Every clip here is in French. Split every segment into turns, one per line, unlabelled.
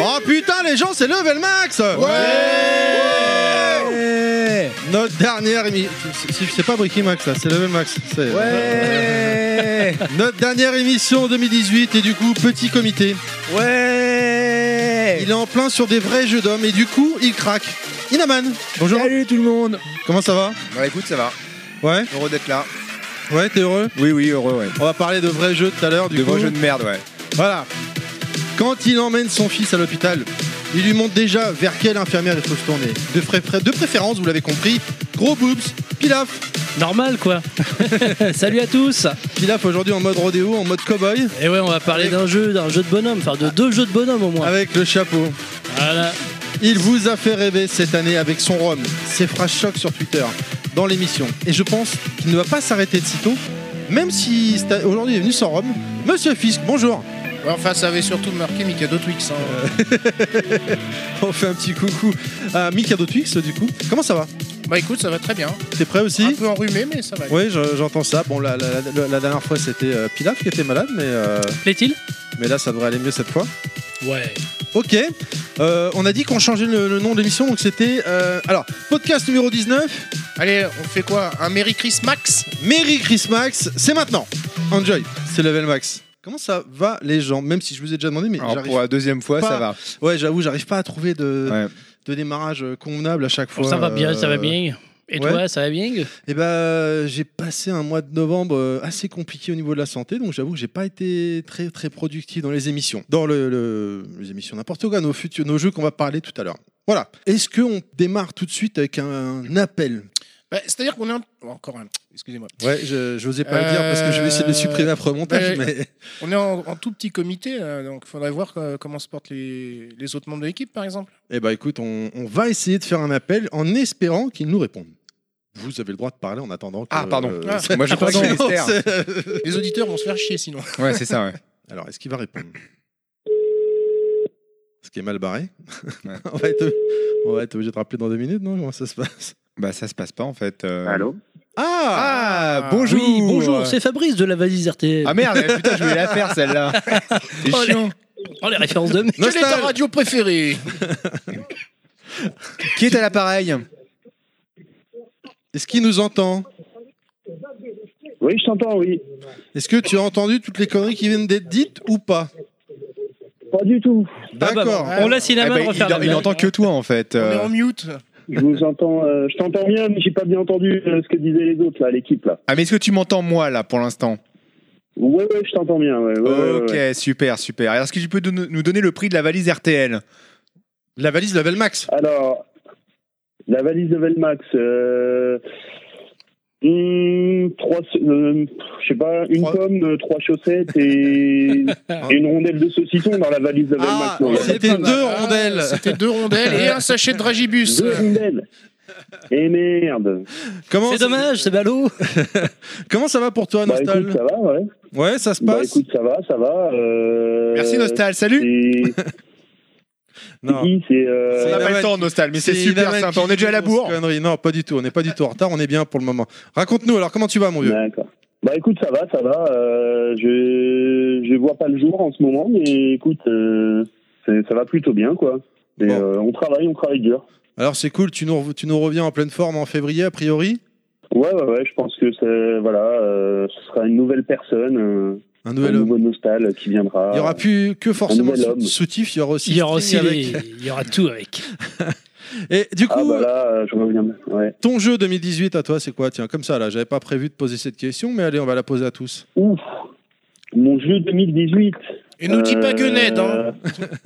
Ah, Putain, les gens, c'est Level Max Ouais Notre dernière émission. Si c'est pas Bricky Max, là, c'est Level Max. c'est- euh,
Ouais
Notre dernière émission 2018 et du coup, petit comité.
Ouais
Il est en plein sur des vrais jeux d'hommes et du coup, il craque. Inaman, bonjour.
Salut tout le monde
Comment ça va
Bah écoute, ça va.
Ouais,
Heureux d'être là.
ouais, t'es heureux
Oui, oui, heureux, ouais.
On va parler de vrais jeux tout à l'heure, du
De
coup.
vrais jeux de merde, ouais.
Voilà. Quand il emmène son fils à l'hôpital, il lui montre déjà vers quelle infirmière il faut se tourner. De, fré- de préférence, vous l'avez compris, gros boobs, pilaf.
Normal quoi. Salut à tous.
Pilaf aujourd'hui en mode rodéo, en mode cowboy,
Et ouais, on va parler d'un jeu, d'un jeu de bonhomme, enfin de deux jeux de bonhomme au moins.
avec le chapeau.
Voilà.
Il vous a fait rêver cette année avec son rhum, ses phrases chocs sur Twitter, dans l'émission. Et je pense qu'il ne va pas s'arrêter de sitôt, même si sta- aujourd'hui il est venu sans rhum. Monsieur Fisk, bonjour.
Ouais, Enfin, ça avait surtout marqué Mikado Twix. hein.
Euh. On fait un petit coucou à Mikado Twix du coup. Comment ça va
Bah écoute, ça va très bien.
T'es prêt aussi
Un peu enrhumé, mais ça va.
Oui, je- j'entends ça. Bon, la, la- la- la dernière fois, c'était euh, Pilaf qui était malade, mais, euh,
Plaît-il
mais là, ça devrait aller mieux cette fois.
Ouais.
Ok. Euh, on a dit qu'on changeait le, le nom de l'émission, donc c'était. euh, alors, podcast numéro 19,
Allez, on fait quoi Un Merry Christmas Max
Merry Christmas, c'est maintenant. Enjoy, c'est level max. Comment ça va les gens Même si je vous ai déjà demandé, mais
Alors
j'arrive.
pour la deuxième fois,
pas.
ça va.
Ouais, j'avoue, j'arrive pas à trouver de,
Ouais.
de démarrage euh, convenable à chaque fois.
Oh, ça va bien,
euh,
ça va bien. Et
ouais.
toi, ça va bien
Eh ben, euh, j'ai passé un mois de novembre euh, assez compliqué au niveau de la santé, donc j'avoue que j'ai pas été très très productif dans les émissions, dans le, le- les émissions n'importe quoi, nos futurs, nos jeux qu'on va parler tout à l'heure. Voilà. Est-ce qu'on démarre tout de suite avec un appel
Bah, C'est-à-dire qu'on est en- oh, encore un. Excusez-moi.
Ouais, je n'osais pas le dire parce que je vais essayer de le supprimer après le montage,
Euh,
mais
On est en, en tout petit comité, là, donc faudrait voir euh, comment se portent les, les autres membres de l'équipe, par exemple.
eh ben écoute, on, on va essayer de faire un appel en espérant qu'ils nous répondent. Vous avez le droit de parler en attendant. que-
Ah, pardon.
euh,
Ah,
Moi, je crois que c'est Esther.
c'est-
Les auditeurs vont se faire chier sinon.
Ouais, c'est ça, ouais.
Alors, est-ce qu'il va répondre Ce qui est mal barré. on va être, on va être obligé de rappeler dans deux minutes, non Comment ça se passe
Bah ça se passe pas en fait. euh.
Allô
Ah,
Ah, bonjour.
Oui, bonjour, c'est Fabrice de la valise RTL.
Ah merde, eh, putain, je voulais la faire celle-là. C'est
Oh, les-
chiant.
Oh les références de merde.
Quelle est ta
Nostal.
radio préférée
Qui est à l'appareil
Est-ce qu'il nous entend
Oui, je t'entends, oui.
Est-ce que tu as entendu toutes les conneries qui viennent d'être dites ou pas
Pas du tout.
Ah, bah,
D'accord.
On laisse
Eh
Inaman
ben,
refaire
Il
la
il
blague.
entend que toi en fait.
On est
euh.
en mute.
Je vous entends. euh, je t'entends bien, mais j'ai pas bien entendu euh, ce que disaient les autres là, l'équipe là.
Ah mais est-ce que tu m'entends moi là pour l'instant
Ouais, ouais, je t'entends bien. Ouais, ouais, ouais,
Ok,
ouais.
super, super. Alors, Est-ce que tu peux don- nous donner le prix de la valise RTL
La valise level max.
Alors, la valise de Velmax. Euh... hmm, trois, euh, je sais pas, une
Trois.
pomme, euh, trois chaussettes et... et une rondelle de saucisson dans la valise de
Ah,
Velmax. non, là.
c'était deux rondelles.
Ah, C'était deux rondelles et un sachet de Dragibus.
Deux rondelles. Et merde.
Comment,
C'est dommage, c'est ballot.
comment ça va pour toi,
Bah
Nostal
écoute, ça va, ouais.
Ouais, ça se
Bah
passe.
écoute, ça va, ça va. euh,
Merci Nostal, salut
c'est- C'est
non.
qui C'est. euh,
On n'a pas
Inaman
le temps Nostal, mais c'est super
Inaman
sympa.
qui
On est déjà à la
dit grosse
bourre.
connerie. Non, pas du tout. On n'est pas du tout en retard. On est bien pour le moment. Raconte-nous alors comment tu vas, mon vieux
D'accord. Bah écoute, ça va, ça va. euh, je je vois pas le jour en ce moment, mais écoute, euh, c'est- ça va plutôt bien, quoi. Et,
Bon.
euh, on travaille, on travaille dur.
Alors c'est cool. Tu nous, tu nous reviens en pleine forme en février, a priori.
Ouais, ouais, ouais. Je pense que c'est- voilà, euh, ce sera une nouvelle personne, euh,
Un
un
nouvel homme.
nouveau nostal qui viendra.
Il n'y aura plus que forcément
nouvel
sou-
homme.
soutif, il y aura aussi.
Il y aura aussi
string avec.
les- il y aura tout avec.
Et du
Ah
coup,
bah là, euh, je reviens. Ouais.
ton jeu 2018 à toi, c'est quoi Tiens, comme ça, là, j'avais pas prévu de poser cette question, mais allez, on va la poser à tous.
Ouf. Mon jeu 2018.
Et nous dis pas
euh,
Guenette, hein.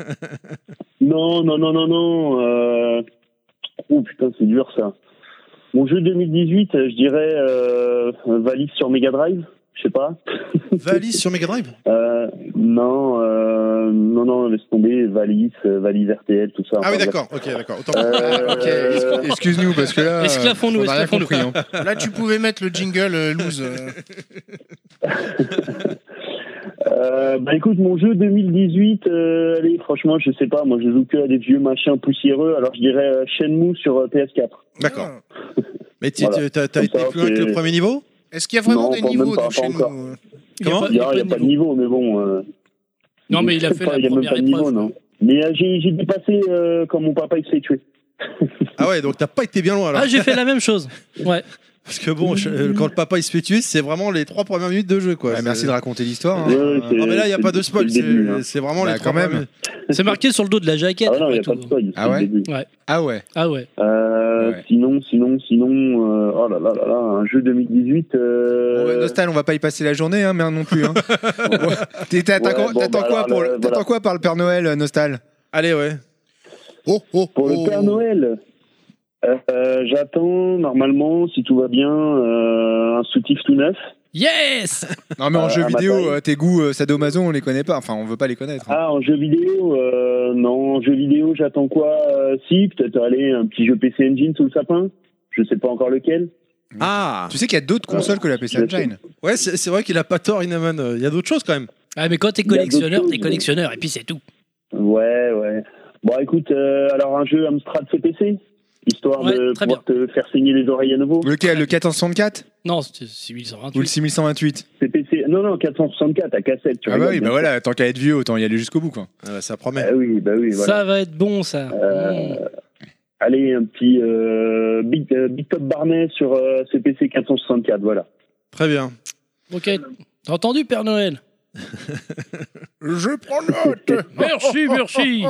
Non, non, non, non, non. euh, Oh putain, c'est dur ça. Mon jeu 2018, euh, je dirais euh, valise sur Mega Drive. Je sais pas.
Valise sur Mega Drive
Euh, non, euh, non, non, laisse tomber. Valise, euh, valise RTL, tout ça.
Ah oui,
Enfin,
d'accord, ok, d'accord. Autant.
bref.
Ok,
Euh,
Excuse-nous parce que là. euh,
Esclafons-nous,
on a rien
esclafons-nous.
compris, hein.
Là, tu pouvais mettre le jingle euh, loose. euh.
Euh, bah écoute, mon jeu 2018, euh, allez, franchement, je sais pas, moi je joue que à des vieux machins poussiéreux, alors je dirais euh, Shenmue sur euh, PS4.
D'accord.
Ah.
Mais tu-
Voilà.
tu- t'as t'as
Comme
été
ça,
plus loin que
c'est-
le premier niveau
Est-ce qu'il y a vraiment
Non,
des
pas- même
niveaux
pas-
dans
pas
chez
encore.
nous
Ah,
Il y a, il y a pas de niveau, mais bon. euh,
Non, mais il a
je sais
fait
pas,
la
il y a même
première
pas de niveau,
épreuve.
non Mais euh, j'ai j'ai dépassé euh, quand mon papa il se fait tuer.
Ah ouais, donc t'as pas été bien loin alors.
Ah, j'ai fait la même chose.
Ah
Ouais.
Parce que bon, je- euh, quand le papa il se fait tuer, c'est vraiment les trois premières minutes de jeu quoi.
Ouais,
C'est-
merci de raconter l'histoire. hein.
Ouais, c'est-
Non mais là il y a pas de spoil,
c'est le début, hein.
c'est c'est vraiment
Bah,
les
quand
trois
même.
premières minutes.
C'est marqué sur le dos de la jaquette.
Ah non,
après
il n'y a pas
tout.
de spoil.
Ah
c'est le
ouais
début.
Ah ouais.
Ah ouais.
Euh,
Ouais.
Sinon, sinon, sinon, euh, oh là là là là, un jeu 2018.
Bon, bah,
Euh...
Nostal, on va pas y passer la journée, hein, mais non plus. hein. T'es- T'attends
Ouais, bon,
t'attends
bah,
quoi,
alors,
pour
là,
le-
voilà.
t'attends quoi par le Père Noël, euh, Nostal
Allez ouais.
Oh, oh,
Pour le Père Noël, euh, euh, j'attends normalement, si tout va bien, euh, un soutif tout neuf.
Yes
Non, mais en
Euh,
jeu
à ma
vidéo,
taille.
euh, tes goûts euh, sadomaso, on les connaît pas. Enfin, on veut pas les connaître. hein.
Ah, en jeu vidéo, euh, non, en jeu vidéo, j'attends quoi euh, Si, peut-être aller un petit jeu PC Engine sous le sapin. Je sais pas encore lequel.
Ah
Tu sais qu'il y a d'autres consoles que la PC
je sais.
Engine.
Ouais, c'est c'est vrai qu'il a pas tort Inaman, Euh, il y a d'autres choses quand même.
Ah, mais quand t'es
Il y a d'autres
collectionneur, t'es
choses.
collectionneur, et puis c'est tout.
Ouais, ouais. Bon, écoute, euh, alors un jeu Amstrad CPC, histoire
Ouais,
de
très
pouvoir te faire saigner les oreilles à nouveau.
Lequel Le 464
Non, c'est 6128.
ou le 6128
CPC, non, non, 464 à cassette, tu
Ah bah
rigoles,
oui,
bien
bah voilà, tant qu'à être vieux, autant y aller jusqu'au bout, quoi.
Ah, bah, ça promet.
sûr. Ah oui, bah oui, voilà.
Ça va être bon, ça.
Euh, Allez, un petit euh, Big, euh, Big Top Barnet sur euh, CPC 464, voilà.
Très bien.
Mm. Ok. T'as entendu, Père Noël
Je prends note
Merci, merci.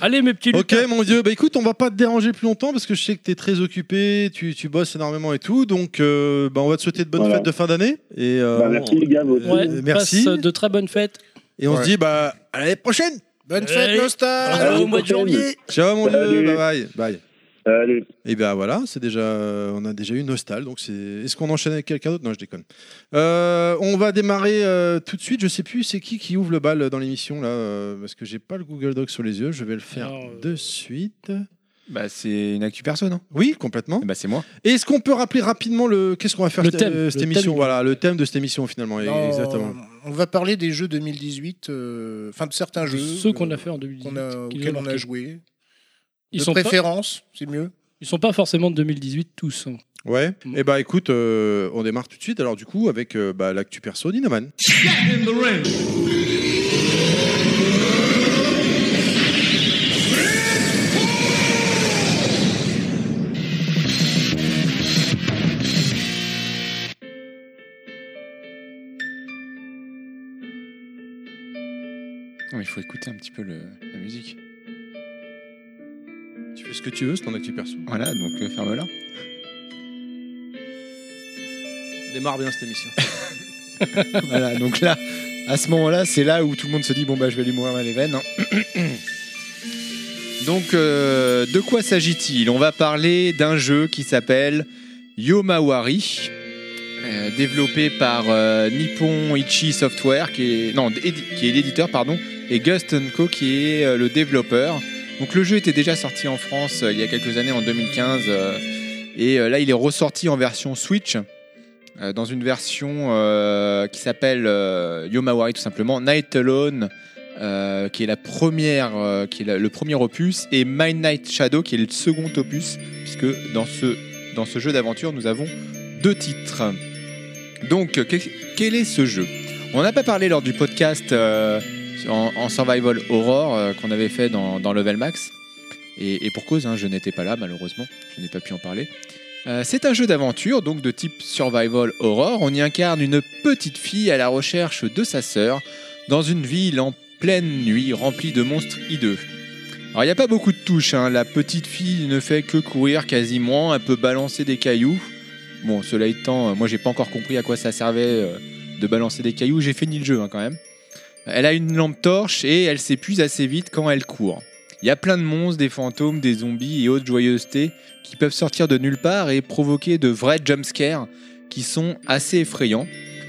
Allez, mes petits
Ok
lutins.
mon dieu, bah écoute, on va pas te déranger plus longtemps parce que je sais que t'es très occupé, tu, tu bosses énormément et tout, donc euh, bah, on va te souhaiter de bonnes
Voilà.
fêtes de fin d'année. Et euh,
Bah, merci les gars, vous aussi.
Ouais.
Ouais,
merci.
Passe de très bonnes fêtes.
et on
Ouais.
se dit bah à l'année prochaine.
Bonne
Allez.
fête, Nostal
Allez,
au mois de
prochaine.
janvier.
Ciao mon
Salut.
dieu, bye bye. Bye.
Allez.
Et ben voilà, c'est déjà, euh, on a déjà eu Nostal, donc c'est. Est-ce qu'on enchaîne avec quelqu'un d'autre Non, je déconne. Euh, on va démarrer euh, tout de suite. Je sais plus c'est qui qui ouvre le bal dans l'émission là, euh, parce que j'ai pas le Google Doc sous les yeux. Je vais le faire
Alors, euh,
de suite.
Bah c'est une actu perso, non
Oui, complètement.
Eh Bah c'est moi.
Et est-ce qu'on peut rappeler rapidement le qu'est-ce qu'on va faire
Le
cette-
thème,
euh, cette
le
émission
thème.
Voilà, le thème de cette émission finalement.
Non,
Exactement.
On va parler des jeux 2018, euh, enfin de certains jeux.
Ceux qu'on
euh,
a fait en
qu'on
2018.
a-
qui nous
auxquels
ont
on a
marqués.
joué.
Ils
de
sont, pas,
préférence, c'est mieux.
ils sont pas forcément de 2018 tous. hein.
Ouais.
Mm.
Et bah écoute, euh, on démarre tout de suite. Alors du coup avec euh, bah, l'actu perso d'Inaman.
Non mais il faut écouter un petit peu le- la musique.
Tu fais ce que tu veux, c'est ton actu perso.
Voilà, donc euh, ferme-la.
Démarre bien cette émission.
voilà, donc là, à ce moment-là, c'est là où tout le monde se dit bon bah je vais lui mourir les veines. hein. donc euh, de quoi s'agit-il On va parler d'un jeu qui s'appelle Yomawari. euh, développé par euh, Nippon Ichi Software, qui est, non, édi- qui est l'éditeur, pardon, et Gust Co, qui est euh, le développeur. Donc le jeu était déjà sorti en France euh, il y a quelques années, en 2015, euh, et euh, là il est ressorti en version Switch euh, dans une version euh, qui s'appelle euh, Yomawari tout simplement, Night Alone, euh, qui est la première, euh, qui est la- le premier opus, et My Night Shadow, qui est le second opus, puisque dans ce, dans ce jeu d'aventure, nous avons deux titres. Donc, que- quel est ce jeu On n'a pas parlé lors du podcast euh, en, en Survival Horror euh, qu'on avait fait dans, dans Level Max, et, et pour cause, hein, je n'étais pas là malheureusement, je n'ai pas pu en parler. Euh, c'est un jeu d'aventure, donc de type survival horror. On y incarne une petite fille à la recherche de sa sœur dans une ville en pleine nuit remplie de monstres hideux. Alors il n'y a pas beaucoup de touches, hein. la petite fille ne fait que courir quasiment, elle peut balancer des cailloux. Bon, cela étant, euh, moi j'ai pas encore compris à quoi ça servait euh, de balancer des cailloux, j'ai fini le jeu hein, quand même. Elle a une lampe torche et elle s'épuise assez vite quand elle court. Il y a plein de monstres, des fantômes, des zombies et autres joyeusetés qui peuvent sortir de nulle part et provoquer de vrais jumpscares qui sont assez effrayants.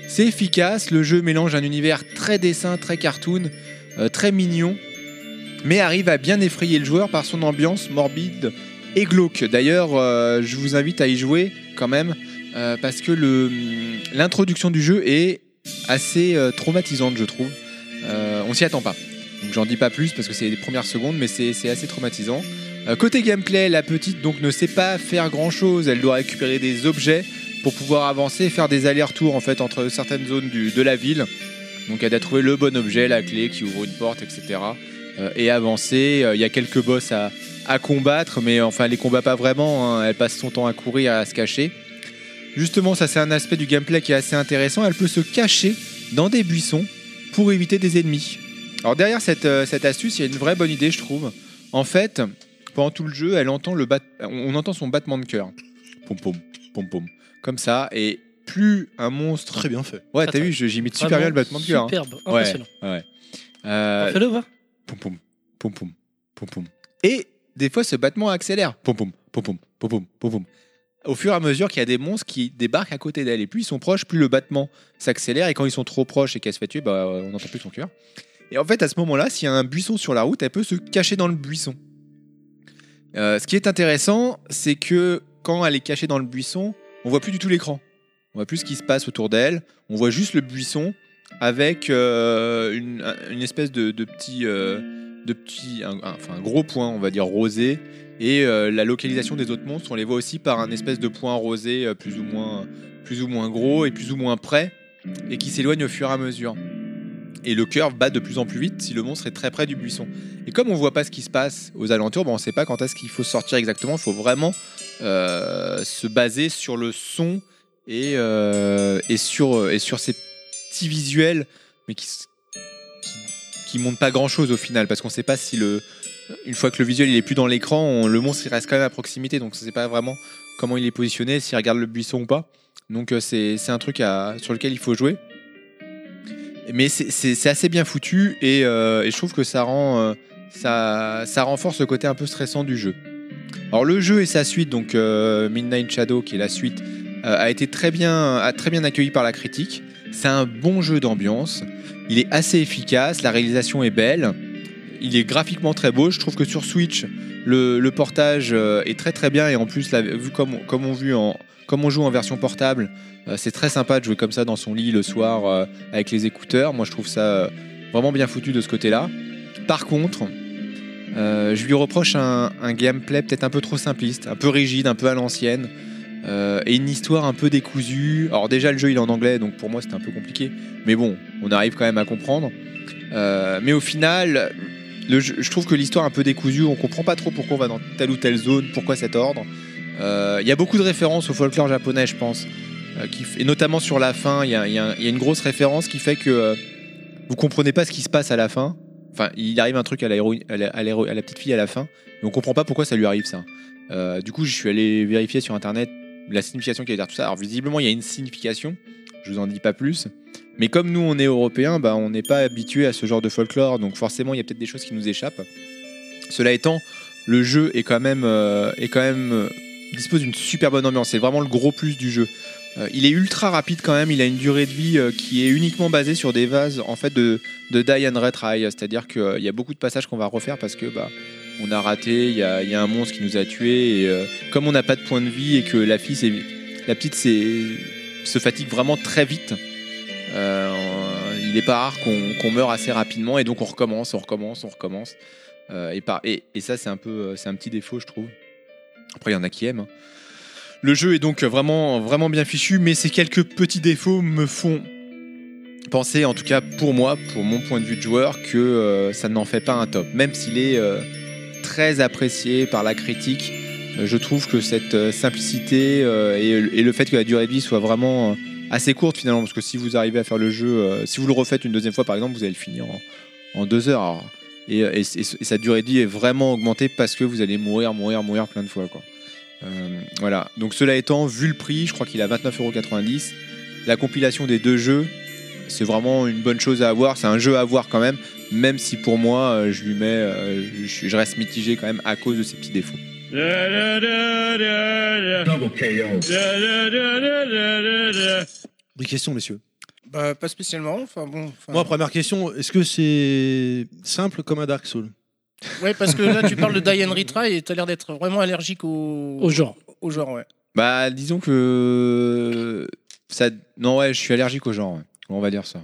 C'est efficace, le jeu mélange un univers très dessin, très cartoon, euh, très mignon, mais arrive à bien effrayer le joueur par son ambiance morbide et glauque. D'ailleurs, euh, je vous invite à y jouer quand même, euh, parce que le- l'introduction du jeu est assez euh, traumatisante, je trouve. Euh, on s'y attend pas. Donc j'en dis pas plus parce que c'est les premières secondes, mais c'est c'est assez traumatisant. Euh, Côté gameplay, la petite donc ne sait pas faire grand chose. Elle doit récupérer des objets pour pouvoir avancer et faire des allers-retours en fait entre certaines zones du- de la ville. Donc elle a trouvé le bon objet, la clé qui ouvre une porte, etc. euh, et avancer. Euh, Il y a quelques boss à, à combattre, mais enfin, elle les combat pas vraiment. hein. Elle passe son temps à courir, à se cacher. Justement, ça, c'est un aspect du gameplay qui est assez intéressant. Elle peut se cacher dans des buissons pour éviter des ennemis. Alors, derrière cette, euh, cette astuce, il y a une vraie bonne idée, je trouve. En fait, pendant tout le jeu, elle entend le bat- on entend son battement de cœur. Pom pom, pom pom. Comme ça, et plus un monstre.
Très bien fait.
Ouais,
Très,
t'as
très
vu, je- j'imite super bien le battement de cœur. hein.
Superbe,
Ouais,
impressionnant.
ouais. Euh,
Fais-le voir.
Poum, poum, poum, poum, poum, poum. Et des fois, ce battement accélère. Poum, poum, poum, poum, poum, poum, poum, poum. Au fur et à mesure qu'il y a des monstres qui débarquent à côté d'elle, et plus ils sont proches, plus le battement s'accélère, et quand ils sont trop proches et qu'elle se fait tuer, bah, on n'entend plus son cœur. Et en fait, à ce moment-là, s'il y a un buisson sur la route, elle peut se cacher dans le buisson. Euh, ce qui est intéressant, c'est que quand elle est cachée dans le buisson, on voit plus du tout l'écran. On voit plus ce qui se passe autour d'elle. On voit juste le buisson avec euh, une, une espèce de, de petit, euh, de petit, un, un- enfin un gros point, on va dire rosé. Et euh, la localisation des autres monstres, on les voit aussi par un espèce de point rosé euh, plus ou moins, plus ou moins gros et plus ou moins près, et qui s'éloigne au fur et à mesure. Et le cœur bat de plus en plus vite si le monstre est très près du buisson. Et comme on voit pas ce qui se passe aux alentours, ben on sait pas quand est-ce qu'il faut sortir exactement. Il faut vraiment euh, se baser sur le son et, euh, et, sur, et sur ces petits visuels, mais qui, s- qui, qui montrent pas grand chose au final, parce qu'on sait pas si le. Une fois que le visuel il est plus dans l'écran, on- le monstre il reste quand même à proximité, donc on sait pas vraiment comment il est positionné, s'il regarde le buisson ou pas. Donc euh, c'est c'est un truc à- sur lequel il faut jouer. Mais c'est- c'est c'est assez bien foutu et, euh, et je trouve que ça rend euh, ça, ça renforce le côté un peu stressant du jeu. Alors le jeu et sa suite, donc euh, Midnight Shadow, qui est la suite, euh, a été très bien, a très bien accueilli par la critique. C'est un bon jeu d'ambiance. Il est assez efficace, la réalisation est belle. Il est graphiquement très beau. Je trouve que sur Switch, le, le portage euh, est très très bien et en plus, la- vu comme, comme on vu en- comme on joue en version portable, euh, c'est très sympa de jouer comme ça dans son lit le soir euh, avec les écouteurs. Moi, je trouve ça euh, vraiment bien foutu de ce côté-là. Par contre, euh, je lui reproche un, un gameplay peut-être un peu trop simpliste, un peu rigide, un peu à l'ancienne, euh, et une histoire un peu décousue. Alors déjà le jeu il est en anglais, donc pour moi c'était un peu compliqué, mais bon, on arrive quand même à comprendre. Euh, mais au final, le jeu- je trouve que l'histoire un peu décousue, on comprend pas trop pourquoi on va dans telle ou telle zone, pourquoi cet ordre. Euh, Il y a beaucoup de références au folklore japonais, je pense, euh, qui f- et notamment sur la fin, il y a, il y a- il y a une grosse référence qui fait que euh, vous comprenez pas ce qui se passe à la fin. Enfin, il arrive un truc à, la héroïne- à la- à l'héro- à la petite fille à la fin, mais on comprend pas pourquoi ça lui arrive ça. Euh, du coup, je suis allé vérifier sur internet la signification qu'il y a derrière tout ça. Alors, visiblement, il y a une signification, je vous en dis pas plus. Mais comme nous, on est européens, bah, on n'est pas habitué à ce genre de folklore, donc forcément, il y a peut-être des choses qui nous échappent. Cela étant, le jeu est quand même, euh, est quand même euh, dispose d'une super bonne ambiance. C'est vraiment le gros plus du jeu. Euh, il est ultra rapide quand même. Il a une durée de vie euh, qui est uniquement basée sur des vases en fait de, de die and retry. C'est-à-dire qu'il y a beaucoup de passages qu'on va refaire parce que bah on a raté. Il y a, il y a un monstre qui nous a tués. Et euh, comme on n'a pas de point de vie et que la fille, s'est- la petite, s'est- se fatigue vraiment très vite. euh, il n'est pas rare qu'on qu'on meure assez rapidement et donc on recommence, on recommence, on recommence. Euh, et, par- et- et ça, c'est un peu, euh, c'est un petit défaut, je trouve. Après, il y en a qui aiment. hein. Le jeu est donc vraiment, vraiment bien fichu, mais ces quelques petits défauts me font penser, en tout cas pour moi, pour mon point de vue de joueur, que euh, ça n'en fait pas un top. Même s'il est euh, très apprécié par la critique, euh, je trouve que cette euh, simplicité euh, et, et le fait que la durée de vie soit vraiment euh, assez courte finalement, parce que si vous arrivez à faire le jeu, euh, si vous le refaites une deuxième fois par exemple, vous allez le finir en, en deux heures. Alors, et, euh, et- et- et sa durée de vie est vraiment augmentée parce que vous allez mourir, mourir, mourir plein de fois. Quoi. Euh, voilà. Donc cela étant, vu le prix, je crois qu'il est à 29,90€. La compilation des deux jeux, c'est vraiment une bonne chose à avoir. C'est un jeu à avoir quand même, même si pour moi, euh, je lui mets, euh, je, je reste mitigé quand même à cause de ses petits défauts.
Des questions, messieurs.
Bah, pas spécialement. Enfin bon. enfin-
Moi, première question, est-ce que c'est simple comme un Dark Souls
Ouais, parce que là, tu parles de Diane Retry et t'as l'air d'être vraiment allergique au,
Au genre.
au genre, ouais.
Bah, disons que ça. Non, ouais, je suis allergique au genre. ouais. On va dire ça. Ça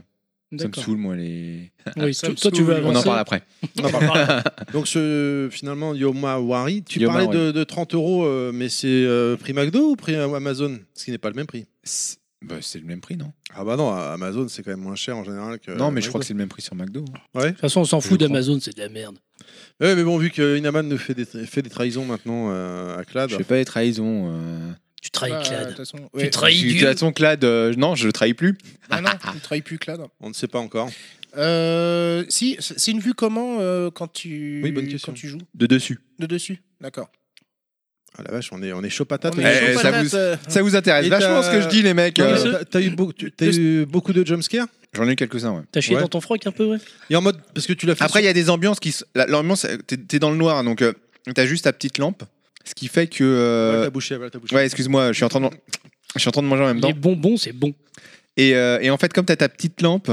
me
D'accord.
saoule, moi, les.
Oui,
Ça
to-
me
toi, tu veux
saoule.
avancer.
On en parle après.
Ah,
Ah,
Donc, ce, finalement, Yoma Wari, tu
Yoma
parlais de, de 30 euros, euh, mais c'est euh, prix McDo ou prix euh, Amazon Ce qui n'est pas le même prix.
C'est- Bah, c'est le même prix, non
Ah bah non, Amazon c'est quand même moins cher en général que.
Non, mais je crois que c'est le même prix sur McDo. hein.
Ouais.
toute façon, on s'en
Je
fout
crois.
d'Amazon, c'est de la merde.
Ouais, mais bon, vu que Inaman nous fait des, fait des trahisons maintenant euh, à Clad.
Je fais pas les trahisons. euh.
Tu trahis
Bah, de
Clad.
toute façon,
Tu
ouais.
trahis
Je- De
Dieu.
toute façon, Clad, euh, non, je le trahis plus.
Ah non, il trahit plus Clad.
On ne sait pas encore.
Euh, si, c'est c'est une vue comment euh, quand tu
Oui, bonne question.
quand tu joues
De dessus.
de dessus D'accord.
Ah la vache, on est, on est chaud patate. hein.
On
mais-
est chaud
Eh, ça
patate,
vous-
euh.
Ça vous intéresse
Et
vachement ce
t'as-
que je dis, les mecs.
Ah. Non, mais
euh,
t'as- T'as eu, beaucoup- tu- t'as eu beaucoup de jumpscares
J'en ai eu quelques-uns, ouais.
T'as chié
Ouais.
dans ton froc un peu, ouais
Et en mode, parce que tu l'as fait.
Après, il
sur-
y a des ambiances qui. s- la- L'ambiance, euh, t'es t'es dans le noir, donc euh, t'as juste ta petite lampe. Ce qui fait que.
Avale
euh,
ta bouchée, avale ta bouchée.
Ouais, excuse-moi, je suis en train de. man- Je suis en train de manger en même temps.
Les bonbons, c'est bon.
Et, euh, et en fait, comme tu as ta petite lampe,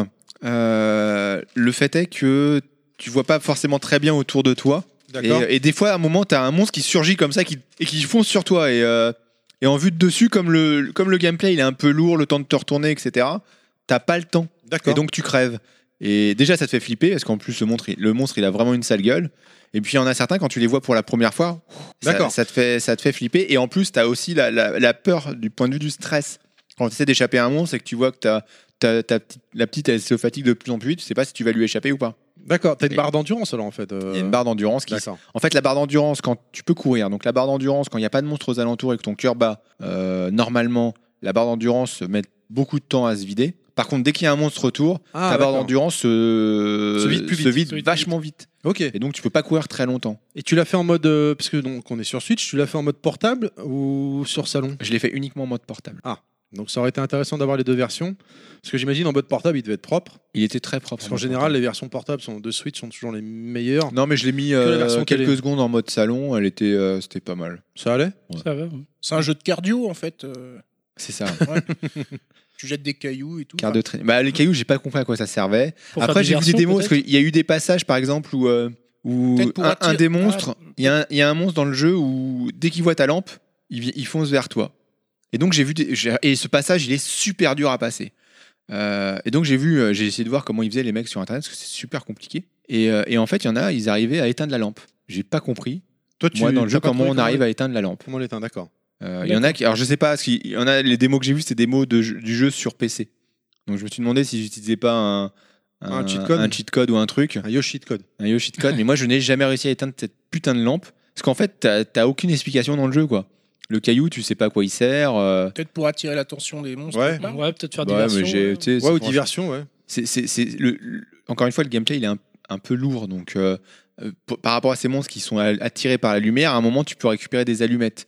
euh, le fait est que tu vois pas forcément très bien autour de toi. Et,
D'accord.
et des fois, à un moment, tu as un monstre qui surgit comme ça qui, et qui fonce sur toi. Et, euh, et en vue de dessus, comme le, comme le gameplay il est un peu lourd, le temps de te retourner, etc., t'as pas le temps. Et
D'accord.
donc, tu crèves. Et déjà, ça te fait flipper parce qu'en plus, le monstre, il- le monstre, il a vraiment une sale gueule. Et puis, il y en a certains, quand tu les vois pour la première fois, ça,
D'accord.
ça, te, fait, ça te fait flipper. Et en plus, tu as aussi la, la- la peur du point de vue du stress. Quand tu essaies d'échapper à un monstre et que tu vois que t'as- t'as- ta petite- la petite, elle se fatigue de plus en plus vite, tu sais pas si tu vas lui échapper ou pas.
D'accord. T'as une barre d'endurance alors en fait. euh,
Il y a une barre d'endurance qui.
D'accord.
En fait, la barre d'endurance, quand tu peux courir, donc la barre d'endurance, quand il n'y a pas de monstre aux alentours et que ton cœur bat, euh, normalement, la barre d'endurance met beaucoup de temps à se vider. Par contre, dès qu'il y a un monstre autour,
Ah,
ta barre
d'accord.
d'endurance euh,
Se vide plus vite.
Se vide plus
vachement vite.
Ok.
Et donc, tu peux pas courir très longtemps.
Et tu l'as fait en mode. euh, parce que donc on est sur Switch, tu l'as fait en mode portable ou sur salon
Je l'ai fait uniquement en mode portable.
Donc ça aurait été intéressant d'avoir les deux versions. Parce que j'imagine en mode portable, il devait être propre.
Il était très propre.
Parce
en
qu'en
mode
général, les versions portables sont, de Switch sont toujours les meilleures.
Non, mais je l'ai mis
la
euh,
version
quelques
télé.
secondes en mode salon. Elle était, euh, c'était pas mal.
Ça allait
Ça va. hein. ouais.
C'est un jeu de cardio en fait. euh,
C'est ça.
tu jettes des cailloux et tout.
Quart de traînée. Bah, les cailloux, j'ai pas compris à quoi ça servait.
Pour faire
Après,
des
j'ai vu des
versions,
démos parce
peut-être
qu'il y a eu des passages, par exemple, où, euh, où
Peut-être pour
un,
attirer-
un
Ah.
des monstres, il y a un- il y, a un monstre dans le jeu où dès qu'il voit ta lampe, il, vi- il fonce vers toi. Et donc j'ai vu des- j'ai- et ce passage, il est super dur à passer. Euh, et donc j'ai vu, euh, j'ai essayé de voir comment ils faisaient les mecs sur internet parce que c'est super compliqué. Et, euh, et en fait, il y en a, ils arrivaient à éteindre la lampe. J'ai pas compris.
Toi, tu
Moi, dans le
t'as
jeu,
pas
comment on
trouvé
arrive à éteindre la lampe.
Comment l'éteindre, d'accord.
Euh, Il y en a qui, alors je sais pas, il y en a les démos que j'ai vues, c'est des démos de, jeu- du jeu sur PC. Donc je me suis demandé si j'utilisais pas un,
Un cheat code.
un cheat code ou un truc,
Un Yoshi de code.
un yo cheat code. mais moi je n'ai jamais réussi à éteindre cette putain de lampe parce qu'en fait t'as t'as aucune explication dans le jeu quoi. Le caillou, tu sais pas à quoi il sert. euh, bah
Peut-être pour attirer l'attention des monstres.
Ouais.
Non
Ouais, peut-être faire des euh.
ouais, mais
versions.
j'ai-
ouais.
tu sais,
Ouais, ou
c'est-
diversion, ouais.
c'est- c'est- c'est le- le- encore une fois le gameplay il est un, un peu lourd donc euh, euh, pour- par rapport à ces monstres qui sont a- attirés par la lumière à un moment tu peux récupérer des allumettes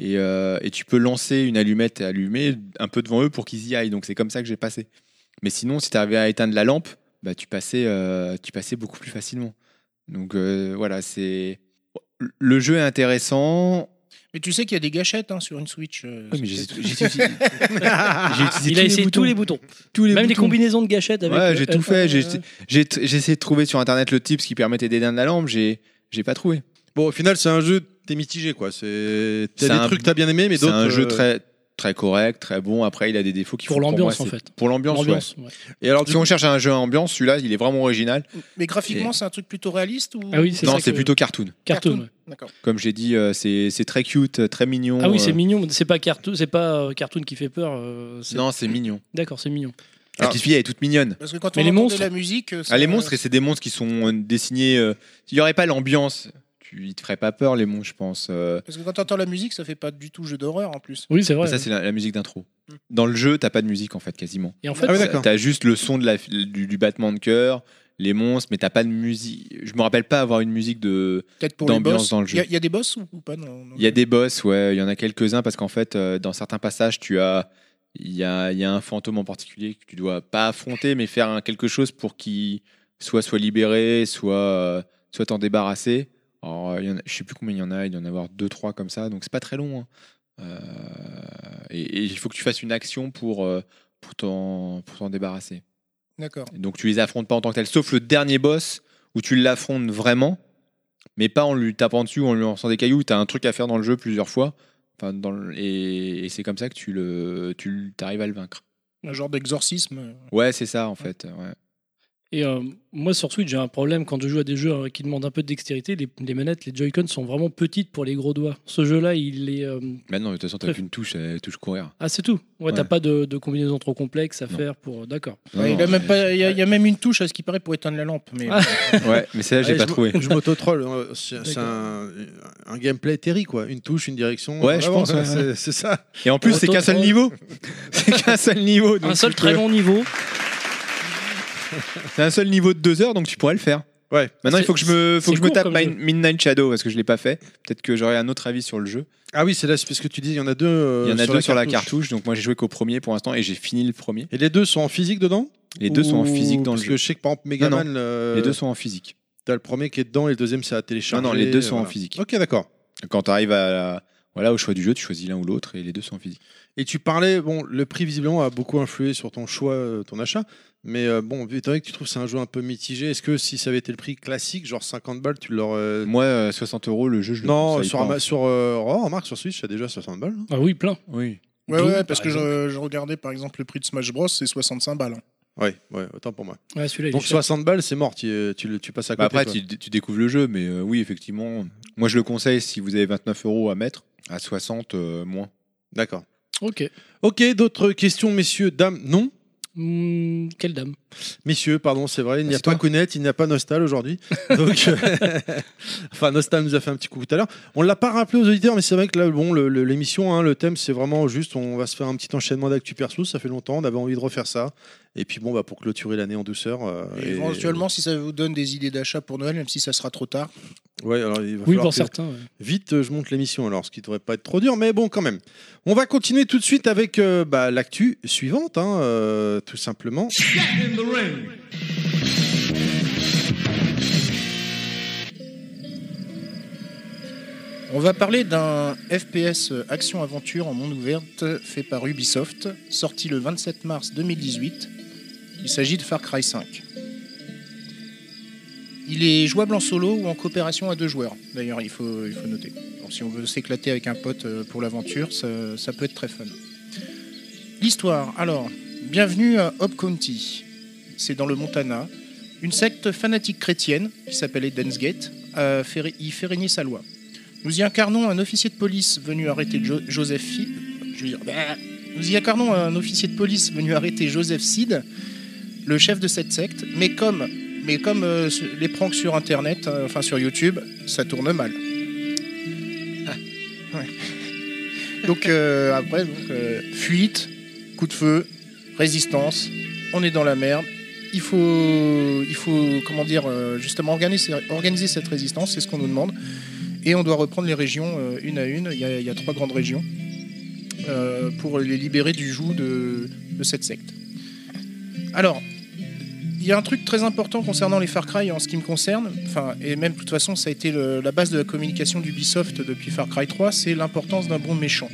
et, euh, et tu peux lancer une allumette allumée un peu devant eux pour qu'ils y aillent donc c'est comme ça que j'ai passé mais sinon si tu arrivais à éteindre la lampe bah tu passais euh, tu passais beaucoup plus facilement donc euh, voilà c'est le jeu est intéressant
Mais tu sais qu'il y a des gâchettes hein, sur une Switch. euh,
Oui, mais j'ai
c'est peut-être-
j'ai utilisé, j'ai utilisé
Il a essayé tous les boutons.
tous les
Même des
boutons.
combinaisons de gâchettes avec.
Ouais,
le
j'ai
F1,
tout fait. J'ai
euh,
j'ai t- j'ai essayé de trouver sur internet le tips qui permettait d'éteindre la lampe. J'ai j'ai pas trouvé.
Bon, au final, c'est un jeu, t'es mitigé, quoi. C'est...
C'est
T'as des
un-
trucs que t'as bien aimé, mais
C'est
d'autres.
un jeu
euh,
très très correct, très bon. Après, il a des défauts qui
Pour
font que
l'ambiance,
moi,
en
c'est-
fait.
Pour l'ambiance. ouais.
l'ambiance, ouais.
Et alors, du
Si on cherche un jeu à ambiance, celui-là, il est vraiment original.
Mais graphiquement, c'est un truc plutôt réaliste ou
Ah oui, c'est
Non,
ça
c'est
que-
plutôt cartoon.
Cartoon. ouais.
D'accord.
Comme j'ai dit, euh, c'est c'est très cute, euh, très mignon.
Ah oui,
euh,
c'est mignon. mais C'est pas cartoon, c'est pas euh, cartoon qui fait peur. euh, c'est-
Non, c'est mignon.
D'accord, c'est mignon.
Ah.
La petite fille, elle est toute mignonne.
Parce que quand
Mais
on
les
entendait
monstres-
la musique, euh,
Ah,
ça-
les monstres, et c'est des monstres qui sont euh, dessinés. euh, Il n'y aurait pas l'ambiance. Tu, ils te ferait pas peur, les monstres, je pense. euh,
Parce que quand t'entends la musique, ça fait pas du tout jeu d'horreur en plus.
Oui, c'est vrai.
Mais Ça, c'est la, la musique d'intro. Dans le jeu, t'as pas de musique en fait, quasiment.
Et en fait,
Ah oui,
T'as-
d'accord.
T'as juste le son de la, du, du battement de cœur, les monstres, mais t'as pas de musique. Je me rappelle pas avoir une musique de.
Peut-être pour les
D'ambiance
boss.
dans le jeu.
Il y, a des boss ou, ou pas non, non.
Il y a des boss, ouais, il y en a quelques-uns parce qu'en fait, euh, dans certains passages, tu as. Il y a, il y a un fantôme en particulier que tu dois pas affronter, mais faire un- quelque chose pour qu'il soit, soit libéré, soit euh, soit t'en débarrasser. Alors, euh, il y en a- je sais plus combien il y en a, il doit y en avoir deux, trois comme ça, donc c'est pas très long. hein. Euh, et, et il faut que tu fasses une action pour, euh, pour t'en pour t'en débarrasser.
D'accord.
Et Donc tu les affrontes pas en tant que tel, sauf le dernier boss où tu l'affrontes vraiment, mais pas en lui tapant dessus ou en lui lançant des cailloux. T'as un truc à faire dans le jeu plusieurs fois, Enfin, dans le- et, et c'est comme ça que tu le, tu arrives à le vaincre.
Un genre d'exorcisme. euh.
Ouais, c'est ça en fait. ouais.
Et euh, moi, sur Switch, j'ai un problème quand je joue à des jeux euh, qui demandent un peu de dextérité. Les, les manettes, les Joy-Con sont vraiment petites pour les gros doigts. Ce jeu-là, il est. euh,
Mais non, de toute façon, t'as qu'une touche, euh, touche courir.
Ah, c'est tout. Ouais,
Ouais.
t'as pas de, de combinaison trop complexe à
Non.
faire pour. D'accord.
Non,
Ouais, il,
non,
a même
mais-
pas- il y a, il y a même une touche à ce qui paraît pour éteindre la lampe. Mais
Ah.
Ouais, mais celle-là, j'ai
Ouais,
pas
je m-
trouvé.
Je m'auto-troll. hein. C'est c'est un, un gameplay terry, quoi. Une touche, une direction.
Ouais,
en
je
avant,
pense,
hein,
ouais,
c'est- C'est ça.
Et en plus, c'est qu'un seul
Auto-troll.
niveau. C'est qu'un seul niveau. donc
Un seul
tu
très
peux-
long niveau.
C'est un seul niveau de deux heures, donc tu pourrais le faire.
Ouais.
Maintenant, il
C'est-
faut que je me, faut
c'est
que je me
court
tape
comme
Mine- Midnight Shadow parce que je l'ai pas fait. Peut-être que j'aurai un autre avis sur le jeu.
Ah oui, c'est là, c'est parce que tu dis, il y en a deux. euh,
Il y en a deux sur la
cartouche.
cartouche, donc moi j'ai joué qu'au premier pour l'instant et j'ai fini le premier.
Et les deux sont en physique dedans
Les deux sont en
Ou-
physique dans le
parce
jeu.
que je sais que par exemple, Megaman, euh,
Les deux sont en physique.
t'as le premier qui est dedans et le deuxième, c'est à télécharger.
Non, non, les deux sont en
voilà.
physique.
Ok, d'accord.
Quand tu arrives à la- voilà, au choix du jeu, tu choisis l'un ou l'autre et les deux sont en physique.
Et tu parlais, bon, le prix visiblement a beaucoup influé sur ton choix, euh, ton achat. Mais euh, bon, étant donné que tu trouves que c'est un jeu un peu mitigé, est-ce que si ça avait été le prix classique, genre 50 balles, tu l'aurais.
Moi, euh, 60 euros, le jeu, je le
Non,
conseille
sur,
pas.
Ama- sur euh, oh, remarque, sur Switch, c'est déjà 60 balles. hein.
Ah oui, plein.
Oui.
ouais,
Doom,
ouais, parce
par
que je, je regardais par exemple le prix de Smash Bros, c'est 65 balles. hein.
Ouais, ouais, autant pour moi.
Ouais, celui-là, il
Donc
est cher.
60 balles, c'est mort, tu, euh, tu, le- tu passes à
Bah
côté.
après,
quoi.
tu, tu découvres le jeu, mais euh, oui, effectivement. Moi, je le conseille si vous avez 29 euros à mettre, à 60 euh, moins.
D'accord.
Ok.
Ok, d'autres questions, messieurs, dames Non
Hmm, quelle dame.
Messieurs, pardon, c'est vrai, il n'y
Ah,
a
c'est
pas
toi
Kounet, il n'y a pas Nostal aujourd'hui. Donc, euh, enfin, Nostal nous a fait un petit coup tout à l'heure. On l'a pas rappelé aux auditeurs, mais c'est vrai que là, bon, le- le- l'émission, hein, le thème, c'est vraiment juste, on va se faire un petit enchaînement d'actu perso. Ça fait longtemps, on avait envie de refaire ça. Et puis bon, bah, pour clôturer l'année en douceur. euh,
Et éventuellement, si ça vous donne des idées d'achat pour Noël, même si ça sera trop tard.
Ouais, alors il va
Oui,
falloir
pour
que-
certains. ouais.
Vite, euh, je monte l'émission alors, ce qui devrait pas être trop dur, mais bon, quand même. On va continuer tout de suite avec euh, bah, l'actu suivante, hein, euh, tout simplement.
On va parler d'un FPS action-aventure en monde ouverte fait par Ubisoft, sorti le 27 mars 2018. Il s'agit de Far Cry 5. Il est jouable en solo ou en coopération à deux joueurs. D'ailleurs, il faut, il faut noter. Donc, si on veut s'éclater avec un pote euh, pour l'aventure, ça, ça peut être très fun. L'histoire, alors, bienvenue à Hope County. C'est dans le Montana. Une secte fanatique chrétienne, qui s'appelle Eden's Gate, euh, fait ré- y fait régner sa loi. Nous y incarnons un officier de police venu arrêter Jo- Joseph Sid. Je veux dire, bah, nous y incarnons un officier de police venu arrêter Joseph Sid, le chef de cette secte. Mais comme, mais comme euh, ce- les pranks sur Internet, euh, enfin sur YouTube, ça tourne mal. Ah, ouais. Donc euh, après, donc, euh, fuite, coup de feu, résistance. On est dans la merde. Il faut, il faut comment dire, euh, justement organiser, organiser cette résistance. C'est ce qu'on nous demande. Et on doit reprendre les régions euh, une à une. Il y a, il y a trois grandes régions euh, pour les libérer du joug de, de cette secte. Alors, il y a un truc très important concernant les Far Cry en ce qui me concerne. Enfin, et même de toute façon, ça a été le- la base de la communication d'Ubisoft depuis Far Cry 3, c'est l'importance d'un bon méchant.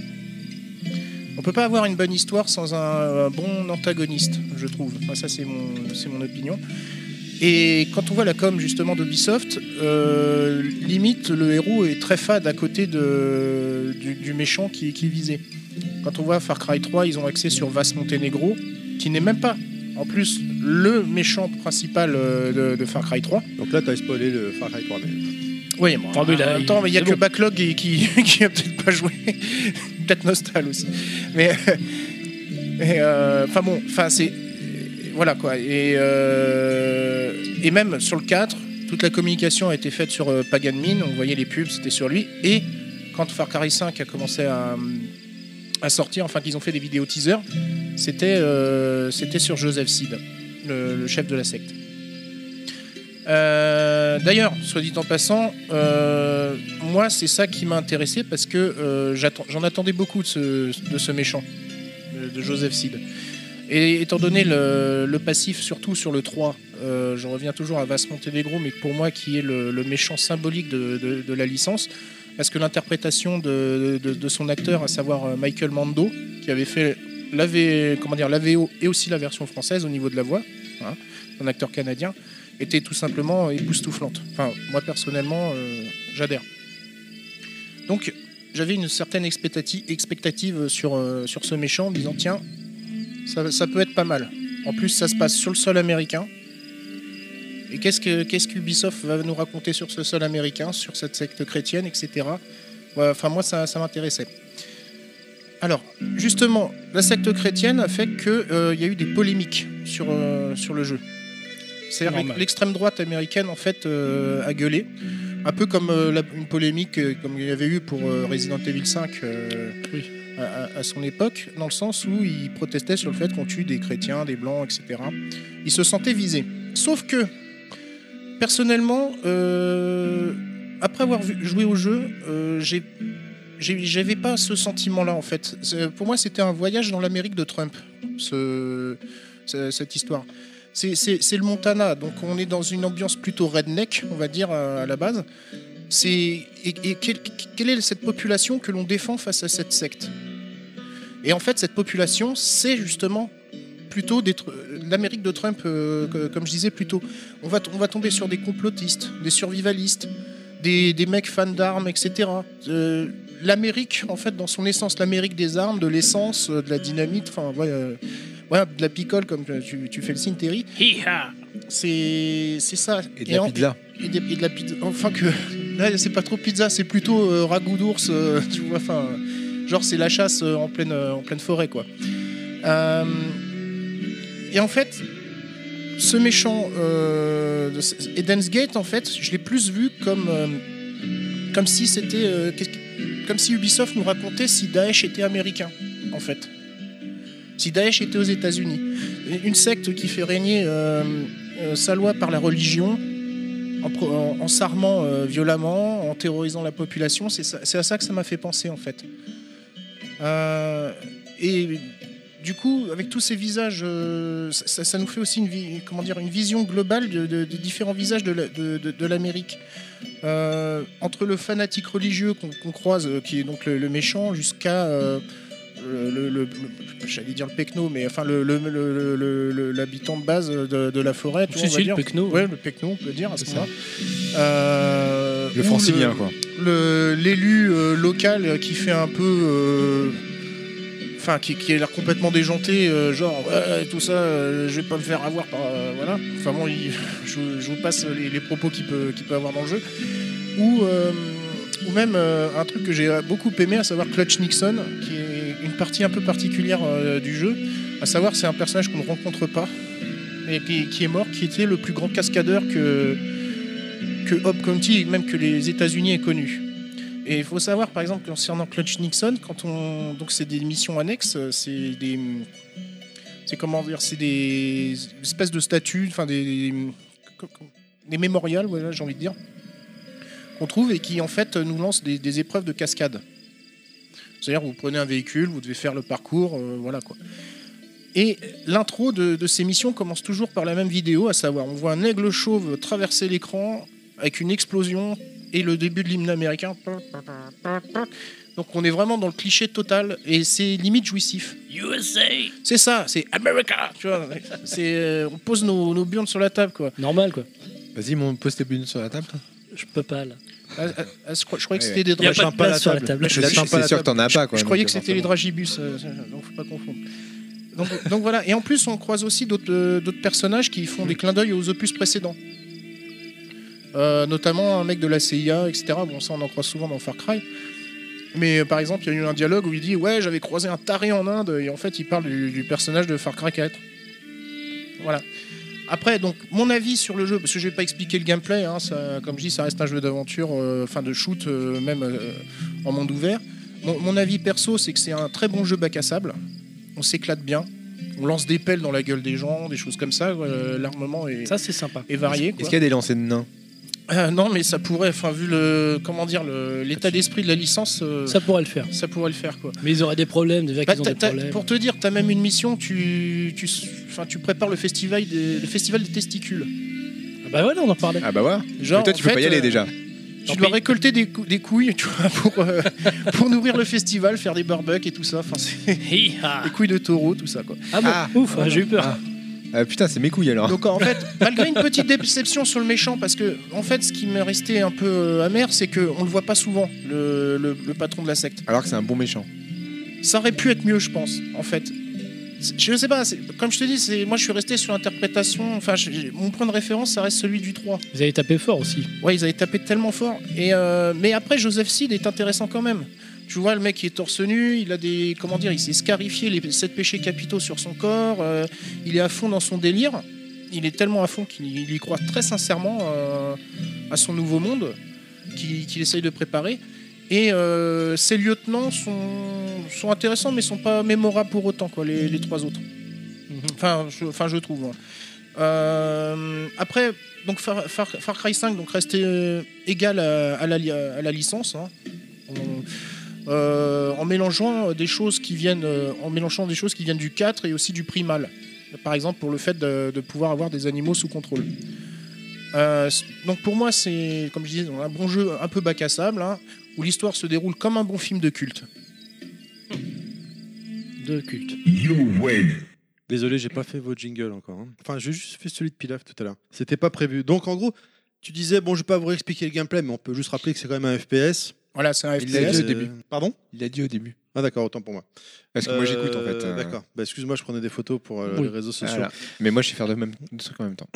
On peut pas avoir une bonne histoire sans un, un bon antagoniste, je trouve. Enfin, ça, c'est mon, c'est mon opinion. Et quand on voit la com justement d'Ubisoft, euh, limite le héros est très fade à côté de, du, du méchant qui, qui est visé. Quand on voit Far Cry 3, ils ont axé sur Vas Montenegro, qui n'est même pas, en plus, le méchant principal euh, de, de Far Cry 3.
Donc là, t'as spoilé le Far Cry 3. mais-
Oui, bon,
Enfin, mais là,
en même temps, mais il y a
c'est
que
bon.
Backlog qui, qui, qui a peut-être pas joué. peut-être Nostal aussi. Mais. euh, mais, euh, Enfin bon, enfin c'est. Voilà quoi. Et, euh, et même sur le 4, toute la communication a été faite sur euh, Pagan Min. On voyait les pubs, c'était sur lui. Et quand Far Cry 5 a commencé à, à sortir, enfin qu'ils ont fait des vidéos teaser, c'était euh, c'était sur Joseph Seed, le- le chef de la secte. Euh, D'ailleurs, soit dit en passant, euh, moi c'est ça qui m'a intéressé parce que euh, j'attends- j'en attendais beaucoup de ce, de ce méchant, de, de Joseph Seed. Et étant donné le, le passif, surtout sur le 3, euh, je reviens toujours à Vas Montenegro, mais pour moi qui est le, le méchant symbolique de, de- de la licence, parce que l'interprétation de, de- de son acteur, à savoir euh, Michael Mando, qui avait fait la, V- comment dire, la VO et aussi la version française au niveau de la voix, hein, un acteur canadien, était tout simplement époustouflante. Enfin, moi personnellement, euh, j'adhère. Donc, j'avais une certaine expectati- expectative sur, euh, sur ce méchant en me disant tiens, ça, ça peut être pas mal. En plus, ça se passe sur le sol américain. Et qu'est-ce que qu'est-ce qu'Ubisoft va nous raconter sur ce sol américain, sur cette secte chrétienne, etc. Ouais, Enfin, moi, ça, ça m'intéressait. Alors, justement, la secte chrétienne a fait qu'il y a eu des polémiques sur, euh, sur le jeu. C'est-à-dire
Normal.
que l'extrême droite américaine, en fait, euh, a gueulé. Un peu comme euh, la- une polémique euh, comme il y avait eu pour euh, Resident Evil 5 euh,
Oui.
à, à- à son époque, dans le sens où ils protestaient sur le fait qu'on tue des chrétiens, des blancs, etc. Ils se sentaient visés. Sauf que, personnellement, euh, après avoir vu- joué au jeu, euh, j'ai j'ai- j'avais pas ce sentiment-là en fait. C'est- Pour moi, c'était un voyage dans l'Amérique de Trump, ce- ce- cette histoire. C'est- C'est c'est le Montana, donc on est dans une ambiance plutôt redneck, on va dire, euh, à à la base. C'est- Et, et quelle, quelle est cette population que l'on défend face à cette secte Et en fait, cette population, c'est justement plutôt des tr- l'Amérique de Trump, euh, que- comme je disais plus tôt. On va, t- on va tomber sur des complotistes, des survivalistes, des, des mecs fans d'armes, etc. Euh, L'Amérique, en fait, dans son essence, l'Amérique des armes, de l'essence, euh, de la dynamite, enfin, ouais, euh, ouais, de la picole, comme euh, tu, tu fais le signe, Terry. C'est c'est ça.
Et de la
en-
pizza.
et, des- et de la pizza. Enfin que là, c'est pas trop pizza, c'est plutôt euh, ragoût d'ours, euh, tu vois. Enfin, euh, genre c'est la chasse euh, en pleine euh, en pleine forêt, quoi. Euh, et en fait, ce méchant euh, de ce- Eden's Gate, en fait, je l'ai plus vu comme euh, comme si c'était euh, qu'est- comme si Ubisoft nous racontait si Daesh était américain, en fait. Si Daesh était aux États-Unis, une secte qui fait régner euh, euh, sa loi par la religion, en, pro- en- en s'armant euh, violemment, en terrorisant la population. C'est ça- c'est à ça que ça m'a fait penser, en fait. Euh, et du coup, avec tous ces visages, euh, ça, ça- ça nous fait aussi une, vi- comment dire, une vision globale de- de- des différents visages de la- de- de- de l'Amérique. Euh, entre le fanatique religieux qu'on qu'on croise, euh, qui est donc le, le méchant, jusqu'à. euh, le, le- le- le- j'allais dire le pecno, mais enfin le- le- le- le- le- l'habitant de base de, de la forêt. tu vois,
Si,
on va
si, le
dire.
Pecno.
Ouais, le Pecno, on peut le dire à ce
C'est ça.
moment-là. Euh,
Le
ou
francilien,
le-
quoi.
le- L'élu euh, local euh, qui fait un peu. euh, Enfin, qui, qui a l'air complètement déjanté, euh, genre, ouais, tout ça, euh, je vais pas me faire avoir par. euh, voilà. Enfin bon, il- je, vous- je vous passe les, les propos qu'il peut, qu'il peut avoir dans le jeu. Ou, euh, ou même euh, un truc que j'ai beaucoup aimé, à savoir Clutch Nixon, qui est une partie un peu particulière euh, du jeu. À savoir, c'est un personnage qu'on ne rencontre pas, mais qui, qui est mort, qui était le plus grand cascadeur que, que Hobb County, et même que les États-Unis aient connu. Et il faut savoir, par exemple, concernant Clutch Nixon, quand on. Donc, c'est des missions annexes, euh, c'est des. C'est comment dire C'est des espèces de statues, enfin des. Des mémorials, voilà, j'ai envie de dire, qu'on trouve et qui, en fait, nous lancent des, des épreuves de cascade. C'est-à-dire, vous prenez un véhicule, vous devez faire le parcours, euh, voilà quoi. Et l'intro de, de ces missions commence toujours par la même vidéo, à savoir, on voit un aigle chauve traverser l'écran avec une explosion et le début de l'hymne américain. Donc on est vraiment dans le cliché total et c'est limite jouissif. USA C'est ça, c'est America tu vois, c'est, euh, On pose nos, nos burnes sur la table, quoi.
Normal quoi.
Vas-y, mon poste les bulles sur la table. toi.
Je peux pas là.
Ah, ah, ah, je, crois- je croyais que
Ouais,
c'était des
Il y a
dragibus.
pas de place sur la table.
Je-
Là,
je-
C'est sûr que t'en as pas, quoi.
Je
donc,
croyais que
euh,
c'était les dragibus, euh, euh, donc faut pas confondre. Donc, donc voilà, et en plus on croise aussi d'autres euh, d'autres personnages qui font des clins d'œil aux opus précédents. Euh, notamment un mec de la CIA, etc. Bon, ça on en croise souvent dans Far Cry. Mais euh, par exemple, il y a eu un dialogue où il dit Ouais, j'avais croisé un taré en Inde, et en fait, il parle du, du personnage de Far Cry 4. Voilà. Après, donc, mon avis sur le jeu, parce que je vais pas expliquer le gameplay, hein, ça- comme je dis, ça reste un jeu d'aventure, euh, enfin de shoot, euh, même euh, en monde ouvert. Mon, mon avis perso, c'est que c'est un très bon jeu bac à sable. On s'éclate bien. On lance des pelles dans la gueule des gens, des choses comme ça. euh, L'armement est,
Ça c'est sympa.
est varié. quoi.
Est-ce qu'il y a des lancers de nains
Euh, non, mais ça pourrait, enfin, vu le, comment dire, le- l'état d'esprit de la licence, euh, ça...
Ça pourrait le faire.
pourrait le faire, quoi.
Mais ils auraient des problèmes déjà
Bah,
qu'ils ont
t'as-
des
t'as-
problèmes.
pour te dire, t'as même une mission, tu, tu, enfin, tu prépares le festival, des, le festival des testicules.
Ah bah ouais, là, on en parlait.
Ah bah ouais.
Genre,
Mais toi,
en
tu peux
fait,
pas y aller
euh,
déjà.
Tu
Tant
dois
pis.
récolter des, cou- des couilles, tu vois, pour, euh, pour nourrir le festival, faire des barbecues et tout ça. Enfin, c'est
Hi, ha.
des couilles de taureau, tout ça, quoi.
Ah bon,
Ah.
ouf, ah, j'ai eu peur.
Ah. Ah, Putain, c'est mes couilles alors.
Donc en fait, malgré une petite déception sur le méchant, parce que en fait, ce qui m'est resté un peu euh, amer, c'est qu'on le voit pas souvent, le, le- le patron de la secte.
Alors que c'est un bon méchant.
Ça aurait pu être mieux, je pense, en fait. c'est- Je sais pas, c'est- comme je te dis, c'est- moi je suis resté sur l'interprétation. Enfin, je- mon point de référence, ça reste celui du 3.
Vous avez tapé fort aussi.
Ouais, ils avaient tapé tellement fort. Et euh, mais après, Joseph Seed est intéressant quand même. Tu vois, le mec il est torse nu, il a des. Comment dire, il s'est scarifié les sept péchés capitaux sur son corps, euh, il est à fond dans son délire. Il est tellement à fond qu'il il y croit très sincèrement euh, à son nouveau monde qu'il qu'il essaye de préparer. Et euh, ses lieutenants sont, sont intéressants, mais sont pas mémorables pour autant, quoi, les, les trois autres. Enfin, je, enfin, je trouve. hein. Euh, après, donc Far, Far- Far Cry 5 donc restait euh, égal à, à la, li- à la licence. hein. On- euh, en mélangeant euh, des choses qui viennent, euh, en mélangeant des choses qui viennent du 4 et aussi du primal. Par exemple, pour le fait de, de pouvoir avoir des animaux sous contrôle. Euh, c- donc pour moi, c'est comme je disais, un bon jeu un peu bac à sable, hein, où l'histoire se déroule comme un bon film de culte.
De culte.
Désolé, j'ai pas fait votre jingle encore. hein. Enfin, j'ai juste fait celui de Pilaf tout à l'heure. C'était pas prévu. Donc, en gros, tu disais, bon, je vais pas vous réexpliquer le gameplay, mais on peut juste rappeler que c'est quand même un FPS.
Voilà, c'est un
Il
FPS.
l'a dit
Euh,
au début.
Pardon
Il a dit au début.
Ah, d'accord, autant pour moi.
Parce que moi
Euh,
j'écoute en fait. euh,
D'accord. Bah, excuse-moi, je prenais des photos pour euh,
Oui.
les réseaux sociaux.
voilà. Mais moi je sais faire de même de trucs en même temps.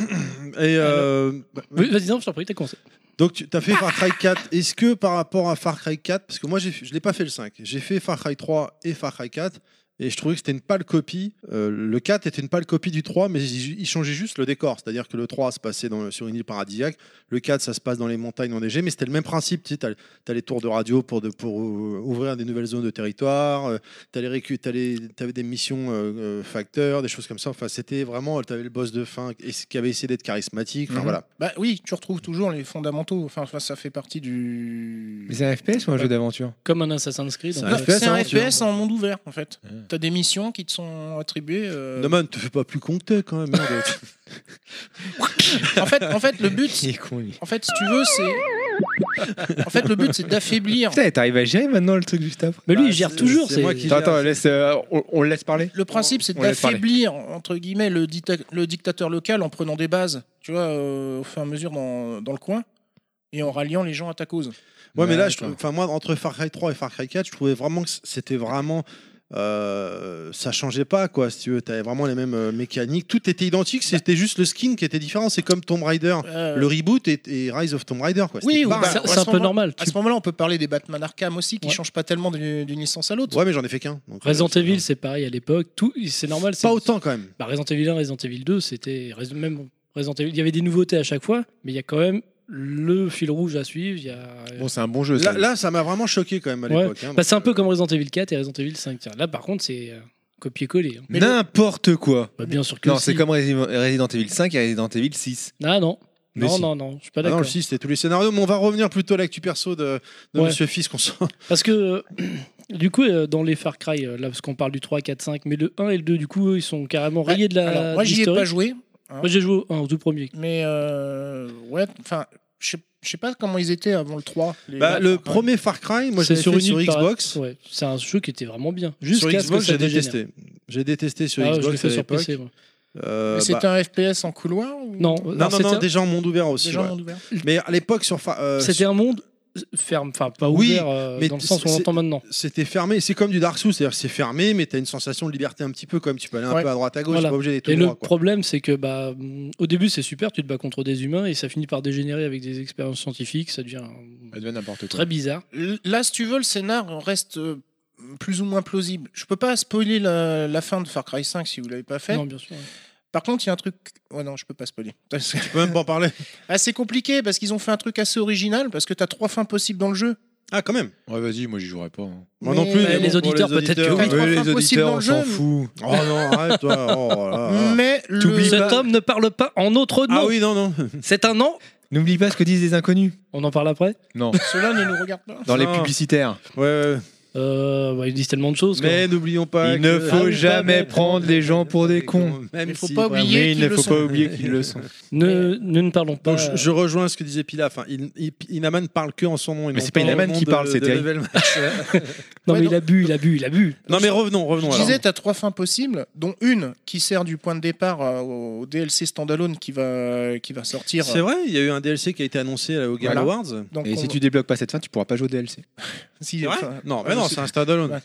Et euh, bah,
Oui, vas-y, non, je t'en prie, t'as commencé.
donc, tu as fait Far Cry 4. Est-ce que par rapport à Far Cry 4, parce que moi, j'ai- je l'ai pas fait le 5, j'ai fait Far Cry 3 et Far Cry 4. Et je trouvais que c'était une pâle copie. Euh, le 4 était une pâle copie du 3, mais il, il changeait juste le décor. C'est-à-dire que le 3 se passait dans, sur une île paradisiaque. Le 4, ça se passe dans les montagnes enneigées, mais c'était le même principe. Tu sais, t'as- t'as les tours de radio pour, de- pour euh, ouvrir des nouvelles zones de territoire, euh, t'as les récu- t'as les- t'avais des missions euh, euh, facteurs, des choses comme ça. Enfin, c'était vraiment, t'avais le boss de fin et- qui avait essayé d'être charismatique. Enfin,
Mhm.
voilà.
Bah oui, tu retrouves toujours les fondamentaux. Enfin, ça, ça fait partie du.
Mais c'est un FPS ou un
Ouais.
jeu d'aventure
Comme un Assassin's Creed.
C'est
en
un
Non,
fait.
FPS,
C'est un
hein, tu vois.
FPS en monde ouvert en fait.
Ouais.
T'as des missions qui te sont attribuées. euh,
Non, man, te fais pas plus con que t'es quand même. merde.
En fait, en fait, le but,
est con lui.
en fait, si tu veux, c'est, en fait, le but, c'est d'affaiblir.
Putain, t'arrives à gérer maintenant le truc juste après
Mais lui,
Bah,
il gère
c'est-
toujours.
c'est
C'est
moi qui-
Attends, attends, laisse, euh, on, on le laisse parler
Le principe, c'est
On l'a parlé.
d'affaiblir entre guillemets le, dicta- le dictateur local en prenant des bases, tu vois, euh, au fur et à mesure dans, dans le coin, et en ralliant les gens à ta cause.
Ouais, mais là, je,
D'accord.
trouve- enfin moi, entre Far Cry 3 et Far Cry 4, je trouvais vraiment que c'était vraiment, euh, ça changeait pas quoi. Si tu veux, t'avais vraiment les mêmes euh, mécaniques, tout était identique, c'était juste le skin qui était différent. C'est comme Tomb Raider,
Euh,
le reboot et, et Rise of Tomb Raider quoi.
Oui,
C'était
ou
pas-
bah,
C'est
à
c'est un
ce
peu
moment-
normal.
à
Tu-
ce moment-là, on peut parler des Batman Arkham aussi, qui
Ouais.
changent pas tellement d'une d'une licence à l'autre.
Ouais, mais j'en ai fait qu'un. donc, euh,
Resident
c'est-
Evil, c'est pareil à l'époque. Tout, c'est normal. c'est-
Pas autant quand même.
Bah, Resident Evil 1, Resident Evil 2, c'était Res- même Resident Evil. Il y avait des nouveautés à chaque fois, mais il y a quand même le fil rouge à suivre. Il y a...
Bon, c'est un bon jeu.
Là,
Ça.
là, ça m'a vraiment choqué quand même à
Ouais.
l'époque. hein,
Bah, c'est un
donc,
peu comme Resident Evil 4 et Resident Evil 5. Tiens, là, par contre, c'est euh, copier-coller. hein.
N'importe quoi.
Bah, bien sûr que
Non,
si.
c'est comme Resi- Resident Evil 5 et Resident Evil 6.
Ah non,
Mais
non,
si.
non, non, je suis pas
euh, ah non,
d'accord.
le 6, c'était tous les scénarios, mais on va revenir plutôt à l'actu perso de, de
Ouais.
Monsieur Fisk. On s'en-
Parce que euh, du coup, euh, dans les Far Cry, euh, là, parce qu'on parle du 3, 4, 5, mais le 1 et le 2, du coup, eux, ils sont carrément
Ouais.
rayés de la.
Alors, moi,
de
j'y ai
Euh, l'historique.
pas joué. hein.
Moi, j'ai joué au 1, au tout premier.
Mais euh, ouais, enfin, je sais- je sais pas comment ils étaient avant le 3. les-
Bah, le
Ouais.
premier Far Cry, moi,
C'est
j'ai fait sur
une île par-
Xbox.
Ouais, c'est un jeu qui était vraiment bien.
Sur
Jusqu'à ce que
Xbox,
ça
j'ai
dégénère.
détesté. J'ai détesté sur
Ah, je l'ai
Xbox à
fait sur
l'époque.
PC. moi.
Euh,
Mais
bah,
C'était un FPS en couloir ou...
Non,
Non,
alors,
non,
c'était-
non, des gens en monde ouvert aussi.
Déjà
ouais.
en monde ouvert
Mais à l'époque, sur Fa- euh,
C'était un monde ferme, enfin pas
Oui,
ouvert euh,
mais
dans le sens où on
c'est-
l'entend maintenant.
c'était fermé. C'est comme du Dark Souls, c'est-à-dire que c'est fermé, mais t'as une sensation de liberté un petit peu, comme tu peux aller un
Ouais.
peu à droite à gauche,
Voilà.
t'es pas obligé d'être tout
Et le
droit. quoi.
problème, c'est que bah, hum, au début, c'est super, tu te bats contre des humains et ça finit par dégénérer avec des expériences scientifiques, ça devient hum,
Ça devient n'importe quoi.
très bizarre.
L- Là, si tu veux, le scénar reste euh, plus ou moins plausible. Je peux pas spoiler la, la fin de Far Cry 5 si vous l'avez pas fait.
Non, bien sûr. ouais.
Par contre, il y a un truc. Ouais, non, je peux pas spoiler.
Tu peux même pas en parler.
assez compliqué parce qu'ils ont fait un truc assez original parce que t'as trois fins possibles dans le jeu.
Ah, quand même.
Ouais, vas-y, moi j'y jouerai pas. hein.
Moi
Mais-
non plus. mais
mais
les
bon, pour
auditeurs, peut-être que
auditeurs,
oui.
euh,
trois fins possibles dans le jeu, mais-
fout.
Oh non, arrête, toi. Oh, là, là.
Mais le.
T'oublies
Cet
pas-
homme ne parle pas en autre nom.
bah. Ah oui, non, non.
C'est un nom.
N'oublie pas ce que disent les inconnus.
On en parle après.
Non,
Cela ne nous regarde pas.
dans les
Non.
publicitaires.
Ouais, ouais.
Euh, bah, ils disent tellement de choses. quoi.
Mais n'oublions pas.
Il ne
que-
faut
Ah,
jamais prendre les gens pour des cons.
Même
Mais faut
si-
pas
ouais,
oublier
Mais il
qu'ils
ne
le
faut
sont.
pas oublier qu'ils le sont.
Ne, ne, ne parlons pas.
Donc, je, je rejoins ce que disait Pilaf. hein. Il- il- Inaman parle que en son nom. et
Mais
non
c'est pas
au
Inaman
nom
qui
de-
parle, c'est
de
terrible.
Level Max.
Non,
Ouais,
mais
non.
il a bu, il a bu, il a bu.
Non, mais revenons, revenons.
Je
alors.
disais, tu as trois fins possibles, dont une qui sert du point de départ euh, au DLC standalone qui va, qui va sortir.
C'est vrai, il y a eu un DLC qui a été annoncé euh, au Game
Voilà.
Awards.
Donc
Et
on-
si tu débloques pas cette fin, tu pourras pas jouer au DLC.
si-
C'est vrai
enfin,
Non,
euh,
mais non,
c'est-
c'est un standalone.
Ouais.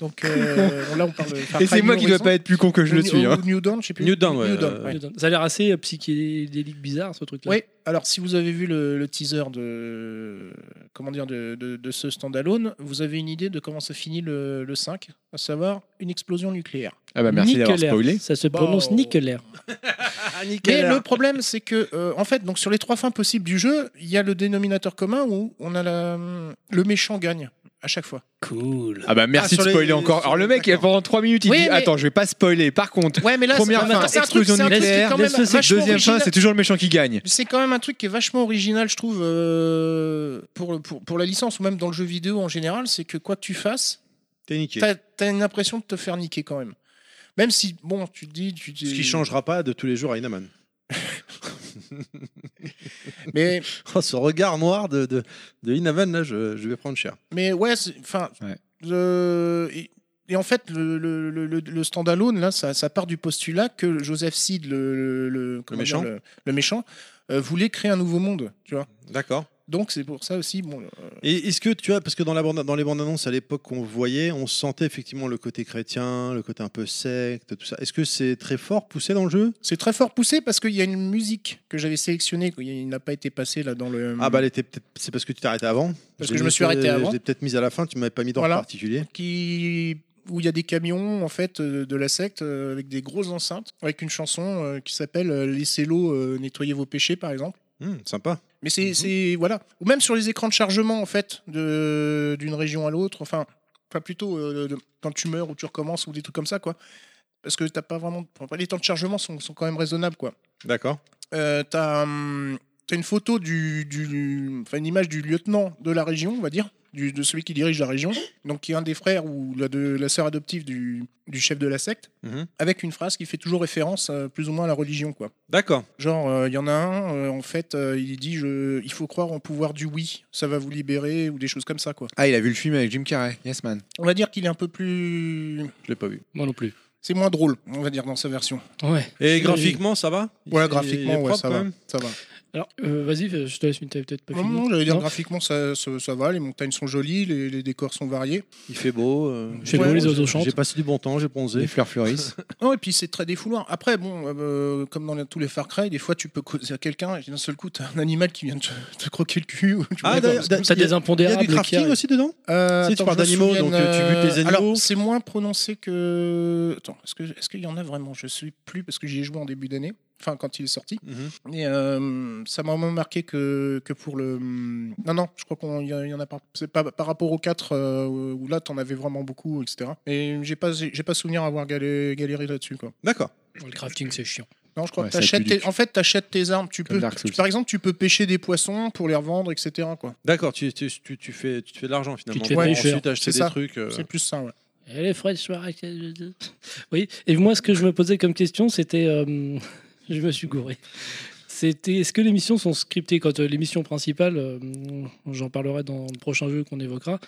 Donc euh, là, on parle. enfin,
Et c'est
Fry
moi qui dois
Horizon.
pas être plus con que je le
Ou-
suis.
ou
hein.
New Dawn, je sais plus.
New Dawn, ouais,
Dawn,
euh,
ouais.
Ça a l'air assez euh, psychédélique bizarre ce truc-là.
Oui, alors si vous avez vu le, le teaser de, comment dire, de, de, de ce standalone, vous avez une idée de comment ça finit le, le 5, à savoir une explosion nucléaire.
Ah bah merci d'avoir
Nickelair.
spoilé.
Ça se prononce
Bah,
Bon.
Nickelair.
Mais le problème, c'est que, euh, en fait, donc sur les trois fins possibles du jeu, il y a le dénominateur commun où on a la- le méchant gagne à chaque fois.
Cool.
Ah bah merci
Ah, sur
de spoiler
les-
encore.
sur-
Alors le mec, pendant 3 minutes, il
Oui,
dit
mais-
Attends, je vais pas spoiler. Par contre,
Ouais, mais là,
Première
c'est- en même
fin,
temps, c'est un truc-
explosion
c'est un truc qui est
nucléaire.
quand même
Laisse-le, c'est
vachement
deuxième fin,
original.
c'est toujours le méchant qui gagne.
C'est quand même un truc qui est vachement original, je trouve, euh, pour, le- pour, pour la licence ou même dans le jeu vidéo en général. C'est que quoi que tu fasses,
T'es niqué.
t'as as une impression de te faire niquer quand même. Même si, bon, tu te dis. Tu,
Ce qui changera pas de tous les jours à Inaman.
Mais,
Oh, ce regard noir de, de, de Inaman, là, je, je vais prendre cher.
mais ouais, c'est- enfin.
Ouais.
euh, et, et en fait, le, le, le, le- le standalone, là, ça, ça part du postulat que Joseph Seed, le, le, le- comment
méchant.
dire, le- le méchant, euh, voulait créer un nouveau monde, tu vois.
D'accord.
Donc, c'est pour ça aussi. Bon, euh,
Et est-ce que tu vois, parce que dans, la bande- dans les bandes annonces à l'époque qu'on voyait, on sentait effectivement le côté chrétien, le côté un peu secte, tout ça. Est-ce que c'est très fort, poussé dans le jeu
c'est très fort poussé parce qu'il y a une musique que j'avais sélectionnée, qui n'a pas été passée là dans le.
Ah bah, elle était peut-être- c'est parce que tu t'es arrêté avant.
Parce
Je
que
l'ai
je me suis
fait-
arrêté avant.
Je l'ai peut-être mise à la fin, tu m'avais pas mis d'ordre
Voilà.
particulier.
qui où il y a des camions en fait euh, de la secte euh, avec des grosses enceintes avec une chanson euh, qui s'appelle euh, laissez l'eau euh, nettoyer vos péchés par exemple
Hum, sympa.
mais c'est c'est- voilà ou même sur les écrans de chargement en fait de d'une région à l'autre enfin enfin plutôt euh, de- quand tu meurs ou tu recommences ou des trucs comme ça quoi parce que t'as pas vraiment enfin, les temps de chargement sont, sont quand même raisonnables quoi
D'accord.
euh, t'as hum, t'as une photo du, du- enfin une image du lieutenant de la région, on va dire, du- de celui qui dirige la région, donc qui est un des frères ou la, de, la sœur adoptive du, du chef de la secte,
Mhm.
avec une phrase qui fait toujours référence euh, plus ou moins à la religion, quoi.
D'accord.
Genre, il y en a un, euh, en fait, euh, il dit je, il faut croire en pouvoir du oui, ça va vous libérer ou des choses comme ça, quoi.
Ah, il a vu le film avec Jim Carrey. Yes, man.
On va dire qu'il est un peu plus,
Je l'ai pas vu.
Moi non plus.
c'est moins drôle, on va dire dans sa version.
Ouais.
Et
Je-
graphiquement, ça va Il- il
Ouais,
est
graphiquement, ouais,
propre,
ça
quand
va,
même
ça va.
Alors, euh, vas-y, je te laisse une t'avais peut-être pas
Non,
fini.
non, j'allais dire
Non
graphiquement ça, ça, ça va, les montagnes sont jolies, les- les décors sont variés.
Il fait beau. euh,
Il fait
beau,
les
j'ai-
oiseaux chantent.
J'ai passé du bon temps, j'ai bronzé.
Les fleurs fleurissent.
Non, et puis c'est très défouloir. Après, bon, euh, comme dans tous les Far Cry, des fois tu peux causer à quelqu'un et d'un seul coup t'as un animal qui vient te, te croquer le cul. ou tu vois,
Ah, d'ailleurs,
comme ça.
T'as
il y a-
des
il y a
impondérables.
du
qui
crafting
arrivent.
aussi dedans
Euh,
Si, tu
attends,
parles
je me
d'animaux,
souviens,
donc, euh, tu butes les
euh,
animaux.
Alors c'est moins prononcé que. Attends, est-ce que est-ce qu'il y en a vraiment Je sais plus parce que j'y ai joué en début d'année. Enfin, quand il est sorti.
Mhm.
Et euh, ça m'a moins marqué que, que pour le. Non, non, je crois qu'il y, a- il y en a pas. C'est pas par rapport aux 4 où là t'en avais vraiment beaucoup, etc. Et j'ai pas j'ai j'ai pas souvenir avoir galé- galéré là-dessus quoi.
D'accord.
Le crafting, c'est chiant.
Non, je crois
Ouais,
que
ça
t'achètes
pue du
tes-
cul.
en fait, t'achètes tes armes. Tu
Comme
peux,
Dark Souls.
tu- par exemple, tu peux pêcher des poissons pour les revendre, etc. Quoi.
D'accord, tu, tu, tu, tu fais, tu te fais de l'argent finalement.
Tu te fais
Pour
très cher.
ensuite acheter
C'est
des
ça.
trucs. euh,
C'est plus ça. Ouais.
Elle est fraîche, soirée. Oui, et moi, ce que je me posais comme question, c'était. euh, je me suis gouré. C'était est-ce que les missions sont scriptées Quand euh, les missions principales, euh, j'en parlerai dans le prochain jeu qu'on évoquera.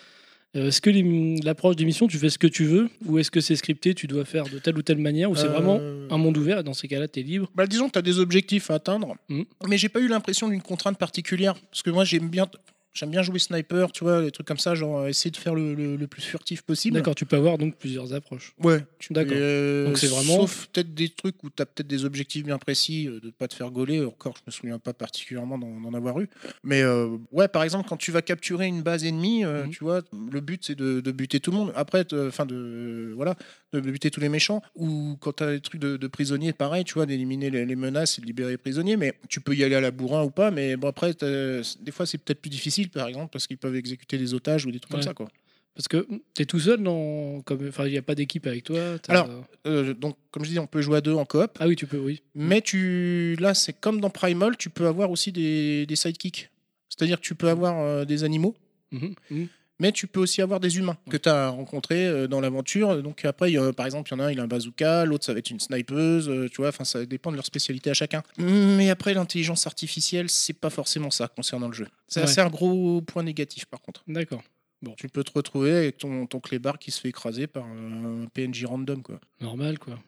euh, est-ce que les- l'approche des missions, tu fais ce que tu veux Ou est-ce que c'est scripté, tu dois faire de telle ou telle manière
Oh,
Ou c'est
Euh,
vraiment un monde ouvert et dans ces cas-là, t'es libre
Bah, disons, t'as des objectifs à atteindre,
Mhm.
mais j'ai pas eu l'impression d'une contrainte particulière parce que moi, j'aime bien, j'aime bien jouer sniper, tu vois, des trucs comme ça, genre euh, essayer de faire le, le- le plus furtif possible.
D'accord, tu peux avoir donc plusieurs approches.
Ouais.
D'accord.
Euh,
Donc c'est vraiment-
Sauf peut-être des trucs où t'as peut-être des objectifs bien précis euh, de pas te faire gauler. Encore, je me souviens pas particulièrement d'en d'en avoir eu. Mais euh, ouais, par exemple, quand tu vas capturer une base ennemie, euh,
Mhm.
tu vois, le but c'est de, de buter tout le monde. Après, te- enfin de euh, voilà, de buter tous les méchants. Ou quand t'as des trucs de, de prisonniers, pareil, tu vois, d'éliminer les, les menaces et de libérer les prisonniers. Mais tu peux y aller à la bourrin ou pas. Mais bon après, t'as- des fois c'est peut-être plus difficile, par exemple, parce qu'ils peuvent exécuter des otages ou des trucs
Ouais.
comme ça, quoi.
Parce que mm, t'es tout seul, dans... comme... enfin, il n'y a pas d'équipe avec toi. t'as-
Alors- Euh, donc, comme je dis, on peut jouer à deux en coop.
Ah oui, tu peux, oui.
Mais tu, là, c'est comme dans Primal, tu peux avoir aussi des, des sidekicks. C'est-à-dire que tu peux avoir euh, des animaux,
Mhm, mhm.
mais tu peux aussi avoir des humains que tu as rencontrés euh, dans l'aventure. Donc après, il y a, par exemple, il y en a un, il a un bazooka, l'autre, ça va être une snipeuse, euh, tu vois, enfin, ça dépend de leur spécialité à chacun. Mais après, l'intelligence artificielle, c'est pas forcément ça concernant le jeu. Ça,
Ouais.
C'est un gros point négatif, par contre.
D'accord.
Bon, tu peux te retrouver avec ton, ton clébard qui se fait écraser par euh, un PNJ random, quoi.
Normal, quoi.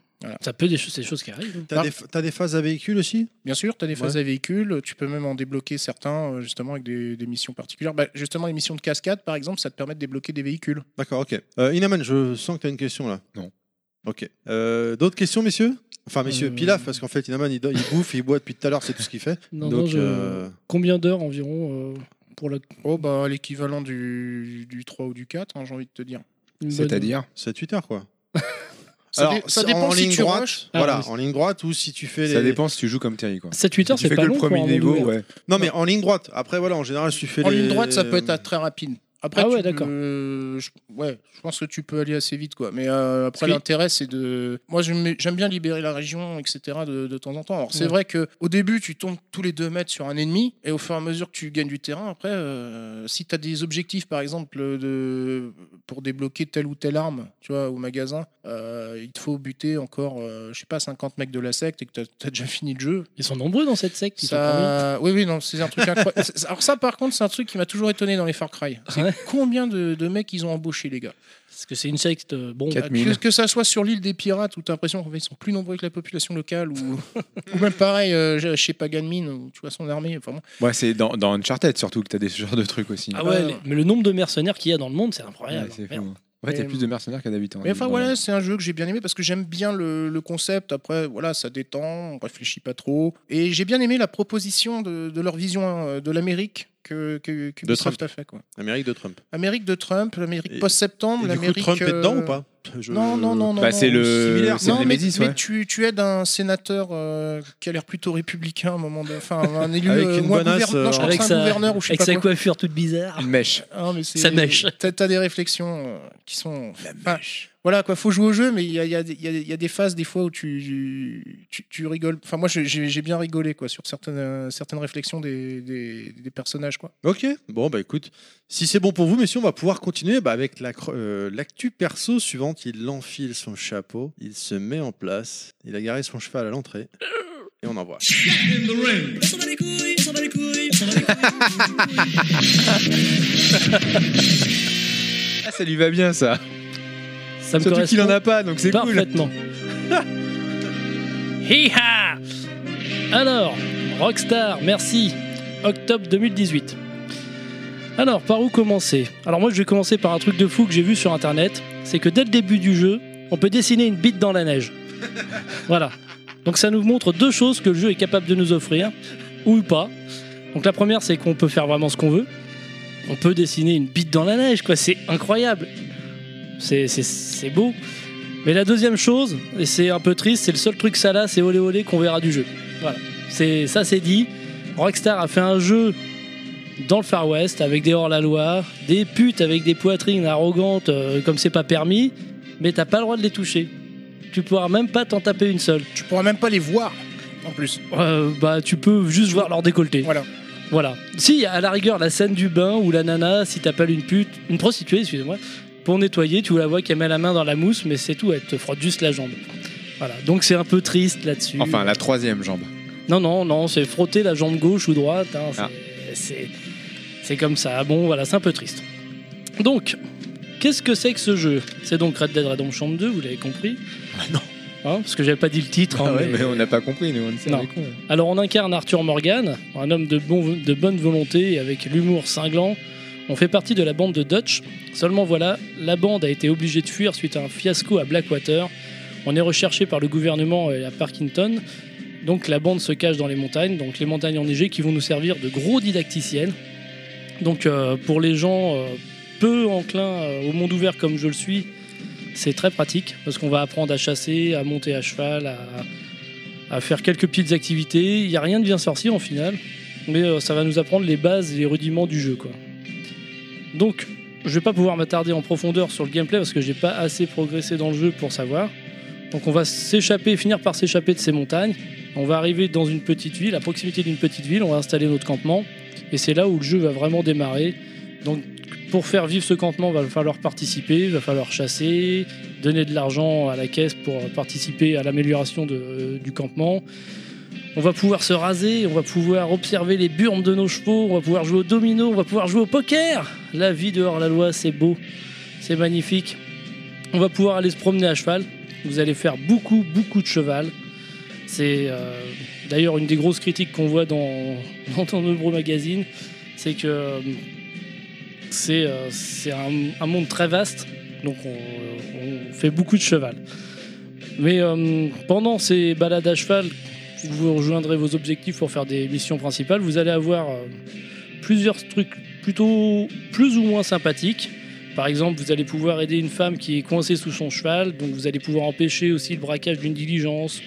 Ça peut des choses, c'est des choses qui arrivent. hein.
T'as des, t'as des phases à véhicule aussi
Bien sûr, tu as des phases à véhicules, tu peux même en débloquer certains euh, justement avec des, des missions particulières. Bah, justement, les missions de cascade, par exemple, ça te permet de débloquer des véhicules.
D'accord, ok. Euh, Inaman, je sens que tu as une question là.
Non.
Ok. Euh, D'autres questions, messieurs Enfin, messieurs,
Euh.
Pilaf, parce qu'en fait, Inaman, il, do- il bouffe, il boit depuis tout à l'heure, c'est tout ce qu'il fait.
Non,
Donc,
non, je-
euh,
Combien d'heures environ euh, pour la...
Oh, bah, l'équivalent du, du 3 ou du 4, hein, j'ai envie de te dire.
une bonne-
C'est-à-dire
7-8 heures, quoi.
Ça,
Alors,
dé- ça
en
dépend si
ligne
tu
droite,
rushes.
Ah,
voilà,
oui.
en ligne droite ou si tu fais les.
Ça dépend si tu joues comme Terry, quoi.
7-8 heures,
tu
c'est
fais
pas
que
long
le premier
pour un monde
niveau,
ouvert.
ouais.
Non, mais en ligne droite. Après, voilà, en général, tu fais
En
les-
ligne droite, ça peut être à- très rapide. Après,
Ah ouais,
tu-
d'accord.
euh, je, ouais, je pense que tu peux aller assez vite, quoi. Mais euh, après,
Parce que-
l'intérêt, c'est de. Moi, je mets- j'aime bien libérer la région, etc. De, de temps en temps. Alors, c'est
Ouais.
vrai que au début, tu tombes tous les deux mètres sur un ennemi, et au fur et à mesure que tu gagnes du terrain, après, euh, si tu as des objectifs, par exemple, de pour débloquer telle ou telle arme, tu vois, au magasin, euh, il te faut buter encore, euh, je sais pas, 50 mecs de la secte et que tu as déjà fini le jeu.
Ils sont nombreux dans cette secte. ils sont combien
Ça... Oui, oui, non, c'est un truc incroyable. C'est- Alors ça, par contre, c'est un truc qui m'a toujours étonné dans les Far Cry. C'est
Ouais.
combien de, de mecs ils ont embauché, les gars
Parce que c'est une secte, euh, bon,
Quatre-
que,
4000.
que ça soit sur l'île des pirates, où t'as l'impression qu'ils sont plus nombreux que la population locale, ou, ou même pareil euh, chez Paganmin, où tu vois son armée. Enfin, bon.
Ouais, c'est dans, dans Uncharted surtout que t'as des ce genre de trucs aussi.
Ah ouais, les- mais le nombre de mercenaires qu'il y a dans le monde, c'est
Ouais,
incroyable.
c'est fou.
Merde.
hein. Ouais, t'as
Mais-
plus de mercenaires qu'à d'habitants.
Mais enfin
Dans-
voilà, c'est un jeu que j'ai bien aimé parce que j'aime bien le, le concept. Après, voilà, ça détend, on réfléchit pas trop. Et j'ai bien aimé la proposition de, de leur vision hein, de l'Amérique que, que, que
De
Ubisoft a fait. Quoi.
Amérique de Trump.
Amérique de Trump, l'Amérique
Et-
post-septembre,
Et du coup,
l'Amérique.
Trump est dedans
euh,
ou pas Je-
Non, non, non, non.
Bah,
non,
c'est le.
similaire,
C'est
Non, mais,
Nemesis,
mais
ouais.
tu, tu aides un sénateur euh, qui a l'air plutôt républicain à un moment de. Enfin, un élu.
Avec
euh,
une
ou un
bonasse,
gouverne- non, je crois
avec
que c'est un
sa,
gouverneur ou je sais
avec
pas
sa
quoi.
coiffure toute bizarre.
Une mèche.
Ah, mais c'est-
Sa mèche.
T'as t'as des réflexions euh, qui sont. Enfin, voilà, quoi, faut jouer au jeu, mais il y a, il y a des- il y a- il y a des phases, des fois, où tu, tu, tu rigoles. Enfin, moi, j'ai- j'ai j'ai bien rigolé, quoi, sur certaines, euh, certaines réflexions des, des, des personnages, quoi.
Ok, bon, bah écoute, si c'est bon pour vous, messieurs, on va pouvoir continuer bah, avec la cro- euh, l'actu perso suivante. Il enfile son chapeau, il se met en place, il a garé son cheval à l'entrée, et on envoie.
Ah, ça lui va bien ça.
Ça me
Surtout qu'il en
correspond
a pas, donc c'est cool.
parfaitement. Hi-ha Alors, Rockstar, merci. Octobre 2018. Alors, par où commencer Alors moi, je vais commencer par un truc de fou que j'ai vu sur Internet. C'est que dès le début du jeu, on peut dessiner une bite dans la neige. voilà. Donc ça nous montre deux choses que le jeu est capable de nous offrir, ou pas. Donc la première, c'est qu'on peut faire vraiment ce qu'on veut. On peut dessiner une bite dans la neige, quoi. C'est incroyable. C'est- C'est c'est beau. Mais la deuxième chose, et c'est un peu triste, c'est le seul truc salace c'est olé olé qu'on verra du jeu. Voilà. C'est ça c'est dit. Rockstar a fait un jeu dans le Far West avec des hors-la-loi, des putes avec des poitrines arrogantes euh, comme c'est pas permis, mais t'as pas le droit de les toucher. Tu pourras même pas t'en taper une seule.
Tu pourras même pas les voir, en plus.
Euh, bah tu peux juste voir leur décolleté.
Voilà.
Voilà. Si, à la rigueur, la scène du bain où la nana, si t'appelles une pute, une prostituée, excusez-moi, pour nettoyer, tu la vois qu'elle met la main dans la mousse, mais c'est tout, elle te frotte juste la jambe. Voilà. Donc c'est un peu triste là-dessus.
Enfin, la troisième jambe.
Ah,
Non, non, non, c'est frotter la jambe gauche ou droite. hein, c'est-
Ah.
c'est, c'est comme ça. Bon, voilà, c'est un peu triste. Donc, qu'est-ce que c'est que ce jeu C'est donc Red Dead Redemption 2, vous l'avez compris Ah non Parce que j'avais pas dit le titre. hein,
Ah ouais,
mais-
mais on n'a pas compris, nous, on est
Non.
con.
alors on incarne Arthur Morgan, un homme de, bon, de bonne volonté et avec l'humour cinglant. On fait partie de la bande de Dutch. Seulement voilà, la bande a été obligée de fuir suite à un fiasco à Blackwater. On est recherché par le gouvernement et à Parkington. Donc la bande se cache dans les montagnes, donc les montagnes enneigées qui vont nous servir de gros didacticiels. Donc euh, pour les gens euh, peu enclins euh, au monde ouvert comme je le suis, c'est très pratique parce qu'on va apprendre à chasser, à monter à cheval, à, à faire quelques petites activités. Il n'y a rien de bien sorcier en final, mais euh, ça va nous apprendre les bases et les rudiments du jeu. Quoi. Donc, je vais pas pouvoir m'attarder en profondeur sur le gameplay parce que j'ai pas assez progressé dans le jeu pour savoir. Donc, on va s'échapper, finir par s'échapper de ces montagnes. On va arriver dans une petite ville, à proximité d'une petite ville, on va installer notre campement. Et c'est là où le jeu va vraiment démarrer. Donc, pour faire vivre ce campement, va falloir participer, va falloir chasser, donner de l'argent à la caisse pour participer à l'amélioration de- euh, du campement. On va pouvoir se raser, on va pouvoir observer les burnes de nos chevaux, on va pouvoir jouer au domino, on va pouvoir jouer au poker. La vie dehors la loi, c'est beau, c'est magnifique. On va pouvoir aller se promener à cheval. Vous allez faire beaucoup, beaucoup de cheval. C'est euh, d'ailleurs une des grosses critiques qu'on voit dans, dans de nombreux magazines, c'est que euh, c'est euh, c'est un, un monde très vaste, donc on, on fait beaucoup de cheval. Mais euh, pendant ces balades à cheval, vous rejoindrez vos objectifs pour faire des missions principales. Vous allez avoir euh, plusieurs trucs plutôt plus ou moins sympathiques. Par exemple, vous allez pouvoir aider une femme qui est coincée sous son cheval, donc vous allez pouvoir empêcher aussi le braquage d'une diligence.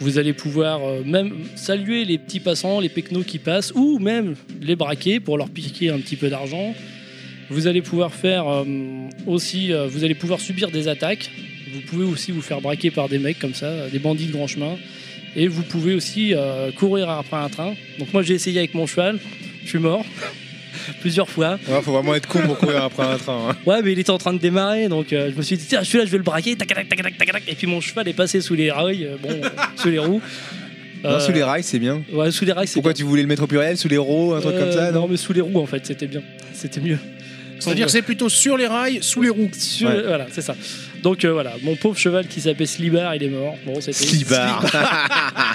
Vous allez pouvoir euh, même saluer les petits passants, les pecnos qui passent, ou même les braquer pour leur piquer un petit peu d'argent. Vous allez pouvoir faire euh, aussi, euh, vous allez pouvoir subir des attaques. Vous pouvez aussi vous faire braquer par des mecs comme ça, euh, des bandits de grand chemin. Et vous pouvez aussi euh, courir après un train. Donc moi j'ai essayé avec mon cheval, je suis mort plusieurs fois.
Ouais, faut vraiment être con pour courir après un train. hein.
Ouais, mais il était en train de démarrer, donc euh, je me suis dit, tiens, je suis là, je vais le braquer, tac, tac, tac, tac, tac, tac, et puis mon cheval est passé sous les rails, euh, bon, euh, sous les roues.
Non, sous les
Euh,
rails, c'est bien.
Ouais, sous les rails, c'est
Pourquoi
bien.
tu voulais le mettre au pluriel Sous les roues, un truc comme ça
Euh,
non
Non, mais sous les roues, en fait, c'était bien, c'était mieux.
C'est-à-dire que c'est plutôt sur les rails, sous les roues.
Sur-
Ouais.
Voilà, c'est ça. Donc euh, voilà, mon pauvre cheval qui s'appelait Slibar, il est mort. Bon, c'était.
Slibard.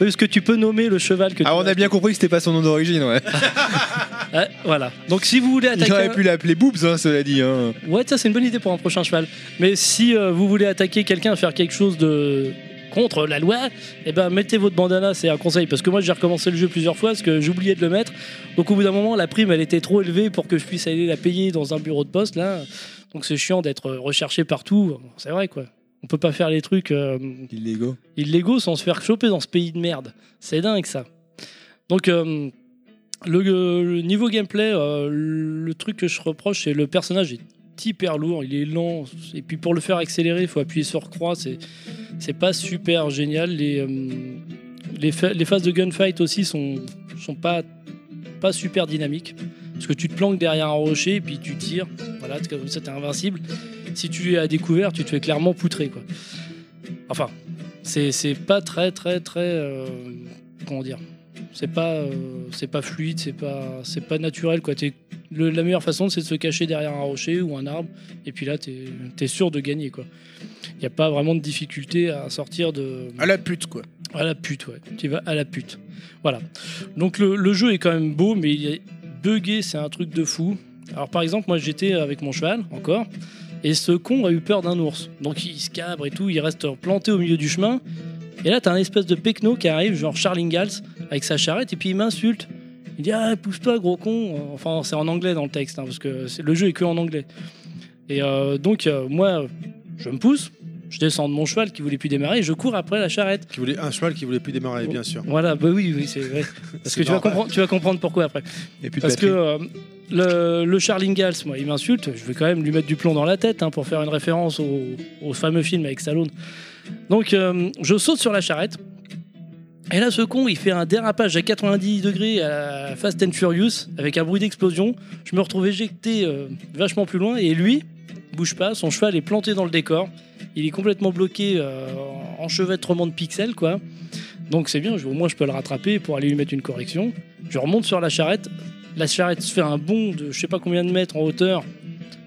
Oui, Parce que tu peux nommer le cheval que
Ah,
tu
on a bien compris que c'était pas son nom d'origine,
Ah,
ouais.
Ouais, voilà. Donc si vous voulez
Il
attaquer.
aurait pu l'appeler Boobs, hein, cela dit. Hein.
Ouais, ça c'est une bonne idée pour un prochain cheval. Mais si euh, vous voulez attaquer quelqu'un, faire quelque chose de contre la loi, eh ben mettez votre bandana, c'est un conseil. Parce que moi j'ai recommencé le jeu plusieurs fois parce que j'oubliais de le mettre. Donc au bout d'un moment, la prime elle était trop élevée pour que je puisse aller la payer dans un bureau de poste là. Donc c'est chiant d'être recherché partout. C'est vrai quoi. On peut pas faire les trucs euh,
Illégaux.
illégaux sans se faire choper dans ce pays de merde. C'est dingue ça. Donc euh, le, le niveau gameplay, euh, le truc que je reproche, c'est le personnage est hyper lourd, il est lent. Et puis pour le faire accélérer, il faut appuyer sur croix. C'est c'est pas super génial. Les euh, les, fa- les phases de gunfight aussi sont sont pas pas super dynamiques. Parce que tu te planques derrière un rocher et puis tu tires, voilà, c'est comme ça t'es invincible. Si tu es à découvert, tu te fais clairement poutrer quoi. Enfin, c'est c'est pas très très très euh, comment dire c'est pas euh, c'est pas fluide c'est pas c'est pas naturel quoi T'es- le- la meilleure façon c'est de se cacher derrière un rocher ou un arbre et puis là t'es es sûr de gagner quoi il y a pas vraiment de difficulté à sortir de
À la pute, quoi.
à la pute, ouais. Tu vas à la pute. Voilà. Donc le, le jeu est quand même beau, mais il est buggé, c'est un truc de fou. Alors par exemple, moi j'étais avec mon cheval, encore, et ce con a eu peur d'un ours. Donc il se cabre et tout, il reste planté au milieu du chemin. Et là, t'as un espèce de pecno qui arrive, genre Charling Gals, avec sa charrette, et puis il m'insulte. Il dit Ah, pousse-toi, gros con. Enfin, c'est en anglais dans le texte, hein, parce que c'est- le jeu est que en anglais. Et euh, donc, euh, moi, je me pousse, je descends de mon cheval qui voulait plus démarrer, et je cours après la charrette.
Qui voulait, un cheval qui voulait plus démarrer, bien sûr.
Voilà, bah oui, oui, c'est vrai. Parce
C'est
que tu vas,
normal.
comprendre, tu vas comprendre pourquoi après.
Et puis de
Parce que
batterie.
euh, le, le Charling Gals, moi, il m'insulte. Je vais quand même lui mettre du plomb dans la tête hein, pour faire une référence au, au fameux film avec Stallone. Donc, euh, je saute sur la charrette. Et là, ce con, il fait un dérapage à 90 degrés à la Fast and Furious avec un bruit d'explosion. Je me retrouve éjecté euh, vachement plus loin. Et lui, bouge pas, son cheval est planté dans le décor. Il est complètement bloqué euh, en enchevêtrement de pixels, quoi. Donc c'est bien, je- au moins je peux le rattraper pour aller lui mettre une correction. Je remonte sur la charrette. La charrette se fait un bond de je sais pas combien de mètres en hauteur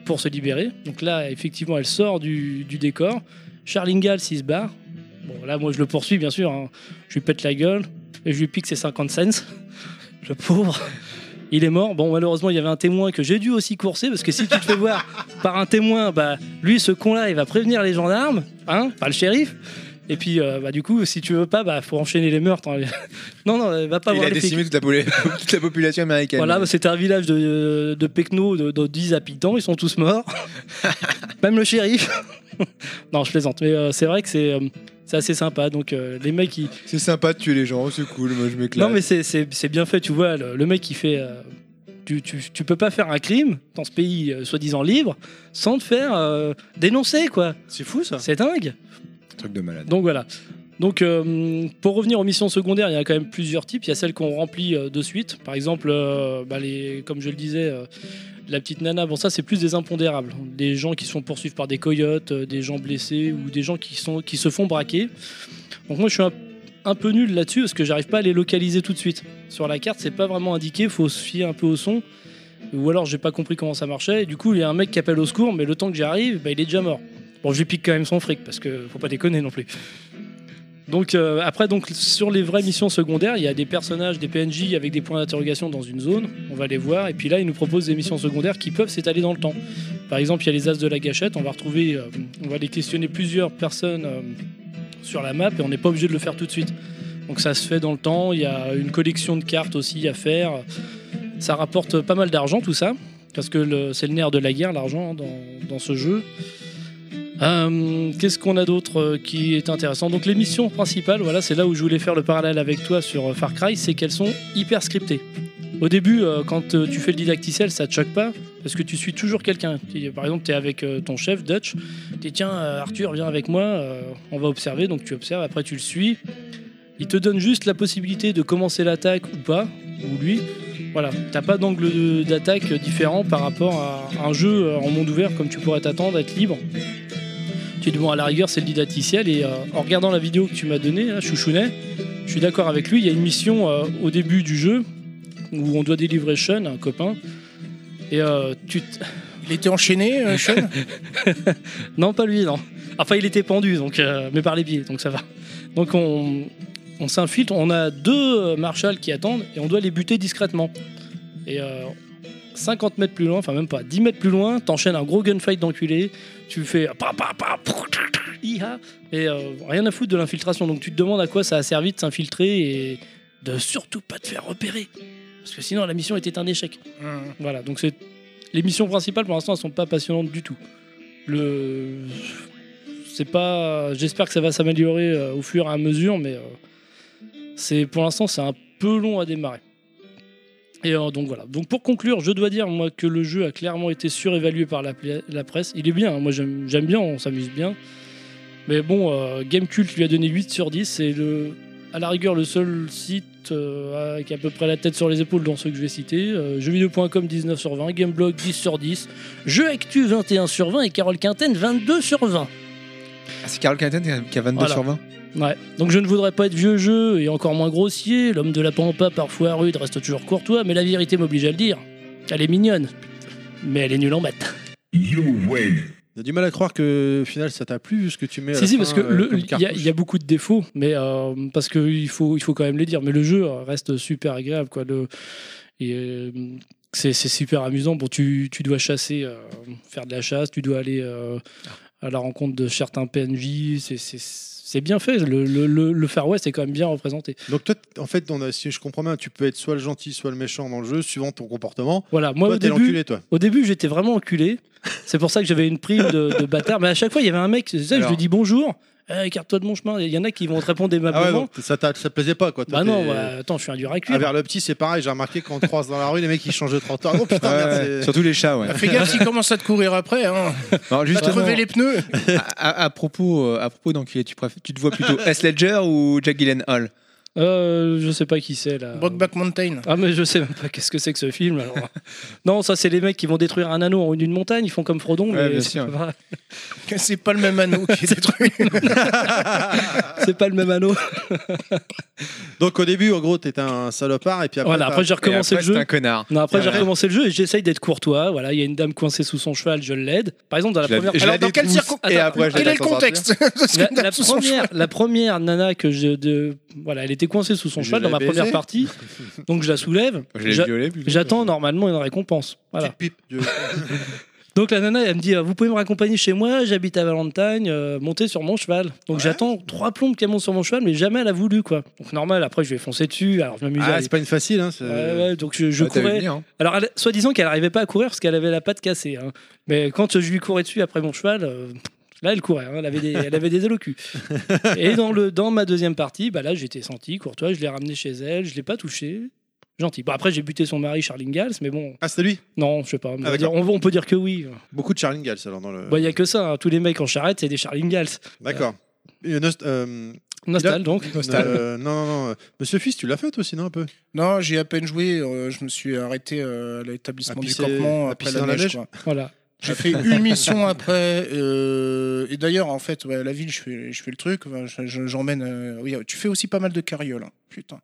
pour se libérer. Donc là, effectivement, elle sort du, du décor. Charlingal, s'il se barre. Bon, là, moi, je le poursuis, bien sûr. hein. Je lui pète la gueule et je lui pique ses 50 cents. Le pauvre. Il est mort. Bon, malheureusement, il y avait un témoin que j'ai dû aussi courser parce que si tu te fais voir par un témoin, bah, lui, ce con-là, il va prévenir les gendarmes, hein, pas le shérif. Et puis, euh, bah, du coup, si tu veux pas, bah, faut enchaîner les meurtres. hein. Non, non, va pas
Il
voir
a
les flics.
décimé toute la, poli- toute la population américaine.
Voilà, c'était un village de, de Pecno de, de 10 habitants, ils sont tous morts. Même le shérif. non, je plaisante, mais euh, c'est vrai que c'est euh, c'est assez sympa. Donc euh, les mecs, ils...
C'est sympa de tuer les gens, c'est cool, moi je m'éclate.
non mais c'est- c'est c'est bien fait, tu vois, le, le mec il fait... euh, tu, tu, tu peux pas faire un crime dans ce pays euh, soi-disant libre sans te faire euh, dénoncer, quoi.
C'est fou ça.
C'est dingue.
Truc de malade.
Donc voilà. Donc euh, pour revenir aux missions secondaires, il y a quand même plusieurs types. Il y a celles qu'on remplit euh, de suite. Par exemple, euh, bah, les, comme je le disais, euh, la petite nana, bon ça c'est plus des impondérables. Des gens qui se font poursuivre par des coyotes, euh, des gens blessés ou des gens qui, sont, qui se font braquer. Donc moi je suis un, un peu nul là-dessus parce que j'arrive pas à les localiser tout de suite. Sur la carte c'est pas vraiment indiqué, faut se fier un peu au son. Ou alors j'ai pas compris comment ça marchait. Et du coup il y a un mec qui appelle au secours, mais le temps que j'arrive, bah, il est déjà mort. Bon, je lui pique quand même son fric parce que faut pas déconner non plus. Donc euh, après, donc sur les vraies missions secondaires, il y a des personnages, des PNJ avec des points d'interrogation dans une zone. On va les voir et puis là, ils nous proposent des missions secondaires qui peuvent s'étaler dans le temps. Par exemple, il y a les As de la Gâchette. On va retrouver, euh, on va les questionner plusieurs personnes euh, sur la map et on n'est pas obligé de le faire tout de suite. Donc ça se fait dans le temps. Il y a une collection de cartes aussi à faire. Ça rapporte pas mal d'argent tout ça parce que le- c'est le nerf de la guerre, l'argent hein, dans, dans ce jeu. Euh, Qu'est-ce qu'on a d'autre euh, qui est intéressant Donc les missions principales, voilà, c'est là où je voulais faire le parallèle avec toi sur euh, Far Cry, c'est qu'elles sont hyper scriptées. Au début, euh, quand euh, tu fais le didacticiel, ça te choque pas, parce que tu suis toujours quelqu'un. Tu- Par exemple, tu es avec euh, ton chef, Dutch, tu dis tiens, euh, Arthur, viens avec moi, euh, on va observer, donc tu observes, après tu le suis. Il te donne juste la possibilité de commencer l'attaque ou pas, ou lui. Voilà, t'as pas d'angle de- d'attaque différent par rapport à un jeu euh, en monde ouvert comme tu pourrais t'attendre, à être libre. Tu dis bon à la rigueur c'est le didacticiel et euh, en regardant la vidéo que tu m'as donnée, là, Chouchounet, je suis d'accord avec lui, il y a une mission euh, au début du jeu où on doit délivrer Sean, un copain. Et euh, tu t-
Il était enchaîné, euh, Sean
non, pas lui, non. Enfin, il était pendu, donc, euh, mais par les pieds, donc ça va. Donc on, on s'infiltre, on a deux euh, marshals qui attendent et on doit les buter discrètement. Et euh, 50 mètres plus loin, enfin même pas, 10 mètres plus loin, t'enchaînes un gros gunfight d'enculé, tu fais euh, pa pa pa prou, trou, trou, hi-ha, et euh, rien à foutre de l'infiltration. Donc tu te demandes à quoi ça a servi de s'infiltrer et de surtout pas te faire repérer. Parce que sinon la mission était un échec. Voilà, donc c'est les missions principales pour l'instant elles sont pas passionnantes du tout. Le c'est pas j'espère que ça va s'améliorer euh, au fur et à mesure mais euh, c'est pour l'instant c'est un peu long à démarrer. Et euh, donc voilà. Donc pour conclure, je dois dire moi que le jeu a clairement été surévalué par la, pla- la presse. Il est bien, hein, moi j'aime j'aime bien, on s'amuse bien. Mais bon, euh, Gamecult lui a donné 8 sur 10, c'est le à la rigueur le seul site euh, avec à peu près la tête sur les épaules dans ceux que je vais citer. Euh, jeuxvideo.com 19 sur 20, Gameblog 10 sur 10, Jeux Actu 21 sur 20 et Carole Quinten 22 sur 20.
Ah, c'est Carole Quinten qui a 22
Voilà.
sur 20.
Ouais. Donc je ne voudrais pas être vieux jeu et encore moins grossier. L'homme de la pampa, parfois rude, reste toujours courtois, mais la vérité m'oblige à le dire. Elle est mignonne, mais elle est nulle en maths.
On a du mal à croire que au final ça t'a plu vu ce que tu mets. à
Si,
la
si,
fin,
parce que
euh,
le-
comme
il y, a-
cartouche.
il y a beaucoup de défauts, mais euh, parce qu'il faut, il faut quand même les dire. Mais le jeu euh, reste super agréable, quoi. Le, et, euh, c'est c'est super amusant. Bon, tu, tu dois chasser, euh, faire de la chasse, tu dois aller euh, à la rencontre de certains PNJ. C'est- c'est- C'est bien fait. Le, le- le- le Far West est quand même bien représenté.
Donc toi, t- en fait, on a- si je comprends bien, tu peux être soit le gentil, soit le méchant dans le jeu, suivant ton comportement.
Voilà, moi
toi,
au
t'es
début,
l'enculé, toi.
Au début, j'étais vraiment enculé. C'est pour ça que j'avais une prime de, de bâtard. Mais à chaque fois, il y avait un mec, c'est ça, je
Alors.
lui dis bonjour, euh, écarte-toi de mon chemin. Il y en a qui vont te répondre
Ah ouais,
aimablement.
donc ça, t'a- ça te plaisait pas, quoi. toi,
bah non,
t'es-
bah, attends, je suis un dur à
Ah,
cuire.
vers le petit, c'est pareil. J'ai remarqué quand on te croise dans la rue, les mecs ils changent de trottoir. Oh putain,
Ah,
Ouais,
merde,
ouais.
c'est-
Surtout les chats, ouais.
Ah, Fais gaffe s'il commence à te courir après. Hein.
Alors,
T'as
justement,
crevé les pneus.
à, à- à propos, euh, à propos d'enculé, tu, préfères- tu te vois plutôt S. Ledger ou Jack Gyllenhaal
Euh, je sais pas qui c'est là.
Brokeback Mountain.
Ah mais je sais même pas qu'est-ce que c'est que ce film. alors. non, ça c'est les mecs qui vont détruire un anneau en haut d'une montagne. Ils font comme Frodon,
Ouais,
mais
bien
c'est
sûr.
pas,
C'est pas le même anneau qui est détruit.
Ah.
c'est pas le même anneau.
Donc au début, en gros, t'étais un salopard et puis après.
voilà.
t'as-
Après j'ai
Et
recommencé
après,
le jeu.
C'est un connard.
Non, après j'ai
Après-
recommencé le jeu et j'essaye d'être courtois. Voilà, il y a une dame coincée sous son cheval, je l'aide. Par exemple dans la
Je la-
première.
je la
Alors, dans quelle
détruis
circo-
Et
Attends,
après, je
Quel
la
est
laisse
le
en sortir.
contexte Parce que
La,
dame
la
sous son
première, la première nana que je de voilà, elle était coincée sous son
Je
cheval dans
l'ai
ma
baisée.
première partie. Donc je la soulève.
Je l'ai
J'a-
violé. puis-
J'attends normalement une récompense. Voilà.
Petite pipe. Dieu.
Donc la nana, elle me dit euh, Vous pouvez me raccompagner chez moi, j'habite à Valentine, euh, montez sur mon cheval. Donc j'attends trois plombes qu'elle monte sur mon cheval, mais jamais elle a voulu quoi. Donc normal, après je vais foncer dessus, alors je m'amuse à
Ah,
aller-
c'est pas une facile, hein. c'est-
Ouais, ouais, donc je, je
Ah, t'as vu
courais.
venir, hein.
Alors, elle- soi-disant qu'elle n'arrivait pas à courir parce qu'elle avait la patte cassée. hein. Mais quand je lui courais dessus après mon cheval, euh, là, elle courait. hein. Elle avait des, elle avait des ailes au cul. Et dans, le, dans ma deuxième partie, bah là, j'étais senti, courtois. Je l'ai ramenée chez elle, je l'ai pas touchée. Gentil. Bon, après, j'ai buté son mari, Charling Gals, mais bon,
Ah, c'était lui.
non, je sais pas. on,
Ah,
va dire- on- on peut dire que oui.
Beaucoup de Charling Gals alors dans le.
Il n'y a que ça. hein. Tous les mecs en charrette, c'est des Charling Gals.
D'accord. Et Nost- euh,
Nostal, donc.
euh, non, non, non. Monsieur Fils, tu l'as fait toi aussi, non, un peu
Non, j'ai à peine joué. euh, je me suis arrêté euh, à l'établissement
À
du
pisser-
campement
à
après
pisser
la
dans la
neige.
neige
quoi.
Voilà.
J'ai fait une mission après. euh, et d'ailleurs, en fait, ouais, la ville, je fais, je fais le truc. enfin, je- je- J'emmène. euh, oui, tu fais aussi pas mal de carrioles. hein, putain.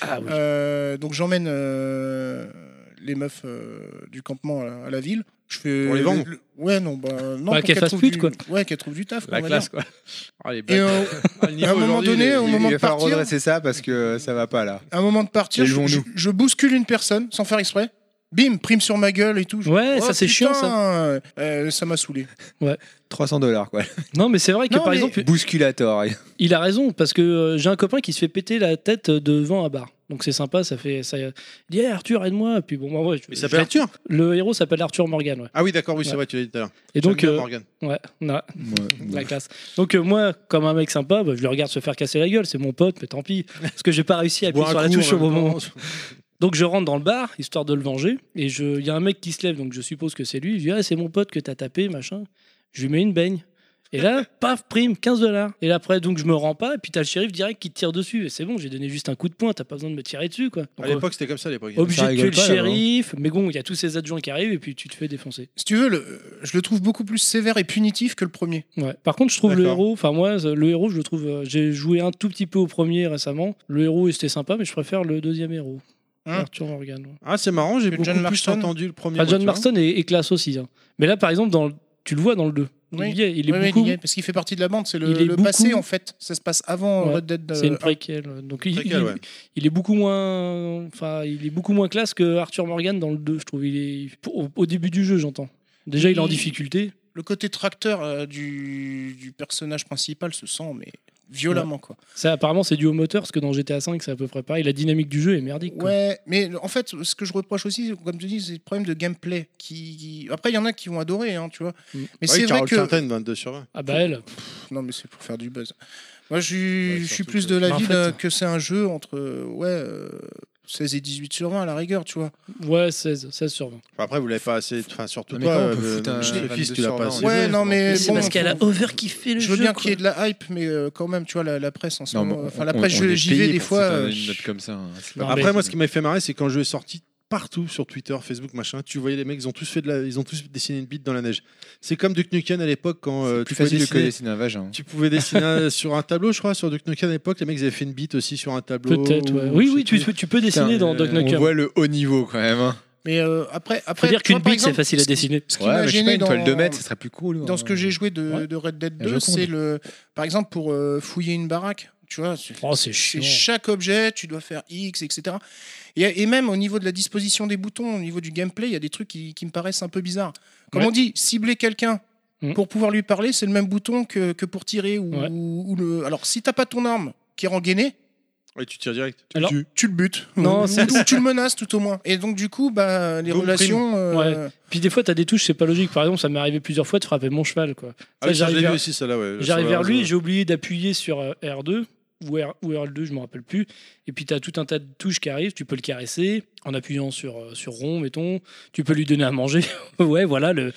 Ah oui.
Euh, donc j'emmène euh, les meufs euh, du campement à la, à la ville. Je fais
Pour les
le-
vendre
le- Ouais, non, bah, non.
Bah,
pour
qu'elles fassent
trouvent
pute,
du-
quoi.
Ouais, qu'elles trouvent du taf. quoi,
La
on va
classe,
dire.
quoi. Oh, les
Et
bâtards.
euh,
Ah, le niveau
à un moment
aujourd'hui,
donné,
il-
au
il
moment
va
de
falloir
partir-
redresser ça parce que ça va pas là.
à un moment de partir, je,
Élevons-nous.
je- je bouscule une personne sans faire exprès. Bim, prime sur ma gueule et tout. Je-
Ouais,
Oh,
ça c'est chiant ça.
putain, euh, ça m'a saoulé.
300 dollars, quoi.
Non, mais c'est vrai que
Non,
par
mais-
exemple,
Bousculator.
il a raison parce que euh, j'ai un copain qui se fait péter la tête devant un bar. Donc c'est sympa, ça fait ça. Il dit Hey, Arthur aide-moi. Puis bon, bah, ouais, je-
Il
je-
s'appelle Arthur
le héros s'appelle Arthur Morgan. Ouais.
Ah oui, d'accord, oui, c'est
Ouais.
vrai, tu l'as dit tout à l'heure.
Et donc
J'aime bien
euh,
Morgan.
ouais, na-
Ouais.
la classe. Donc euh, moi, comme un mec sympa, bah, je le regarde se faire casser la gueule. C'est mon pote, mais tant pis parce que j'ai pas réussi à appuyer
Bois un
sur la
coup,
touche
en
au
même
bon moment.
temps.
Donc je rentre dans le bar, histoire de le venger, et je- il y a un mec qui se lève, donc je suppose que c'est lui. Je dis, ah, c'est mon pote que t'as tapé, machin. Je lui mets une baigne. Et là, paf, prime, 15 dollars. Et là, après, donc je me rends pas, et puis t'as le shérif direct qui te tire dessus. Et c'est bon, j'ai donné juste un coup de poing, t'as pas besoin de me tirer dessus, quoi. Donc,
À l'époque, c'était comme ça, à l'époque.
euh, obligé
ça
de tuer
rigole
le
pas, là,
shérif, mais bon, il y a tous ces adjoints qui arrivent, et puis tu te fais défoncer.
Si tu veux, le- je le trouve beaucoup plus sévère et punitif que le premier.
Ouais. Par contre, je trouve le
D'accord.
héros, enfin moi, le héros, je le trouve. euh, j'ai joué un tout petit peu au premier récemment. Le héros, c'était sympa, mais je préfère le deuxième héros.
Hein
Arthur Morgan. ouais.
Ah, c'est marrant, j'ai
Que
beaucoup
John
plus
Marston.
entendu le premier.
Ah, John
voiture.
Marston est, est classe aussi. hein. Mais là, par exemple, dans le- tu le vois dans le 2.
Oui.
Il y est, il est
Ouais, ouais,
beaucoup.
il y est, parce qu'il fait partie de la bande, c'est le,
Il est
le passé
beaucoup-
en fait. Ça se passe avant
Ouais,
Red Dead. euh,
C'est une préquelle. ouais. Donc il,
Préquel,
il-
ouais.
il est beaucoup moins, enfin, il est beaucoup moins classe que Arthur Morgan dans le 2, je trouve. Il est pour- au, au début du jeu, j'entends. Déjà, il est en
Il-
difficulté.
Le côté tracteur euh, du, du personnage principal se sent, mais violemment quoi.
Ça, apparemment, c'est dû au moteur, parce que dans GTA V, c'est à peu près pareil. La dynamique du jeu est merdique. quoi.
Ouais, mais en fait, ce que je reproche aussi, comme tu dis, c'est le problème de gameplay. Qui, qui- Après, il y en a qui vont adorer, hein, tu vois.
Mm.
Mais
Ouais,
c'est vrai
Carole
que.
Quinten, 22 sur 20.
Ah bah elle.
Non, mais c'est pour faire du buzz. Moi, je suis,
Ouais,
je suis
surtout
plus
que-
de
Mais
l'avis
en fait-
euh, que c'est un jeu entre euh, ouais, euh, 16 et 18 sur 20 à la rigueur, tu vois.
Ouais, 16, 16 sur 20.
Enfin, Après, vous l'avez pas assez. Enfin, surtout
Mais
toi,
comment on
euh,
peut foutre un
monsieur
22
Fils, tu l'as
sur
pas
20,
assez.
on est
Ouais,
vrai,
non,
je
mais
Mais c'est
bon,
parce qu'elle a
faut-
overkiffé le
Je
jeu.
veux bien qu'il y ait
quoi.
de la hype, mais euh, quand même, tu vois, la, la presse en ce
Non,
moment.
mais
Enfin,
on-
la
on-
presse,
on
je-
est
j'y
payé
vais des
pour
fois.
cette,
euh,
euh, une note comme ça. hein. C'est
Non,
pas-
mais-
Après, moi, ce qui m'a fait marrer, c'est quand je suis sorti partout sur Twitter, Facebook, machin, tu voyais les mecs, ils ont tous fait de la, ils ont tous dessiné une bite dans la neige. C'est comme Duke Nukem à l'époque quand euh,
plus
tu pouvais
facile de
dessiner,
dessiner un vagin.
tu pouvais dessiner un- sur un tableau, je crois, sur Duke Nukem à l'époque, les mecs ils avaient fait une bite aussi sur un tableau.
Peut-être,
ou
ouais.
je
Oui,
sais
oui, tu,
plus.
tu peux dessiner dans
euh,
Dog
euh, on
Knocker.
voit le haut niveau quand même. hein.
Mais euh, après,
Faut
après.
dire
tu vois,
qu'une
par
bite, c'est
exemple,
facile à
ce qui-
dessiner.
Ce qui
Ouais,
m'a
mais je sais
gêné
pas, une
dans-
toile de mètre, ce serait plus cool. hein.
dans ce que j'ai joué de,
Ouais.
de Red Dead
Un jeu
2, c'est
comble.
le, par exemple pour euh, fouiller une baraque, tu vois, c'est-
Oh, c'est chiant.
c'est chaque objet, tu dois faire X, etc. Et, et même au niveau de la disposition des boutons, au niveau du gameplay, il y a des trucs qui, qui me paraissent un peu bizarres. Comme
Ouais.
on dit, cibler quelqu'un
Mm.
pour pouvoir lui parler, c'est le même bouton que, que pour tirer ou,
Ouais.
ou le. Alors si t'as pas ton arme qui est rengainée,
Ouais, tu tires direct.
Alors-
tu, tu le butes
Non,
ou,
c'est-
ou tu le menaces tout au moins. Et donc du coup, bah les
Boom,
relations. euh,
Puis des fois, t'as des touches, c'est pas logique. Par exemple, ça m'est arrivé plusieurs fois de frapper mon cheval. quoi.
Ah oui, ça, je
j'arrive
l'ai
vers-
vu aussi, celle-là, ouais.
J'arrive
Sur la
vers lui,
raison.
j'ai oublié d'appuyer sur euh, R2 ou, R, ou R2, je me rappelle plus. Et puis t'as tout un tas de touches qui arrivent. Tu peux le caresser en appuyant sur, euh, sur rond, mettons. Tu peux lui donner à manger. ouais, voilà, le,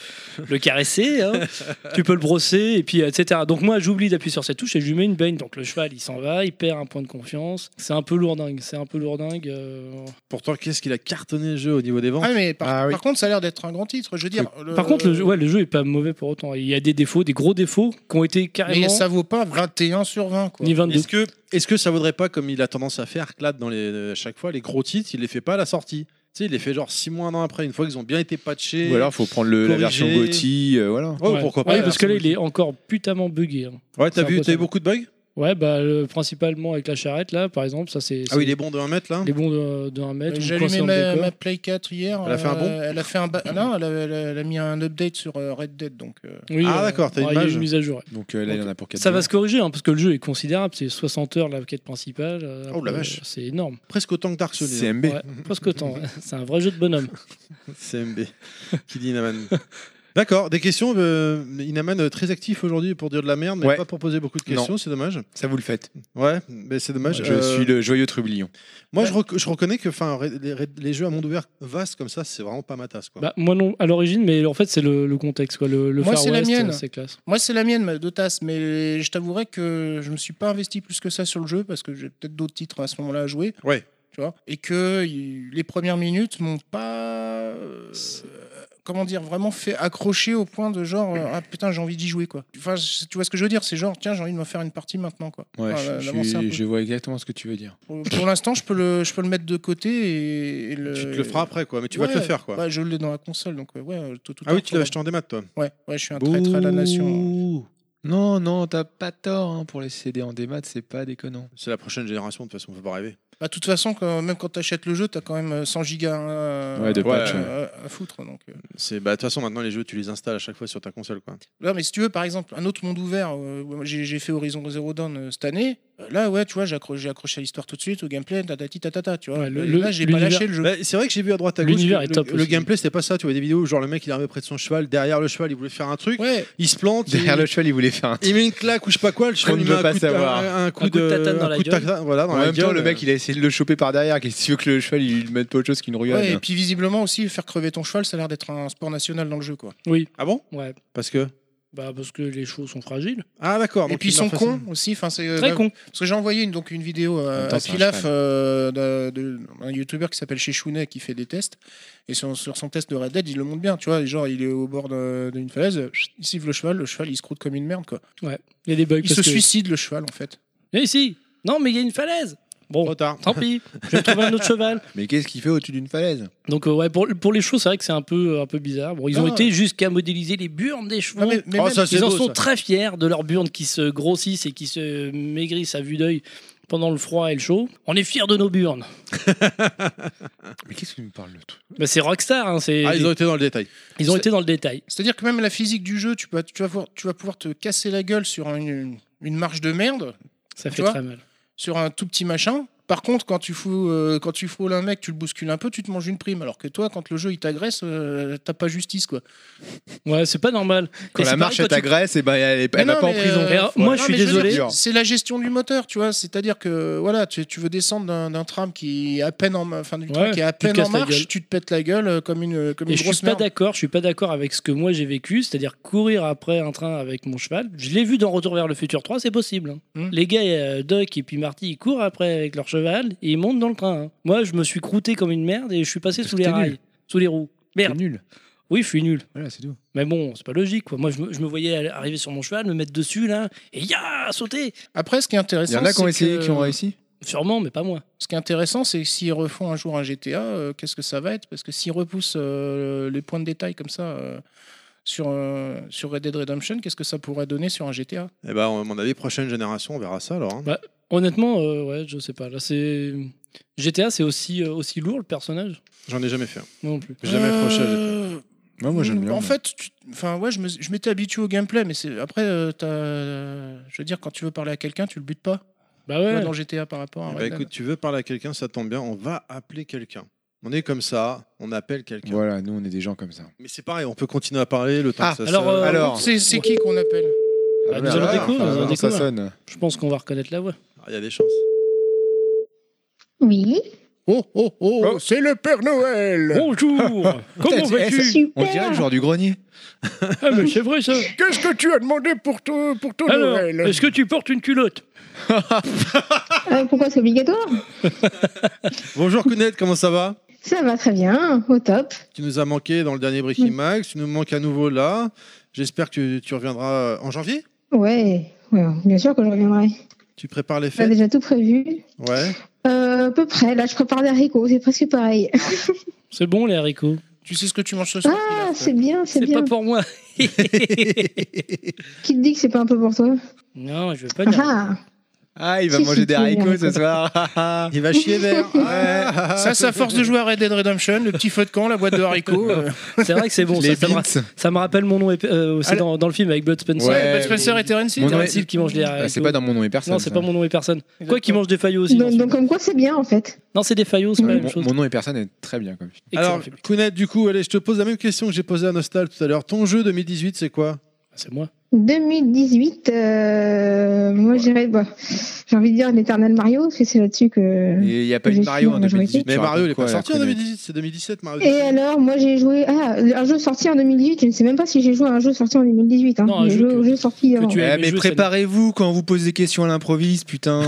le caresser. hein. tu peux le brosser, et puis, euh, etc. Donc moi, j'oublie d'appuyer sur cette touche et je lui mets une baigne. Donc le cheval, il s'en va, il perd un point de confiance. C'est un peu lourdingue. C'est un peu lourdingue. euh,
Pourtant, qu'est-ce qu'il a cartonné le jeu au niveau des ventes
Ah, mais par,
Ah oui.
par contre, ça a l'air d'être un grand titre. Je veux dire, le-
Par contre, le
Euh,
jeu, ouais, le jeu est pas mauvais pour autant. Il y a des défauts, des gros défauts qui ont été carrément
mais ça vaut pas 21 sur 20. Quoi.
ni 22.
Est-ce que, est-ce que ça vaudrait pas, comme il a tendance à faire, Clad, dans les, euh, à chaque fois, les gros titres, il les fait pas à la sortie Tu sais, il les fait genre 6 mois, un an après, une fois qu'ils ont bien été patchés.
Ou alors, faut prendre le- la
corriger.
version Gotti. euh, voilà.
Oh,
Ouais.
pourquoi pas
Ouais, parce que là, il est encore putamment buggé. hein.
Ouais, t'as
c'est
vu, t'as eu
impossible.
beaucoup de bugs Ah
Ouais, bah, le- principalement avec la charrette, là, par exemple, ça c'est.
Ah oui, il est bon de 1 mètre là
les bons de, de 1 mètre.
Euh,
ou
J'ai
coincé
allumé
dans le
ma,
décor.
ma Play 4 hier.
Elle a fait un
euh,
bond
elle a fait un ba- ah Non, elle a, elle a- elle a mis un update sur euh, Red Dead. Donc, euh,
Oui,
Ah, d'accord, t'as une
bah, il y a
image.
mise à jour. ouais.
Donc euh, là, il y en a pour 4
Ça va se corriger, hein, parce que le jeu est considérable. C'est 60 heures la quête principale. euh,
Oh, la vache.
C'est énorme.
Presque autant que Dark Souls. hein.
CMB.
Ouais, presque autant. ouais. C'est un vrai jeu de bonhomme.
CMB. Qui dit Inaman. D'accord, des questions. euh, Inaman euh, très actif aujourd'hui pour dire de la merde, mais
Ouais.
pas pour poser beaucoup de
Non.
questions, c'est dommage.
Ça, vous le faites.
Ouais, mais c'est dommage.
Je
Euh,
suis le joyeux trublion.
Moi, je, rec- je reconnais que 'fin, ré- les, ré- les jeux à monde ouvert vaste comme ça, c'est vraiment pas ma tasse. Quoi.
Bah, moi non, à l'origine, mais en fait, c'est le, le contexte. Quoi. Le, le
Moi,
Far
c'est la
West,
mienne.
euh, c'est classe.
moi, c'est la mienne ma- de tasse, mais je t'avouerai que je me suis pas investi plus que ça sur le jeu parce que j'ai peut-être d'autres titres à ce moment-là à jouer.
Ouais.
Tu vois, et que y- les premières minutes m'ont pas euh, comment dire, vraiment fait accrocher au point de genre, euh, ah putain, j'ai envie d'y jouer, quoi. Enfin, je- tu vois ce que je veux dire C'est genre, tiens, j'ai envie de me faire une partie maintenant, quoi.
Ouais,
Enfin,
je,
Ah, la-
je
l'avancer un
suis-
peu.
je vois exactement ce que tu veux dire.
Pour, pour l'instant, je peux, le, je peux le mettre de côté et, et le...
Tu te le feras après, quoi. Mais tu vas te le
euh, Ouais, Bah,
faire, quoi.
ouais, je l'ai dans la console, donc euh, ouais, euh, tôt ou
ah oui, tu
tard,
l'as
probable-
acheté en démat, toi.
Ouais, ouais, je suis un traître à la nation.
Bouh. Non, non, t'as pas tort. hein, pour les CD en démat, c'est pas déconnant.
C'est la prochaine génération, de toute façon, on peut pas rêver.
Bah, de toute façon, quand- même quand t'achètes le jeu, t'as quand même euh, 100 gigas euh,
Ouais, de
patch,
euh, à foutre. Donc, euh.
C'est bah de toute façon maintenant les jeux tu les installes à chaque fois sur ta console quoi.
Là, mais si tu veux, par exemple, un autre monde ouvert, euh, moi, j'ai j'ai fait Horizon Zero Dawn euh, cette année. Euh, Là, ouais, tu vois, j'ai accro- j'ai accroché à l'histoire tout de suite, au gameplay, tatati tatata, tu vois.
Ouais, le-
Et
le-
là, j'ai pas
l'univers-
lâché le jeu.
Bah, c'est vrai que j'ai vu à droite à gauche.
L'univers
que
est
le,
top
le
aussi.
gameplay c'était pas ça, tu vois des vidéos où genre le mec il est arrivé près de son cheval, derrière le cheval il voulait faire un truc,
Ouais,
il se plante, il,
Derrière le cheval, il voulait faire un.
il met une claque ou je sais pas quoi, le cheval
ne
il
veut
met un,
pas
coup de,
savoir.
un, un coup
Un coup de
de-
tatane dans
un
la
coup de
gueule.
tatane, voilà, dans
En
la
même temps,
gueule,
le mec,
euh.
il a essayé de le choper par derrière. Qu'est-ce que tu veux que le cheval, il lui mette pas autre chose qu'une
ouais,
rugade
et puis visiblement aussi, faire crever ton cheval, ça a l'air d'être un sport national dans le jeu, quoi.
Oui,
Ah bon
ouais.
Parce que
Bah, parce que les chevaux sont fragiles.
Ah d'accord.
et
donc
puis ils
il leur
sont
fait
cons aussi. Enfin, c'est euh,
Très
bah,
là-
con.
Parce que j'ai envoyé une, donc une vidéo
En
euh,
même temps,
à
c'est un
Pilaf,
cheval.
euh, d'un- de- un youtubeur qui s'appelle Chechounet qui fait des tests. Et sur, sur son test de Red Dead, il le montre bien, tu vois. Genre, il est au bord de- d'une falaise, chut, il siffle le cheval, le cheval il se croûte comme une merde, quoi.
Il y a des bugs.
Il
parce
se
que-
suicide, le cheval, en fait.
Mais si Non, mais il y a une falaise
ça.
Bon,
Trop tard.
tant pis, je vais trouver un autre cheval.
Mais qu'est-ce qu'il fait au-dessus d'une falaise
Donc, euh, ouais, pour, pour les chevaux, c'est vrai que c'est un peu, un peu bizarre. Bon, ils ont
Ah.
été jusqu'à modéliser les burnes des chevaux.
Ah, mais- mais
Oh,
même-
ça, c'est
Ils en
beau,
sont
ça.
très fiers de leurs burnes qui se grossissent et qui se maigrissent à vue d'œil pendant le froid et le chaud. On est fiers de nos burnes.
Mais qu'est-ce que tu me parles de tout
Bah, c'est rockstar, hein, c'est-
Ah ils
ils,
ont
ont...
été dans le détail.
C'est-
été dans le détail.
C'est-à-dire que même la physique du jeu, tu, peux, tu, vas, voir- tu vas pouvoir te casser la gueule sur une, une marche de merde,
Ça fait
vois
très mal.
sur un tout petit machin. Par contre, quand tu, fous, euh, quand tu frôles un mec, tu le bouscules un peu, tu te manges une prime. Alors que toi, quand le jeu il t'agresse, euh, t'as pas justice, quoi.
Ouais, c'est pas normal.
Quand
Et
la
c'est
marche
pareil,
est
quand tu-
agresse, et ben, elle est- elle
Mais
va
non,
pas en
mais,
prison.
euh,
Et alors, moi,
ouais.
je suis
Non, mais veux
désolé.
dire, C'est la gestion du moteur, tu vois. C'est-à-dire que voilà, tu, tu veux descendre d'un d'un tram qui est à peine en, ma- enfin, du
Ouais,
train qui est à
tu te
peine en
casses la
marche,
gueule.
tu te pètes la gueule euh, comme une, euh, comme
Et
une
je
grosse
suis pas
merde.
d'accord, je suis pas d'accord avec ce que moi j'ai vécu, c'est-à-dire courir après un train avec mon cheval. Je l'ai vu dans Retour vers le futur 3, c'est possible. hein.
Hmm.
Les gars, euh, Doc et puis Marty, ils courent après avec leur cheval et ils montent dans le train. hein. Moi, je me suis croûté comme une merde et je suis passé
Parce
sous
que
les
t'es
rails,
nul.
sous les roues.
C'est
Merde.
nul.
Oui, je suis nul.
Voilà, c'est tout.
Mais bon, c'est pas logique. Quoi. Moi, je me, je me voyais arriver sur mon cheval, me mettre dessus là et ya sauter.
Après, ce qui est
Il
intéressant,
y en a qui ont
c'est
essayé,
que-
qui ont réussi
Sûrement, mais pas moi.
Ce qui est intéressant, c'est que s'ils refont un jour un GTA, euh, qu'est-ce que ça va être Parce que s'ils repoussent euh, les points de détail comme ça euh, sur, euh, sur Red Dead Redemption, qu'est-ce que ça pourrait donner sur un GTA
Et bah à mon avis prochaine génération on verra ça alors. hein.
Honnêtement, euh, ouais, je sais pas. Là, c'est GTA, c'est aussi euh, aussi lourd le personnage.
J'en ai jamais fait. un.
Moi non plus.
J'ai Jamais approché. j'ai fait.
Euh,
Moi, moi j'aime bien. mais-
En fait, tu- enfin ouais, je me- je m'étais habitué au gameplay, mais c'est après, euh, t'as- euh, je veux dire, quand tu veux parler à quelqu'un, tu le butes pas.
Bah
Tu vois,
ouais.
Dans GTA par rapport à
Eh
Red
bah,
Dead.
écoute, tu veux parler à quelqu'un, ça tombe bien, on va appeler quelqu'un. On est comme ça, on appelle quelqu'un.
Voilà, nous, on est des gens comme ça.
Mais c'est pareil, on peut continuer à parler le temps
Ah,
que ça se-
alors, euh,
Alors,
C'est c'est qui qu'on appelle
Ah, nous allons
voilà,
découvrir, nous allons
enfin, ça
découvrir.
sonne.
Je pense qu'on va reconnaître la voix.
Ah, Il y a des chances.
Oui,
Oh oh oh,
Oh.
c'est le Père
Euh.
Oh.
Noël.
Bonjour Comment
Putain, eh,
vas-tu
On dirait le
super.
joueur du grenier.
Ah mais c'est vrai ça
Qu'est-ce que tu as demandé pour ton pour ton
Alors,
Noël
est-ce que tu portes une culotte
Ah, pourquoi c'est obligatoire
Bonjour Kounet, comment ça va
Ça va très bien, au top.
Tu nous as manqué dans le dernier Breaking Max, tu nous manques à nouveau là. J'espère que tu reviendras en janvier.
Ouais, ouais, bien sûr que je reviendrai.
Tu prépares les
J'ai
fêtes
déjà tout prévu.
Ouais.
Euh, à peu près, là je prépare des haricots, c'est presque pareil.
C'est bon les haricots.
Tu sais ce que tu manges ce soir
Ah,
Pilaf
c'est bien, c'est
C'est pas
bien.
pour moi.
Qui te dit que c'est pas un peu pour toi
non, je veux pas dire.
Ah,
Ah, il va
Si,
manger
si,
des
tu viens,
haricots ce
quoi.
soir.
Il va chier vert. Ah,
Ça, c'est à force de jouer à Red Dead Redemption, le petit feu de camp, la boîte de haricots. euh.
C'est vrai que c'est bon.
Les
Ça, ça me, ra-
beats.
ça me rappelle mon nom épais- euh, aussi
Allez.
dans, dans le film avec Bud Spencer.
Ouais.
Bud Spencer et Terence Hill.
Mon nom
Terence
est-
Hill qui mange des
Ah,
haricots.
C'est pas dans mon nom et personne.
Non, c'est
ça.
pas mon nom et personne. Quoi qui
Exactement.
mange des faillots aussi.
donc,
dans
donc
celui-là.
comme quoi c'est bien en fait.
Non, c'est des faillots, c'est pas la
Mon-
même chose.
Mon nom et personne est très bien comme film.
Excellent
Alors,
film.
Kounet, du coup, allez, je te pose la même question que j'ai posée à Nostal tout à l'heure. Ton jeu 2018, c'est quoi
Ah, c'est moi.
2018, euh, moi je dirais, bah, j'ai envie de dire l'éternel Mario, parce que c'est là-dessus que.
Et il n'y a pas eu de
Mm. Je
Mario
suis
en
en majorité.
2018.
Mais
tu
Mario, il est
racontes quoi,
pas
là,
sorti en
Kounet
2018, c'est 2017, Mario.
Et euh, alors, moi j'ai joué. Ah, un jeu sorti en 2018, je ne sais même pas si j'ai joué à un jeu sorti en 2018. Hein.
Non, un
J'ai
jeu
joué
que-
au jeu sorti
que
avant.
tu as
Eh,
aimé
mais
jouer,
préparez-vous quand on vous pose des questions à l'improviste, putain.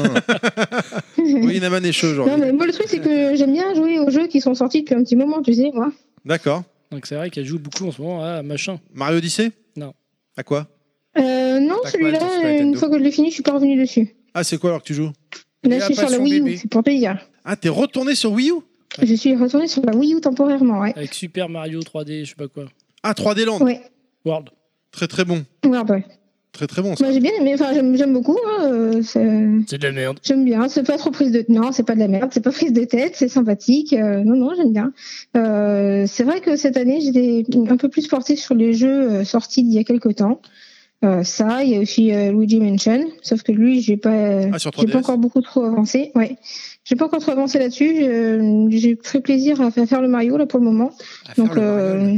Oui, Naman est chaud aujourd'hui.
Non, mais moi, le truc, c'est que j'aime bien jouer aux jeux qui sont sortis depuis un petit moment, tu sais, moi.
D'accord.
Donc c'est vrai qu'elle joue beaucoup en ce moment à machin.
Mario Odyssey
Non.
À quoi
Euh, non,
Pac-Man sur Super
celui-là, une
Nintendo.
fois que je l'ai fini, je suis pas revenu dessus.
Ah, c'est quoi alors que tu joues
Il
Là, je
a
suis
pas
sur la
son
Wii U,
bébé.
c'est pour te dire.
Ah, t'es retourné sur Wii U
Je suis retournée sur la Wii U temporairement, ouais.
Avec Super Mario 3D, je sais pas quoi.
Ah, 3D Land.
Ouais,
World.
Très très bon.
regarde, ouais.
Très très bon. ça.
Moi, j'ai bien aimé, enfin, j'aime j'aime beaucoup. hein, euh, c'est-
C'est de la merde.
J'aime bien, c'est pas trop prise de non, c'est pas de la merde, c'est pas prise de tête, c'est sympathique. euh, non, non, j'aime bien. Euh, c'est vrai que cette année, j'étais un peu plus portée sur les jeux euh, sortis d'il y a quelques temps. Euh, ça, il y a aussi euh, Luigi Mansion, sauf que lui, j'ai pas,
Ah, sur
j'ai
3DS.
pas encore beaucoup trop avancé. Ouais, j'ai pas encore trop avancé là-dessus. je- J'ai pris plaisir à fa- faire le Mario là pour le moment.
À faire
Donc
le Mario, là.
euh,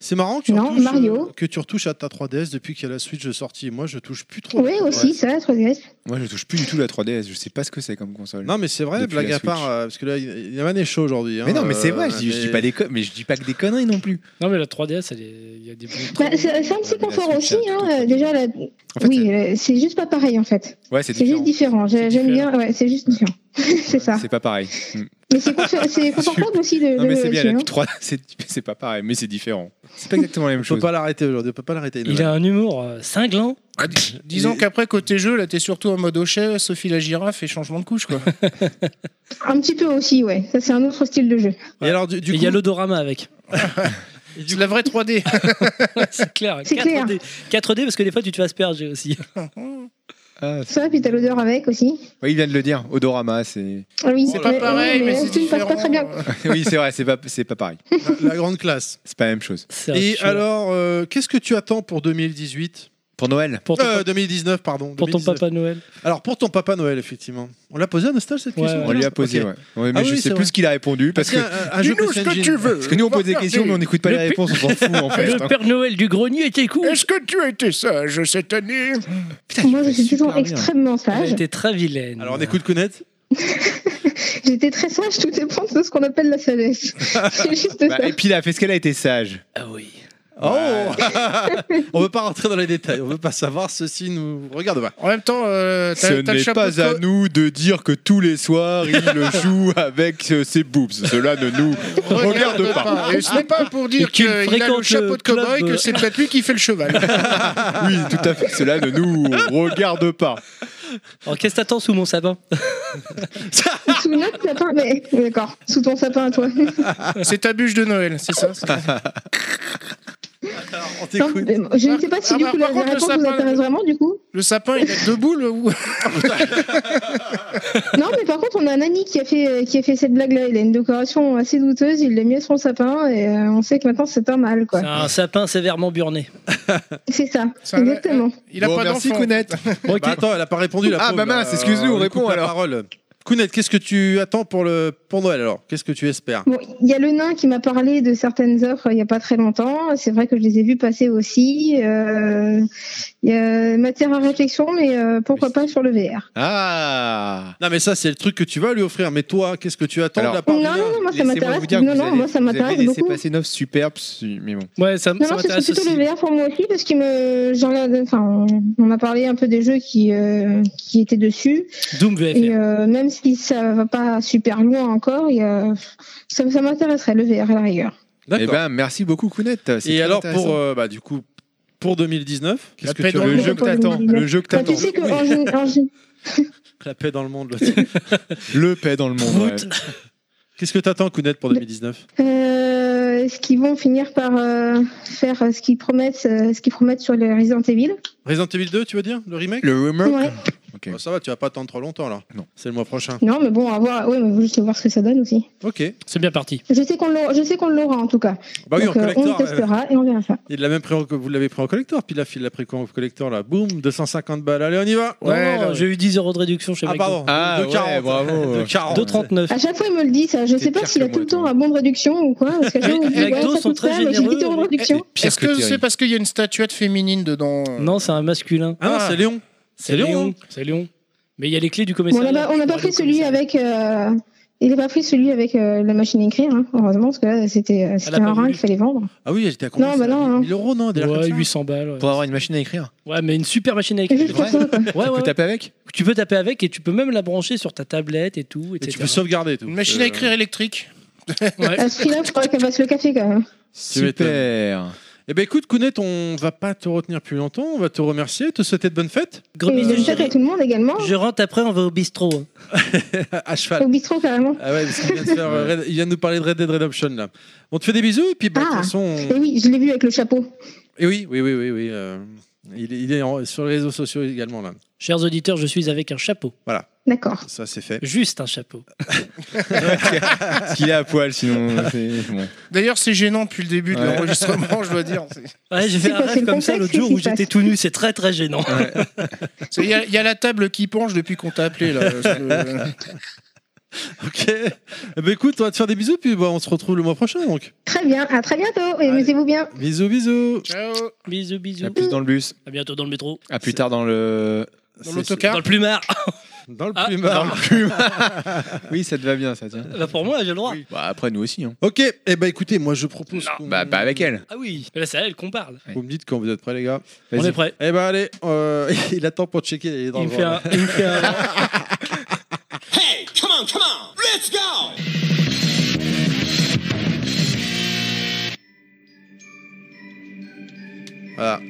C'est marrant que tu,
Non,
retouches,
Mario.
euh, que tu retouches à ta 3DS depuis qu'il y a la Switch de sortie. Moi, je touche plus trop.
oui aussi ça, la 3DS.
Moi, je touche plus du tout la 3DS. Je sais pas ce que c'est comme console.
Non, mais c'est vrai,
Depuis
blague
la
à part,
Switch.
euh, parce que là, Yaman est chaud aujourd'hui. hein,
mais non, mais c'est
euh,
vrai. Je dis, je dis
mais-
pas des co- mais je dis pas que des conneries non plus.
Non mais la 3DS, elle est- il y a des bons
Bah,
trucs.
c'est c'est un petit
Ouais, mais la
confort
Switch,
aussi.
c'est un
Hein,
tout autre
euh, déjà, la...
En fait,
oui, euh, c'est juste pas pareil en fait.
c'est- ouais, c'est
C'est
différent.
juste différent.
C'est
J'ai- J'aime
différent.
bien. Ouais, c'est juste différent. c'est ça.
C'est pas pareil. Mm.
Mais c'est confo- c'est confortable aussi de.
Non, mais
de-
c'est bien.
aussi,
La
hein.
3 c'est c'est pas pareil, mais c'est différent. C'est pas exactement la même
Je peux
chose.
pas l'arrêter aujourd'hui. Je peux pas l'arrêter.
Il a un humour euh, cinglant.
Disons qu'après, côté jeu, là, t'es surtout en mode Hochet, Sophie la girafe et changement de couche, quoi.
Un petit peu aussi, ouais. Ça, c'est un autre style de jeu.
Et alors, du,
Et
du
il
coup,
y a l'odorama avec.
C'est la vraie 3D.
c'est clair.
C'est
4D. 4D parce que des fois tu te fais asperger aussi.
Ah,
Ça, puis t'as l'odeur avec aussi.
oui, il vient de le dire. Odorama, c'est.
Ah Oui,
C'est pas
mais-
pareil,
oui,
mais
le
c'est
style passe
différent.
pas très bien.
oui, c'est vrai. C'est pas, c'est pas pareil.
la, la grande classe.
C'est pas la même chose.
C'est un
Et
tueur.
alors, euh, qu'est-ce que tu attends pour 2018
Pour Noël.
pour ton,
Euh, 2019, pardon.
pour ton
2019.
papa Noël.
Alors, pour ton papa Noël, effectivement. On l'a posé à Nostal cette
Ouais,
question
ouais.
On lui a posé.
Ok.
ouais. Ouais, mais
Ah
je
oui, c'est
sais
vrai.
plus ce qu'il a répondu parce que.
Ah, un, un jeu
Dis-nous ce
PC
que
Engine.
tu veux.
Parce que nous on pose des
Regarde,
questions mais on n'écoute pas
Le
les
pu-
réponses, on s'en fout en
Ah,
fait.
Le
hein.
Père Noël du grenier était cool.
Est-ce que tu as été sage cette année
Moi, je suis toujours
Super bien.
extrêmement
Elle
sage.
était très vilaine.
Alors, on écoute Kounet.
J'étais très sage, tout dépend de ce qu'on appelle la sagesse. c'est juste
Bah,
ça.
et puis là, est-ce qu'elle a été sage
Ah oui.
Oh On veut pas rentrer dans les détails, on veut pas savoir ceci nous regarde pas.
En même temps, euh,
Ce
t'as t'as le
n'est
chapeau
pas à
de
nous de dire que tous les soirs il joue avec euh, ses boobs. Cela ne nous
co-
regarde pas.
Et ce n'est pas pour
Et
dire
qu'il
qu'il a
fréquente
le chapeau
le
de cowboy
club, euh.
que c'est peut-être lui qui fait le cheval.
Oui, tout à fait. Cela ne nous regarde pas.
Alors qu'est-ce que t'attends sous mon sapin
Sous notre sapin, mais d'accord, sous ton sapin à toi.
C'est ta bûche de Noël, c'est ça
Ah.
c'est-
Alors, on
Non,
t'écoute.
mais je ne sais pas si
Ah,
du
bah,
coup
par
la, la
contre, le
réponse vous
sapin-
intéresse vraiment du coup.
Le sapin, il a deux boules ou
Non, mais par contre, on a un ami qui a fait, euh, qui a fait cette blague-là. Il a une décoration assez douteuse. Il l'a mis à son sapin et euh, on sait que maintenant c'est pas mal, quoi.
C'est un sapin sévèrement burné.
C'est ça,
Ça,
exactement.
il a
Bon,
pas
merci
d'enfant
Kounet.
Ok.
Bah, attends, elle a pas répondu la
Ah,
pauvre,
bah mince,
là.
excuse-nous,
Euh,
on
lui
répond,
coupe la
alors.
parole. Kounet, qu'est-ce que tu attends pour le pour Noël alors Qu'est-ce que tu espères
Bon, il y a le nain qui m'a parlé de certaines offres il y a pas très longtemps. C'est vrai que je les ai vues passer aussi. Euh, Il y a matière à réflexion, mais euh, pourquoi pas sur le VR.
Ah
Non mais ça c'est le truc que tu vas lui offrir. Mais toi, qu'est-ce que tu attends
Alors-
de la part
Non,
du
non,
nain
non, moi ça
Oh, Laissez-moi
m'intéresse.
vous dire que
Non,
vous
non,
avez-
moi ça
vous avez
m'intéresse
laissé
beaucoup.
passer une offre superbe, si- mais bon.
Ouais, ça,
Non,
ça
non, c'est
m'intéresse
plutôt
aussi.
le VR pour moi aussi parce que me, j'en regarde- enfin, on, on a parlé un peu des jeux qui, euh, qui étaient dessus.
Doom VFR.
Et euh, même si ça va pas super loin encore, il y a... ça, ça m'intéresserait le VR à la rigueur.
Eh
D'accord.
ben, merci beaucoup Kounet. c'est
Et
très
alors
intéressant.
pour euh, bah du coup pour 2019, qu'est-ce que
paix
tu
dans
le
veux
jeu que
Pour
t'attends,
2019.
le jeu que
Enfin, tu
t'attends,
sais que en gé- en gé-
La paix dans le monde. le-
le paix dans le monde. ouais.
qu'est-ce que t'attends Kounet pour 2019
euh, est-ce qu'ils vont finir par euh, faire euh, ce qu'ils promettent, euh, ce qu'ils promettent sur les Resident Evil
Resident Evil 2, tu veux dire le remake
Le rumor.
Ouais.
Ok.
Oh, Ça va, tu vas pas attendre trop longtemps là.
Non.
C'est le mois prochain.
Non, mais bon, à voir. Oui, mais faut juste voir ce que ça donne aussi.
Ok.
C'est bien parti.
Je sais qu'on l'aura, je sais qu'on l'aura en tout cas.
Bah oui,
Donc,
en
euh, on
collector.
le
euh,
testera et on verra ça.
Il l'a même pris en, vous l'avez pris en collector, puis la fille l'a pris en collector là, boum, 250 balles, allez on y va
Non,
Ouais,
non,
là, ouais.
j'ai eu 10 euros de réduction chez
Ah
McDo.
pardon,
Ah, ouais,
240,
bravo.
240.
2,39.
À chaque fois, il me le dit ça. Je
T'es
sais pas
pire
s'il a
que
tout
moi,
le temps
toi.
un bon de réduction ou quoi. Parce que je me dis,
Les McDo
ouais, ça
sont
coûte
très
ça, mais j'ai
généreux,
10 euros de
mais-
réduction.
Pire
Est-ce que
Thierry.
c'est parce qu'il y a une statuette féminine dedans euh
Non, c'est un masculin.
Ah non, c'est Léon. C'est Léon. hein.
C'est Léon. Mais il y a les clés du
Bon, on
commissariat.
n'a pas, on n'a pas
Pour
pris
aller au
celui
commissariat.
avec. euh, il n'a pas pris celui avec euh, la machine à écrire, hein, heureusement, parce que là, c'était euh, c'était
Elle a pas
un rein
voulu.
qu'il fallait vendre.
Ah oui, j'étais à combien
Non,
ça,
bah non, non.
1000 euros, non derrière comme
Ouais,
ça
800 balles. Ouais.
Pour avoir une machine à écrire.
Ouais, mais une super machine à
Juste
écrire.
pour
vrai
ça, quoi.
Ouais,
Tu
ouais.
peux taper avec
Tu peux taper avec et tu peux même la brancher sur ta tablette et tout.
Et
etc.
tu peux sauvegarder et tout.
Une machine à
Euh,
écrire électrique
Ouais.
À ce prix-là, je crois qu'elle passe le café quand même.
Super.
Euh, Eh ben écoute, Kounet, on va pas te retenir plus longtemps. On va te remercier, te souhaiter de bonnes fêtes.
Gros
Et
bisous,
je le souhaite à
chérie.
tout le monde également.
Je rentre après, on va au bistrot. hein.
à cheval.
Au bistrot carrément.
Ah ouais, parce qu'il vient, de faire, euh, Red- il vient de nous parler de Red Dead Redemption là. On te fait des bisous et puis bah, de toute
Ah.
façon.
Euh.
on-
Et oui, je l'ai vu avec le chapeau.
Et oui, oui, oui, oui, oui. euh, il est, il est en- sur les réseaux sociaux également là.
Chers auditeurs, je suis avec un chapeau.
D'accord.
Ça c'est fait.
Juste un chapeau.
Parce qu'il est à poil, sinon. c'est- bon.
D'ailleurs, c'est gênant depuis le début de
Ouais.
l'enregistrement, je dois dire. C'est-
Ouais, j'ai
C'est
fait un
quoi, c'est
rêve
le
comme ça
contexte,
l'autre jour
qu'est-ce
où
qui se
j'étais
passe
tout nu. C'est très très gênant.
c'est- Il y, a- il y a la table qui penche depuis qu'on t'a appelé. Là. Parce que-
Ok. Eh ben écoute, on va te faire des bisous puis bah, on se retrouve le mois prochain donc.
Très bien. À très bientôt. Et
Allez.
amusez-vous bien.
Bisous, bisous.
Ciao.
Bisous,
À
bisous.
plus dans le bus.
À bientôt dans le métro.
À plus tard dans le.
Dans
C'est-
l'autocar.
Dans le plumard.
Dans le
Ah,
plumard.
Oui, ça te va bien, ça, tiens.
Bah, pour moi, j'ai le droit.
Bah, après, nous aussi. Hein.
Ok. Eh ben écoutez, moi je propose. qu'on-
Bah, pas avec elle.
Ah oui.
Mais Là, c'est à elle qu'on parle.
Vous me dites quand vous êtes prêts les gars.
On
Vas-y.
est prêt.
Eh ben allez, euh, il attend pour checker. Il est dans
Il
le
me fait un. il me fait un-
Voilà.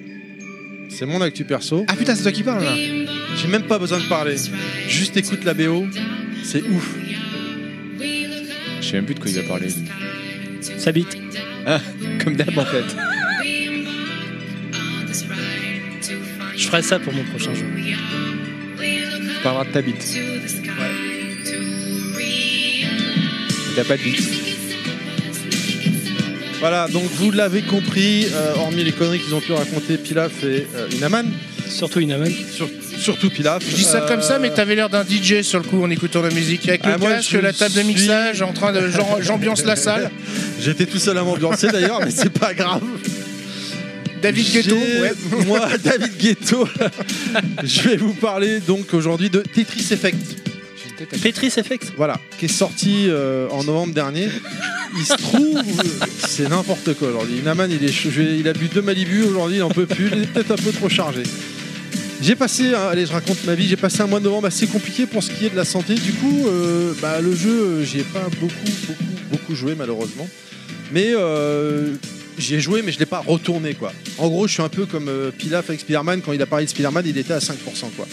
C'est mon actu perso.
Ah putain, c'est toi qui parles là.
J'ai même pas besoin de parler. Juste écoute la BO. C'est ouf.
Je sais même plus de quoi il va parler.
Sa bite.
Comme d'hab, en fait.
Je ferai ça pour mon prochain jeu.
Tu parleras de ta bite. Ouais. T'as pas de bite.
Voilà, donc vous l'avez compris, euh, hormis les conneries qu'ils ont pu raconter, Pilaf et euh, Inaman,
Surtout une amène.
sur- surtout Pilaf.
Je dis ça
euh,
comme ça, mais t'avais l'air d'un DJ sur le coup en écoutant la musique. Avec
Ah,
le
moi,
casque,
je
la table de
suis-
mixage, en train de. genre, J'ambiance la salle.
Euh, J'étais tout seul à m'ambiancer d'ailleurs, mais c'est pas grave.
David Guetto.
J'ai-
Ouais.
Moi, David Guetto, je vais vous parler donc aujourd'hui de Tetris Effect.
Tetris Effect.
Voilà, qui est sorti euh, en novembre dernier. Il se trouve, c'est n'importe quoi aujourd'hui. Inaman, il, est chaud. Je vais- il a bu deux Malibu aujourd'hui, il en peut plus, il est peut-être un peu trop chargé. J'ai passé, hein, allez, je raconte ma vie, j'ai passé un mois de novembre assez compliqué pour ce qui est de la santé. Du coup, euh, bah, le jeu, euh, j'y ai pas beaucoup, beaucoup, beaucoup joué malheureusement. Mais euh, j'y ai joué, mais je l'ai pas retourné quoi. En gros, je suis un peu comme euh, Pilaf avec Spider-Man, quand il a parlé de Spider-Man, il était à 5% quoi.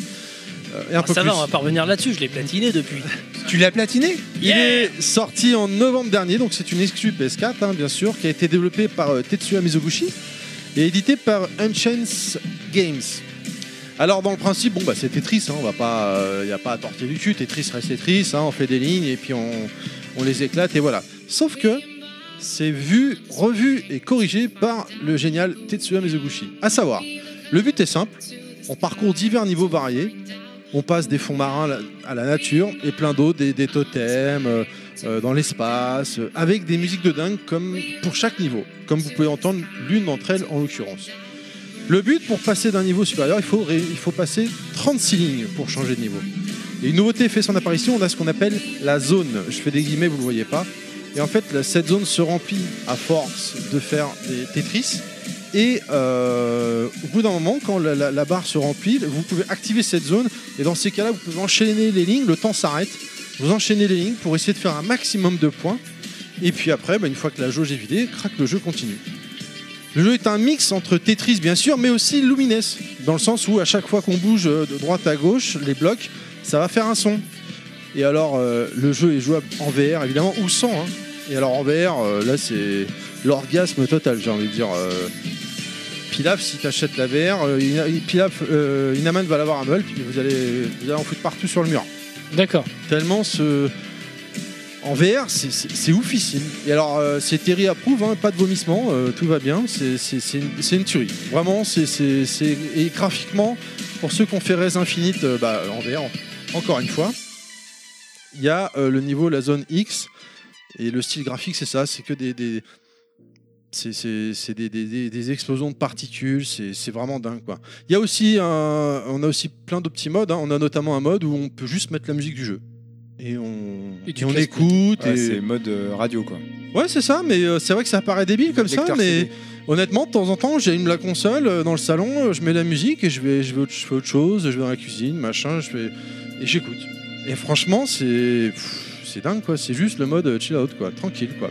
Euh, et un
Ah,
peu
ça
plus.
va, on va pas revenir là-dessus. Je l'ai platiné depuis.
Tu l'as platiné
Il est sorti en novembre dernier, donc c'est une exclu PS4, hein, bien sûr, qui a été développée par euh, Tetsuya Mizoguchi et édité par Unchance Games. Alors dans le principe, bon bah c'est Tetris, hein, on va pas, il a pas à tortiller du cul, Tetris reste Tetris, hein, on fait des lignes et puis on, on les éclate et voilà. Sauf que c'est vu, revu et corrigé par le génial Tetsuya Mizoguchi. À savoir, le but est simple, on parcourt divers niveaux variés, on passe des fonds marins la- à la nature et plein d'autres, des, des totems, euh, euh, dans l'espace, euh, avec des musiques de dingue comme pour chaque niveau, comme vous pouvez entendre l'une d'entre elles en l'occurrence. Le but pour passer d'un niveau supérieur, il faut, ré- il faut passer 36 lignes pour changer de niveau. Et une nouveauté fait son apparition, on a ce qu'on appelle la zone. Je fais des guillemets, vous ne le voyez pas. Et en fait, la- cette zone se remplit à force de faire des Tetris. Et euh, au bout d'un moment, quand la, la- la barre se remplit, vous pouvez activer cette zone. Et dans ces cas-là, vous pouvez enchaîner les lignes, le temps s'arrête. Vous enchaînez les lignes pour essayer de faire un maximum de points. Et puis après, bah, une fois que la jauge est vidée, crac, le jeu continue. Le jeu est un mix entre Tetris bien sûr, mais aussi Lumines, dans le sens où à chaque fois qu'on bouge euh, de droite à gauche, les blocs, ça va faire un son. Et alors, euh, le jeu est jouable en VR évidemment, ou sans. hein. Et alors en VR, euh, là c'est l'orgasme total, j'ai envie de dire. euh, Pilaf, si t'achètes la VR, euh, Ina- Pilaf, euh, Inaman va l'avoir à Meul, puis vous allez, vous allez en foutre partout sur le mur
D'accord.
tellement ce en VR c'est- c'est c'est oufissime et alors euh, c'est Terry approuve hein, pas de vomissement euh, tout va bien c'est- c'est c'est une, c'est une tuerie vraiment c'est c'est- c'est- et graphiquement pour ceux qui ont fait Res Infinite euh, bah, en VR en- encore une fois il y a euh, le niveau la zone X et le style graphique c'est ça c'est que des, des- c'est- c'est c'est des, des- des- des explosions de particules, c'est c'est vraiment dingue quoi. Il y a aussi un- on a aussi plein de petits modes, hein. on a notamment un mode où on peut juste mettre la musique du jeu et on,
Et tu
et on
te laisses
écoute.
Ouais,
et-
C'est mode euh, radio quoi.
Ouais, c'est ça, mais euh, c'est vrai que ça paraît débile comme ça,
Lecteur
mais
CD.
honnêtement, de temps en temps, j'allume la console euh, dans le salon, euh, je mets la musique et je, vais, je, vais autre- je fais autre chose, je vais dans la cuisine, machin, je fais. et j'écoute. Et franchement, c'est. pff, c'est dingue quoi, c'est juste le mode euh, chill out quoi, tranquille quoi.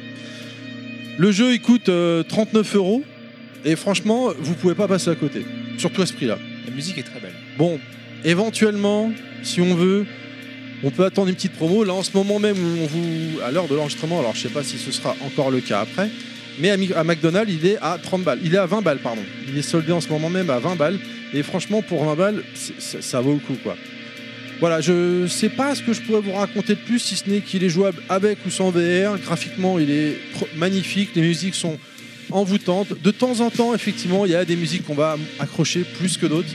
Le jeu il coûte euh, 39 euros et franchement vous pouvez pas passer à côté, surtout à ce prix là.
La musique est très belle.
Bon, éventuellement, si on veut, on peut attendre une petite promo. Là, en ce moment même, on vous, à l'heure de l'enregistrement, alors je sais pas si ce sera encore le cas après, mais à, Mi- à McDonald's, il est à 30 balles. Il est à 20 balles, pardon. Il est soldé en ce moment même à 20 balles. Et franchement, pour 20 balles, c'est- ça, ça vaut le coup, quoi. Voilà, je sais pas ce que je pourrais vous raconter de plus, si ce n'est qu'il est jouable avec ou sans VR. Graphiquement, il est pro- magnifique. Les musiques sont envoûtantes. De temps en temps, effectivement, il y a des musiques qu'on va accrocher plus que d'autres.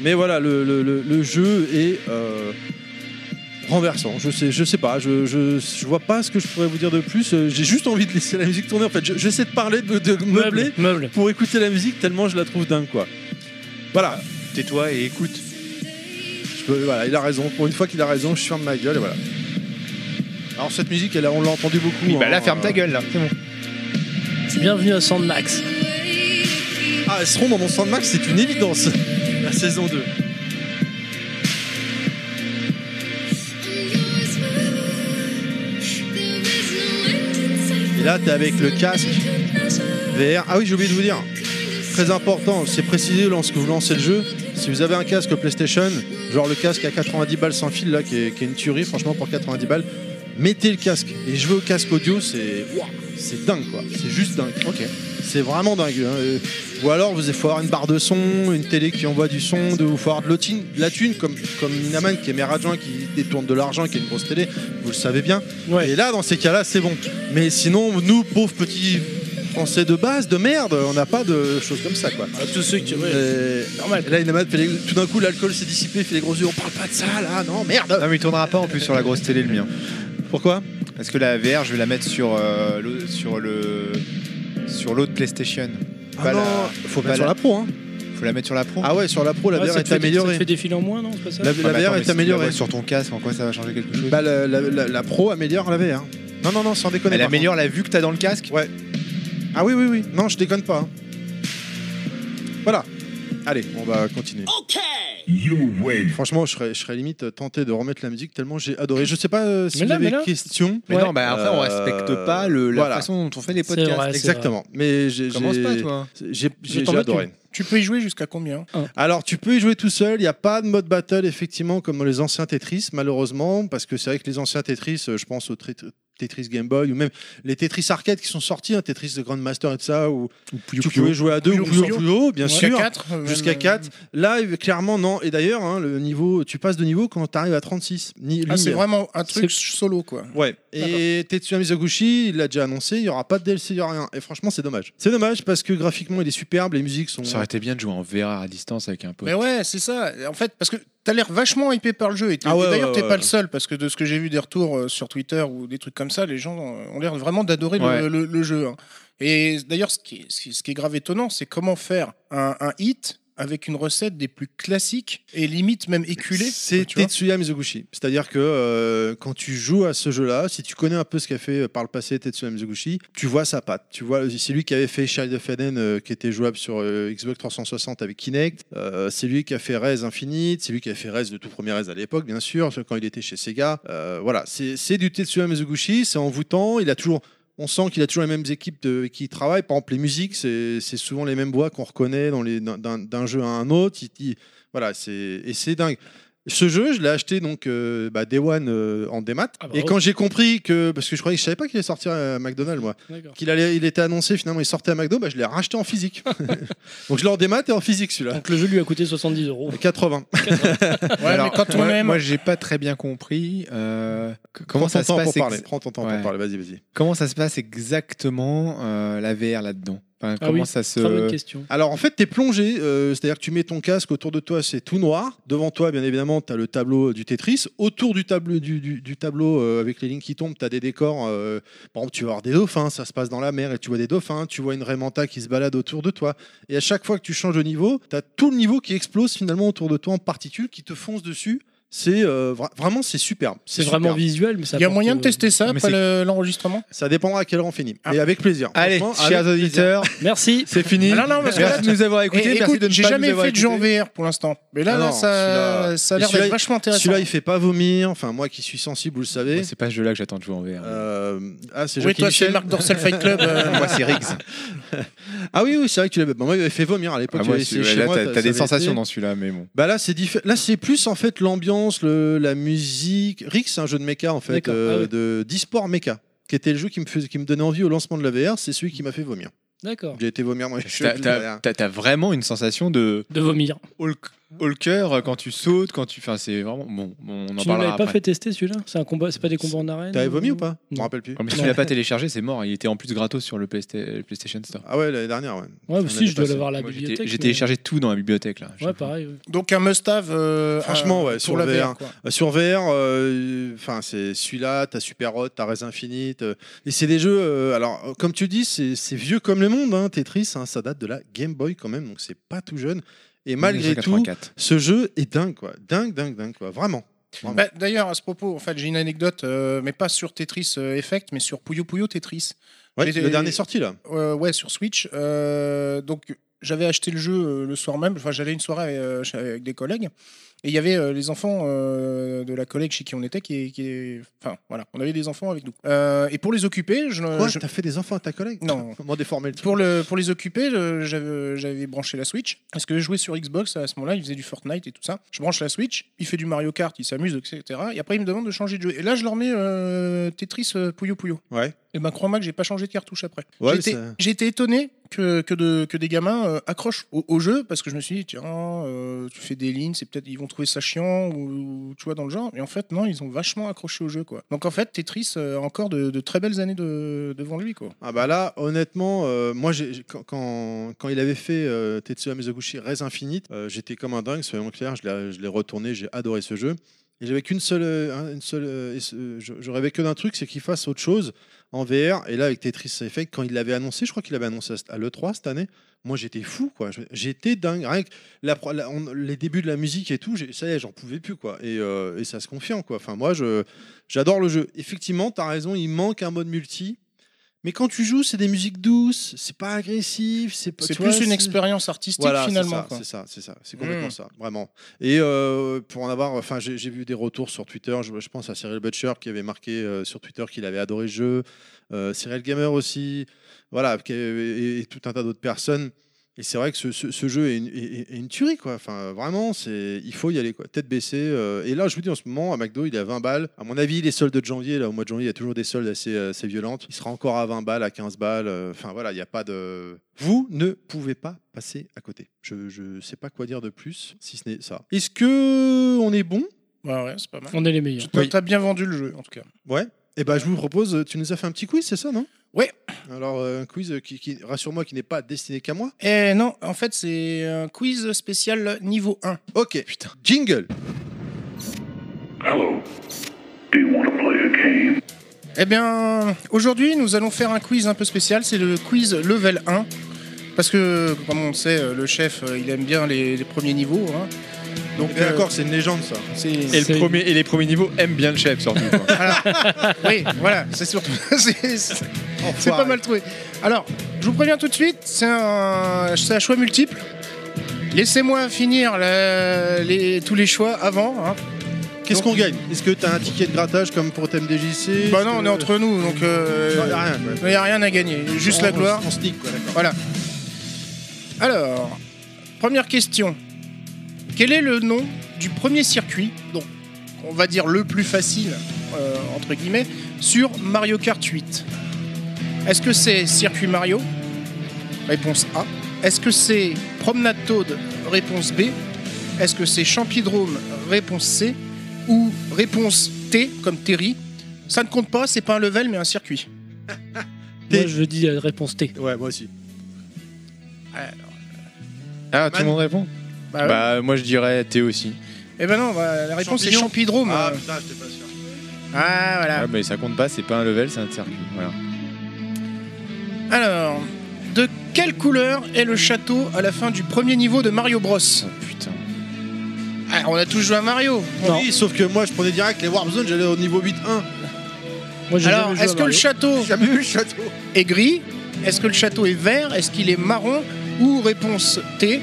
Mais voilà, le, le- le- le jeu est euh, renversant. Je sais, je sais pas, je, je, je vois pas ce que je pourrais vous dire de plus. Euh, J'ai juste envie de laisser la musique tourner. En fait, Je- j'essaie de parler, de, de meubler
Meuble. Meuble.
pour écouter la musique tellement je la trouve dingue, quoi. Voilà,
Tais-toi et écoute.
je peux- voilà, il a raison. Pour une fois qu'il a raison, je ferme ma gueule et voilà. Alors cette musique, elle, a- on l'a entendue beaucoup.
Oui, bah là,
hein,
ferme
euh,
ta gueule, là. C'est bon.
Bienvenue à Sandmax.
Ah, elles seront dans mon Sandmax, c'est une évidence. La saison 2.
Et là, t'es avec le casque.
VR. Ah oui, j'ai oublié de vous dire. Très important, c'est précisé lorsque vous lancez le jeu. Si vous avez un casque PlayStation, genre le casque à 90 balles sans fil, là, qui est, qui est une tuerie, franchement, pour 90 balles, mettez le casque. Et jouer au casque audio, c'est. Ouah, c'est dingue, quoi. C'est juste dingue. Ok. C'est vraiment dingue. hein. Euh, Ou alors, vous il faut avoir une barre de son, une télé qui envoie du son, de, ou faut avoir de la thune, de la thune comme, comme Inaman qui est maire adjoint, qui détourne de l'argent, qui a une grosse télé. Vous le savez bien.
Ouais.
Et là, dans ces cas-là, c'est bon. Mais sinon, nous, pauvres petits Français de base, de merde, on n'a pas de choses comme ça, quoi.
tous ceux qui.
Euh,
Normal.
Là, Inaman fait les- tout d'un coup, l'alcool s'est dissipé, il fait les gros yeux. On parle pas de ça, là, non, merde. Ah
Non, mais il tournera pas en plus sur la grosse télé, le mien.
Pourquoi
Parce que la VR, je vais la mettre sur, euh, l'au- sur le. Sur l'autre PlayStation.
Ah
Pas
non,
la-
faut
pas
mettre sur
la-
la pro. Hein.
Faut la mettre sur la pro.
Ah ouais, sur la pro, la
Ouais,
VR
ça te
est
fait- Ça te
améliorée.
fait des fils en moins, non C'est pas ça
La,
Ouais,
la
mais attends,
VR
mais si
est
tu la vois
améliorée.
Sur ton casque, en quoi ça va changer quelque chose
Bah, la, la- la- la pro améliore la VR. Non, non, non, sans déconner.
Elle
par
améliore la vue que t'as dans le casque
contre. Ah oui, oui, oui. Non, je déconne pas. hein. Voilà. Allez, on va continuer. Franchement, je serais, je serais limite tenté de remettre la musique tellement j'ai adoré. Je sais pas euh, si
Mais
vous
là,
avez
mais là.
questions.
Mais
Ouais.
non, bah après, on
Euh,
respecte pas le, la
voilà.
façon dont on fait les
C'est
podcasts.
vrai. c'est
Exactement. Mais j'ai
Commence
j'ai-
pas, toi.
j'ai- j'ai-
t'en
j'ai
veux,
adoré.
Tu peux y jouer jusqu'à combien
Alors, tu peux y jouer tout seul. Il n'y a pas de mode battle, effectivement, comme dans les anciens Tetris, malheureusement. Parce que c'est vrai que les anciens Tetris, euh, je pense au Tet- Tetris Game Boy ou même les Tetris arcade qui sont sortis, hein, Tetris de Grandmaster et tout ça, où tu pouvais jouer à deux ou
Puyo
plus haut,
Puyo.
plus haut, bien
Jusqu'à
sûr.
4 euh,
Jusqu'à
même,
4. Là, euh, clairement, non. Et d'ailleurs, hein, le niveau, tu passes de niveau quand tu arrives à 36. Ni,
Ah,
lui,
c'est
euh,
vraiment un truc solo, quoi.
Ouais. Et Tetsuya Mizoguchi, il l'a déjà annoncé, il n'y aura pas de DLC, il n'y aura rien. Et franchement, c'est dommage. C'est dommage parce que graphiquement, il est superbe, les musiques sont.
Ça aurait été bien de jouer en VR à distance avec un pote.
Mais ouais, c'est ça. En fait, parce que t'as l'air vachement hypé par le jeu. Et t'es-
Ah ouais,
et d'ailleurs,
ouais,
t'es
ouais,
pas
ouais.
le seul, parce que de ce que j'ai vu des retours euh, sur Twitter ou des trucs comme ça, les gens euh, ont l'air vraiment d'adorer le-
Ouais.
le, le jeu. hein. Et d'ailleurs, ce qui, est- ce qui- ce qui est grave étonnant, c'est comment faire un, un hit avec une recette des plus classiques et limite même éculée.
C'est
tu vois.
Tetsuya Mizoguchi. C'est-à-dire que euh, quand tu joues à ce jeu-là, si tu connais un peu ce qu'a fait euh, par le passé Tetsuya Mizoguchi, tu vois sa patte. Tu vois, c'est lui qui avait fait Child of Eden, euh, qui était jouable sur euh, Xbox 360 avec Kinect. Euh, c'est lui qui a fait Rez Infinite. C'est lui qui a fait Rez, le tout premier Rez à l'époque, bien sûr, quand il était chez Sega. Euh, voilà, c'est c'est du Tetsuya Mizoguchi. C'est envoûtant. Il a toujours on sent qu'il a toujours les mêmes équipes de- qui y travaillent. Par exemple, les musiques, c'est c'est souvent les mêmes voix qu'on reconnaît dans les- d'un- d'un d'un jeu à un autre. Il- il- voilà, c'est- et c'est dingue. Ce jeu, je l'ai acheté donc euh, bah, Day One euh, en démat.
Ah bah
et
oui.
quand j'ai compris que, parce que je croyais, je savais pas qu'il allait sortir à McDonald's, moi,
D'accord.
qu'il allait, il était annoncé finalement, il sortait à McDo, bah, je l'ai racheté en physique. donc je l'ai en démat et en physique celui-là.
Donc le jeu lui a coûté 70 euros.
80.
Ouais,
Alors,
mais quand on
moi,
aime.
moi, j'ai pas très bien compris euh, que- comment
Prends
ça
ton
se
temps
passe.
pour
ex-
parler. Prends ton temps
Ouais.
pour parler. Vas-y, vas-y.
Comment ça se passe exactement euh, la VR là-dedans Enfin,
Ah
Comment
oui,
ça se
Très
euh,
bonne question.
Alors en fait, t'es plongé, euh, c'est-à-dire que tu mets ton casque autour de toi, c'est tout noir. Devant toi, bien évidemment, t'as le tableau du Tetris. Autour du tableau, du, du- du tableau euh, avec les lignes qui tombent, t'as des décors. euh, par exemple, tu vas voir des dauphins, ça se passe dans la mer et tu vois des dauphins. Tu vois une Raymanta qui se balade autour de toi. Et à chaque fois que tu changes de niveau, t'as tout le niveau qui explose finalement autour de toi en particules qui te foncent dessus. C'est euh, vra- vraiment c'est superbe.
C'est vraiment
superbe.
visuel, mais ça.
Il y a
apporte,
moyen de
euh,
tester ça
mais c'est-
après le- l'enregistrement
Ça dépendra à quelle heure on finit. Et avec plaisir.
Ah. Allez,
Franchement,
chers
avec plaisir.
auditeurs,
Merci.
c'est fini.
Ah non, non, parce que là,
merci de nous avoir écoutés.
Eh,
merci de ne
écoute, j'ai
pas
jamais
nous avoir
fait de jeu en
écoutés.
VR pour l'instant. Mais là,
Ah
là,
non,
ça,
celui-là-
ça a l'air
celui-là,
d'être vachement intéressant.
Celui-là, il fait pas vomir. Enfin, moi qui suis sensible, vous le savez.
Moi, C'est pas ce jeu-là que j'attends de jouer en VR.
Euh, ah, c'est
Oui,
Jackie
toi, c'est
Michel.
Marc Dorcel Fight Club. euh,
Moi, c'est Riggs.
Ah oui, oui, c'est vrai que tu l'avais. bah, moi, il m'avait fait vomir à l'époque.
Ah, moi,
j'avais
c'est-
essayé
ouais,
chez
là,
moi,
t'as
ça-
t'as
ça
des
avait
sensations
été.
dans celui-là, mais bon.
Bah là, c'est diffé- Là, c'est plus en fait l'ambiance, le- la musique. Rick, c'est un jeu de méca en fait,
D'accord,
euh,
ah ouais.
de d'e-sport méca, qui était le jeu qui me, fais- qui me donnait envie au lancement de la VR. C'est celui qui m'a fait vomir.
D'accord.
J'ai été vomir moi. je suis
T'as-
obligé
T'as
d'aller.
t'as- t'as vraiment une sensation de
De vomir.
au le- au le cœur euh, quand tu sautes, quand tu. Enfin, c'est vraiment. Bon, bon, on en
tu ne
parlera
l'avais pas
après.
fait tester celui-là C'est un combat, c'est pas des combats en arène euh,
T'avais vomi ou pas Je me
Non.
rappelle plus.
Comme si tu
Non.
l'as pas téléchargé, c'est mort. Il était en plus gratos sur le PlaySta- le PlayStation Store.
Ah ouais, l'année dernière, ouais.
Ouais,
On
si
avait
je dois
passé.
l'avoir à la
Moi, j'ai té-
bibliothèque.
J'ai
mais-
téléchargé tout dans la bibliothèque là.
Ouais, pareil. ouais.
Donc un must-have. euh,
Franchement,
un-
ouais, sur
pour la
VR.
quoi.
Euh, Sur VR, euh, enfin c'est celui-là, t'as Super Hot, t'as Res Infinite, euh, et c'est des jeux. euh, alors euh, comme tu dis, c'est c'est vieux comme le monde. hein, Tetris, hein, ça date de la Game Boy quand même, donc c'est pas tout jeune. Et malgré tout,
1984.
ce jeu est dingue, quoi. Dingue, dingue, dingue, quoi. Vraiment. Vraiment.
Bah, D'ailleurs, à ce propos, en fait, j'ai une anecdote, euh, mais pas sur Tetris euh, Effect, mais sur Puyo Puyo Tetris.
Ouais,
j'étais-
le dernier sorti là.
Euh, ouais, sur Switch. Euh, donc, j'avais acheté le jeu euh, le soir même. Enfin, j'allais une soirée euh, chez- avec des collègues. Et il y avait euh, les enfants euh, de la collègue chez qui on était. Qui, qui- Enfin, voilà, on avait des enfants avec nous. Euh, et pour les occuper, je,
Quoi
Euh, je-
T'as fait des enfants à ta collègue
Non.
Comment déformer le truc
pour, le, pour les occuper, euh, j'avais j'avais branché la Switch. Parce que je jouais sur Xbox à ce moment-là, il faisait du Fortnite et tout ça. Je branche la Switch, il fait du Mario Kart, il s'amuse, etc. Et après, il me demande de changer de jeu. Et là, je leur mets euh, Tetris euh, Puyo Puyo.
Ouais.
Et ben, crois-moi que j'ai pas changé de cartouche après.
Ouais,
J'ai été-
ça-
j'ai été étonné que, que, de- que des gamins euh, accrochent au, au jeu parce que je me suis dit, tiens, euh, tu fais des lignes, c'est peut-être ils vont trouver ça chiant ou, ou tu vois dans le genre. Mais en fait, non, ils ont vachement accroché au jeu. quoi. Donc en fait, Tetris euh, a encore de, de très belles années de- devant lui. quoi.
Ah bah là, honnêtement, euh, moi, j'ai- j'ai- quand, quand, quand il avait fait euh, Tetsuya Mizoguchi Res Infinite, euh, j'étais comme un dingue, soyons clairs, je l'ai- je l'ai retourné, j'ai adoré ce jeu. Et j'avais qu'une seule, euh, un- une seule, euh, et ce- euh, je, je rêvais que d'un truc, c'est qu'il fasse autre chose en VR. Et là, avec Tetris Effect, quand il l'avait annoncé, je crois qu'il l'avait annoncé à ce- à l'E3 cette année, moi j'étais fou, quoi. Je- J'étais dingue. Rien que la pro- la- on- les débuts de la musique et tout, j'ai- ça y est, j'en pouvais plus, quoi. Et, euh, et ça se confirme, quoi. Enfin, moi, je, j'adore le jeu. Effectivement, t'as raison, il manque un mode multi. Mais quand tu joues, c'est des musiques douces, c'est pas agressif, c'est pas.
C'est
tu vois,
plus une
c'est-
expérience artistique
Voilà, c'est
finalement.
ça,
quoi.
c'est ça, c'est ça, c'est complètement
Mm.
ça, vraiment. Et euh, pour en avoir, enfin, j'ai j'ai vu des retours sur Twitter. Je, je pense à Cyril Butcher qui avait marqué euh, sur Twitter qu'il avait adoré le jeu, euh, Cyril Gamer aussi, voilà, qui- et, et tout un tas d'autres personnes. Et c'est vrai que ce, ce- ce jeu est une, est- est- est une tuerie, quoi. Enfin, vraiment, c'est il faut y aller, quoi. Tête baissée. euh, Et là, je vous dis, en ce moment, à McDo, il est à 20 balles. À mon avis, les soldes de janvier, là, au mois de janvier, il y a toujours des soldes assez, euh, assez violentes. Il sera encore à 20 balles, à 15 balles. euh, Enfin, voilà, il n'y a pas de. Vous ne pouvez pas passer à côté. Je ne sais pas quoi dire de plus, si ce n'est ça. Est-ce que on est bon
Ouais, ouais, c'est pas mal.
On est les meilleurs.
Toi, T'as bien vendu le jeu en tout cas.
Ouais. Eh ben, je vous propose. Tu nous as fait un petit quiz, c'est ça, non
Ouais.
Alors, euh, un quiz qui, qui rassure-moi, qui n'est pas destiné qu'à moi.
Et non, en fait, c'est un quiz spécial niveau 1.
Ok. Putain. Jingle.
Eh bien, aujourd'hui, nous allons faire un quiz un peu spécial. C'est le quiz level 1. Parce que, comme on le sait, euh, le chef, euh, il aime bien les, les premiers niveaux. hein. Donc,
Eh, D'accord, c'est une légende, ça.
euh, c'est.
Et,
C'est-
le premier, et les premiers niveaux aiment bien le chef surtout. quoi.
Oui, voilà, c'est surtout. c'est- c'est c'est
Enfoiré.
pas mal trouvé. Alors, je vous préviens tout de suite, c'est un, c'est un choix multiple. Laissez-moi finir la- les- tous les choix avant. hein.
Qu'est-ce qu'on gagne Est-ce que t'as un ticket de grattage comme pour TMDJC
Bah non, on est entre nous, donc
Non, y
euh,
a rien. ouais.
il n'y a rien à gagner. Juste la
On-
gloire.
On se nique, quoi, d'accord.
Alors, première question. Quel est le nom du premier circuit, donc on va dire le plus facile, euh, entre guillemets, sur Mario Kart 8 Est-ce que c'est Circuit Mario Réponse A. Est-ce que c'est Promenade Toad Réponse B. Est-ce que c'est Champidrome Réponse C. Ou réponse T, comme Terry Ça ne compte pas, c'est pas un level, mais un circuit.
Moi, je dis la réponse T.
Ouais, moi aussi.
Ah, tout le monde répond
Bah,
Bah, moi je dirais T aussi.
Eh ben non, bah, la réponse
Champignon.
est Champidrome.
Ah
euh.
putain, j'étais pas sûr.
Ah, voilà.
Ah, mais ça compte pas, c'est pas un level, c'est un circuit. Voilà.
Alors, de
Oh,
quelle couleur est le château à la fin du premier niveau de Mario Bros
Putain.
Ah, Bah, on a tous joué à Mario.
Oui, sauf que moi je prenais direct les Warp Zone, j'allais au niveau 8-1.
Alors, est-ce que le château
J'ai jamais vu le château.
est gris Est-ce que le château est vert Est-ce qu'il est marron Ou réponse T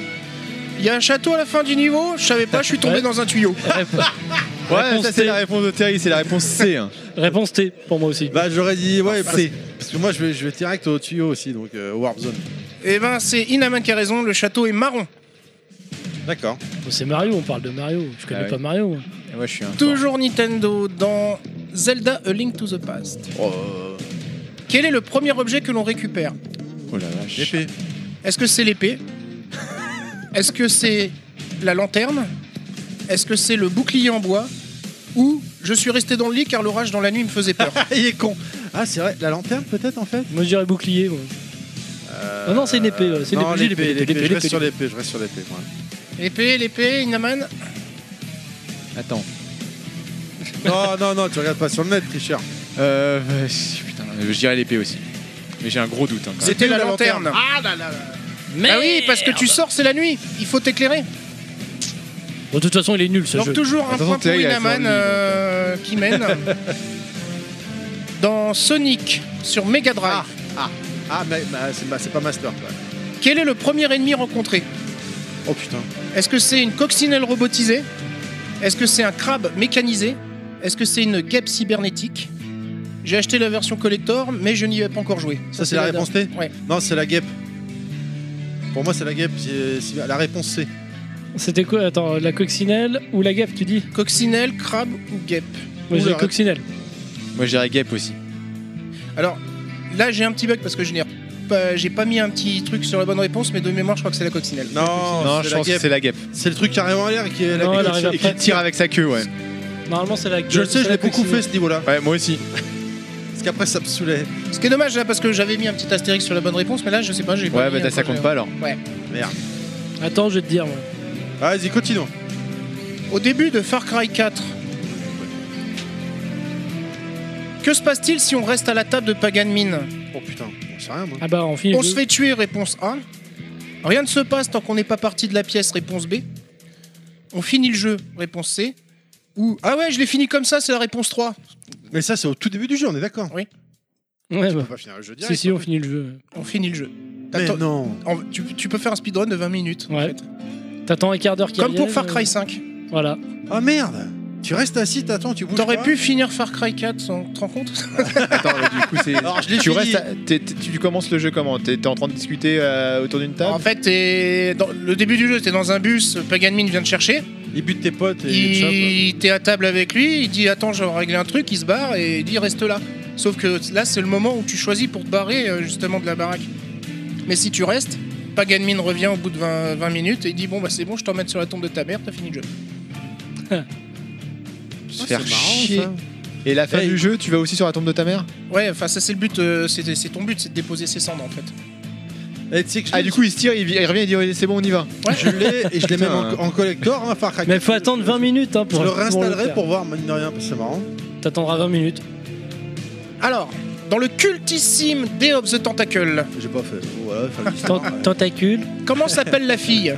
Il y a un château à la fin du niveau Je savais pas, je suis tombé dans un tuyau.
Ouais,
Réponse
ça c'est
T.
la réponse de Thierry, c'est la réponse C. hein.
Réponse T pour moi aussi.
Bah j'aurais dit ouais parce,
C.
parce que moi je vais, je vais direct au tuyau aussi donc euh, au Warp Zone.
Eh ben, c'est Inaman qui a raison, le château est marron.
D'accord.
Bon, c'est Mario, on parle de Mario. Je connais
Ah
Bah
oui.
pas Mario. moi.
Et Ouais, je suis un.
Toujours Nintendo dans Zelda A Link to the Past. Quel est le premier objet que l'on récupère
Oh la vache.
Épée.
Est-ce que c'est l'épée Est-ce que c'est la lanterne Est-ce que c'est le bouclier en bois Ou je suis resté dans le lit car l'orage dans la nuit me faisait peur
Ah, il est con. Ah c'est vrai, la lanterne peut-être en fait
Moi je dirais bouclier. moi. Ah non, c'est une épée, ouais, c'est
Non,
l'épée,
l'épée, l'épée,
l'épée,
Je reste
l'épée,
sur l'épée, je reste sur l'épée. moi.
L'épée, l'épée, Inaman
Attends.
Non, non, non, tu regardes pas sur le net, tricheur.
Euh, euh, putain, euh, je dirais l'épée aussi. Mais j'ai un gros doute. hein, quand même.
C'était la
la
lanterne.
lanterne
Ah là là là Mais Ah oui, parce que tu sors, c'est la nuit. Il faut t'éclairer.
Bon, de toute façon, il est nul ce
Donc
jeu.
toujours un
Attention,
point pour
Thierry, il a
Inaman
fait un lit,
euh, qui mène. Dans Sonic sur Mega Drive,
Ah mais bah, c'est bah, c'est pas master quoi.
quel est le premier ennemi rencontré
Oh putain.
Est-ce que c'est une coccinelle robotisée Est-ce que c'est un crabe mécanisé Est-ce que c'est une guêpe cybernétique J'ai acheté la version collector, mais je n'y ai pas encore joué.
Ça c'est la réponse T
Ouais.
Non, c'est la guêpe. Pour moi c'est la guêpe, c'est- c'est la réponse C.
C'était quoi Attends, la coccinelle ou la gaffe, tu dis
Coccinelle, crabe ou guêpe
Moi je
Oula.
dirais coccinelle.
Moi, je dirais Gap aussi.
Alors là, j'ai un petit bug parce que je n'ai pas, j'ai pas mis un petit truc sur la bonne réponse, mais de mémoire, je crois que c'est la coccinelle.
Non,
non,
c'est
je
la
pense que
guêpe.
c'est la Gap.
C'est le truc carrément à l'air qui est la
Non,
guêpe.
elle arrive
Et qui-
après.
Tire avec sa queue, ouais.
Normalement, c'est la
Je le sais,
c'est
je
la
l'ai beaucoup
coccinelle.
fait ce niveau-là.
Ouais, moi aussi.
Parce qu'après ça me saoulait.
Ce qui est dommage là parce que j'avais mis un petit astérix sur la bonne réponse, mais là, je sais pas, j'ai pas.
Ouais,
mis
bah
un
ça
projet.
compte pas alors.
Attends, je vais te dire. moi.
Ah, Vas-y, continuons.
Au début de Far Cry 4, que se passe-t-il si on reste à la table de Paganmine
Oh putain, on sait rien moi.
Ah bah, on finit.
On
le
se
jeu.
fait tuer, réponse A. Rien ne se passe tant qu'on n'est pas parti de la pièce, réponse B. On finit le jeu, réponse C. Ou Ah ouais, je l'ai fini comme ça, c'est la réponse 3.
Mais ça c'est au tout début du jeu, on est d'accord.
Ouais,
On
bah.
va finir le jeu
Si,
direct. hein.
si, on finit le jeu.
On finit le jeu.
Mais
T'attends-
non.
en- tu, tu peux faire un speedrun de 20 minutes. en
Ouais.
fait.
T'attends un quart d'heure qui
Comme pour
arrive,
Far Cry
euh,
5.
Voilà.
Ah merde Tu restes assis, t'attends, tu bouges
T'aurais
pas.
pu finir Far Cry 4 sans te rendre compte
Attends, mais du coup, c'est.
Alors, je l'ai
tu
fini.
restes. à- t'es- t'es- tu commences le jeu comment T'es t'es en train de discuter euh, autour d'une table
En fait, t'es dans le début du jeu, t'es dans un bus, Paganmin vient te chercher.
Il bute tes potes et il te chope.
Il t'es à table avec lui, il dit attends, je vais régler un truc, il se barre et il dit reste là. Sauf que là, c'est le moment où tu choisis pour te barrer euh, justement de la baraque. Mais si tu restes, Paganmin revient au bout de 20, 20 minutes et il dit bon bah c'est bon, je t'emmène sur la tombe de ta mère, t'as fini le jeu.
Se
Ah,
faire
c'est marrant,
chier.
ça.
Et la fin
Hey.
du jeu, tu vas aussi sur la tombe de ta mère
Ouais, enfin ça c'est le but, euh, c'est c'est ton but, c'est de déposer ses cendres en fait.
Et Eh, tu sais que je
Ah, du coup, il se tire, il, vi- il revient, il dit Ouais, c'est bon, on y va.
je l'ai et je l'ai même en,
Putain.
en collector, hein, Far Cry.
Mais faut attendre 20 minutes hein,
Je
pour
le
pour
réinstallerai
faire.
pour voir, mine de rien, parce que c'est marrant.
T'attendras 20 minutes.
Alors, dans le cultissime Day of the Tentacle,
J'ai pas fait. Voilà, il fallait
Tent-
l'histoire.
Tentacule,
comment s'appelle la fille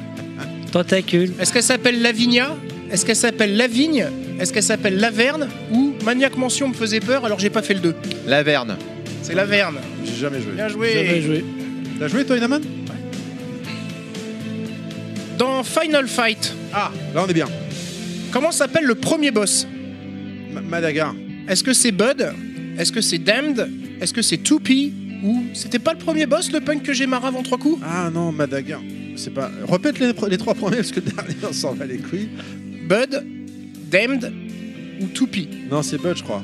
tentacule.
Est-ce qu'elle s'appelle Lavinia Est-ce qu'elle s'appelle Lavigne Est-ce qu'elle s'appelle Laverne Ou Maniac Mention me faisait peur alors j'ai pas fait le 2.
Laverne.
C'est Laverne.
J'ai jamais joué.
Bien
Jamais
joué.
joué.
T'as joué toi, Inaman
Dans Final Fight,
Ah, là on est bien.
comment s'appelle le premier boss
Ma- Madagar.
Est-ce que c'est Bud Est-ce que c'est Damned Est-ce que c'est Toopy Ou c'était pas le premier boss, le punk que j'ai marre avant trois coups
Ah non, Madagar. C'est pas. Repète les, les trois premiers parce que le dernier on s'en va les couilles.
Bud, Damned ou Toopy
Non, c'est Bud, je crois.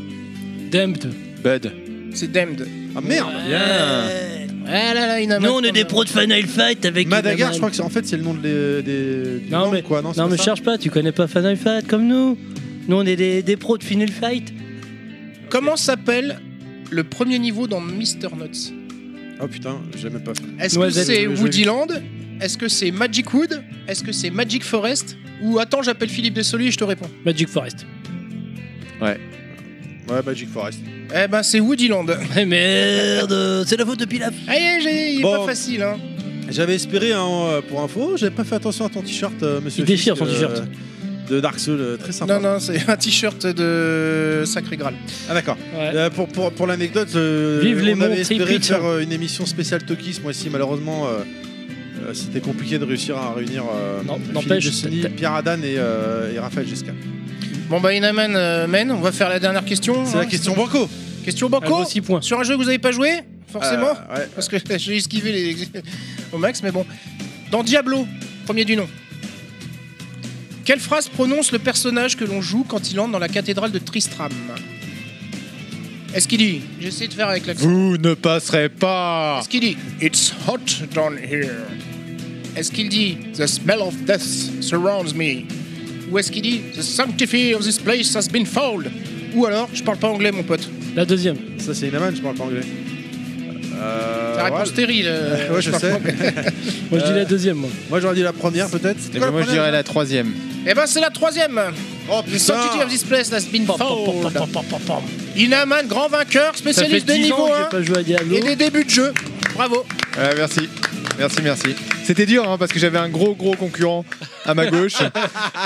Damned.
Bud.
C'est Damned.
Ah merde
Bien.
Ouais.
Ah là là, Inaman,
Nous, on est
comme-
des pros de Final Fight avec.
Madagar,
Inaman.
je crois que c'est en fait c'est le nom de les- des. du
Non,
gang,
mais-
quoi, non, c'est
Non
pas
mais
ça
cherche pas, tu connais pas Final Fight comme nous.
Nous, on est des, des pros de Final Fight.
Comment s'appelle le premier niveau dans Mr. Nuts
Oh putain, j'ai même pas fait.
Est-ce que
Noisette,
c'est
le jeu
Woodyland Est-ce que c'est Magic Wood Est-ce que c'est Magic Forest Ou attends, j'appelle Philippe Dessoli et je te réponds.
Magic Forest.
Ouais, Magic Forest.
Eh ben, c'est Woodyland.
Eh merde, c'est la faute de Pilaf.
Allez, j'ai- il est
Bon.
pas facile, hein.
J'avais espéré, hein, euh, pour info, j'avais pas fait attention à ton t-shirt, euh, monsieur.
Il déchire
Fisk,
son t-shirt.
de Dark Souls, euh, très sympa.
Non, non, c'est un t-shirt de Sacré Graal.
Ah d'accord.
Ouais.
Euh, pour pour, pour l'anecdote, euh,
Vive les
on avait
Monty
espéré
Python.
faire euh, une émission spéciale Toki ce mois-ci. Malheureusement, euh, euh, c'était compliqué de réussir à réunir euh,
Non,
Philippe
n'empêche,
Gessoni,
t'as-
Pierre Adan et, euh, et Raphaël Jesca.
Bon, bah, Inaman, euh, Men, on va faire la dernière question.
C'est la
hein.
question Banco
Question
Elle vaut
banco.
six points.
Sur un jeu que vous n'avez pas joué, forcément.
Euh, ouais.
Parce que j'ai esquivé les... au max, mais bon. Dans Diablo, premier du nom. Quelle phrase prononce le personnage que l'on joue quand il entre dans la cathédrale de Tristram Est-ce qu'il dit J'essaie de faire avec l'accent.
Vous ne passerez pas
Est-ce qu'il dit It's hot down here Est-ce qu'il dit The smell of death surrounds me Ou est-ce qu'il dit The sanctity of this place has been fouled Ou alors, je parle pas anglais, mon pote.
La deuxième.
Ça c'est Inaman, je parle pas anglais. Euh,
La réponse
ouais.
stérile. euh,
Ouais, je
parle
sais.
pas anglais.
Moi, je dis
Euh,
la deuxième. moi.
Moi j'aurais dit la première peut-être. C'était
Eh
quoi
ben, moi je
première
dirais la troisième.
Eh ben, c'est la troisième
Oh
The sanctity of
putain
this place has been fouled Inaman, grand vainqueur,
Ça fait
spécialiste des
10 ans
niveaux
que
1
j'ai pas joué à Diablo.
et des débuts de jeu. Bravo
Ouais, merci. Merci, merci. C'était dur hein, parce que j'avais un gros gros concurrent à ma gauche,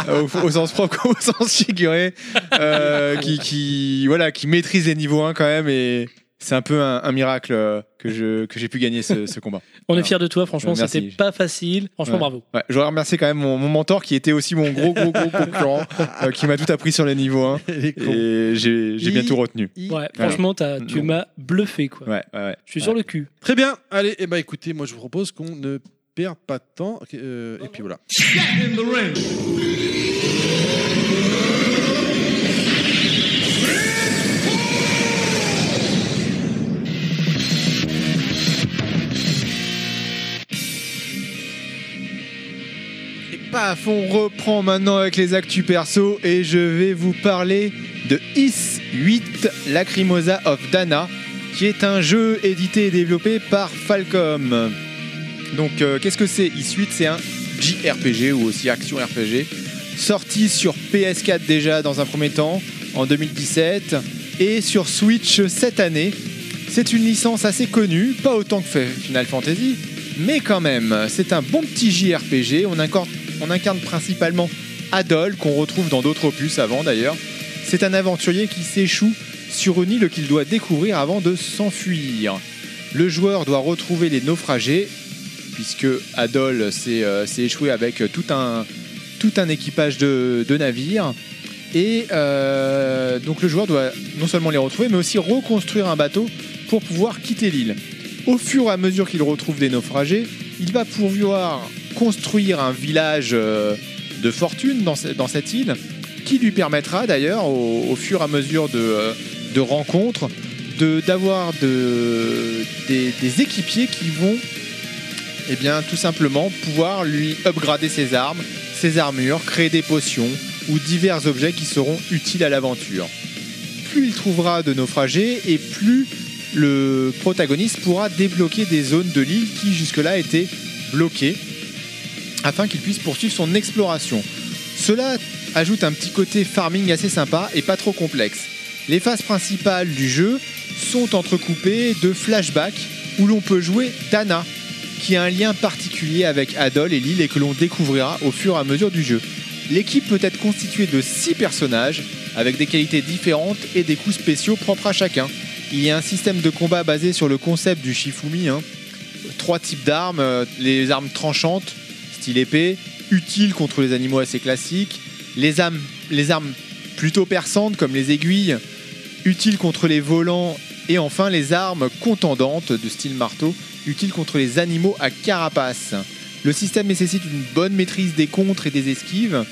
euh, au, au sens propre comme au sens figuré, euh, qui, qui voilà qui maîtrise les niveaux 1 quand même et c'est un peu un, un miracle euh, que je que j'ai pu gagner ce, ce combat.
On est fiers de toi, franchement,
Euh, merci.
c'était pas facile. Franchement,
Ouais.
bravo.
Ouais, je voudrais remercier quand même mon, mon mentor qui était aussi mon gros gros gros concurrent euh, qui m'a tout appris sur les niveaux 1
Les cons.
et j'ai j'ai bien tout retenu.
Ouais, franchement, t'as- tu
Non.
m'as bluffé, quoi.
Ouais, ouais, ouais.
Je suis sur le cul.
Très bien, allez, et bah écoutez, moi je vous propose qu'on ne perde pas de temps. Ok, euh, et puis voilà.
Et paf, on reprend maintenant avec les actus perso et je vais vous parler de Is 8 Lacrimosa of Dana, qui est un jeu édité et développé par Falcom. Donc, euh, qu'est-ce que c'est Is 8 C'est un JRPG ou aussi action RPG, sorti sur PS4 déjà dans un premier temps, en 2017, et sur Switch cette année. C'est une licence assez connue, pas autant que Final Fantasy, mais quand même, c'est un bon petit JRPG. On incorpore on incarne principalement Adol, qu'on retrouve dans d'autres opus avant d'ailleurs. C'est un aventurier qui s'échoue sur une île qu'il doit découvrir avant de s'enfuir. Le joueur doit retrouver les naufragés, puisque Adol s'est euh, s'est échoué avec tout un, tout un équipage de, de navires. Et euh, donc le joueur doit non seulement les retrouver, mais aussi reconstruire un bateau pour pouvoir quitter l'île. Au fur et à mesure qu'il retrouve des naufragés, il va pouvoir construire un village euh, de fortune dans, ce- dans cette île, qui lui permettra d'ailleurs, au, au fur et à mesure de, euh, de rencontres, de- d'avoir de- des, des équipiers qui vont eh bien, tout simplement pouvoir lui upgrader ses armes, ses armures, créer des potions ou divers objets qui seront utiles à l'aventure. Plus il trouvera de naufragés et plus le protagoniste pourra débloquer des zones de l'île qui jusque-là étaient bloquées afin qu'il puisse poursuivre son exploration. Cela ajoute un petit côté farming assez sympa et pas trop complexe. Les phases principales du jeu sont entrecoupées de flashbacks où l'on peut jouer Dana, qui a un lien particulier avec Adol et l'île et que l'on découvrira au fur et à mesure du jeu. L'équipe peut être constituée de 6 personnages avec des qualités différentes et des coups spéciaux propres à chacun. Il y a un système de combat basé sur le concept du Shifumi. hein. Trois types d'armes, euh, les armes tranchantes, style épée, utiles contre les animaux assez classiques, les armes, les armes plutôt perçantes comme les aiguilles, utiles contre les volants, et enfin les armes contendantes de style marteau, utiles contre les animaux à carapace. Le système nécessite une bonne maîtrise des contres et des esquives,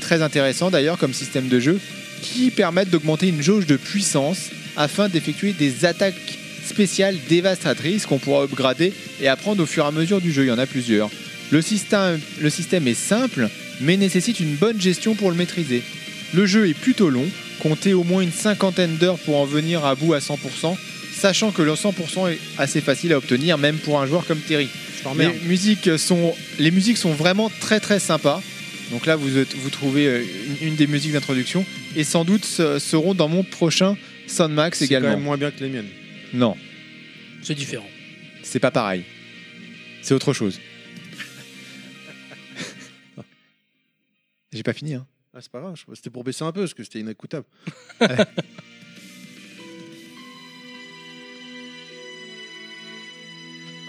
très intéressant d'ailleurs comme système de jeu, qui permettent d'augmenter une jauge de puissance afin d'effectuer des attaques spéciales dévastatrices qu'on pourra upgrader et apprendre au fur et à mesure du jeu. Il y en a plusieurs. Le système, le système est simple, mais nécessite une bonne gestion pour le maîtriser. Le jeu est plutôt long, comptez au moins une cinquantaine d'heures pour en venir à bout à 100%, sachant que le 100% est assez facile à obtenir, même pour un joueur comme Terry. Les musiques sont, les musiques sont vraiment très très sympas. Donc là, vous, êtes- vous trouvez euh, une, une des musiques d'introduction, et sans doute ce- seront dans mon prochain Soundmax
C'est quand
également.
même moins bien que les miennes.
Non.
C'est différent.
C'est pas pareil. C'est autre chose. J'ai pas fini, hein.
Ah, c'est pas grave, je- c'était pour baisser un peu parce que c'était inécoutable.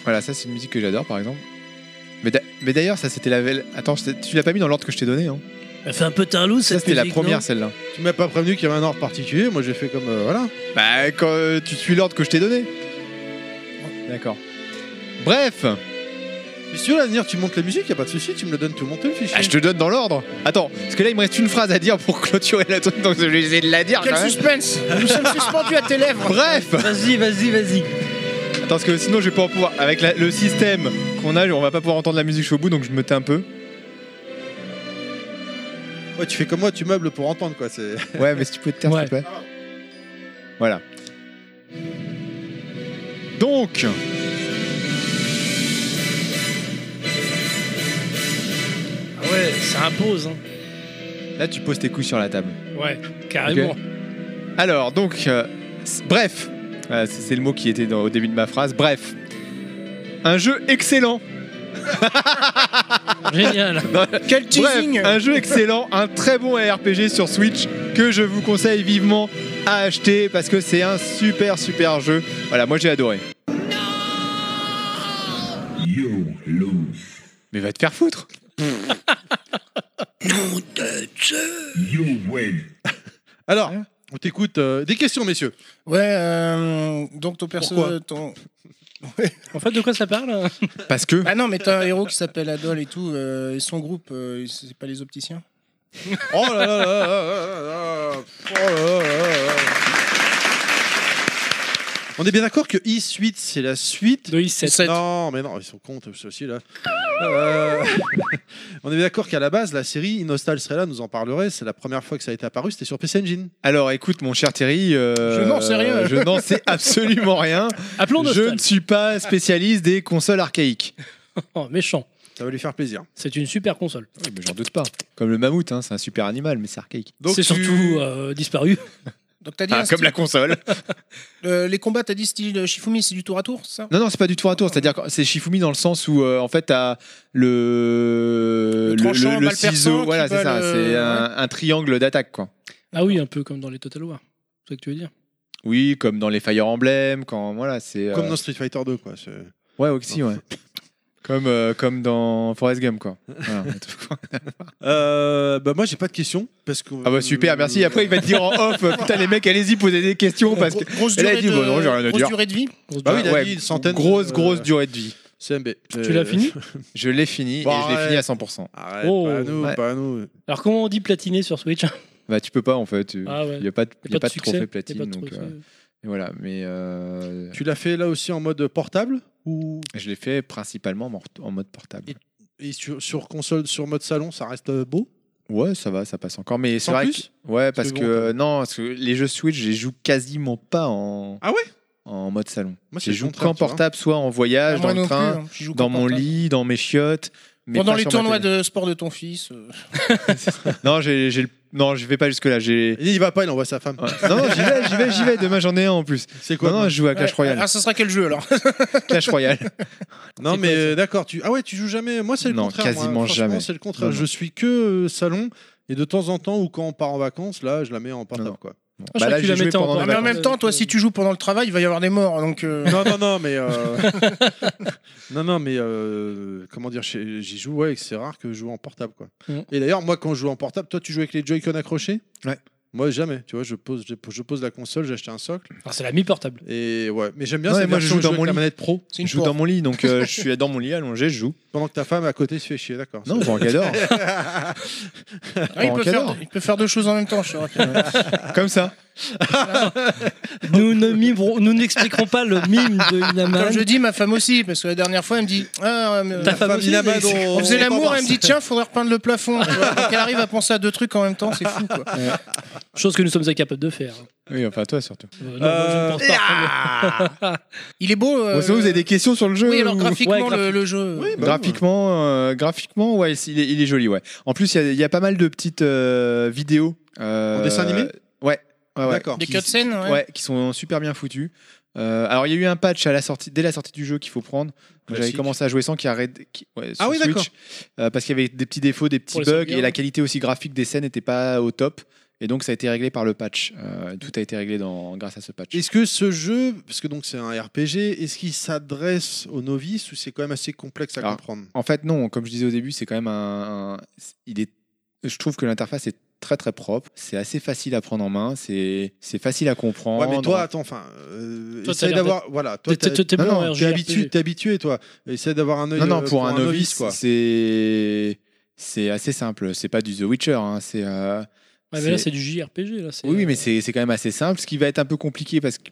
Voilà, ça c'est une musique que j'adore par exemple. Mais d'a- mais d'ailleurs, ça c'était la. vel- Attends, je t'ai- tu l'as pas mis dans l'ordre que je t'ai donné. Hein.
Elle fait un peu tarlou
Ça
cette
c'était la
musique,
première
non
celle-là.
Tu m'as pas prévenu qu'il y avait un ordre particulier, moi j'ai fait comme. euh, voilà.
Bah, quand euh, tu suis l'ordre que je t'ai donné. D'accord. Bref,
Mais si tu veux, à l'avenir, tu montes la musique, y a pas de souci, tu me le donnes tout monté le fichier.
ah, je te donne dans l'ordre. Attends, parce que là il me reste une phrase à dire pour clôturer la truc, donc je vais essayer de la dire.
Quel
quand même.
suspense Nous sommes suspendus à tes lèvres
Ah, Bref,
Vas-y, vas-y, vas-y.
Attends, parce que sinon je vais pas en pouvoir. Avec la- le système qu'on a, on va pas pouvoir entendre la musique jusqu'au bout, donc je me tais un peu.
Ouais, tu fais comme moi, tu meubles pour entendre quoi. C'est...
Ouais, mais si tu peux te taire,
Ouais.
s'il te plaît. Voilà. Donc.
Ah ouais, ça impose. Hein.
Là, tu poses tes couilles sur la table.
Ouais, carrément.
Alors, donc, euh, c- bref, Euh, c'est c'est le mot qui était dans- au début de ma phrase. Bref, un jeu excellent.
Génial.
Quel teasing
Bref, un jeu excellent, un très bon RPG sur Switch que je vous conseille vivement à acheter parce que c'est un super super jeu. Voilà, moi j'ai adoré. Mais va te faire foutre.
Alors, on t'écoute. euh, des questions, messieurs.
Ouais, euh, donc ton perso...
Pourquoi
Ton...
En fait, de quoi ça parle hein
Parce que
Ah non, mais t'as un héros qui s'appelle Adol et tout, euh, et son groupe, euh, c'est pas les opticiens
Oh là là là là là là là. Oh là là là là. On est bien d'accord que E-Suite, c'est la suite.
De I7.
Sept.
Non, mais non, ils sont cons, ceux-ci là. Euh, On est bien d'accord qu'à la base, la série Nostal serait là, nous en parlerait. C'est la première fois que ça a été apparu, c'était sur PC Engine.
alors écoute mon cher Thierry, euh,
Je n'en sais rien.
Je n'en sais absolument rien.
Appelons
je
Nostal.
ne suis pas spécialiste des consoles archaïques.
Oh, méchant.
Ça va lui faire plaisir.
C'est une super console.
mais j'en doute pas. Comme le mammouth, hein, c'est un super animal, mais c'est archaïque.
Donc
C'est
tu-
surtout euh, disparu.
Donc t'as dit... un style-
Ah, console.
euh, les combats, t'as dit style Shifumi, c'est du tour à tour, ça
Non, non, c'est pas du tour à tour. C'est-à-dire que c'est Shifumi dans le sens où, euh, en fait, t'as le.
Le tranchant, balle perçant qui euh,
Voilà, c'est
va
ça.
le-
C'est un, un triangle d'attaque, quoi.
Ah oui, un peu comme dans les Total War. C'est ça que tu veux dire
Oui, comme dans les Fire Emblem, quand. Voilà, c'est. euh,
Comme dans Street Fighter 2, quoi. c'est-
Ouais, aussi, ouais. comme, euh, comme dans Forest Gum, quoi. Voilà.
Euh, bah moi j'ai pas de questions parce que
ah bah super, merci. Après, il va te dire en off, putain, les mecs, allez-y, posez des questions parce que.
Gro- grosse
Elle a
durée
dit,
de-
bon, non, j'ai rien à
grosse
dire.
durée de vie
Grosse
Bah oui, il a
Ouais,
dit une centaine. de-
Grosse, grosse
euh,
durée de vie. Bah,
CMB.
Tu l'as fini
Je l'ai fini
Bon,
et je l'ai fini
ouais.
à 100%.
Euh, Arrête,
Oh.
pas à nous,
Ouais.
pas à nous.
Alors comment on dit platiner sur Switch
Bah, tu peux pas, en fait. Il
Ah ouais.
n'y a pas de,
Il
y a pas de
succès.
trophée
Y a
platine.
pas de
donc,
succès.
euh, voilà, mais. euh,
Tu l'as fait là aussi en mode portable ou
Je l'ai fait principalement mort- en mode portable.
et sur, sur console, sur mode salon, ça reste euh, beau
Ouais, ça va, ça passe encore. Mais c'est
Sans
vrai
plus
que, ouais, parce
que
que
bon,
euh, non, parce que les jeux Switch, je les joue quasiment pas en
Ah ouais
en mode salon.
Moi,
Je les
le
joue
contraire,
qu'en
tu vois.
portable, soit Ah, en voyage,
Moi
dans
non
le
plus,
train,
hein, je joue
dans
qu'en
mon
portable.
lit, dans mes chiottes. Mais
Pendant
pas
les
sur ma
tournois
télé.
de sport de ton fils. euh,
Non, j'ai, j'ai le- non, je vais pas jusque là. J'ai
Il y va pas, il envoie sa femme.
Ouais. non, non, j'y vais, j'y vais, j'y vais. Demain, j'en ai un en plus.
C'est quoi
Non, non, je joue à Clash
ouais,
Royale.
Ah, ça sera quel jeu alors
Clash Royale.
Non, mais euh, d'accord, tu ah ouais, tu joues jamais. Moi c'est le
Non,
contraire.
quasiment
moi. Franchement,
jamais.
C'est le contraire.
Non, non.
Je suis que euh, salon et de temps en temps ou quand on part en vacances, là, je la mets en portable
Non, non.
quoi.
Bon,
je crois que tu
j'ai
la
joué
mettais en
pendant les
Ah,
portable.
Mais en
vacances.
même temps, toi, si tu joues pendant le travail, il va y avoir des morts. Donc, euh,
Non, non, non, mais euh, non, non, mais euh, comment dire, chez- j'y joue ouais, et c'est rare que je joue en portable quoi.
Mm.
Et d'ailleurs, moi quand je joue en portable, toi tu joues avec les Joy-Con accrochés
Ouais.
Moi jamais, tu vois, je pose, je, je pose la console, j'ai acheté un socle
Ah, c'est la mi-portable.
et ouais, mais j'aime bien.
Non,
cette
mais moi, je
version
joue dans
avec
mon
la
lit.
manette pro
c'est
Je
une
joue dans
porte.
mon lit, donc euh, je suis dans mon lit allongé, je joue.
pendant que ta femme à côté se fait chier, d'accord.
Non, Vangador.
Ah, il,
en
peut
cadre.
faire, il peut faire deux choses en même temps, je te rappelle.
Comme ça.
Nous ne mimerons- nous n'expliquerons pas le mime de Inaman.
Bah
Comme je dis, ma femme aussi, parce que la dernière fois, elle me dit ah, euh,
Ta euh, femme aussi,
Inaman,
mais c'est-
On faisait l'amour, elle me dit tiens, faudrait repeindre le plafond. tu vois. Donc elle arrive à penser à deux trucs en même temps, c'est fou quoi.
Chose que nous sommes incapables de faire.
Oui, enfin toi surtout.
Euh, non, moi, je ne pense pas.
Il est beau. euh,
Bon, sinon, vous avez des questions sur le jeu
Oui, alors
ou-
graphiquement,
Ouais, graphique.
le, le jeu.
Oui, bah,
Graphiquement, euh, graphiquement, ouais, c'est- il est, il est joli, ouais. En plus, il y a- il y, a pas mal de petites euh, vidéos. euh,
En dessin animé
Ouais. ouais, ouais.
D'accord.
Des
Qui-
cutscenes, ouais.
Ouais, qui sont super bien foutues. Euh, alors, il y a eu un patch à la sortie, dès la sortie du jeu qu'il faut prendre. Moi, J'avais
Classique.
commencé à jouer sans qui arrête. qui- ouais, sur
Ah oui,
Switch,
d'accord.
euh, parce qu'il y avait des petits défauts, des petits
Pour les
bugs et
sauvegardes.
la qualité aussi graphique des scènes n'était pas au top. Et donc, ça a été réglé par le patch. Euh, tout a été réglé dans, grâce à ce patch.
Est-ce que ce jeu, parce que donc c'est un RPG, est-ce qu'il s'adresse aux novices ou c'est quand même assez complexe à
Alors,
comprendre
En fait, non. Comme je disais au début, c'est quand même un. un- il est. Je trouve que l'interface est très très propre. C'est assez facile à prendre en main. C'est c'est facile à comprendre.
Ouais, mais toi, attends, enfin, euh,
t'as
essaye
l'air
d'avoir, voilà, toi,
t'es-
t'as-
t'es- t'es
non,
bon en
non,
RPG.
t'es habitué, t'es habitué, toi. Essaye d'avoir un œil.
non non
euh,
pour, un, novice, c'est c'est assez simple. C'est pas du The Witcher. hein, C'est euh,
Ouais,
c'est-
mais là, c'est du JRPG. Là, c'est-
Oui, oui,
euh,
mais c'est c'est quand même assez simple. Ce qui va être un peu compliqué parce que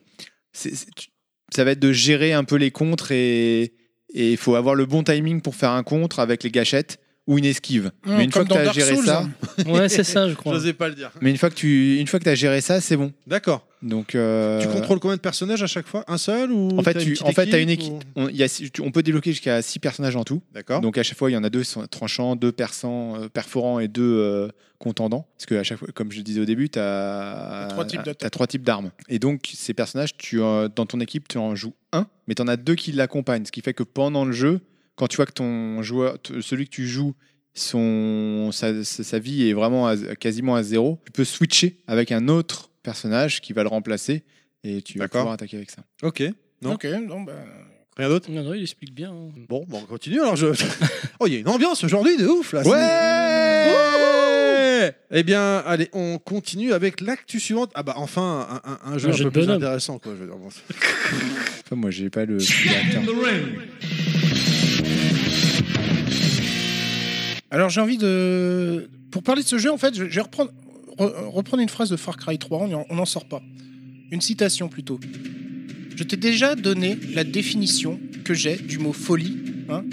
c'est- c'est- tu- ça va être de gérer un peu les contres et et il faut avoir le bon timing pour faire un contre avec les gâchettes ou une esquive.
Hum,
mais une fois
comme
que tu
dans
as
Dark
géré
Souls,
ça,
hein.
euh, Ouais, c'est ça, je crois.
J'osais pas le dire.
mais une fois que tu une fois que as géré ça, c'est bon.
D'accord.
Donc euh,
Tu contrôles combien de personnages à chaque fois Un seul ou
En fait,
t'as
tu,
petite
en fait, t'as une
ou-
équipe. On, il y a six- tu- on peut débloquer jusqu'à 6 personnages en tout.
D'accord.
Donc à chaque fois, il y en a deux qui sont tranchants, deux perçants, euh, perforants et deux euh, contendants. Parce que à chaque fois, comme je le disais au début, tu as
T'as trois types d'attaques.
trois types d'armes. Et donc ces personnages, tu euh, dans ton équipe, tu en joues un, mais tu en as deux qui l'accompagnent. Ce qui fait que pendant le jeu, quand tu vois que ton joueur, t- celui que tu joues son, sa, sa- sa vie est vraiment à- quasiment à zéro, tu peux switcher avec un autre personnage qui va le remplacer et tu vas
D'accord.
pouvoir attaquer avec ça.
Ok. Non.
Ok, non, bah.
Rien d'autre
Non, non, il explique bien. hein.
Bon, bon, on continue. Alors, je. oh, il y a une ambiance aujourd'hui de ouf là. c'est-
Ouais
Eh bien, allez, on continue avec l'actu suivante. Ah bah enfin, un, un- un jeu
Un
un,
jeu
peu
de
plus
bonhomme.
intéressant, quoi. Je veux dire, bon, c'est-
Enfin, moi, j'ai pas le. Attends.
Alors j'ai envie de. Pour parler de ce jeu, en fait, je je vais reprendre, re- reprendre une phrase de Far Cry 3, on y en- on n'en sort pas. Une citation plutôt. Je t'ai déjà donné la définition que j'ai du mot folie. hein.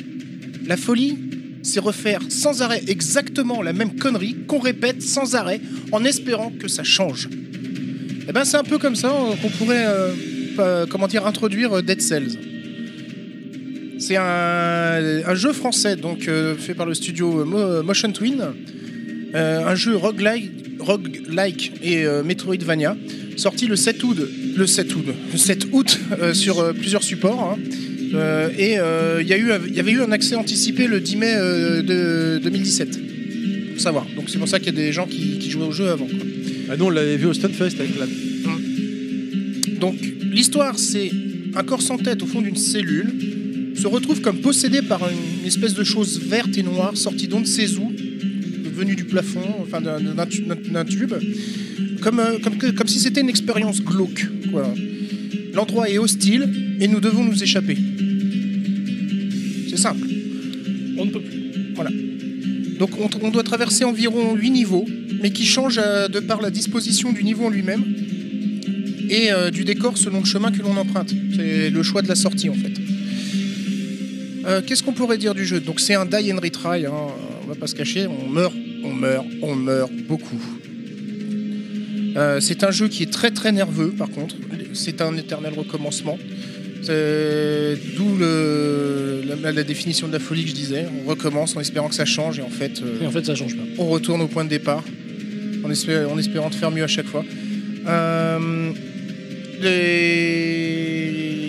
la folie, c'est refaire sans arrêt exactement la même connerie qu'on répète sans arrêt en espérant que ça change. Et ben c'est un peu comme ça euh, qu'on pourrait euh, pas- comment dire, introduire euh, Dead Cells. C'est un, un jeu français, donc euh, fait par le studio euh, Mo- Motion Twin. Euh, un jeu roguelike, roguelike et euh, Metroidvania, sorti le 7 août, le 7 août, le 7 août euh, sur euh, plusieurs supports. hein. Euh, et euh, il y, a eu- il y avait eu un accès anticipé le 10 mai euh, de 2017. Pour savoir. Donc c'est pour ça qu'il y a des gens qui, qui jouaient au jeu avant. quoi.
Ah, nous, on l'avait vu au Stunfest avec la.
Donc l'histoire c'est un corps sans tête au fond d'une cellule se retrouve comme possédé par une espèce de chose verte et noire sortie d'on ne sait où, venue du plafond, enfin d'un- d'un tu- d'un tube, comme, euh, comme, que- comme si c'était une expérience glauque. quoi. L'endroit est hostile et nous devons nous échapper. C'est simple.
On ne peut plus.
Donc on, on doit traverser environ 8 niveaux, mais qui changent euh, de par la disposition du niveau en lui-même et euh, du décor selon le chemin que l'on emprunte. C'est le choix de la sortie en fait. Euh, Qu'est-ce qu'on pourrait dire du jeu Donc c'est un die and retry, hein, on va pas se cacher, on meurt, on meurt, on meurt beaucoup. Euh, c'est un jeu qui est très très nerveux par contre, c'est un éternel recommencement. C'est- D'où le- la, la définition de la folie que je disais. On recommence en espérant que ça change et en fait, euh,
Et en fait, ça change pas.
on retourne au point de départ en, espé- en espérant de faire mieux à chaque fois. Euh, les-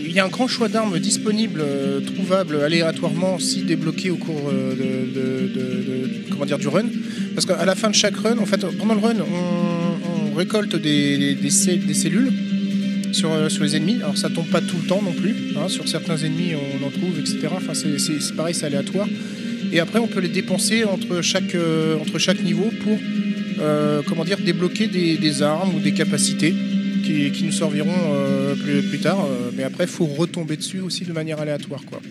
Il y a un grand choix d'armes disponibles, euh, trouvables aléatoirement si débloquées au cours euh, de, de- de- de- comment dire, du run. Parce qu'à la fin de chaque run, en fait, pendant le run, on, on récolte des, des cell- des cellules sur, euh, sur les ennemis. Alors ça tombe pas tout le temps non plus. hein. Sur certains ennemis, on en trouve, etc. Enfin, c'est- c'est c'est pareil, c'est aléatoire. Et après, on peut les dépenser entre chaque, euh, entre chaque niveau pour euh, comment dire, débloquer des, des armes ou des capacités qui, qui nous serviront euh, plus, plus tard. euh, mais après, il faut retomber dessus aussi de manière aléatoire. Quoi.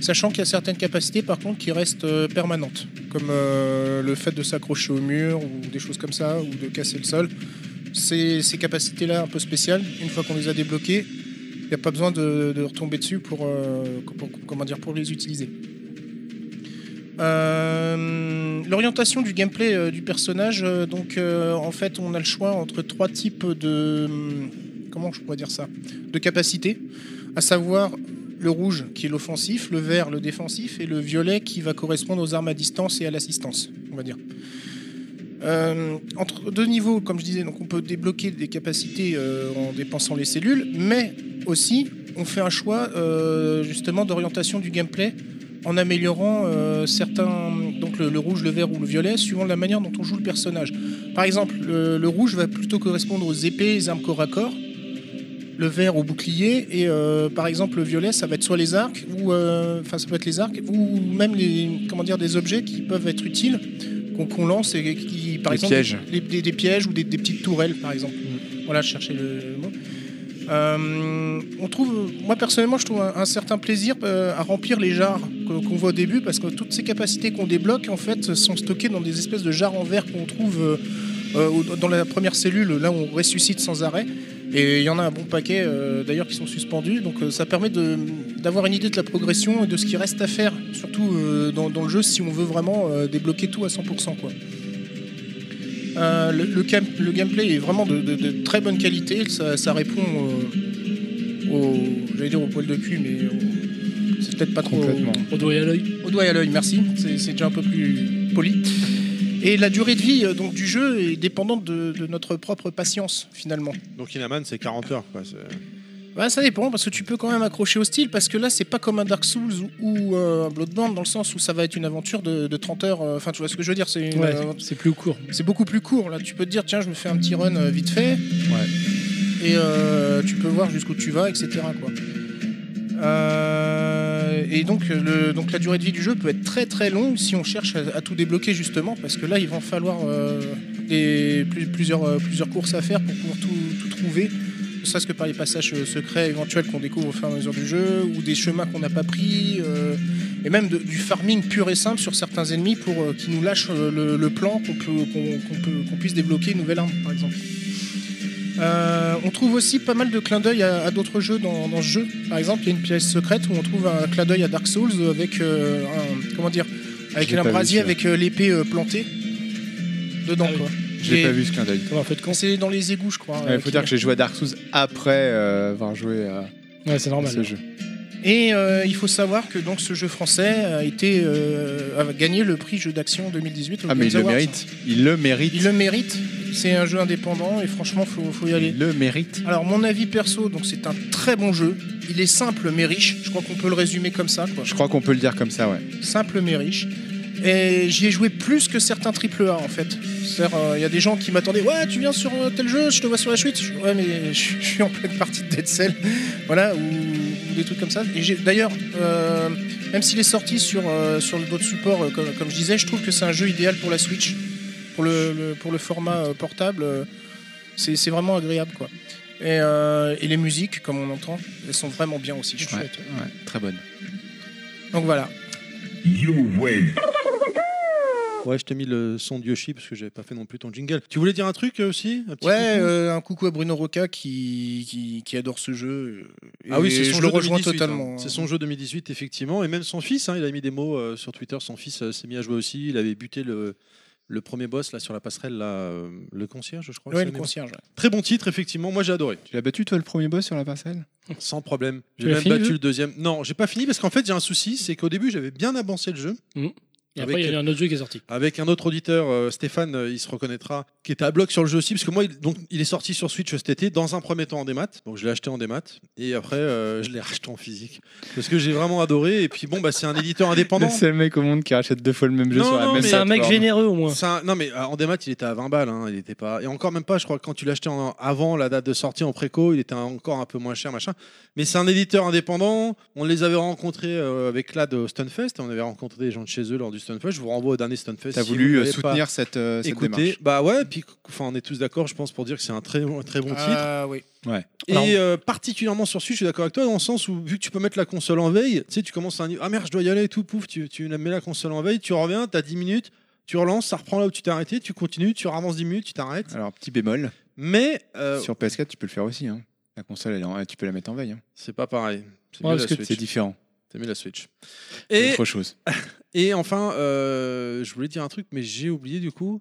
Sachant qu'il y a certaines capacités, par contre, qui restent euh, permanentes, comme euh, le fait de s'accrocher au mur ou des choses comme ça, ou de casser le sol. Ces, ces capacités-là un peu spéciales, une fois qu'on les a débloquées, il n'y a pas besoin de, de retomber dessus pour, euh, pour- comment dire, pour les utiliser. Euh, l'orientation du gameplay euh, du personnage, euh, donc euh, en fait on a le choix entre trois types de hum, comment je pourrais dire ça, de capacités, à savoir le rouge qui est l'offensif, le vert le défensif et le violet qui va correspondre aux armes à distance et à l'assistance, on va dire. Euh, entre deux niveaux, comme je disais, donc on peut débloquer des capacités euh, en dépensant les cellules, mais aussi on fait un choix euh, justement d'orientation du gameplay en améliorant euh, certains, donc le, le rouge, le vert ou le violet, suivant la manière dont on joue le personnage. Par exemple, le, le rouge va plutôt correspondre aux épées, les armes corps à corps, le vert au bouclier, et euh, par exemple le violet, ça va être soit les arcs, ou euh, enfin ça peut être les arcs, ou même les, comment dire, des objets qui peuvent être utiles, qu'on qu'on lance et qui, par
Des
exemple,
pièges. Mm.
les- des, des pièges ou des, des petites tourelles, par exemple. Voilà, je cherchais le, le mot. Euh, on trouve, moi personnellement, je trouve un, un certain plaisir euh, à remplir les jars que- qu'on voit au début parce que toutes ces capacités qu'on débloque en fait sont stockées dans des espèces de jars en verre qu'on trouve euh, euh, au- dans la première cellule, là où on ressuscite sans arrêt. Et il y en a un bon paquet euh, d'ailleurs qui sont suspendus, donc euh, ça permet de- d'avoir une idée de la progression et de ce qui reste à faire, surtout euh, dans, dans le jeu si on veut vraiment euh, débloquer tout à 100%. Quoi. Euh, le, le cam- le gameplay est vraiment de, de- de très bonne qualité, ça, ça répond au, au- j'allais dire au poil de cul, mais au- c'est peut-être pas trop
Complètement.
au, doigt et à l'œil. Au doigt et à l'œil, merci, c'est c'est déjà un peu plus poli. Et la durée de vie euh, donc, du jeu est dépendante de- de notre propre patience finalement.
Donc Inaman, c'est 40 heures. Quoi. c'est-
Bah, ça dépend parce que tu peux quand même accrocher au style parce que là c'est pas comme un Dark Souls ou, ou, euh, un Bloodborne dans le sens où ça va être une aventure de, de 30 heures. euh, Enfin tu vois ce que je veux dire c'est une,
Ouais,
euh,
c'est plus court.
c'est beaucoup plus court là. Tu peux te dire tiens je me fais un petit run euh, vite fait. Et euh, tu peux voir jusqu'où tu vas etc quoi. Euh, et donc, euh, le, donc la durée de vie du jeu peut être très très longue si on cherche à, à tout débloquer justement parce que là il va en falloir euh, des, plus- plusieurs, euh, plusieurs courses à faire pour pouvoir tout, tout trouver. Ne serait-ce que par les passages euh, secrets éventuels qu'on découvre au fur et à mesure du jeu ou des chemins qu'on n'a pas pris euh, et même de- du farming pur et simple sur certains ennemis pour euh, qui nous lâchent euh, le, le plan qu'on peut, qu'on- qu'on peut- qu'on puisse débloquer une nouvelle arme par exemple. Euh, on trouve aussi pas mal de clins d'œil à, à d'autres jeux dans, dans ce jeu. Par exemple, il y a une pièce secrète où on trouve un clin d'œil à Dark Souls avec euh, un, comment dire, avec
l'ai
un
pas vu,
brasier
celui-là. Ah
avec euh, l'épée euh, plantée dedans. quoi.
Je l'ai
Et-
pas vu ce clin d'œil.
Comment, en fait, quand
C'est dans les égouts, je crois.
Il
euh,
faut
qu'il
dire
y a.
que j'ai joué à Dark Souls après euh, avoir joué à
Ouais,
à
c'est normal.
ce jeu.
Et euh, il faut savoir que donc ce jeu français a été euh, a gagné le prix jeu d'action 2018. aux
Ah mais
Games
il le
Awards.
mérite. Il le mérite.
Il le mérite. C'est un jeu indépendant et franchement, faut, faut y aller.
Il le mérite.
Alors mon avis perso, donc c'est un très bon jeu. Il est simple mais riche. Je crois qu'on peut le résumer comme ça. Quoi.
Je crois qu'on peut le dire comme ça, ouais.
simple mais riche. Et j'y ai joué plus que certains triple A en fait. C'est-à-dire, euh, il y a des gens qui m'attendaient Ouais, tu viens sur euh, tel jeu, je te vois sur la suite. Ouais, mais je je suis en pleine partie de Dead Cell. voilà, ou des trucs comme ça. Et j'ai- D'ailleurs, euh, même s'il est sorti sur, euh, sur d'autres supports, euh, comme, comme je disais, je trouve que c'est un jeu idéal pour la Switch, pour le, le- pour le format euh, portable. euh, c'est c'est vraiment agréable quoi. Et, euh, et les musiques, comme on entend, elles sont vraiment bien aussi. Je trouve.
Ouais, ouais, très bonne.
Donc voilà.
Ouais, je t'ai mis le son de Yoshi parce que j'avais pas fait non plus ton jingle. Tu voulais dire un truc euh, aussi un petit
Ouais,
coucou
euh, un coucou à Bruno Roca qui, qui, qui adore ce jeu. euh,
Ah oui,
et
c'est son
je le
jeu
rejoins
2018, hein.
totalement.
C'est son jeu 2018, effectivement. Et même son fils, hein, il a mis des mots euh, sur Twitter. Son fils euh, s'est mis à jouer aussi. Il avait buté le, le premier boss là, sur la passerelle, là, euh, le concierge, je crois. que
Ouais,
c'est
le
le nom.
concierge. ouais.
Très bon titre, effectivement. Moi, j'ai adoré.
Tu l'as battu toi le premier boss sur la parcelle
Sans problème.
Tu
J'ai
l'as
même
fini, le
battu
jeu
le deuxième. Non, j'ai pas fini parce qu'en fait, j'ai un souci. C'est qu'au début, j'avais bien avancé le jeu.
Et après, il y a eu
Avec-
un autre jeu qui est sorti.
Avec un autre auditeur, euh, Stéphane, euh, il se reconnaîtra, qui était à bloc sur le jeu aussi, parce que moi, il, donc, il est sorti sur Switch cet été, dans un premier temps en démat. Donc je l'ai acheté en démat, et après, euh, je l'ai racheté en physique. Parce que j'ai vraiment adoré, et puis bon, bah, c'est un éditeur indépendant.
Le seul mec au monde qui rachète deux fois le même jeu
Non,
sur la
non,
même
mais-
C'est un mec
plateforme.
généreux au moins.
C'est un- non mais euh, en démat il était à 20 balles, hein, il était pas et encore même pas je crois que quand tu l'achetais en- avant la date de sortie en préco il était encore un peu moins cher machin. Mais c'est un éditeur indépendant, on les avait rencontrés euh, avec l'ad au Stunfest, on avait rencontré des gens de chez eux lors du Stunfest. Je vous renvoie au dernier Stunfest.
T'as
si vous
voulu euh,
l'avez pas
soutenir cette, euh, cette
écouté.
démarche.
Bah ouais, puis enfin on est tous d'accord je pense pour dire que c'est un très bon, très
Euh,
bon titre.
Ah oui.
Et euh, particulièrement sur Switch, je suis d'accord avec toi, dans le sens où, vu que tu peux mettre la console en veille, tu sais, tu commences à un niveau, ah merde, je dois y aller et tout, pouf, tu, tu la- mets la console en veille, tu reviens, t'as 10 minutes, tu relances, ça reprend là où tu t'es arrêté, tu continues, tu avances 10 minutes, tu t'arrêtes.
Alors petit bémol,
Mais euh,
sur PS4 tu peux le faire aussi. hein. La console, elle est en- tu peux la mettre en veille. hein.
c'est pas pareil. C'est
Ouais,
mieux,
parce
la
que
Switch.
C'est différent.
C'est mieux la Switch.
C'est
Et,
autre chose.
et enfin, euh, je voulais dire un truc, mais j'ai oublié du coup.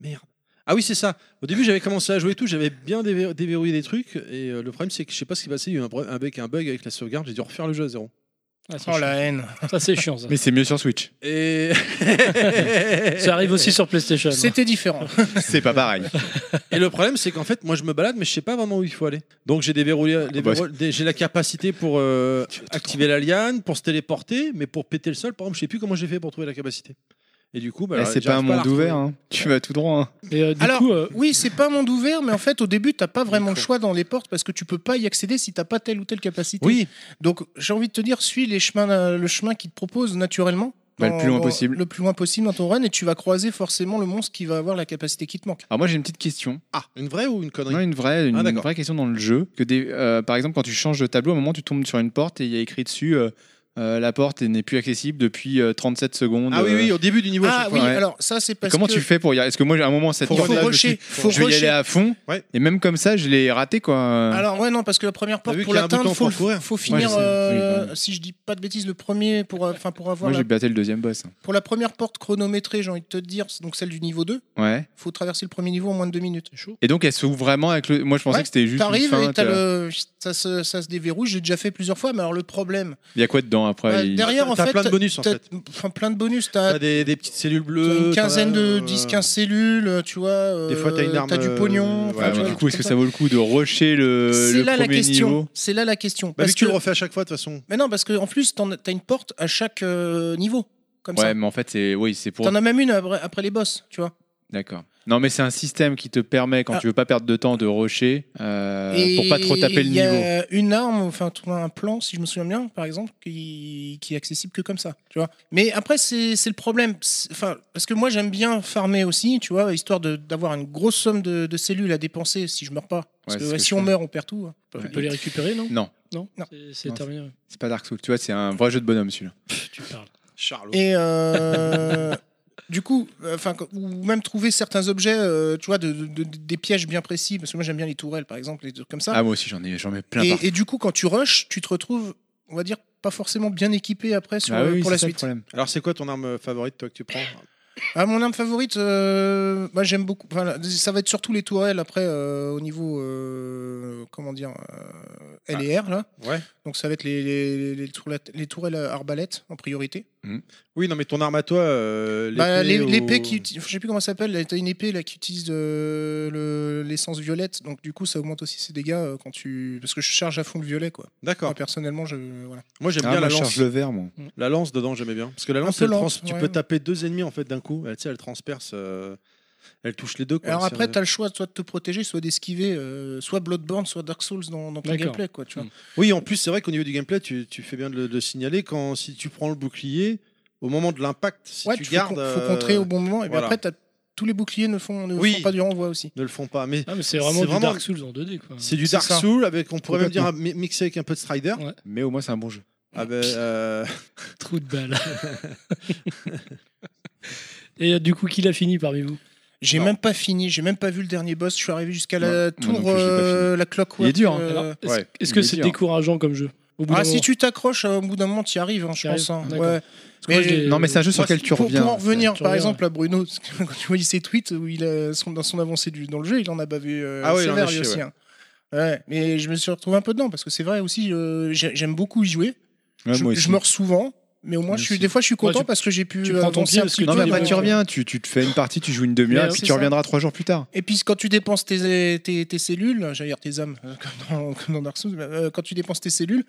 Merde. Ah oui, c'est ça. Au début, j'avais commencé à jouer et tout, j'avais bien déver- déverrouillé des trucs, et euh, le problème, c'est que je sais pas ce qui s'est passé, il y a eu un, br- un bug, un bug avec la sauvegarde, j'ai dû refaire le jeu à zéro.
Ah, c'est
Oh
chiant.
la haine.
Ça, c'est chiant, ça.
Mais c'est mieux sur Switch.
Et.
Ça arrive aussi sur PlayStation.
C'était différent.
C'est pas pareil.
Et le problème, c'est qu'en fait, moi, je me balade, mais je sais pas vraiment où il faut aller. Donc, j'ai des verrouillés- des
bah,
verrou- des- j'ai la capacité pour euh, activer la liane, pour se téléporter, mais pour péter le sol, par exemple, je sais plus comment j'ai fait pour trouver la capacité. Et du coup, bah,
Eh, c'est
j'arrive
pas un
à la
monde ouvert.
retrouver.
hein. Tu vas tout droit. hein.
Et euh, du
Alors,
coup, euh,
oui, c'est pas un monde ouvert, mais en fait, au début, t'as pas vraiment le choix dans les portes parce que tu peux pas y accéder si t'as pas telle ou telle capacité.
Oui,
Donc, j'ai envie de te dire, suis les chemins, euh, le chemin qu'ils te proposent naturellement.
Bah, le
dans-
plus loin
dans-
possible.
Le plus loin possible dans ton run, et tu vas croiser forcément le monstre qui va avoir la capacité qui te manque.
Alors moi j'ai une petite question.
ah, une vraie ou une connerie
Non, une vraie, une,
Ah, d'accord.
vraie question dans le jeu. Que des, euh, par exemple, quand tu changes de tableau, à un moment, tu tombes sur une porte et il y a écrit dessus euh, euh, la porte n'est plus accessible depuis euh, 37 secondes.
Ah oui,
euh.
oui, au début du niveau. à
ah
chaque
oui,
fois.
Ouais.
alors ça, c'est
Et
parce
Comment
que
tu fais pour y aller Parce que moi, à un moment, cette
Faut
porte-là, je me
rusher,
suis dit,
faut
je vais y
rusher.
aller à fond.
Ouais.
Et même comme ça, je l'ai raté quoi.
Alors ouais non parce que la première porte
vu
pour
qu'il y a un
l'atteindre
bouton
faut,
pour courir
faut finir
je sais.
euh,
Oui, quand
si je dis pas de bêtises le premier pour euh, enfin pour avoir
moi,
la-
j'ai battu le deuxième boss. hein.
pour la première porte chronométrée j'ai envie de te dire c'est donc celle du niveau 2
Ouais.
faut traverser le premier niveau en moins de deux minutes.
Et donc, elle s'ouvre vraiment avec le. Moi, je pensais
Ouais,
que c'était juste. une
T'arrives et
feinte,
t'as
euh.
le ça se, ça se déverrouille j'ai déjà fait plusieurs fois mais alors le problème
Il y a quoi dedans après
bah,
il-
derrière
T'as-
en
t'as
fait
plein de bonus, en
t'as-
fait.
enfin, plein de bonus t'as
T'as des, des petites cellules
t'as
bleues.
une
t'as,
quinzaine
euh,
de 10-15 cellules, tu vois.
Des fois, t'as une
euh,
arme,
du
euh,
pognon.
ouais,
enfin,
Ouais,
tu
mais
vois,
du
des
coup, est-ce
trucs
que
comme
ça vaut le coup de rusher le,
C'est
le
là la
premier
question.
niveau
C'est là la question.
Bah,
Parce
vu que tu
que-
le refais à chaque fois, de toute façon.
Mais non, parce qu'en plus, t'en as- t'as une porte à chaque euh, niveau. Comme
Ouais,
ça.
mais en fait, c'est oui, c'est pour
T'en as même une après, après les boss, tu vois.
D'accord. Non, mais c'est un système qui te permet, quand
Ah.
tu veux pas perdre de temps, de rusher euh,
Et euh,
pour pas trop taper le
Il y
niveau.
a une arme, enfin, tout un plan, si je me souviens bien, par exemple, qui, qui est accessible que comme ça, tu vois. Mais après, c'est c'est le problème. C'est- Enfin, parce que moi, j'aime bien farmer aussi, tu vois, histoire de- d'avoir une grosse somme de, de cellules à dépenser si je meurs pas. Parce
Ouais, c'est
que,
ce
ouais,
que
si
je
on
fais.
meurt, on perd tout. hein.
tu peux les récupérer, non
Non.
Non,
Non.
C'est- C'est
Non,
terminé.
C'est pas Dark Souls, tu vois, c'est un vrai jeu de bonhomme celui-là.
Pff, tu parles.
Charlot.
Et euh, du coup, enfin, ou même trouver certains objets, euh, tu vois, de, de- de- des pièges bien précis. Parce que moi, j'aime bien les tourelles, par exemple, les trucs comme ça.
Ah, moi aussi j'en ai, j'en mets plein partout.
et, et du coup, quand tu rushes, tu te retrouves, on va dire, pas forcément bien équipé après sur,
Ah oui,
pour
c'est
la
ça le
suite.
problème.
Alors, c'est quoi ton arme favorite, toi, que tu prends
Ah, mon arme favorite, euh, moi j'aime beaucoup. enfin, là, ça va être surtout les tourelles après euh, au niveau, euh, comment dire, euh, L et R là.
Ouais.
Donc ça va être les, les, les tourelles, les tourelles à arbalète en priorité.
Oui, non, mais ton arme à toi. euh, l'épée
Bah, l'é-
ou-
L'épée qui, uti- je sais plus comment ça s'appelle, là, t'as une épée là qui utilise euh, le- l'essence violette, donc du coup ça augmente aussi ses dégâts euh, quand tu, parce que je charge à fond le violet quoi.
D'accord.
Moi personnellement je, voilà.
Moi, j'aime
Ah,
bien
moi, je
la lance.
charge le verre, moi.
La lance dedans, j'aimais bien. Parce que la lance,
peu
elle
lente,
trans- tu
ouais,
peux
ouais.
taper deux ennemis en fait d'un coup. Elle, tu sais, elle transperce. euh, Elle touche les deux. Quoi.
Alors
C'est-
après, tu as le choix soit de te protéger, soit d'esquiver, euh, soit Bloodborne, soit Dark Souls dans, dans ton
D'accord.
gameplay. Quoi, tu vois.
Oui, en plus, c'est vrai qu'au niveau du gameplay, tu, tu fais bien de le, de le signaler. Quand si tu prends le bouclier, au moment de l'impact, si
ouais,
tu
tu faut
gardes.
con- faut,
euh,
contrer au bon moment. Et puis
voilà.
après, t'as- tous les boucliers ne font, ne
Oui.
font pas du renvoi aussi.
Ne le font pas. Mais
Ah, mais c'est
C'est
vraiment du
vraiment-
Dark Souls en 2D, quoi.
c'est du
C'est
Dark
ça.
Soul avec, on pourrait même dire, un- mi- mixé avec un peu de Strider.
Ouais.
Mais au moins c'est un bon jeu.
Avec, euh,
Trou de balle. Et euh, du coup, qui l'a fini parmi vous
J'ai même pas fini, j'ai même pas vu le dernier boss. Je suis arrivé jusqu'à la
Ouais, moi non
tour,
plus, je l'ai pas
euh, la clockwork.
Il est dur, hein.
euh,
Alors, Est-ce
ouais,
est-ce
il
que
est
c'est
dur.
décourageant comme jeu Au bout
Ah,
d'un
si
moment.
tu t'accroches, euh, au bout d'un moment, tu y arrives, hein, je
T'y
pense.
arrives,
hein.
d'accord.
Ouais.
Parce que moi,
mais-
je l'ai-
Non, mais c'est un jeu sur
Moi,
lequel
c'est-
tu
pour-
reviens.
Pour en revenir,
Tu
par
reviens,
exemple, à Bruno, parce que quand tu voyais ses tweets où il a, son- dans son avancée du, dans le jeu, il en a bavé euh,
Ah ouais, il en a
sévère lui
chié,
aussi.
ouais.
hein. Ouais, mais je me suis retrouvé un peu dedans parce que c'est vrai aussi, euh, j'ai- j'aime beaucoup y jouer.
Ouais,
je,
moi
je
aussi.
meurs souvent, mais au moins,
Moi
je suis,
aussi.
des fois, je suis content
Ouais, tu-
parce que j'ai pu euh,
tu prends ton
avancer
pied
un
parce
petit
que
peu
Non mais
tu
avant.
après
dis-
tu reviens, tu, tu te fais une partie, tu joues une demi-heure, et
Mais, euh,
puis
c'est
tu
ça.
reviendras trois jours plus tard.
Et puis quand tu dépenses tes, tes, tes cellules, j'allais dire tes âmes, euh, comme dans, comme dans Dark Souls, mais, euh, quand tu dépenses tes cellules,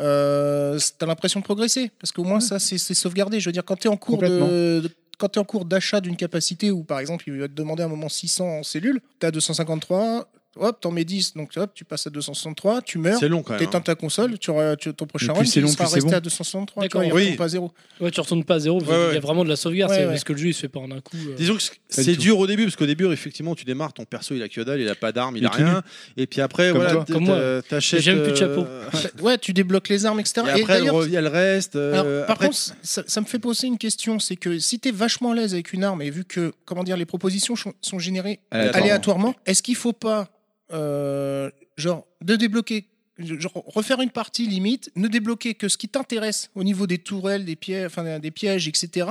euh, c- t'as l'impression de progresser, parce qu'au moins ça c'est c'est sauvegardé. Je veux dire, quand t'es en cours de... de- Quand tu en cours d'achat d'une capacité où, par exemple, il va te demander à un moment 600 en cellules, tu as 253, hop, t'en mets 10, donc hop, tu passes à 263, tu meurs,
c'est long quand même. hein.
t'éteins ta console, tu, auras- tu- ton prochain
plus
run,
c'est
il
long,
sera
plus c'est
resté
bon.
à 263, tu
D'accord,
vois, il
oui.
retourne pas à zéro.
Ouais, tu retournes pas à zéro. parce
Ouais,
que Il y
ouais.
a vraiment de la sauvegarde.
Ouais,
c'est-
ouais.
Parce que le jeu, il se fait pas en un coup. euh.
hein. Disons que c-
Pas du
c'est
tout.
dur au début, parce qu'au début, effectivement, tu démarres, ton perso il a que dalle, il a pas d'arme, il
Il
a
est tout
rien. Et puis après,
Comme
voilà,
toi.
t-
Comme moi.
t- t'achètes.
J'aime plus de chapeau.
euh,
Ouais, tu débloques les armes, etc.
Et après, elle
d'ailleurs,
revient, elle reste. euh,
Alors, par
après,
contre, ça, ça me fait poser une question, c'est que si t'es vachement à l'aise avec une arme et vu que comment dire les propositions sont, sont générées
Aléatoirement.
aléatoirement, est-ce qu'il faut pas euh, genre de débloquer, genre refaire une partie limite, ne débloquer que ce qui t'intéresse au niveau des tourelles, des pièges, enfin des pièges, etc.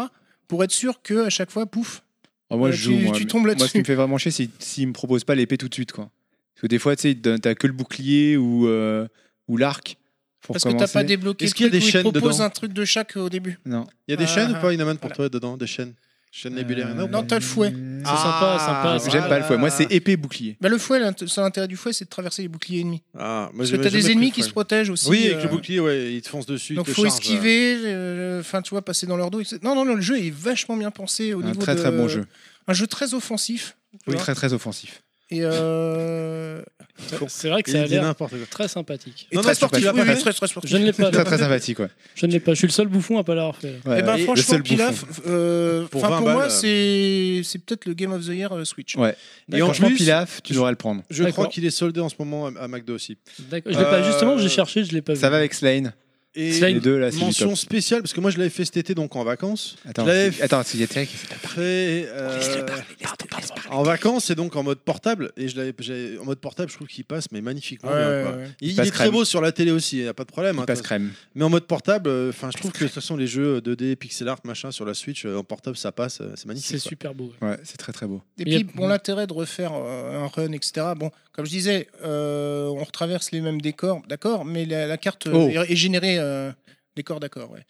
Pour être sûr que à chaque fois, pouf.
Ah, moi
Euh,
je
tu-
joue. moi,
tu
mais-
tombes
Moi ce
là-dessus.
qui me fait vraiment chier, c'est s'ils me proposent pas l'épée tout de suite quoi. Parce que des fois tu sais, ils te donnent- t'as que le bouclier ou euh, ou l'arc. Enfin, pour
Parce que
commencer.
t'as pas débloqué
Est-ce
le
qu'il y a
truc
des
où il
chaînes
te propose
dedans
un truc de chaque au début.
Non.
Il y a des
Ah,
chaînes ou
ah,
pas, une amène pour toi dedans Des chaînes Chaînes
Euh,
nébulaires, il y en a ou pas
Non, t'as le fouet.
sympa, sympa,
Hmm. Ah, J'aime pas le fouet. Moi, c'est épée bouclier.
Bah, le fouet, l'int- c'est l'intérêt du fouet, c'est de traverser les boucliers ennemis.
Ah, moi,
Parce que
j'avais
t'as
jamais
des
pris
ennemis
le
qui
fouet.
se protègent aussi.
Oui, avec
euh,
le bouclier, ouais, ils te foncent dessus.
Donc
ils te
faut
chargent,
esquiver, euh, enfin tu vois, passer dans leur dos. etc. Non, non, non, le jeu est vachement bien pensé au
Un
niveau
très
de-
très bon jeu.
Un jeu très offensif. tu vois.
Très très offensif.
Et, euh...
C'est vrai que
euh,
ça a
il dit
l'air
n'importe quoi.
très sympathique.
et
Non, non,
très
tu
sportif.
l'as
oui,
pas
oui,
fait.
très, très sportif.
Je ne l'ai pas.
Très très sympathique, ouais.
Je ne l'ai pas. Je suis le seul bouffon à pas l'avoir fait. là.
Eh ben,
Le
franchement,
seul
Pilaf, euh,
Pour
enfin,
20
pour moi,
balles,
c'est c'est peut-être le Game of the Year euh, Switch.
Ouais.
Et en
Franchement,
plus-
Pilaf, tu devrais le prendre.
Je crois
D'accord.
qu'il est soldé en ce moment euh, à à McDo aussi.
D'accord. Je l'ai pas.
Euh,
Justement, j'ai cherché, je l'ai pas vu.
Ça va avec Slane.
Et
Slime.
Les deux là, c'est du
mention
top.
spéciale, parce que moi je l'avais fait cet été donc en vacances.
Attends,
Je l'avais
c'est- attends, il y a Thierry qui fait.
fait euh, en vacances et donc en mode portable. Et je l'avais j'ai- en mode portable, je trouve qu'il passe mais magnifiquement
Ouais,
bien. quoi.
ouais, ouais.
Il, il
passe
est très
crème.
beau sur la télé aussi, il n'y a pas de problème.
Il
hein, de
passe
toute
crème.
façon. mais en mode portable, euh, enfin je trouve que de toute façon les jeux 2D, pixel art, machin sur la Switch euh, en portable ça passe, euh, c'est magnifique.
C'est
quoi.
super beau. ouais.
Ouais, c'est très très beau.
Et
Il y a-
puis, bon, l'intérêt de refaire euh, un run, etc. Bon, comme je disais, euh, on retraverse les mêmes décors, d'accord, mais la, la carte euh,
Oh.
est, est générée. euh, décor, d'accord, ouais.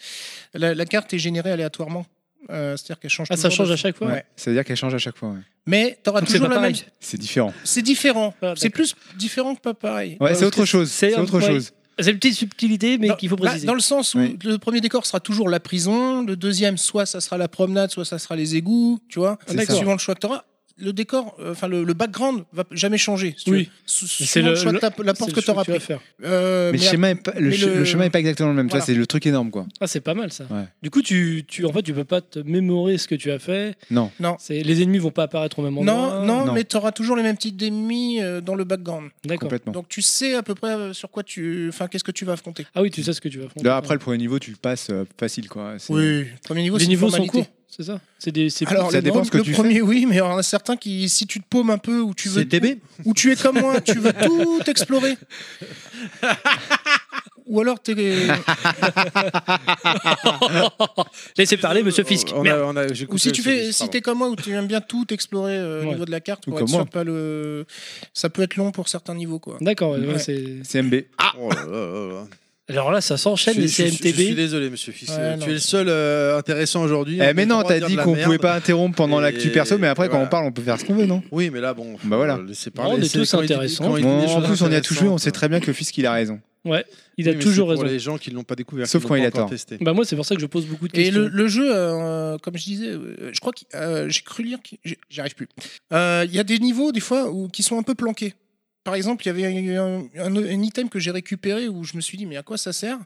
La, la carte est générée aléatoirement. Euh, C'est-à-dire qu'elle change.
Ah, ça
toujours
change
de-
à chaque fois.
Ouais. Ça veut dire qu'elle change à chaque fois. ouais.
Mais t'auras
C'est
Ah, toujours
pas
la
pareil.
même.
C'est différent.
C'est différent.
Ah,
c'est
d'accord.
plus différent que pas pareil.
Ouais, c'est
parce
autre
que-
chose.
c'est
C'est
un-
autre
ouais.
chose.
Euh,
C'est une petite subtilité, mais
Dans-
qu'il faut
là,
préciser.
bah, Dans le sens où
Oui.
le premier décor sera toujours la prison, le deuxième, soit ça sera la promenade, soit ça sera les égouts, tu vois,
C'est ça.
suivant le choix que tu auras. Le décor, euh, enfin le, le background va jamais changer. si tu
Oui.
veux. Su-
Mais
suivant
le-
le choix
le-
que t'as- la porte
C'est
que
le
tu
choix
auras
tu vas
pris.
faire.
Euh,
Mais le
mais
schéma est pas- le
mais
ch-
le-
le chemin est pas exactement le même.
Voilà.
Ça, c'est le truc énorme quoi.
Ah, c'est pas mal ça.
Ouais.
Du coup, tu, tu, en fait, tu peux pas te mémorer ce que tu as fait.
Non.
Non.
C'est, les ennemis vont pas apparaître au même
Non,
endroit.
non,
non.
mais tu auras toujours les mêmes petites ennemis euh, dans le background.
D'accord.
Complètement.
Donc tu sais à peu près euh, sur quoi tu. Enfin, qu'est-ce que tu vas affronter.
Ah oui, tu sais ce que tu vas faire.
Là Bah, après le premier niveau, tu passes euh, facile quoi. C'est-
Oui, premier niveau,
les
c'est une
niveaux sont
formalité.
courts, c'est ça C'est des, c'est
Alors,
Ça
le,
dépend
premier-
ce que
le
tu
premier, oui, mais il y en a certains qui, si tu te paumes un peu ou tu veux
C'est TB
Ou tu es comme moi, tu veux tout explorer. Ou alors t'es.
Laissez parler, Monsieur Fisk.
Oh, On a-
Merde.
on a- j'ai
Ou
coupé
si tu
le
fais,
service,
si
pardon.
t'es comme moi, ou tu aimes bien tout explorer euh, au
Ouais.
niveau de la carte,
Ou
pour
comme
être sûr
moi.
de pas le. Ça peut être long pour certains niveaux, quoi.
D'accord. ouais, ouais,
Ouais.
c'est-
CMB.
Oh là là là là.
Alors là, ça s'enchaîne
Je
les
suis- je suis- Je suis
CMTB.
désolé, monsieur Fils.
Ouais,
euh,
non.
tu es le seul euh, intéressant aujourd'hui.
Eh
On
mais
peut
non,
pas
t'as
dire de
dit
la
qu'on
merde.
pouvait pas interrompre pendant
Et
l'actu perso, mais après quand
voilà.
on parle, on peut faire ce qu'on veut, non
Oui, mais là, bon.
Bah voilà.
euh, laissez parler,
on est
c'est
tous
quand il dit-
intéressants.
quand il dit des
En
choses
plus, on y a tout joué, on
intéressantes.
sait très bien que le fils, il a raison.
Il a
Oui, mais
toujours
c'est
raison.
Pour les gens qui l'ont pas découvert.
Sauf
qui
quand
l'ont
il
pas
a tort.
encore testé.
Bah moi, c'est pour ça que je pose beaucoup de
Et
questions.
le, le jeu, euh, comme je disais, euh, je crois que euh, j'ai cru lire, qu'il- j'ai- j'y arrive plus. Euh, Il y a des niveaux des fois où qui sont un peu planqués. Par exemple, il y avait un, un- un item que j'ai récupéré où je me suis dit mais à quoi ça sert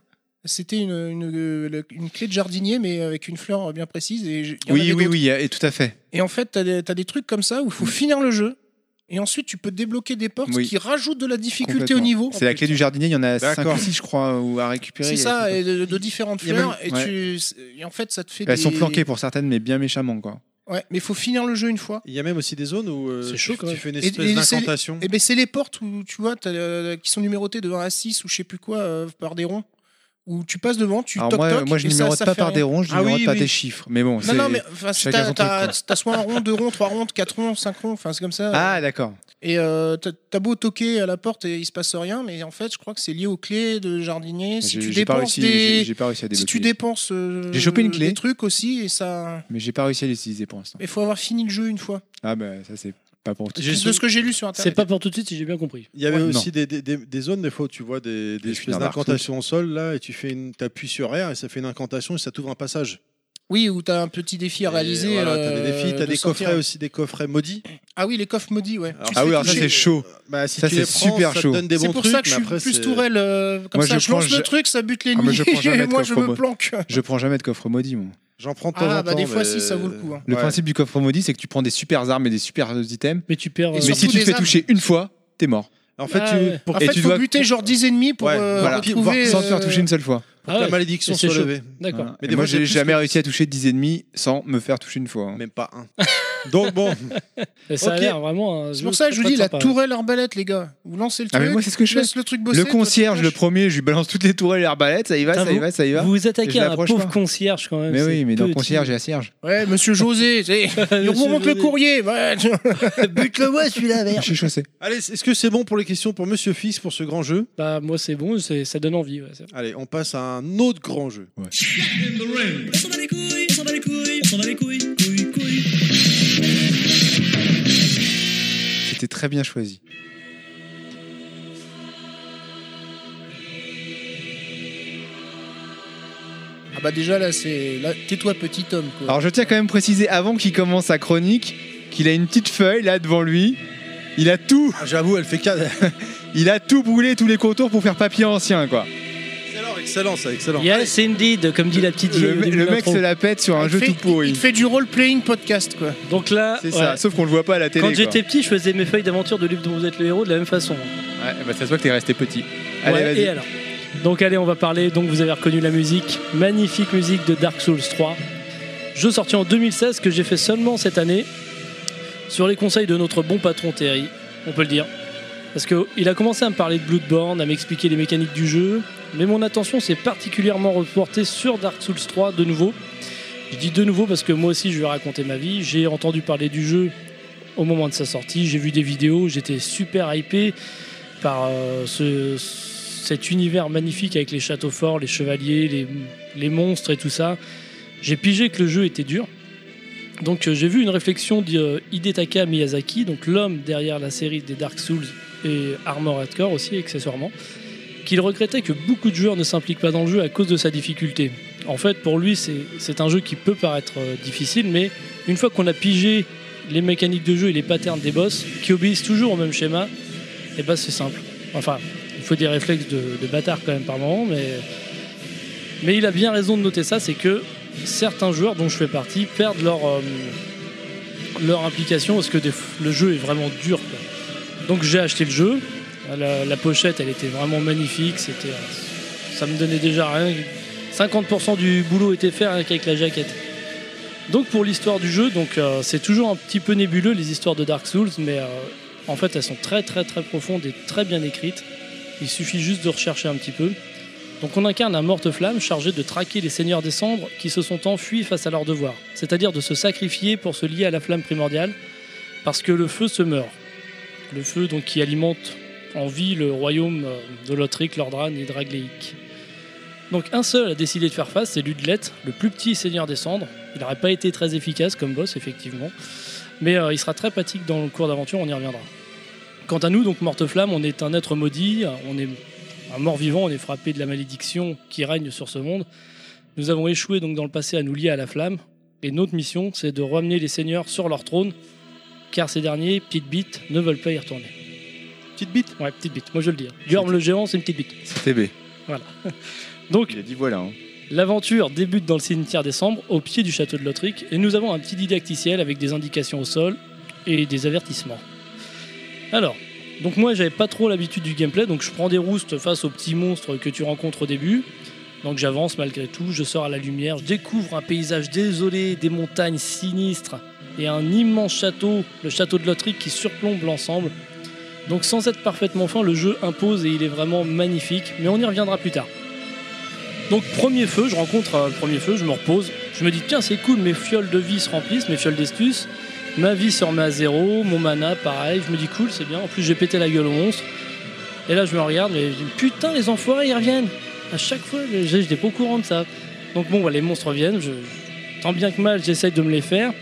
C'était une, une, euh, le- une clé de jardinier mais avec une fleur bien précise et j'ai- il y en
Oui,
avait
oui,
d'autres.
oui, et tout à fait.
Et en fait, t'as des, t'as des trucs comme ça où il faut finir le jeu et ensuite tu peux débloquer des portes
Mm. Oui.
qui rajoutent de la difficulté au
Complètement.
niveau.
C'est la clé du jardinier, il y en a 5
D'accord.
ou 6, je crois, ou à récupérer.
C'est
il y a
ça,
des
et
trucs
de, de différentes
Il y a même-
fleurs et, tu, et en fait ça te fait
comme ça. Elles sont
des.
flanquées pour certaines, mais bien méchamment, quoi.
Ouais, mais faut finir le jeu une
Mm.
fois.
Il y a même aussi des zones où euh,
C'est
tu-
chaud,
tu,
quand même.
fais une
Et-
espèce
et c'est-
d'incantation.
Eh ben, c'est les portes où tu vois t'as, euh, qui sont numérotées de 1 à 6 ou je sais plus quoi euh, par des ronds où tu passes devant, tu
Alors
toc
moi,
toc
moi, je
et ça-
numérote
ça
pas
fait
par
rien.
des ronds, je
Ah
numérote
oui,
pas
oui.
des chiffres. Mais bon,
Non
c'est.
non mais enfin c'est-
chacun
t'as,
son
t'as-
truc,
t'as soit un rond, deux ronds, trois ronds, quatre ronds, cinq ronds, enfin c'est comme ça.
Ah, d'accord.
Et euh, t'as, t'as beau toquer à la porte et il se passe rien, mais en fait je crois que c'est lié aux clés de jardinier. Si
J'ai
tu
j'ai pas,
dépenses
réussi-
des,
j'ai- j'ai pas réussi à
si tu
débloquer.
dépenses euh,
J'ai chopé une clé.
des trucs aussi et ça.
Mais j'ai pas réussi à les utiliser pour l'instant.
Il faut avoir fini le jeu une fois.
Ah, bah, ça, c'est pas pour tout.
J'ai-
De ce que j'ai lu sur
C'est
internet.
pas pour tout de suite, si j'ai bien compris.
Il y avait
Ouais,
aussi des, des- des- des zones des fois où tu vois
Mais je
des, des
suis
espèces
dans Dark Souls.
d'incantations au sol là et tu fais une t'appuies sur R et ça fait une incantation et ça t'ouvre un passage.
Oui, où t'as un petit défi à réaliser.
Et Voilà, t'as des
euh,
défis, t'as
de
des
sortir.
coffrets aussi, des coffrets maudits.
Ah oui, les coffres maudits, ouais.
Alors,
Tu
Ah,
sais
oui, alors ça,
toucher.
c'est chaud.
Bah, si
Ça,
tu les
c'est
prends,
super
ça te
chaud.
donne des
C'est
bons
pour
trucs.
ça que je
mais
suis
après,
plus
c'est-
tourelle. euh, comme
Moi,
ça,
je
je lance
prends-
le
je-
truc, ça bute l'ennemi.
Ah, mais je prends jamais
et
de
moi, je
coffre
me
maudit.
planque.
Je prends jamais de coffre maudit, moi.
J'en prends de temps
Ah,
en
bah,
temps,
des fois,
mais-
si, ça vaut le coup, hein.
Le
Ouais.
principe du coffre maudit, c'est que tu prends des super armes et des super items.
Mais tu perds. euh,
Et
Mais si
surtout
tu te
des
fais
armes.
toucher une fois, t'es mort.
En fait,
Ah,
tu-
ouais.
pour
En
Et
fait,
tu
faut
dois-
buter genre 10 ennemis pour
Ouais,
euh,
voilà.
retrouver.
Sans te faire toucher
euh,
une seule fois.
ah
la
ouais,
malédiction
mais c'est
soit
chaud.
levée.
D'accord.
Voilà.
Mais
Et
des
moi,
fois, c'est
j'ai
plus
jamais
que-
réussi à toucher 10 ennemis sans me faire toucher une fois. hein.
Même pas un. Donc bon.
Et ça
Ok.
a l'air vraiment.
C'est pour ça que je vous dis la tourelle arbalète, les gars. Vous lancez le
Ah,
truc.
mais moi, c'est ce que je
laisse le truc bosser.
Le
toi, tu
concierge, le
lâches.
premier, je lui balance toutes les tourelles et l'arbalète, ça y va,
Putain,
ça y va, ça y va.
Vous vous
Je
attaquez à un
l'approche
pauvre
pas.
concierge quand même.
Mais oui,
c'est
mais dans
petit.
concierge, il y a cierge.
Ouais, monsieur José. tu sais, Il
Monsieur
vous montre le
José.
courrier. ouais.
Bute-le moi celui-là,
Je
merde.
suis chaussé.
Allez, est-ce que c'est bon pour les questions pour Monsieur Fix pour ce grand jeu
Bah, moi, c'est bon, c'est- ça donne envie. ouais, ça.
Allez, on passe à un autre grand jeu.
On s'en bat les couilles, on s'en bat les couilles, on s'en bat les couilles, couilles, couilles.
C'était très bien choisi.
Ah bah déjà là, c'est. là, Tais-toi, petit homme. quoi.
Alors je tiens quand même à préciser avant qu'il commence sa chronique qu'il a une petite feuille là devant lui. Il a tout,
Ah, J'avoue, elle fait 4.
il a tout brûlé tous les contours pour faire papier ancien quoi.
excellent, excellent, ça, excellent.
Yes, indeed, comme dit la petite vieille
Le,
au début
le
de
mec
l'intro.
se la pète
Ah,
sur un
Il
jeu
fait-
tout
Il
pourri.
te fait du role-playing podcast, quoi.
Donc là,
C'est ça,
ouais.
sauf qu'on le voit pas à la télé.
quand
quoi.
j'étais petit, je faisais mes feuilles d'aventure de livre dont vous êtes le héros de la même façon.
Ouais, bah ça se voit que t'es resté petit. Allez,
Ouais, et
vas-y.
alors Donc allez, on va parler. Donc vous avez reconnu la musique, magnifique musique de Dark Souls 3. Jeu sorti en 2016 que j'ai fait seulement cette année sur les conseils de notre bon patron Terry, on peut le dire. Parce qu'il a commencé à me parler de Bloodborne, à m'expliquer les mécaniques du jeu, mais mon attention s'est particulièrement reportée sur Dark Souls 3 de nouveau. Je dis de nouveau parce que moi aussi je vais raconter ma vie. J'ai entendu parler du jeu au moment de sa sortie, j'ai vu des vidéos, j'étais super hypé par euh, ce- cet univers magnifique avec les châteaux forts, les chevaliers, les, les monstres et tout ça. J'ai pigé que le jeu était dur. Donc euh, j'ai vu une réflexion d'Hidetaka Miyazaki, donc l'homme derrière la série des Dark Souls et Armored Core aussi accessoirement, qu'il regrettait que beaucoup de joueurs ne s'impliquent pas dans le jeu à cause de sa difficulté. En fait, pour lui, c'est c'est un jeu qui peut paraître euh, difficile, mais une fois qu'on a pigé les mécaniques de jeu et les patterns des boss, qui obéissent toujours au même schéma, et bah c'est simple. Enfin, il faut des réflexes de, de bâtard quand même par moment, mais, mais il a bien raison de noter ça, c'est que certains joueurs dont je fais partie perdent leur, euh, leur implication parce que des f- le jeu est vraiment dur. quoi. Donc j'ai acheté le jeu, la, la pochette elle était vraiment magnifique, c'était, euh, ça me donnait déjà rien. 50% du boulot était fait rien qu'avec la jaquette. Donc pour l'histoire du jeu, donc euh, c'est toujours un petit peu nébuleux les histoires de Dark Souls, mais euh, en fait, elles sont très très très profondes et très bien écrites. Il suffit juste de rechercher un petit peu. Donc on incarne un morte-flamme chargé de traquer les seigneurs des cendres qui se sont enfuis face à leur devoir, c'est-à-dire de se sacrifier pour se lier à la flamme primordiale, parce que le feu se meurt. Le feu donc qui alimente en vie le royaume euh, de Lothric, Lordran et Dragléic. Donc un seul a décidé de faire face, c'est Ludlet, le plus petit seigneur des cendres. Il n'aurait pas été très efficace comme boss effectivement, mais euh, il sera très pratique dans le cours d'aventure, on y reviendra. Quant à nous, donc Morteflamme, on est un être maudit, on est un mort-vivant, on est frappé de la malédiction qui règne sur ce monde. Nous avons échoué donc dans le passé à nous lier à la flamme, et notre mission, c'est de ramener les seigneurs sur leur trône, car ces derniers, petites bites, ne veulent pas y retourner.
Petite bite.
Ouais, petite bite, moi je le dis. hein. Guillaume le géant, c'est une petite bite.
C'était B.
Donc,
Il a dit voilà. hein.
L'aventure débute dans le cimetière des Cendres, au pied du château de Lotric, et nous avons un petit didacticiel avec des indications au sol et des avertissements. Alors, donc moi j'avais pas trop l'habitude du gameplay, donc je prends des roustes face aux petits monstres que tu rencontres au début. Donc j'avance malgré tout, je sors à la lumière, je découvre un paysage désolé, des montagnes sinistres et un immense château, le château de Lotric qui surplombe l'ensemble. Donc sans être parfaitement fin, le jeu impose et il est vraiment magnifique, mais on y reviendra plus tard. Donc premier feu, je rencontre euh, le premier feu, je me repose. Je me dis tiens c'est cool, mes fioles de vie se remplissent, mes fioles d'estus. Ma vie se remet à zéro, mon mana pareil. Je me dis cool, c'est bien. En plus j'ai pété la gueule au monstre. Et là je me regarde mais je dis, putain les enfoirés ils reviennent. À chaque fois je- j'étais pas au courant de ça. Donc bon bah, les monstres reviennent. Je... Tant bien que mal j'essaye de me les faire.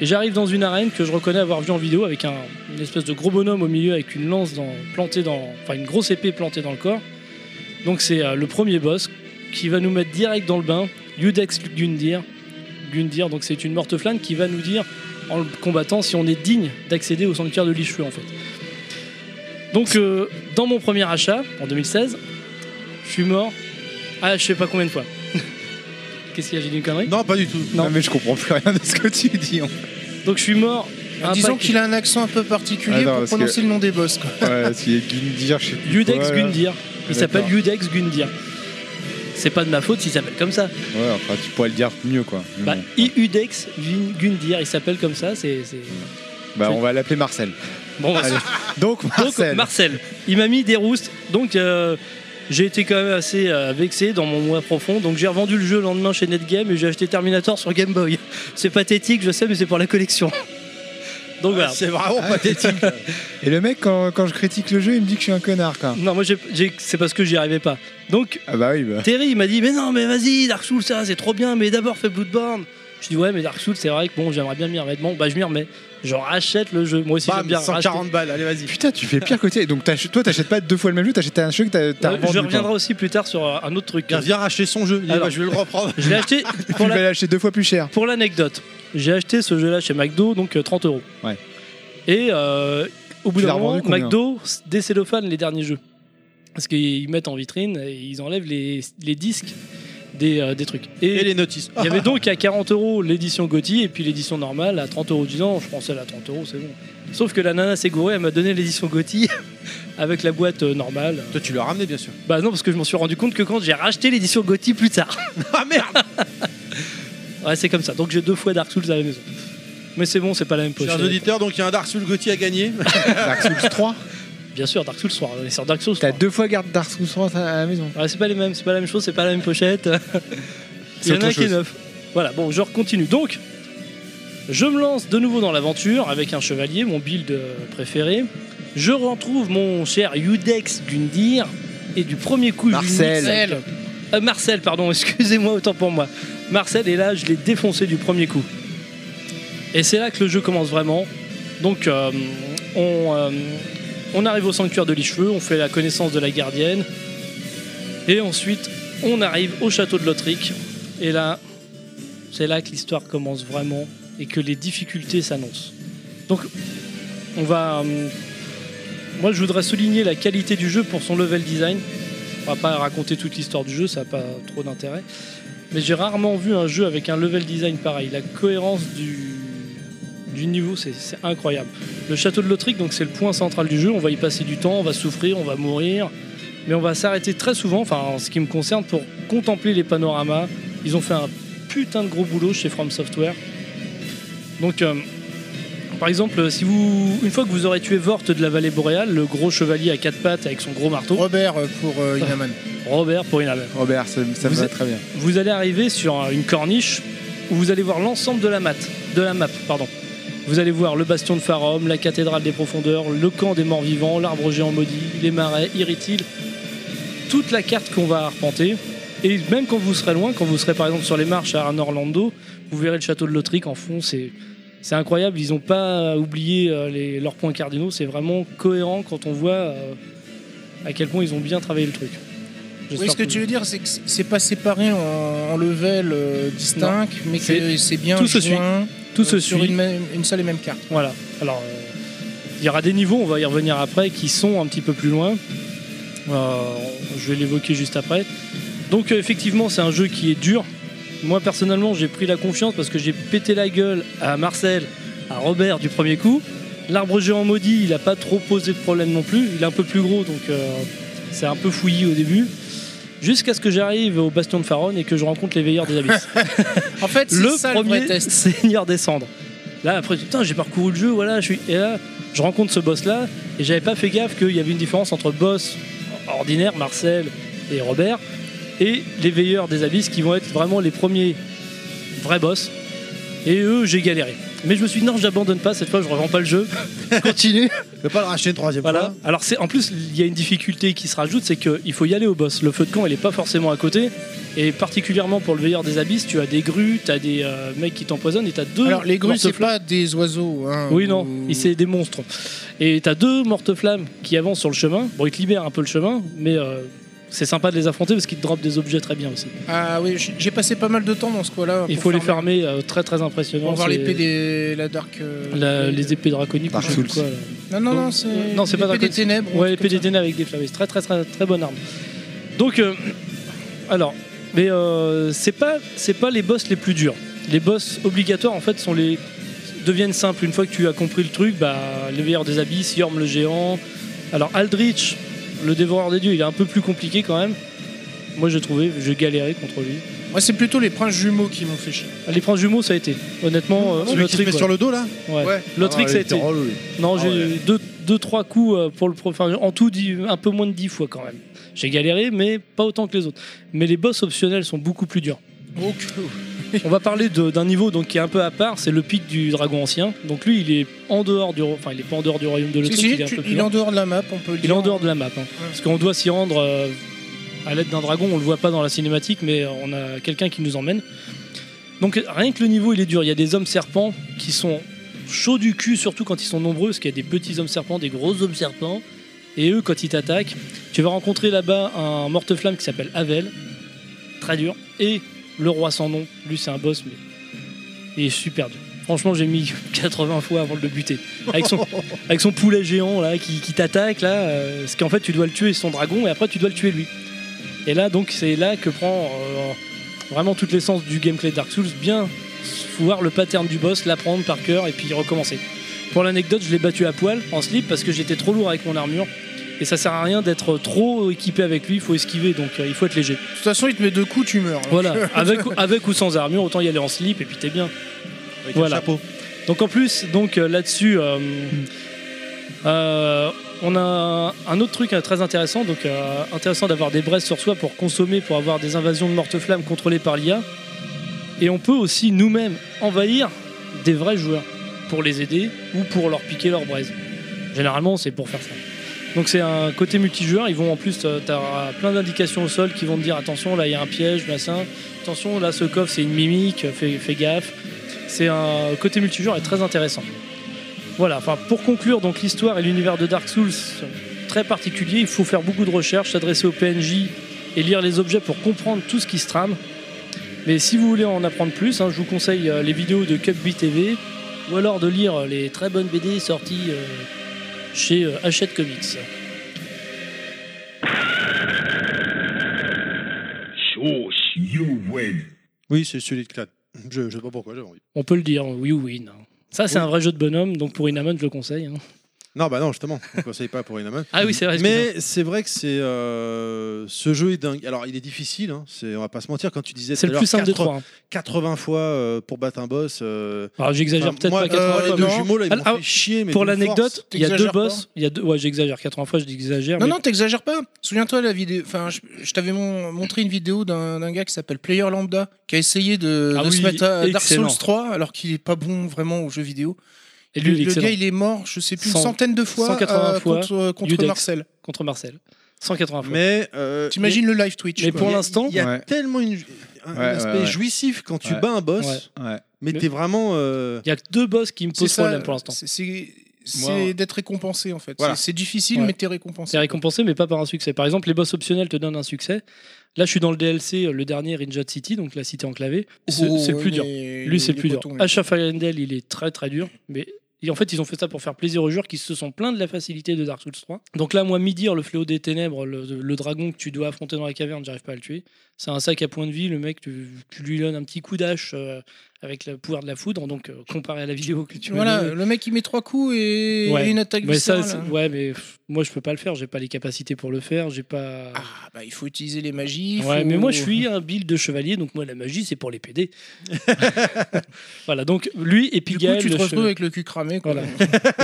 Et j'arrive dans une arène que je reconnais avoir vue en vidéo avec un, une espèce de gros bonhomme au milieu avec une lance dans, plantée dans, enfin une grosse épée plantée dans le corps. Donc c'est euh, le premier boss qui va nous mettre direct dans le bain. Yudex Gundir. Gundir, donc c'est une morte flamme qui va nous dire en le combattant si on est digne d'accéder au sanctuaire de l'Ichu en fait. Donc euh, dans mon premier achat en 2016, je suis mort. Ah je sais pas combien de fois. Qu'est-ce qu'il y a j'ai dit une connerie
Non, pas du tout.
Non.
Non. mais je comprends plus rien de ce que tu dis. en fait.
Donc je suis mort. un
Disons
paquet-
qu'il a un accent un peu particulier
Ah, non,
pour
parce que-
prononcer le nom des boss. Quoi.
Ouais, ce qui est Gundir, je sais plus
Yudex
quoi, là.
Gundir. Il
D'accord.
s'appelle Yudex Gundir. C'est pas de ma faute s'il s'appelle comme ça.
Ouais, enfin, tu pourrais le dire mieux, quoi. Mais
Bah,
bon.
Iudex Gun- Gundir, il s'appelle comme ça. C'est. c'est-
Bah, on va l'appeler Marcel.
Bon, bah,
Allez.
c'est-
Donc, Marcel.
Donc, Marcel. Il m'a mis des roustes. Donc, euh, j'ai été quand même assez euh, vexé dans mon moi profond. Donc, j'ai revendu le jeu le lendemain chez Netgame et j'ai acheté Terminator sur Game Boy. C'est pathétique, je sais, mais c'est pour la collection. Donc, voilà.
C'est vraiment pathétique.
Et le mec, quand, quand je critique le jeu, il me dit que je suis un connard, quoi.
Non, moi, j'ai- j'ai- c'est parce que j'y arrivais pas. Donc,
Ah bah oui, bah.
Terry il m'a dit mais non mais vas-y Dark Souls ça c'est trop bien mais d'abord fais Bloodborne. Je dis ouais mais Dark Souls c'est vrai que bon j'aimerais bien m'y remettre. Bon bah je m'y remets. Je rachète le jeu. Moi aussi j'aime
Bam,
bien
140
racheter.
balles, allez vas-y.
Putain, tu fais pire côté. Donc, t'achètes- toi, t'achètes pas deux fois le même jeu, t'achètes un jeu que t'as- t'as
Ouais,
revendu.
je
quoi.
reviendrai aussi plus tard sur euh, un autre truc.
Viens, viens racheter son jeu. Il dit,
Alors.
bah, je vais le reprendre.
Je l'ai acheté
Tu
pour
vas
la-
l'acheter deux fois plus cher.
pour l'anecdote. J'ai acheté ce jeu là chez McDo donc euh, 30 euros.
Ouais.
Et euh, au bout
Tu l'as
d'un moment
revendu combien
McDo décellophane les derniers jeux parce qu'ils mettent en vitrine et ils enlèvent les, les disques des, euh, des trucs.
Et les notices.
Il y avait donc à 40 euros l'édition Gauthier et puis l'édition normale à 30 euros. Disant, je pensais à 30 euros, c'est bon. Sauf que la nana s'est gourée, elle m'a donné l'édition Gauthier avec la boîte euh, normale.
Toi, tu l'as ramené, bien sûr.
Bah non, parce que je m'en suis rendu compte que quand j'ai racheté l'édition Gauthier plus tard.
Ah merde
Ouais, c'est comme ça. Donc j'ai deux fois Dark Souls à la maison. Mais c'est bon, c'est pas la même pochette.
Chers auditeurs, donc il y a un Dark Souls Gauthier à gagner.
Dark Souls 3
Bien sûr, Dark Souls 3. On est sur Dark Souls
T'as
3.
deux fois garde Dark Souls 3 à la maison.
Ouais, c'est pas les mêmes, c'est pas la même chose, c'est pas la même pochette. Il y en
autre
a un qui est
chose.
neuf. Voilà, bon, je continue. Donc, je me lance de nouveau dans l'aventure avec un chevalier, mon build euh, préféré. Je retrouve mon cher Udex Gundir et du premier coup, je lui nique
Marcel.
sa gueule. Euh, Marcel, pardon, excusez-moi, autant pour moi. Marcel, et là, je l'ai défoncé du premier coup. Et c'est là que le jeu commence vraiment. Donc, euh, on, euh, on arrive au sanctuaire de l'Icheveux, on fait la connaissance de la gardienne. Et ensuite, on arrive au château de Lotric. Et là, c'est là que l'histoire commence vraiment et que les difficultés s'annoncent. Donc, on va. euh, moi, je voudrais souligner la qualité du jeu pour son level design. On va pas raconter toute l'histoire du jeu, ça n'a pas trop d'intérêt. Mais j'ai rarement vu un jeu avec un level design pareil. La cohérence du, du niveau, c'est c'est incroyable. Le château de Lotric, donc c'est le point central du jeu. On va y passer du temps, on va souffrir, on va mourir. Mais on va s'arrêter très souvent, enfin en ce qui me concerne, pour contempler les panoramas. Ils ont fait un putain de gros boulot chez From Software. Donc, euh, par exemple, euh, si vous, une fois que vous aurez tué Vort de la vallée boréale, le gros chevalier à quatre pattes avec son gros marteau,
Robert euh, pour euh, Inaman.
Robert pour une âme.
Robert, ça, ça me
Vous
va
êtes-
très bien.
vous allez arriver sur un- une corniche où vous allez voir l'ensemble de la mat, de la map, pardon. Vous allez voir le bastion de Farom, la cathédrale des profondeurs, le camp des morts vivants, l'arbre géant maudit, les marais, Irithil, toute la carte qu'on va arpenter. Et même quand vous serez loin, quand vous serez par exemple sur les marches à un Orlando, vous verrez le château de Lotric en fond, c'est c'est incroyable, ils n'ont pas oublié euh, les- leurs points cardinaux, c'est vraiment cohérent quand on voit euh, à quel point ils ont bien travaillé le truc.
Oui, ce que tu veux dire, c'est que c'est- c'est pas séparé en, en level euh, distinct, mais que
C'est-
c'est bien
tout se suit.
joint,
Tout
euh,
se
sur
suit.
Une, même- une seule et même carte.
Voilà. Alors, euh, il y aura des niveaux, on va y revenir après, qui sont un petit peu plus loin. Euh, je vais l'évoquer juste après. Donc, euh, effectivement, c'est un jeu qui est dur. Moi, personnellement, j'ai pris la confiance parce que j'ai pété la gueule à Marcel, à Robert du premier coup. L'arbre géant maudit, il n'a pas trop posé de problème non plus. Il est un peu plus gros, donc euh, c'est un peu fouillis au début. Jusqu'à ce que j'arrive au bastion de Faron et que je rencontre les veilleurs des abysses
En fait, c'est
le
ça le vrai
premier
test.
seigneur des cendres. Là, après, putain, j'ai parcouru le jeu, voilà, je suis. Et là, je rencontre ce boss-là, et j'avais pas fait gaffe qu'il y avait une différence entre boss ordinaire, Marcel et Robert, et les veilleurs des abysses qui vont être vraiment les premiers vrais boss. Et eux, j'ai galéré. Mais je me suis dit, non, j'abandonne pas, cette fois, je revends pas le jeu. Je Continue.
Je vais pas le racheter une troisième
Voilà.
fois.
Alors c'est en plus il y a une difficulté qui se rajoute, c'est qu'il faut y aller au boss. Le feu de camp, il est pas forcément à côté, et particulièrement pour le veilleur des abysses, tu as des grues, tu as des euh, mecs qui t'empoisonnent, et t'as deux.
Alors, les grues, c'est
morteflammes.
pas des oiseaux. hein,
Oui non,
ou-
il c'est des monstres. Et t'as deux mortes-flammes qui avancent sur le chemin. Bon, ils te libèrent un peu le chemin, mais euh, c'est sympa de les affronter parce qu'ils te dropent des objets très bien aussi.
Ah oui, j'ai j'ai passé pas mal de temps dans ce coin-là.
Il
pour
faut les
farmer.
fermer, euh, très très impressionnant.
Pour voir
c'est-
l'épée des. La Dark. euh,
la-
euh,
les épées draconiques
Dark
ou je sais plus
Souls.
quoi, là.
Non, non, non,
Donc-
c'est.
Non, c'est pas
L'épée
Dark
des ténèbres. ou un
Ouais,
truc
épée des
comme ça.
ténèbres avec des flammes. C'est Très, très, très, très bonne arme. Donc, euh, alors, mais euh, c'est pas, c'est pas les boss les plus durs. Les boss obligatoires, en fait, sont les deviennent simples une fois que tu as compris le truc. Bah, les veilleurs des abysses, Yorm le géant. Alors, Aldrich, le dévoreur des dieux, il est un peu plus compliqué quand même. Moi, j'ai trouvé, j'ai galéré contre lui.
Moi, c'est plutôt les princes jumeaux qui m'ont fait chier.
Les princes jumeaux, ça a été. Honnêtement, euh,
Celui
le
qui se met
ouais.
sur le dos, là
Ouais.
Ouais.
Le
Ah,
trick,
il
ça a
était
été.
relou, lui.
Non,
Ah,
j'ai
ouais.
eu deux, deux, trois coups euh, pour le. pro- Enfin, en tout, dix- un peu moins de 10 fois quand même. J'ai galéré, mais pas autant que les autres. Mais les boss optionnels sont beaucoup plus durs. On va parler de- d'un niveau donc qui est un peu à part, c'est le pic du dragon ancien. Donc lui, il est en dehors du, ro- enfin il est pas en dehors du royaume de l'autre.
Si, si,
il est un
tu-
peu plus
il est
loin.
en dehors de la map, on peut le
Il est
dire.
en dehors de la map, hein. parce qu'on doit s'y rendre euh, à l'aide d'un dragon. On le voit pas dans la cinématique, mais euh, on a quelqu'un qui nous emmène. Donc rien que le niveau, il est dur. Il y a des hommes serpents qui sont chauds du cul, surtout quand ils sont nombreux, parce qu'il y a des petits hommes serpents, des gros hommes serpents. Et eux, quand ils t'attaquent, tu vas rencontrer là-bas un morte-flamme qui s'appelle Avel, très dur. Et le roi sans nom, lui c'est un boss, mais il est super dur. Franchement, j'ai mis 80 fois avant de le buter. Avec son, avec son poulet géant là, qui, qui t'attaque, là, euh, parce qu'en fait, tu dois le tuer son dragon et après, tu dois le tuer lui. Et là, donc, c'est là que prend euh, vraiment toute l'essence du gameplay de Dark Souls. Bien voir le pattern du boss, l'apprendre par cœur et puis recommencer. Pour l'anecdote, je l'ai battu à poil en slip parce que j'étais trop lourd avec mon armure. Et ça sert à rien d'être trop équipé avec lui, il faut esquiver, donc euh, il faut être léger.
De toute façon, il te met deux coups, tu meurs. hein.
Voilà, avec, avec ou sans armure, autant y aller en slip et puis t'es bien.
Avec un
voilà.
chapeau.
Donc en plus, donc euh, là-dessus, euh, euh, on a un autre truc euh, très intéressant. Donc euh, intéressant d'avoir des braises sur soi pour consommer, pour avoir des invasions de morte-flammes contrôlées par l'IA. Et on peut aussi nous-mêmes envahir des vrais joueurs pour les aider ou pour leur piquer leurs braises. Généralement, c'est pour faire ça. Donc c'est un côté multijoueur, ils vont en plus, euh, t'as plein d'indications au sol qui vont te dire attention là il y a un piège, machin, attention là ce coffre c'est une mimique, fais, fais gaffe. C'est un côté multijoueur est très intéressant. Voilà, enfin pour conclure donc l'histoire et l'univers de Dark Souls sont très particuliers, il faut faire beaucoup de recherches, s'adresser au PNJ et lire les objets pour comprendre tout ce qui se trame. Mais si vous voulez en apprendre plus, hein, je vous conseille euh, les vidéos de Cupby TV ou alors de lire euh, les très bonnes BD sorties euh, chez euh, Hachette Comics.
You win. Oui, c'est celui de Clad. Je, je sais pas pourquoi j'avais envie.
On peut le dire, hein, oui ou win. Ça, c'est
Oui.
un vrai jeu de bonhomme, donc pour Inaman, je le conseille. hein.
Non, bah non, justement, on ne conseille pas pour Inaman.
Ah oui, c'est vrai,
Mais c'est vrai que c'est. euh, ce jeu est dingue. Alors, il est difficile, hein, c'est- on va pas se mentir. Quand tu disais.
C'est
tout
le
à
plus
l'heure,
simple des
80
trois, hein.
80 fois euh, pour battre un boss. euh,
Alors, j'exagère
enfin,
peut-être
moi,
pas 80
euh,
fois.
Les deux
mais-
jumeaux, là, ils m'ont
Ah,
fait chier. Mais
pour
d'une
l'anecdote,
force.
il y a deux
T'exagères pas.
boss. Il y a deux... Ouais, j'exagère. 80 fois, je j'exagère.
Non,
mais-
non, t'exagères pas. Souviens-toi la vidéo. Enfin, je, je t'avais mon- montré une vidéo d'un d'un gars qui s'appelle Player Lambda qui a essayé de,
Ah
de
oui,
se mettre à Dark
excellent.
Souls 3 alors qu'il est pas bon vraiment aux jeux vidéo.
Et lui, il est
le, le
excellent.
gars, il est mort, je sais plus,
Cent-
une centaine de fois,
180
euh,
fois
contre, euh, contre
Udex.
Marcel.
Contre Marcel. 180 fois.
Mais. euh,
T'imagines le live Twitch.
mais
quoi.
pour
il y a-
l'instant-
Il y a
Ouais.
tellement une, un, un
Ouais, ouais,
aspect
ouais.
jouissif quand tu
Ouais.
bats un boss.
Ouais.
Mais
Mais-
t'es vraiment. euh,
Il y a que deux boss qui me
C'est
posent
ça,
problème pour l'instant.
c'est- C'est c'est
Moi, ouais.
d'être récompensé en fait.
Voilà.
C'est- C'est difficile,
Ouais.
mais t'es récompensé.
C'est récompensé, mais pas par un succès. Par exemple, les boss optionnels te donnent un succès. Là, je suis dans le DLC, euh, le dernier Rinjat City, donc la cité enclavée. C'est
Oh,
c'est le plus
mais
dur.
il
Lui,
est-
c'est
il
le
est
plus dur. Ah,
coton, lui.
Asha Fallendale, il est très très dur. Mais et en fait, ils ont fait ça pour faire plaisir aux joueurs qui se sont plaints de la facilité de Dark Souls 3. Donc là, moi, Midir, le fléau des ténèbres, le, le dragon que tu dois affronter dans la caverne, j'arrive pas à le tuer. C'est un sac à points de vie. Le mec, tu, tu lui donnes un petit coup d'hache euh, avec le pouvoir de la foudre. Donc, euh, comparé à la vidéo que tu m'as
Voilà,
donnée,
le hein. mec il met trois coups et
Ouais.
et une attaque
mais ça,
viscérale.
c'est- ouais, mais pff, moi je peux pas le faire, j'ai pas les capacités pour le faire, j'ai pas.
Ah, bah, il faut utiliser les magies. il
ouais,
faut-
mais moi je suis un build de chevalier, donc moi la magie c'est pour les PD. voilà, donc lui et puis
Du coup,
Gaël,
tu te
le
retrouves
chev-
avec le cul cramé. Quoi.
Voilà.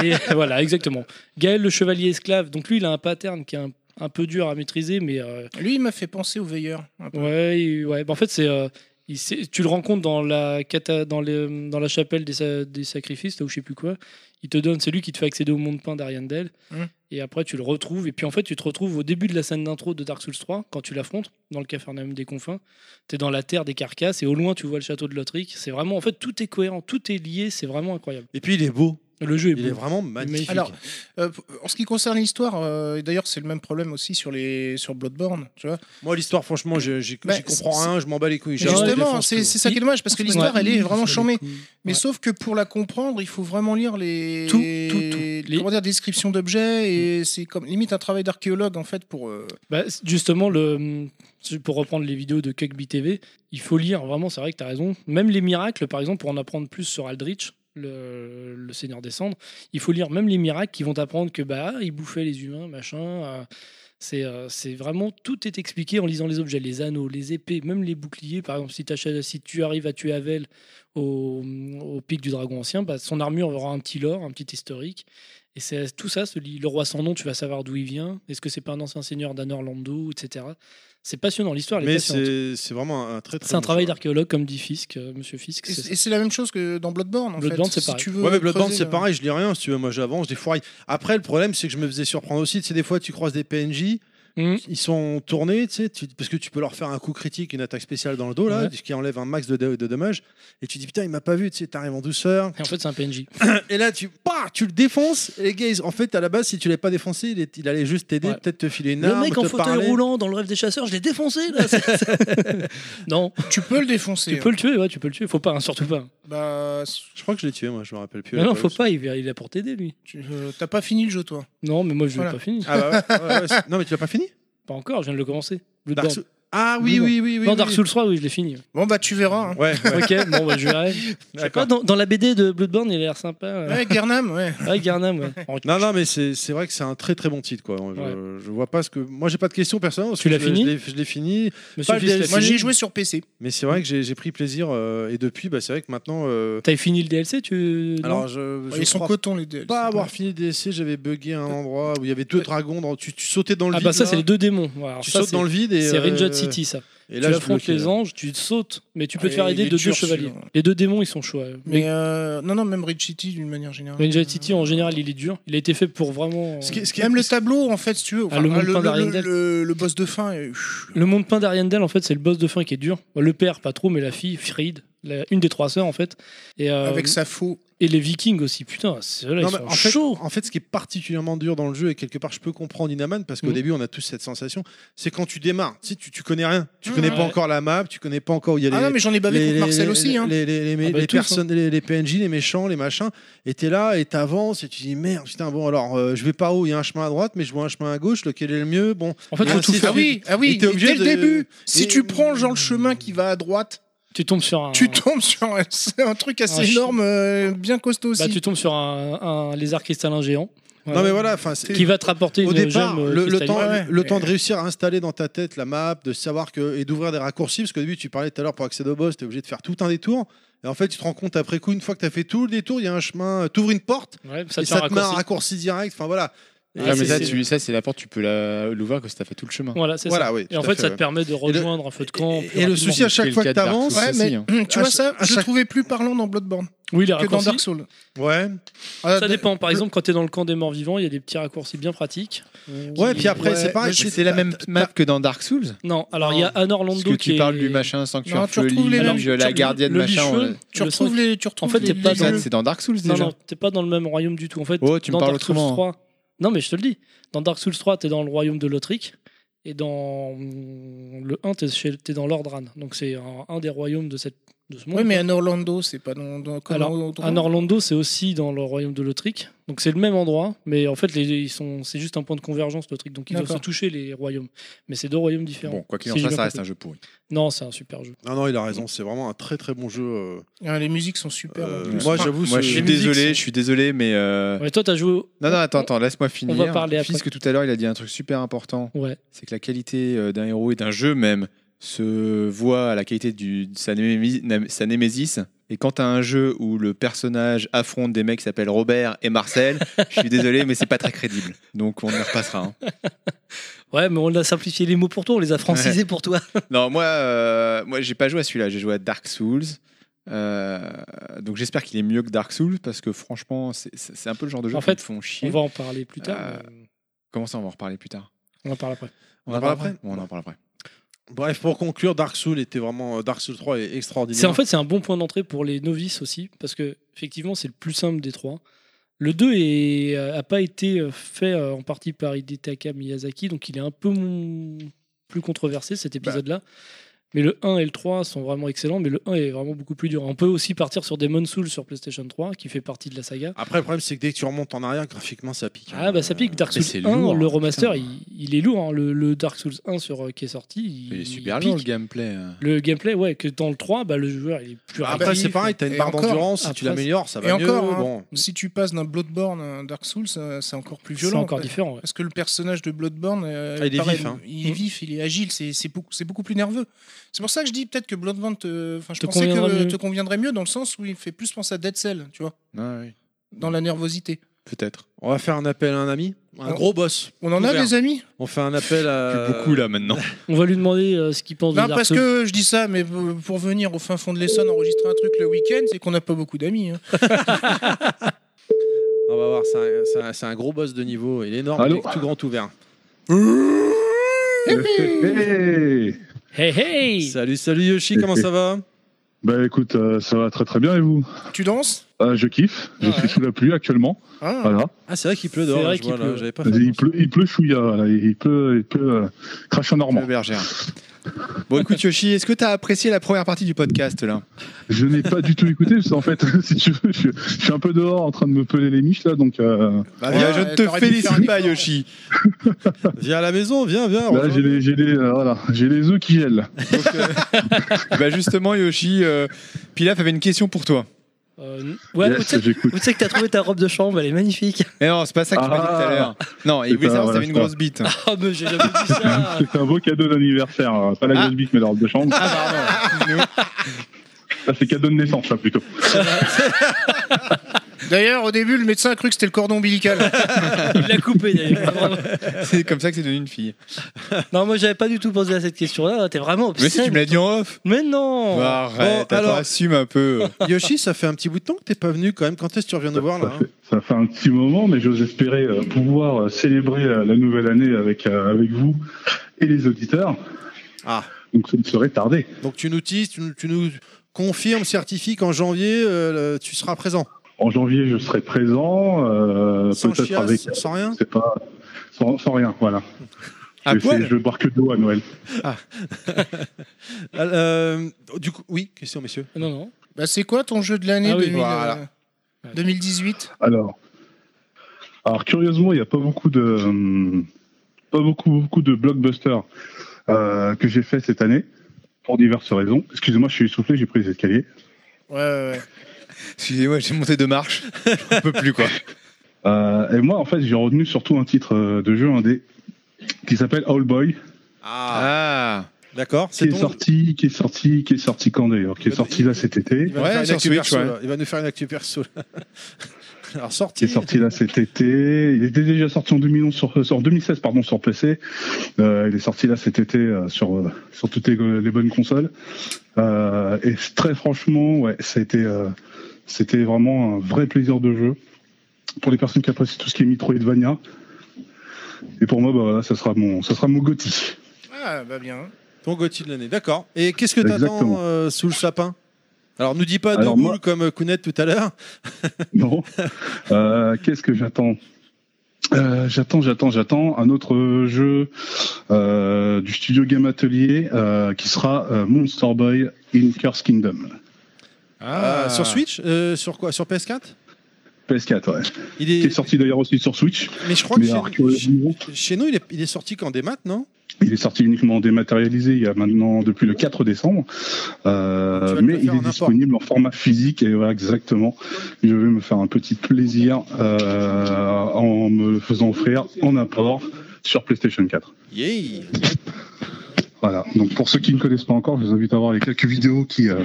Et voilà, exactement. Gaël, le chevalier esclave, donc lui il a un pattern qui est un, un peu dur à maîtriser, mais euh,
Lui, il m'a fait penser au veilleur. un peu.
ouais, il- ouais. Bah, en fait c'est. euh, il sait- tu le rencontres dans la, cata- dans, le- dans la chapelle des, sa- des sacrifices, là, ou je sais plus quoi. Il te donne, c'est lui qui te fait accéder au monde peint d'Ariandel.
Mhm.
Et après, tu le retrouves. Et puis, en fait, tu te retrouves au début de la scène d'intro de Dark Souls 3, quand tu l'affrontes, dans le Cafarnaum des confins. Tu es dans la terre des carcasses, et au loin, tu vois le château de Lothric. C'est vraiment, en fait, tout est cohérent, tout est lié, c'est vraiment incroyable.
Et puis il est beau.
Le jeu est
Il est
beau.
vraiment magnifique.
Alors, euh, p- en ce qui concerne l'histoire, euh, et d'ailleurs, c'est le même problème aussi sur, les, sur Bloodborne. Tu vois
Moi, l'histoire, franchement, je- j'y
Bah,
j'y comprends
c'est-
rien, je m'en bats les couilles.
Mais
J'ai-
Justement,
défonce
c'est
tout.
c'est ça qui est dommage, parce que
Ouais.
l'histoire, elle est vraiment
Ouais.
chômée. Mais
Ouais.
sauf que pour la comprendre, il faut vraiment lire les
Tout, tout, tout.
les-
Les- Mm.
comment dire, descriptions d'objets et c'est comme limite un travail d'archéologue en fait pour euh,
Bah, c- justement, le, hum, pour reprendre les vidéos de Cugby TV, il faut lire, vraiment, c'est vrai que tu as raison. Même les miracles, par exemple, pour en apprendre plus sur Aldrich, le, le Seigneur des Cendres, il faut lire même les miracles qui vont t'apprendre que bah, il bouffait les humains, machin. euh, C'est euh, c'est vraiment tout est expliqué en lisant les objets, les anneaux, les épées, même les boucliers. Par exemple, si, t'achètes- si tu arrives à tuer Avel au, au pic du dragon ancien, bah, son armure aura un petit lore, un petit historique. Et c'est tout ça, se lit. le roi sans nom, tu vas savoir d'où il vient. Est-ce que c'est pas un ancien seigneur d'Anor Lando, etc. C'est passionnant, l'histoire elle est
Mais
passionnante.
c'est c'est vraiment un très très.
C'est un
bon
travail
choix.
d'archéologue, comme dit Fisk, euh, monsieur Fisk.
Et
c'est
c'est- et c'est la même chose que dans Bloodborne. En
Bloodborne,
fait.
c'est
Si
pareil.
tu veux
Ouais, mais Bloodborne,
creuser,
hein.
c'est
euh,
pareil, je lis rien. Si tu veux, moi j'avance, je les foiraille. Après, le problème, c'est que je me faisais surprendre aussi. Tu sais, des fois, tu croises des PNJ,
Mhm.
ils sont tournés, tu sais, tu- parce que tu peux leur faire un coup critique, une attaque spéciale dans le dos, là,
Ouais.
ce qui enlève un max de, de- de dommages. Et tu dis, putain, il m'a pas vu, tu sais, t'arrives en douceur.
Et en fait, c'est un PNJ.
Et là, tu, bah, tu le défonces. Et les gars, ils- en fait, à la base, si tu l'avais pas défoncé, il, est- il allait juste t'aider,
Ouais.
peut-être te filer une
Le
arme.
mec en
te
fauteuil
parler.
roulant dans le rêve des chasseurs, je l'ai défoncé là. c'est- non,
Tu peux le défoncer. hein.
tu
euh.
peux le tuer, ouais, tu peux le tuer. Faut pas, hein, surtout pas.
Bah, c-
Je crois que je l'ai tué, moi, je me rappelle plus.
Mais non,
Ouais,
faut
c'est-
pas. Il, est- il est pour t'aider lui.
tu- euh, t'as pas fini le jeu, toi.
Non, mais moi je l'ai
Voilà.
pas fini.
Ah bah ouais, ouais, ouais, c'est- Non, mais tu l'as pas fini
Pas encore, je viens de le commencer. Bloodborne.
Dark Souls- Ah oui, oui, oui, oui.
non,
oui.
Dark Souls 3, oui, je l'ai fini.
Bon, bah, tu verras. hein.
Ouais, ouais,
ok, bon, bah, je verrai. Je sais pas,
d'accord.
dans, dans la BD de Bloodborne, il a l'air sympa.
Ouais,
euh.
Gernam, ouais.
Ouais, Garnam, ouais. Oh,
Non, non, mais c'est c'est vrai que c'est un très très bon titre. Quoi. Je, je vois pas ce que. Moi, j'ai pas de questions personnellement. parce
Tu
que
l'as
je-
fini
je l'ai- Je l'ai fini. pas
Monsieur
le
Fils, t'as
DLC.
Moi,
fini
j'ai joué sur PC.
Mais c'est vrai que j'ai j'ai pris plaisir. euh, et depuis, bah, c'est vrai que maintenant. euh,
T'avais fini le DLC, tu. non
alors, je, je
Ils sont
crois
cotons, les DLC.
pas avoir fini le DLC. J'avais bugué à un endroit où il y avait deux dragons. dans- tu, tu sautais dans le
ah
vide.
bah ça,
là.
c'est les deux démons. Ouais, alors
Tu
ça,
sautes
c'est-
dans le vide et.
C'est
euh,
Ringed City, ça.
Et je
tu
euh. suis
affrontes
bloqué,
les
là.
anges, tu sautes, mais tu peux
Ah,
te faire
il
aider
est
de deux
dur,
chevaliers.
celui-là.
Les deux démons, ils sont chauds. ouais. Mais
Mais euh, non, non, même Red City d'une manière générale.
Ringed City, en général, il est dur. Il a été fait pour vraiment.
Ce qui- ce qui- même le tableau, en fait, si tu veux.
Ah, le monde
le,
peint
le,
d'Ariandel.
le- le boss de fin. est- pff,
Le monde peint d'Ariandel, en fait, c'est le boss de fin qui est dur. Bah, Le père, pas trop, mais la fille, Fried, la- une des trois sœurs, en fait. Et, euh,
Avec sa faux.
et les vikings aussi, putain, ceux-là,
Non,
ils
mais
sont
en, fait,
chauds.
en fait, ce qui est particulièrement dur dans le jeu, et quelque part, je peux comprendre Inaman, parce qu'au
Mhm.
début, on a tous cette sensation, c'est quand tu démarres. Tu, sais, tu, tu connais rien. Tu
Mhm.
connais pas
Ouais.
encore la map, tu connais pas encore où il y a les,
Ah non, mais j'en ai bavé contre Marcel aussi. Hein.
Les, les- les-
Ah bah,
les
tous,
personnes, les, les PNJ, les méchants, les machins. Et t'es là et t'avances et tu dis merde, putain, bon, alors euh, je vais pas où Il y a un chemin à droite, mais je vois un chemin à gauche. Lequel est le mieux Bon,
En fait,
Et
faut
ainsi
tout
de
faire.
Ah oui, ah oui.
Et t'es obligé
Dès le
de-
début, si
Et-
tu prends genre le chemin qui va à droite,
Tu tombes sur un.
tu tombes sur un, c'est un truc assez
Ah, je-
énorme, euh, bien costaud aussi.
bah, tu tombes sur un, un lézard cristallin géant.
non, mais voilà. enfin, c'est-
Qui va te rapporter
Au
une
départ,
gemme, euh,
le, le
cristalline.
temps,
Ouais, ouais.
le temps de réussir à installer dans ta tête la map, de savoir que et d'ouvrir des raccourcis, parce que début tu parlais tout à l'heure pour accéder au boss, t'es obligé de faire tout un détour. Et en fait, tu te rends compte après coup, une fois que t'as fait tout le détour, il y a un chemin, euh, t'ouvres une porte
Ouais, ça
et
te fait un
ça te met un
raccourci.
raccourci direct. Enfin voilà. Et
Ah,
mais
c'est-
ça,
c'est-
tu- ça, c'est la porte, tu peux la- l'ouvrir que si t'as fait tout le chemin.
Voilà, c'est
Voilà,
ça.
oui,
et
tout
en
à
fait,
fait,
ça
ouais.
te permet de rejoindre un feu de camp.
et-
plus
et le
rapidement.
souci à
C'est
chaque
le
fois que
cas de Dark
t'avances,
Souls.
Ouais,
aussi,
mais
hein.
tu
À
vois
Ah, ch-
ça,
à
je le
chaque-
trouvais plus parlant dans Bloodborne
Oui, les
que dans
raccourcis.
Dark Souls.
ouais.
Ah,
Ça
de-
dépend. Par exemple, quand t'es dans le camp des morts vivants, il y a des petits raccourcis bien pratiques.
Ouais, puis après,
Ouais,
c'est
mais
pareil.
c'est
C'est la même map que dans Dark Souls
Non, alors il y a Anor
Parce
Londo
que
qui
tu parles
est-
du machin sanctuaire
Non, tu retrouves les mêmes-
feu,
tu
la
retrouves
gardienne,
le
machin. euh,
bicheux,
on-
Tu
le
retrouves
sang-
les, tu retrouves
fait,
les-
t'es pas
les
dans-
Ça,
lieux.
c'est dans Dark Souls
Non,
déjà.
non, t'es pas dans le même royaume du tout. En fait,
Oh, tu me
dans
parles
Dark Souls
autrement.
3, non, mais je te le dis, dans Dark Souls 3, t'es dans le royaume de Lothric, et dans hum, le 1, t'es, chez- t'es dans Lordran. Donc c'est un, un des royaumes de, cette, de ce monde.
Ouais, mais un Orlando, c'est pas dans. dans comme
Alors,
dans- dans-
Un Orlando, c'est aussi dans le royaume de Lothric. Donc c'est le même endroit, mais en fait, les, ils sont, c'est juste un point de convergence, Lothric. Donc ils doivent se
D'accord.
toucher, les royaumes. Mais c'est deux royaumes différents.
Bon, quoi qu'il en
Si
soit,
j'ai
ça
bien
reste un
compris.
jeu pourri.
Non, c'est un super jeu.
Non, non, il a raison. C'est vraiment un très très bon jeu. euh,
Ah, les musiques sont super.
euh,
en plus.
moi,
Enfin,
j'avoue,
Moi,
ce-
je suis
les musiques
désolé,
sont-
je suis désolé, mais. euh,
Ouais, toi, t'as joué. au-
Non, non, attends, attends, laisse-moi finir.
va parler après.
Puisque tout à l'heure, il a dit un truc super important
Ouais.
c'est que la qualité euh, d'un héros et d'un jeu même se voit à la qualité du, de sa, némémi- na- sa némésis. Et quand t'as un jeu où le personnage affronte des mecs qui s'appellent Robert et Marcel, je suis désolé, mais c'est pas très crédible. Donc on y repassera. hein.
Ouais, mais on a simplifié les mots pour toi, on les a francisés pour toi.
Non, moi, euh, moi j'ai pas joué à celui-là, j'ai joué à Dark Souls. Euh, donc j'espère qu'il est mieux que Dark Souls parce que franchement, c'est- c'est c'est un peu le genre de jeu
En
qui me
fait,
font chier.
On va en parler plus tard.
Euh,
mais
Comment ça, on va en reparler plus tard
On en parle après.
On en parle après
Bon, On en parle après.
Bref, pour conclure, Dark Souls était vraiment euh, Dark Souls 3 est extraordinaire.
C'est en fait c'est un bon point d'entrée pour les novices aussi parce que effectivement c'est le plus simple des trois. Le 2 est, euh, a pas été euh, fait euh, en partie
Bah.
par Hidetaka Miyazaki donc il est un peu mon- plus controversé cet épisode là. Mais le 1 et le 3 sont vraiment excellents, mais le 1 est vraiment beaucoup plus dur. On peut aussi partir sur Demon's Souls sur PlayStation 3, qui fait partie de la saga.
Après, le problème, c'est que dès que tu remontes en arrière, graphiquement, ça pique. hein.
Ah bah ça pique, Dark
mais
Souls
c'est
1,
lourd,
le
hein,
remaster, il, il est lourd. hein. Le, le Dark Souls 1 sur, euh, qui est sorti, il,
Il est super
il pique.
long le gameplay. hein.
Le gameplay, ouais, que dans le 3, bah, le joueur il est
Après,
plus rapide.
Ah, bah, c'est pareil, t'as une
Et
barre
encore,
d'endurance, si tu
après,
l'améliores, ça va
et
mieux.
encore, hein,
bon.
si tu passes d'un Bloodborne à un Dark Souls, euh, c'est encore plus
C'est
violent.
encore
quoi.
différent. ouais.
Parce que le personnage de Bloodborne, euh,
Ah, il est vif, hein.
il est vif, il est agile, c'est c'est beaucoup, c'est beaucoup plus nerveux. C'est pour ça que je dis peut-être que Bloodborne te, enfin, je
Te
pensais que
conviendra mieux.
te conviendrait mieux dans le sens où il fait plus penser à Dead Cell, tu vois,
Ah
Ouais, oui,
dans la nervosité.
Peut-être.
On va faire un appel à un ami, un
Non.
gros boss.
On en a
Ouvert.
des amis
On fait un appel
Euh,
à.
Plus beaucoup là maintenant.
On va lui demander euh, ce qu'il pense de
Non,
Dark
parce
Souls.
que je dis ça, mais pour pour venir au fin fond de l'Essonne enregistrer un truc le week-end, c'est qu'on n'a pas beaucoup d'amis. hein.
On va voir, c'est un- c'est un, c'est un gros boss de niveau, il est énorme,
Allô
il est tout grand ouvert.
Hey
Hey hey
Salut, salut Yoshi, comment ça va
bah écoute, euh, ça va très très bien et vous
Tu danses
Ah, Je kiffe, je suis sous la pluie actuellement.
Ah.
Voilà.
Ah, c'est vrai qu'il pleut
C'est
dehors,
vrai
je
qu'il
vois, là,
pleut.
j'avais pas fait
Il
attention.
pleut, il pleut chouïa, voilà. il pleut, il pleut euh, crash en normand.
Bergère. Bon écoute Yoshi, est-ce que t'as apprécié la première partie du podcast là
Je n'ai pas du tout écouté parce qu'en fait, si tu veux, je, je suis un peu dehors en train de me peler les miches là, donc euh,
Bah
Ouais,
viens, je ne te
t'aurais dû faire un
félicite pas
effort.
Yoshi.
Viens à la maison, viens,
Ah,
viens.
là j'ai les, j'ai les, euh, voilà, j'ai les œufs qui gèlent.
bah justement Yoshi, euh, Pilaf avait une question pour toi.
Euh,
Bah,
ouais,
Yes,
tu sais-
j'écoute.
tu sais que t'as trouvé ta robe de chambre, elle est magnifique.
Mais non, c'est pas ça que tu m'as dit tout à
Ah.
l'heure. Non, il
C'est
voulait
pas-
savoir si
voilà,
t'avais une
c'est pas-
grosse bite.
Ah, mais j'ai jamais dit ça.
C'est un beau cadeau d'anniversaire, euh, pas la
Ah.
grosse bite mais la robe de chambre.
Ah pardon.
Ça c'est cadeau de naissance là plutôt.
D'ailleurs, au début, le médecin a cru que c'était le cordon ombilical.
Il l'a coupé d'ailleurs. Vraiment.
C'est comme ça que c'est devenu une fille.
Non, moi j'avais pas du tout pensé à cette question-là. T'es vraiment
Mais si
obsédé.
tu me l'as dit en off.
Mais non
Oh,
Bah, arrête,
Bon, alors-
attends, assume un peu.
Yoshi, ça fait un petit bout de temps que t'es pas venu quand même. Quand est-ce que tu reviens nous voir
Ça
là hein
fait, ça fait un petit moment, mais j'ose espérer euh, pouvoir euh, célébrer euh, la nouvelle année avec, euh, avec vous et les auditeurs.
Ah.
Donc ça ne serait tardé.
Donc tu nous tises, tu nous, tu nous confirmes, certifies qu'en janvier, euh, le- tu seras présent.
En janvier, je serai présent, euh,
Sans
peut-être
chiasse,
avec.
sans rien.
C'est pas sans, sans rien, voilà.
À
je, vais
poil
essayer- je vais boire que d'eau à Noël.
Euh, du coup, oui, question, messieurs.
Non, non.
Bah, c'est quoi ton jeu de l'année
Ah oui,
2000,
voilà.
euh, 2018
Alors, alors curieusement, il n'y a pas beaucoup de hum, pas beaucoup beaucoup de blockbusters euh, que j'ai fait cette année pour diverses raisons. Excusez-moi, je suis essoufflé, j'ai pris les escaliers.
Ouais, ouais, ouais.
Excusez-moi, j'ai monté deux marches. Je peux plus quoi.
Euh, et moi, en fait, j'ai retenu surtout un titre euh, de jeu indé qui s'appelle All Boy,
Ah,
Ah,
d'accord.
qui
C'est
est
ton. Bah,
sorti, qui est sorti, qui est sorti quand d'ailleurs, qui est sorti là cet été,
Il va,
Ouais,
nous faire une
sur
actu
Switch,
perso,
ouais.
là. il va nous faire une actu perso. là. Alors
qui
sorti.
est sorti là cet été. Il était déjà sorti en 2011 sur, euh, en 2016 pardon sur PC. Euh, il est sorti là cet été euh, sur euh, sur toutes les, les bonnes consoles. Euh, et très franchement, ouais, ça a été, euh, c'était vraiment un vrai plaisir de jeu pour les personnes qui apprécient tout ce qui est Metroidvania. Et pour moi, bah voilà, ça sera mon, ça sera mon Gotti.
Ah, bah bien.
Ton Gauthier de l'année, d'accord. Et qu'est-ce que
Exactement.
t'attends euh, sous le sapin Alors, nous dis pas deux
Alors,
boules
moi-
comme euh, Kounet tout à l'heure.
Non. Euh, Qu'est-ce que j'attends Euh, J'attends, j'attends, j'attends un autre jeu euh, du studio Game Atelier euh, qui sera euh, Monster Boy in Curse Kingdom.
Euh,
Ah,
sur Switch euh, Sur quoi Sur PS4
PS4, ouais.
il
Qui est
est...
sorti d'ailleurs aussi sur Switch.
Mais je crois que
Mais
chez,
alors, curieusement,
chez nous, il est, il est sorti qu'en démat, non
il est sorti uniquement dématérialisé il y a maintenant depuis le 4 décembre. Euh,
Tu vas te le
mais il
faire en
est
import.
disponible en format physique et voilà, exactement. Je vais me faire un petit plaisir euh, en me le faisant offrir en import sur PlayStation 4.
Yeah
Voilà. Donc pour ceux qui ne connaissent pas encore, je vous invite à voir les quelques vidéos qui euh,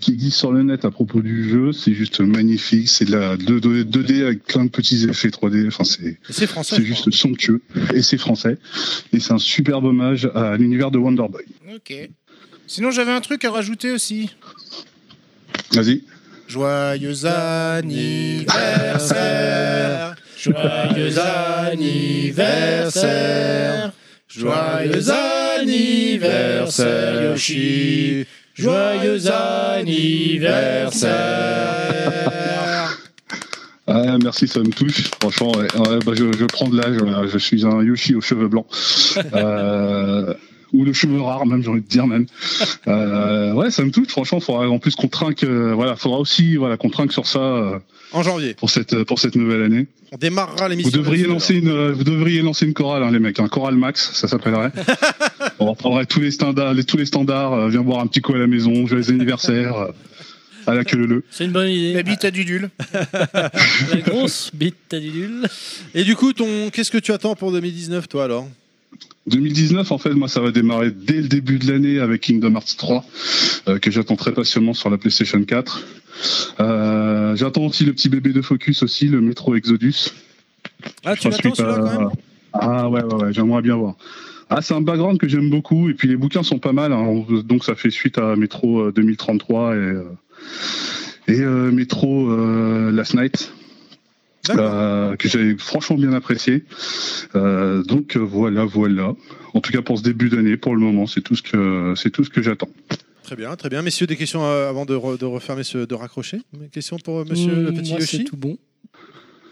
qui existent sur le net à propos du jeu. C'est juste magnifique. C'est de la 2D, 2D avec plein de petits effets 3D. Enfin, c'est
C'est français.
c'est
je
juste somptueux et c'est français. Et c'est un superbe hommage à l'univers de Wonder Boy.
Ok. Sinon, j'avais un truc à rajouter aussi.
Vas-y.
Joyeux anniversaire
Ah.
crois.
Joyeux anniversaire Joyeux anniversaire Yoshi Joyeux anniversaire
Ah, merci, ça me touche. Franchement, Ah, ouais. Ouais, bah, je, je prends de l'âge. voilà. Je suis un Yoshi aux cheveux blancs. Euh, ou de cheveux rares, même j'ai envie de dire même. Euh, ouais, somme toute, franchement, faudra en plus qu'on trinque. euh, voilà, faudra aussi voilà qu'on trinque sur ça. euh,
en janvier.
Pour cette euh, pour cette nouvelle année.
On démarrera
Vous
l'émission.
devriez
là-dessus,
lancer
alors.
une euh, vous devriez lancer une chorale, hein, les mecs, un chorale max, ça s'appellerait. On reprendrait tous les standards, les- tous les standards. euh, viens boire un petit coup à la maison, joyeux anniversaire. euh, à la queue leu leu.
C'est une bonne idée.
La bite à Dudule.
La grosse bite à Dudule.
Et du coup, ton... qu'est-ce que tu attends pour 2019, toi, alors
2019, en fait, moi, ça va démarrer dès le début de l'année avec Kingdom Hearts 3, euh, que j'attends très patiemment sur la PlayStation 4. Euh, j'attends aussi le petit bébé de Focus aussi, le Metro Exodus.
Ah,
tu l'attends celui-là quand même Ah ouais, ouais, ouais, j'aimerais bien voir. Ah, c'est un background que j'aime beaucoup, et puis les bouquins sont pas mal, hein, on- donc ça fait suite à Metro euh, 2033 et, euh, et euh, Metro euh, Last Night. euh, que j'avais franchement bien apprécié. Euh, donc euh, voilà, voilà. En tout cas pour ce début d'année, pour le moment, c'est tout ce que c'est tout ce que j'attends.
Très bien, très bien. Messieurs, des questions euh, avant de, re- de refermer ce, de raccrocher Une question pour euh, monsieur
Hmm,
Mmh,
le petit
moi,
Yoshi
c'est tout bon.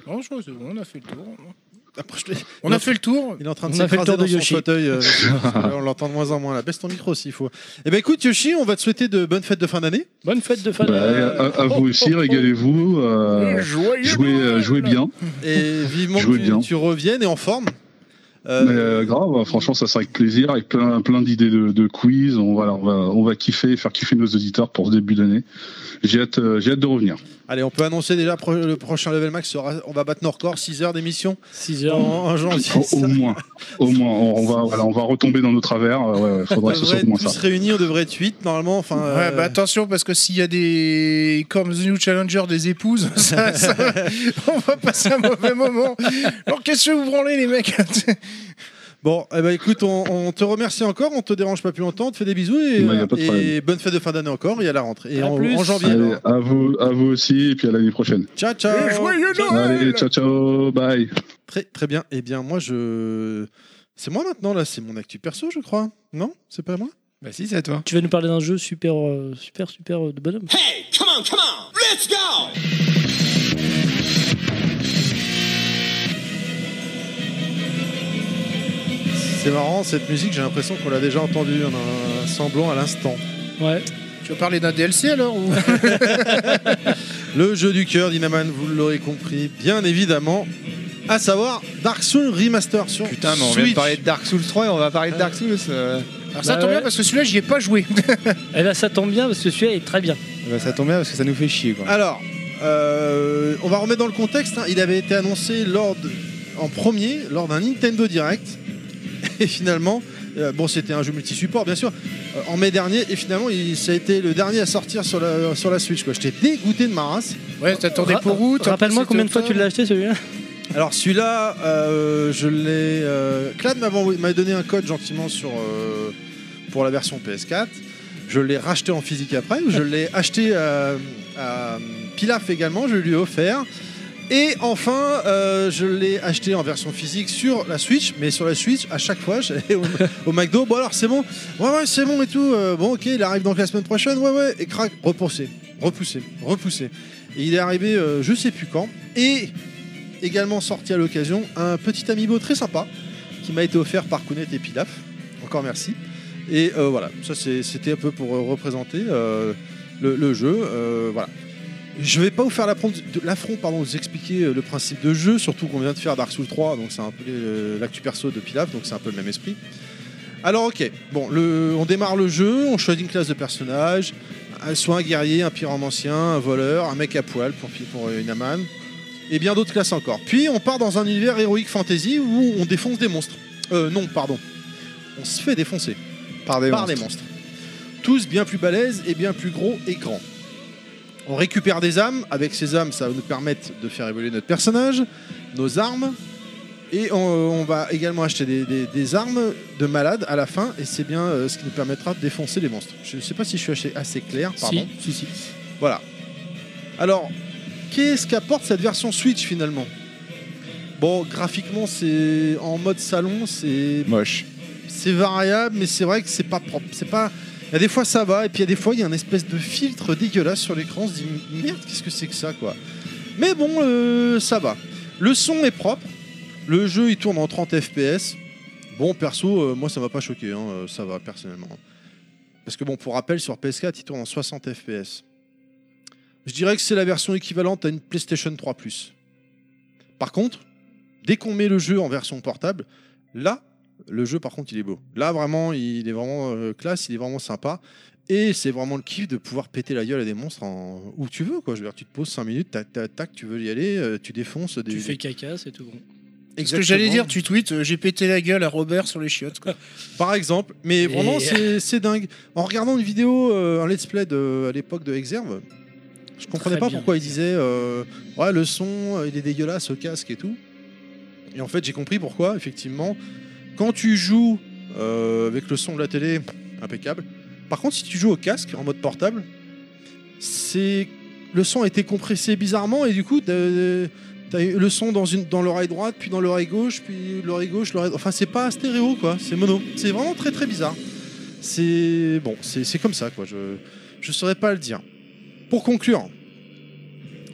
Non, je crois que c'est bon, on a fait le tour.
Il
On
en-
a fait le tour.
Il est en train de
On a fait le
s'écraser
tour de
dans son
Yoshi.
fauteuil. euh, on l'entend de moins en moins là. Baisse ton micro s'il faut. Eh ben écoute Yoshi, on va te souhaiter de bonnes fêtes de fin d'année.
Bonne fête de fin
Bah, à, à vous aussi, régalez-vous, euh,
Et joyeux
jouez, euh, jouez bien.
Et vivement
Jouez
que
bien.
tu, tu reviennes et en forme.
Mais, euh, grave, franchement, ça sera avec plaisir, avec plein, plein d'idées de, de quiz. On, voilà, on, va, on va kiffer, faire kiffer nos auditeurs pour ce début d'année. J'ai hâte, euh, j'ai hâte de revenir.
Allez, on peut annoncer déjà pro- le prochain level max sera on va battre nos records 6 heures d'émission.
6 heures
en, en janvier.
Au, au moins, au moins, on, on va, voilà, on va retomber dans nos travers. Euh, Ouais, ouais, faudrait
On
que ce
devrait
soit au
être
moins
tous
ça.
réunis, on devrait être 8 normalement. Enfin,
Ouais, bah attention, parce que s'il y a des. comme The New Challenger des épouses, ça- ça- on va passer un mauvais moment. Alors qu'est-ce que vous branlez, les mecs
Bon, eh ben, écoute, on, on te remercie encore, on te dérange pas plus longtemps, on te fait des bisous et,
Bah, y a pas de
et
problème.
bonne fête de fin d'année encore et à la rentrée. Et en, en janvier.
Allez,
alors.
à vous, à vous aussi, et puis à l'année prochaine.
Ciao, ciao.
Euh,
Allez, ciao, ciao, bye.
Très, très bien. Eh bien, moi, je. C'est moi maintenant, là, c'est mon actu perso, je crois. Non C'est pas moi
Bah, si, c'est à toi.
Tu vas nous parler d'un jeu super, euh, super, super euh, de bonhomme.
Come on, come on, let's go!
C'est marrant, cette musique, j'ai l'impression qu'on l'a déjà entendue, on a un semblant à l'instant.
Ouais.
Tu veux parler d'un DLC alors ou...
Le jeu du cœur, Dynaman, vous l'aurez compris, bien évidemment, à savoir Dark Souls Remaster sur
Putain, mais on vient de
Switch.
parler de Dark Souls 3 et on va parler de Dark Souls. euh.
Alors
Bah
ça tombe bien parce que celui-là, j'y ai pas joué.
Et là, Eh ben, ça tombe bien parce que celui-là est très bien.
Bah, ça tombe bien parce que ça nous fait chier, quoi.
Alors, euh, on va remettre dans le contexte. hein. Il avait été annoncé lors de- en premier lors d'un Nintendo Direct. Et finalement, euh, bon, c'était un jeu multi-support, bien sûr, euh, en mai dernier. Et finalement, il, ça a été le dernier à sortir sur la, sur la Switch. quoi. J'étais dégoûté de ma race.
Ouais, t'attendais
Ra-
pour août.
Rappelle-moi combien de fois tu l'as acheté celui-là
Alors celui-là, euh, je l'ai. euh, Clad m'avait envoyé- m'avait donné un code gentiment sur euh, pour la version PS4. Je l'ai racheté en physique après. Je l'ai acheté euh, à Pilaf également. Je lui ai offert. Et enfin, euh, je l'ai acheté en version physique sur la Switch, mais sur la Switch, à chaque fois, j'allais au, au McDo, bon alors c'est bon, ouais ouais c'est bon et tout, Euh, bon ok, il arrive donc la semaine prochaine, ouais ouais, et crac, repoussé, repoussé, repoussé. Et il est arrivé euh, je sais plus quand, et également sorti à l'occasion un petit amiibo très sympa qui m'a été offert par Kounet et Pilaf. Encore merci. Et euh, voilà, ça c'est- c'était un peu pour euh, représenter euh, le, le jeu. euh, voilà. Je vais pas vous faire l'affront de- l'affront, pardon, de vous expliquer euh, le principe de jeu, surtout qu'on vient de faire Dark Souls 3, donc c'est un peu euh, l'actu perso de Pilaf, donc c'est un peu le même esprit. Alors ok, bon, le- on démarre le jeu, on choisit une classe de personnage, un- soit un guerrier, un pyromancien, un voleur, un mec à poil pour, pour euh, une amane, et bien d'autres classes encore. Puis on part dans un univers héroïque fantasy où on défonce des monstres. Euh, non, pardon. On se fait défoncer
Par des
par
monstres.
des monstres. Tous bien plus balèzes et bien plus gros et grands. On récupère des âmes. Avec ces âmes, ça va nous permettre de faire évoluer notre personnage, nos armes. Et on, on va également acheter des, des- des armes de malades à la fin. Et c'est bien euh, ce qui nous permettra de défoncer les monstres. Je ne sais pas si je suis assez, assez clair. Pardon.
Si, si, si.
Voilà. Alors, qu'est-ce qu'apporte cette version Switch finalement Bon, graphiquement, c'est en mode salon, c'est
Moche.
c'est variable, mais c'est vrai que c'est pas propre. C'est pas. Il y a des fois ça va, et puis il y a des fois il y a un espèce de filtre dégueulasse sur l'écran. On se dit merde, qu'est-ce que c'est que ça, quoi. Mais bon, euh, ça va. Le son est propre. Le jeu il tourne en 30 FPS. Bon, perso, euh, moi ça m'a pas choqué, hein, euh, ça va personnellement. Parce que bon, pour rappel, sur PS4, il tourne en 60 FPS. Je dirais que c'est la version équivalente à une PlayStation 3 Plus. Par contre, dès qu'on met le jeu en version portable, là, le jeu par contre, il est beau. Là, vraiment, il est vraiment euh, classe, il est vraiment sympa. Et c'est vraiment le kiff de pouvoir péter la gueule à des monstres en... où tu veux. Quoi. Je veux dire, tu te poses 5 minutes, tac, tac, tac, tu veux y aller, euh, tu défonces. Des...
Tu fais caca, c'est tout bon.
Ce que j'allais dire, tu tweets, euh, j'ai pété la gueule à Robert sur les chiottes. Quoi.
Par exemple, mais vraiment
Et-
c'est- c'est dingue. En regardant une vidéo, euh, un let's play de, à l'époque de Exerve, je comprenais
Très
pas
bien,
pourquoi il disait euh, ouais le son euh, il est dégueulasse au casque et tout. Et en fait j'ai compris pourquoi effectivement quand tu joues euh, avec le son de la télé impeccable. Par contre si tu joues au casque en mode portable, c'est le son a été compressé bizarrement et du coup t'as- t'as eu le son dans une dans l'oreille droite puis dans l'oreille gauche puis l'oreille gauche l'oreille enfin c'est pas stéréo quoi c'est mono c'est vraiment très très bizarre c'est bon c'est c'est comme ça quoi je je saurais pas le dire pour conclure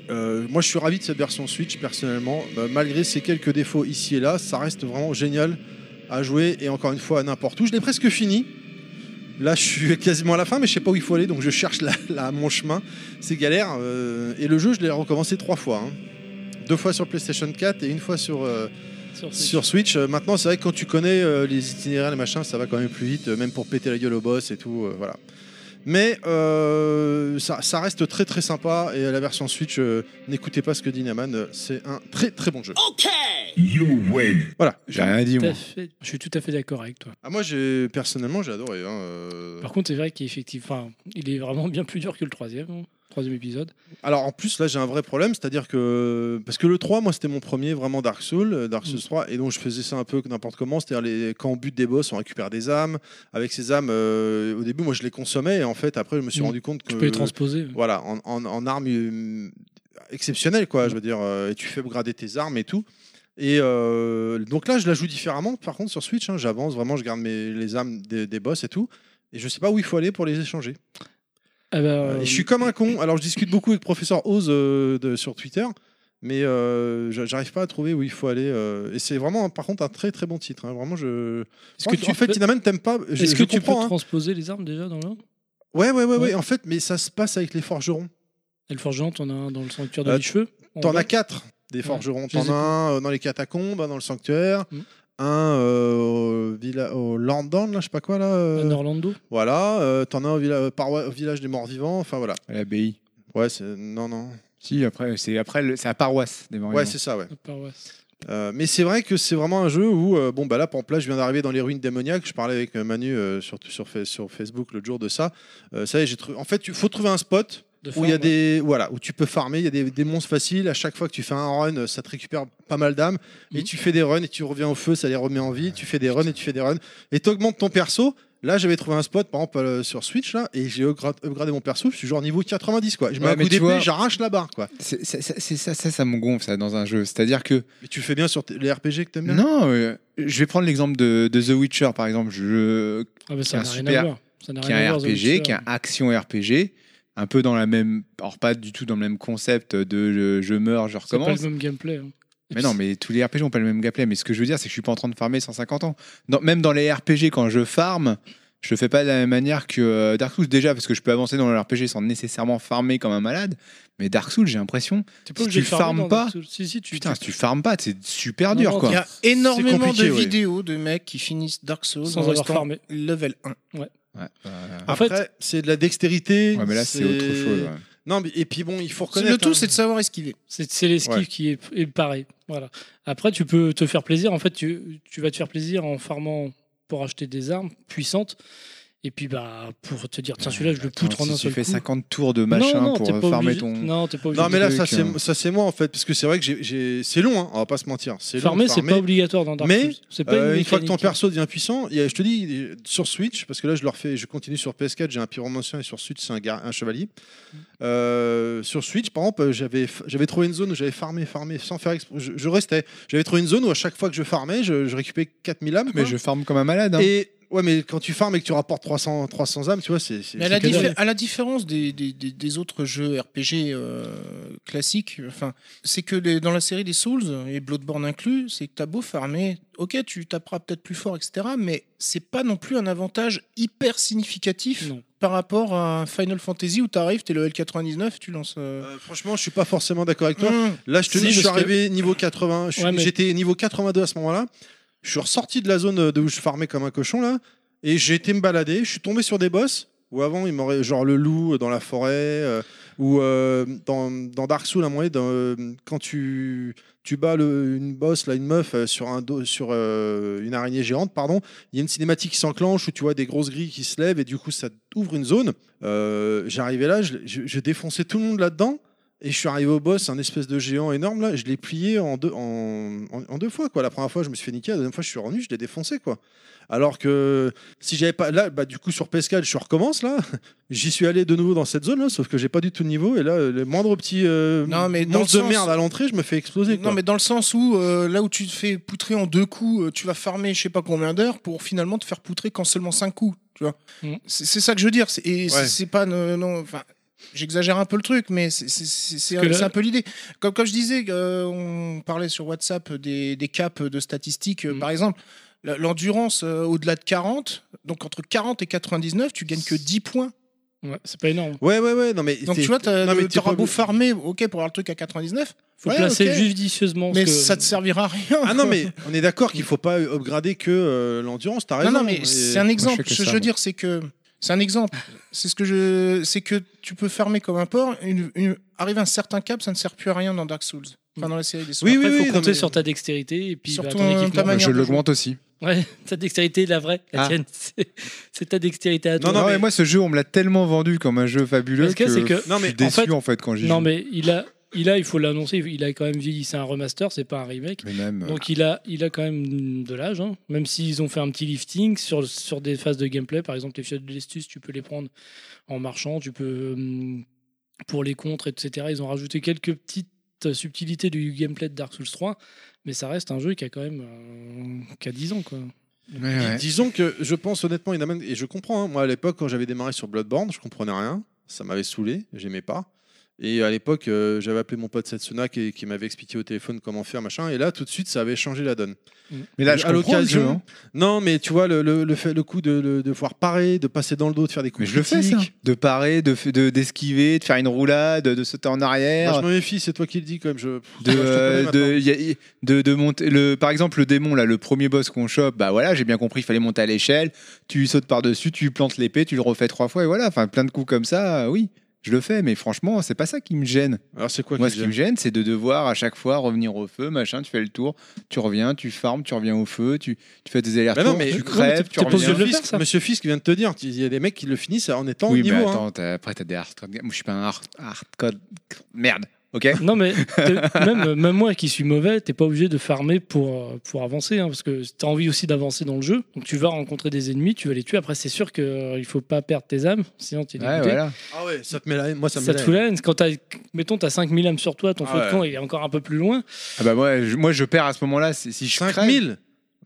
euh, moi je suis ravi de cette version Switch personnellement Euh, malgré ses quelques défauts ici et là ça reste vraiment génial à jouer et encore une fois à n'importe où je l'ai presque fini Là, je suis quasiment à la fin, mais je sais pas où il faut aller, donc je cherche la, la- mon chemin. C'est galère. euh, et le jeu, je l'ai recommencé trois fois. hein. Deux fois sur PlayStation 4 et une fois sur, euh,
sur
Switch. Euh, Maintenant, c'est vrai que quand tu connais euh, les itinéraires, les machins, ça va quand même plus vite, euh, même pour péter la gueule au boss et tout. euh, voilà. Mais euh, ça, ça reste très très sympa et la version Switch, euh, n'écoutez pas ce que dit Naman, euh, c'est un très très bon jeu. Ok Voilà.
J'ai rien dit,
Tout à fait- Je suis tout à fait d'accord avec toi.
Ah, moi, j'ai- personnellement, j'ai adoré. hein, euh.
Par contre, c'est vrai qu'il est effectif- enfin, il est vraiment bien plus dur que le troisième, hein, troisième épisode.
Alors en plus là j'ai un vrai problème, c'est-à-dire que parce que le 3 moi c'était mon premier vraiment Dark Souls, euh, Dark
Mm.
Souls 3 et donc je faisais ça un peu n'importe comment, c'est-à-dire les... quand on bute des boss on récupère des âmes, avec ces âmes euh, au début moi je les consommais et en fait après je me suis
Mm.
rendu compte que
Tu peux
Euh,
les transposer, ouais.
Voilà, en, en, en armes euh, exceptionnelles quoi, je veux dire euh, et tu fais upgrader tes armes et tout. Et euh, donc là, je la joue différemment. Par contre, sur Switch, hein, j'avance vraiment, je garde mes, les âmes des, des boss et tout. Et je sais pas où il faut aller pour les échanger.
Ah bah, euh,
Et je suis comme un con. Alors, je discute beaucoup avec professeur Oz euh, de- sur Twitter, mais euh, j'a- j'arrive pas à trouver où il faut aller. euh, et c'est vraiment, par contre, un très très bon titre. hein. Vraiment, je.
Est-ce que
en
tu
fait,
peux-
Inaman t'aime pas. je-
Est-ce
je
que tu peux
comprends, hein.
transposer les armes déjà dans l'ordre
ouais, ouais, ouais, ouais. En fait, mais ça se passe avec les forgerons.
Et le forgeron, t'en as un dans le sanctuaire de
Euh,
Lichefeu en
T'en
bas
as quatre des
Ouais,
forgerons.
je les Mm.
T'en
ai
as un euh, dans les catacombes, un dans le sanctuaire, un euh, au, villa, au Landan, là, je sais pas quoi là. euh,
Orlando
Voilà. euh, T'en as un au, villa- paroi- au village des morts vivants. Enfin voilà.
À l'abbaye.
Ouais, c'est. Non, non.
Si, après, c'est après le- c'est la paroisse des
Ouais, c'est ça, ouais.
La paroisse.
Euh, mais c'est vrai que c'est vraiment un jeu où, euh, bon, bah là, par exemple, là, je viens d'arriver dans les ruines démoniaques. Je parlais avec euh, Manu euh, sur, sur, fa- sur Facebook l'autre jour de ça. Euh, ça y est, j'ai trouvé. En fait, il faut trouver un spot
De
où il y a
farm,
des voilà où tu peux farmer. Il y a des, des monstres faciles. À chaque fois que tu fais un run, euh, ça te récupère pas mal d'âmes.
Mhm.
Et tu fais des runs et tu reviens au feu, ça les remet en vie. Tu fais des runs et tu fais des runs et t'augmentes ton perso. Là, j'avais trouvé un spot, par exemple, euh, sur Switch, là, et j'ai upgra- upgradé mon perso. Je suis genre niveau 90, quoi. Je mets
Ouais,
un
mais
coup
tu vois-
d'épée, j'arrache la barre, quoi.
C'est ça, ça, c'est ça, ça, ça me gonfle ça dans un jeu. C'est-à-dire que
Mais tu fais bien sur t- les RPG que t'aimes bien
non, euh, je vais prendre l'exemple de, de The Witcher par exemple, je
Ah, mais
qui est
ça
un
n'a rien à
super-
voir. Ça n'a
qui est
rien à
un
voir, The Witcher.
RPG, qui est un action RPG, un peu dans la même, alors pas du tout dans le même concept de euh, je meurs, je
C'est pas
recommence.
le même gameplay. hein.
Mais non, mais tous les RPG n'ont pas le même gameplay. Mais ce que je veux dire, c'est que je suis pas en train de farmer 150 ans. Dans- même dans les RPG, quand je farm, je le fais pas de la même manière que euh, Dark Souls déjà, parce que je peux avancer dans le RPG sans nécessairement farmer comme un malade. Mais Dark Souls, j'ai l'impression,
pas
si
obligé
tu
de farmer
farmes
dans
pas,
Dark Souls. Si, si, tu-
putain,
tu-
si tu farmes pas, c'est super
Non,
dur
non,
quoi.
Il y a énormément de
compliqué, ouais.
vidéos de mecs qui finissent Dark Souls
Sans
en
avoir
restant
farmé.
level 1.
Ouais.
Ouais, euh,
Après,
fait-
c'est de la dextérité.
Ah,
Ouais, mais là, c'est autre chose, ouais.
Non, mais et puis bon, il faut reconnaître.
Le tout,
hein.
c'est de savoir esquiver.
C'est c'est l'esquive
Ouais.
qui est, est pareil. Voilà. Après, tu peux te faire plaisir. En fait, tu, tu vas te faire plaisir en farmant pour acheter des armes puissantes. Et puis, bah, pour te dire, tiens, celui-là, je le poutre
Attends,
en
si
un
tu
seul
fais
coup.
50 tours de machin
non,
pour
t'es pas
euh, farmer
obligé-
ton.
Non, t'es pas obligé.
Non, mais là,
truc,
ça
hein.
c'est ça c'est moi en fait, parce que c'est vrai que j'ai- j'ai c'est long, hein, on va pas se mentir. C'est long de
Farmer, c'est pas obligatoire dans Dark
Mais
Souls. C'est pas une
euh, une, fois que
mécanique.
ton perso devient puissant, il y a- je te dis sur Switch, parce que là je le refais, je continue sur PS4, j'ai un pyromancien et sur Switch c'est un, gar- un chevalier. Euh, sur Switch, par exemple, j'avais j'avais trouvé une zone où j'avais farmé, farmé sans faire exp- Je, je restais. J'avais trouvé une zone où à chaque fois que je farmais, je, je récupérais 4000 âmes.
Mais
quoi.
je farme comme un malade. hein.
Et Ouais, mais quand tu farmes et que tu rapportes 300, 300 âmes, tu vois, c'est. c'est-
Mais à
c'est
la,
que dalle.
diffé- à la différence des, des- des- des autres jeux RPG euh, classiques, enfin, c'est que les- dans la série des Souls, et Bloodborne inclus, c'est que t'as beau farmer, ok, tu taperas peut-être plus fort, etc., mais c'est pas non plus un avantage hyper significatif par rapport à un Final Fantasy où t'arrives, t'es le L99, tu lances. euh,
Euh, franchement, je suis pas forcément d'accord avec toi. Là, je te
Mmh. Si,
dis, je suis
parce que-
arrivé niveau 80. je suis-
Ouais, mais-
J'étais niveau 82 à ce moment-là. Je suis ressorti de la zone de où je farmais comme un cochon, là. Et j'ai été me balader. Je suis tombé sur des boss où avant, il m'aurait. Genre le loup euh, dans la forêt. euh, ou euh, dans, dans Dark Souls, à un moment donné, dans, euh, quand tu, tu bats le- une boss, là, une meuf, euh, sur, un dos- sur euh, une araignée géante, pardon, il y a une cinématique qui s'enclenche où tu vois des grosses grilles qui se lèvent et du coup, ça ouvre une zone. Euh, J'arrivais là, je, je- je défonçais tout le monde là-dedans. Et je suis arrivé au boss, un espèce de géant énorme là, je l'ai plié en deux, en, en- en deux fois quoi. La première fois je me suis fait niquer, la deuxième fois je suis revenu, je l'ai défoncé quoi. Alors que si j'avais pas là, bah du coup sur Pescal je recommence là, j'y suis allé de nouveau dans cette zone là, sauf que j'ai pas du tout de niveau et là euh, les moindres petits euh,
Non, mais dans
monstres
le
de
sens-
merde à l'entrée je me fais exploser quoi.
Non, mais dans le sens où, euh, là où tu te fais poutrer en deux coups, euh, tu vas farmer je sais pas combien d'heures pour finalement te faire poutrer qu'en seulement cinq coups. Tu vois
Mmh.
C'est c'est ça que je veux dire. c'est- Et c'est- c'est pas. euh, non, enfin, J'exagère un peu le truc, mais c'est- c'est- c'est c'est
Parce
un,
que
c'est
là-
un peu l'idée. Comme, comme je disais, euh, on parlait sur WhatsApp des, des caps de statistiques,
Mmh.
euh, par exemple. la- L'endurance euh, au-delà de 40, donc entre 40 et 99, tu gagnes que 10 points.
Ouais, c'est pas énorme.
Ouais ouais ouais non mais
Donc
t'es-
tu vois,
non, mais
tu
t'es
auras
pas-
beau farmer, ok, pour avoir le truc à 99.
Faut
ouais,
placer
ok.
judicieusement.
Mais
parce que-
ça te servira à rien.
Ah non mais on est d'accord qu'il faut pas upgrader que euh, l'endurance, t'as raison.
Non, non, mais
Et-
c'est un exemple. Ce que je veux dire, c'est que c'est un exemple. C'est ce que je, c'est que tu peux fermer comme un porc. Une, une- arriver à un certain cap, ça ne sert plus à rien dans Dark Souls. Enfin, dans la série des Souls.
Après, faut compter
mais-
sur ta dextérité et puis
Sur
bah,
ton-
ton équipement.
ta manière Je de l'augmente jouer.
aussi.
Ouais, ta dextérité, la vraie, la
Ah.
tienne. c'est- C'est ta dextérité à
Non,
toi.
non, mais... moi ce jeu on me l'a tellement vendu comme un jeu fabuleux
Parce
que,
que c'est que-
je
Non,
suis
mais en
déçu en
fait-
fait, quand j'y
Non,
joue.
mais il a, il a, il faut l'annoncer, il a quand même vieilli. C'est un remaster, c'est pas un remake.
Mais même, euh,
Donc il a, il a quand même de l'âge. hein. Même s'ils ont fait un petit lifting sur, sur des phases de gameplay, par exemple les fioles de l'estus, tu peux les prendre en marchant, tu peux hum, pour les contres, etc. Ils ont rajouté quelques petites subtilités du gameplay de Dark Souls 3, mais ça reste un jeu qui a quand même euh, qui a 10 ans quoi.
Dis- Disons que je pense honnêtement, il y en a même- et je comprends, hein, moi à l'époque quand j'avais démarré sur Bloodborne, je comprenais rien, ça m'avait saoulé, j'aimais pas. Et à l'époque, euh, j'avais appelé mon pote Setsuna qui, qui m'avait expliqué au téléphone comment faire, machin, et là tout de suite ça avait changé la donne.
Mais là, je
à
comprends le jeu,
l'occasion.
hein.
Non, mais tu vois, le, le, le fait, le coup de, le- de pouvoir parer, de passer dans le dos, de faire des
Mais
coups
je le fais ça.
critiques.
De parer, de f- de- d'esquiver, de, faire une roulade, de sauter en arrière.
Moi, je me méfie, c'est toi qui le dis quand même. Je,
de,
Moi, je te connais
euh,
maintenant.
de, y a- y- de, de monter le par exemple le démon là le premier boss qu'on chope bah voilà j'ai bien compris il fallait monter à l'échelle tu sautes par dessus tu plantes l'épée tu le refais trois fois et voilà enfin plein de coups comme ça euh, oui je le fais mais franchement c'est pas ça qui me gêne
alors c'est quoi
moi
qui
ce
te
qui me gêne c'est de devoir à chaque fois revenir au feu machin tu fais le tour tu reviens tu farmes tu reviens au feu tu, tu fais des
Bah
allers-retours
non, mais
tu crèves tu reviens
Monsieur Fisk- Monsieur Fisk vient de te dire, il y a des mecs qui le finissent en étant
oui
au niveau.
mais
hein.
attends t'as- après t'as des hardcore moi je suis pas un hard- hardcore merde ok
Non mais t'es- même, même moi qui suis mauvais, t'es pas obligé de farmer pour, euh, pour avancer, hein, parce que t'as envie aussi d'avancer dans le jeu. Donc tu vas rencontrer des ennemis, tu vas les tuer. Après c'est sûr qu'il il faut pas perdre tes âmes, sinon t'es
Ouais,
dégoûté.
voilà.
Ah ouais, ça te met la haine. Moi, ça
Ça,
me
te
met
fout
la haine.
la haine. Quand t'as, mettons, t'as 5000 âmes sur toi, ton
Ah
feu
ouais.
de camp il est encore un peu plus loin.
ah bah moi je, moi je perds à ce moment là si si je
5000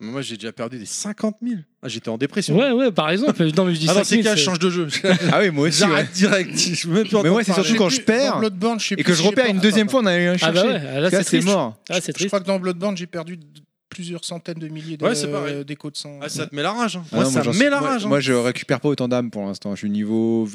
Moi, j'ai déjà perdu des 50 000. Ah, J'étais en dépression.
Ouais, ouais, par exemple. Non, mais je dis
Ah non,
5000,
c'est cas,
c'est-
je change de jeu.
Ah oui, moi aussi,
J'arrête
ouais.
direct. Je veux même plus
Mais
entendre
moi, c'est
parler.
surtout quand je perds
Bloodborne, je sais
et
plus
que je
si j'ai
repère
pas-
une deuxième fois,
Attends,
on a rien
Ah bah
attends.
cherché. Là, c'est mort.
Je crois que dans Bloodborne, j'ai perdu d- plusieurs centaines de milliers de
Ouais, c'est pareil.
d'échos de sang.
Ah, ça te met la rage. hein.
Ah
Moi,
non,
ça
j'en
me
suis-
met la
moi-
rage. hein.
Moi, je récupère pas autant d'âmes pour l'instant. Je suis niveau 28.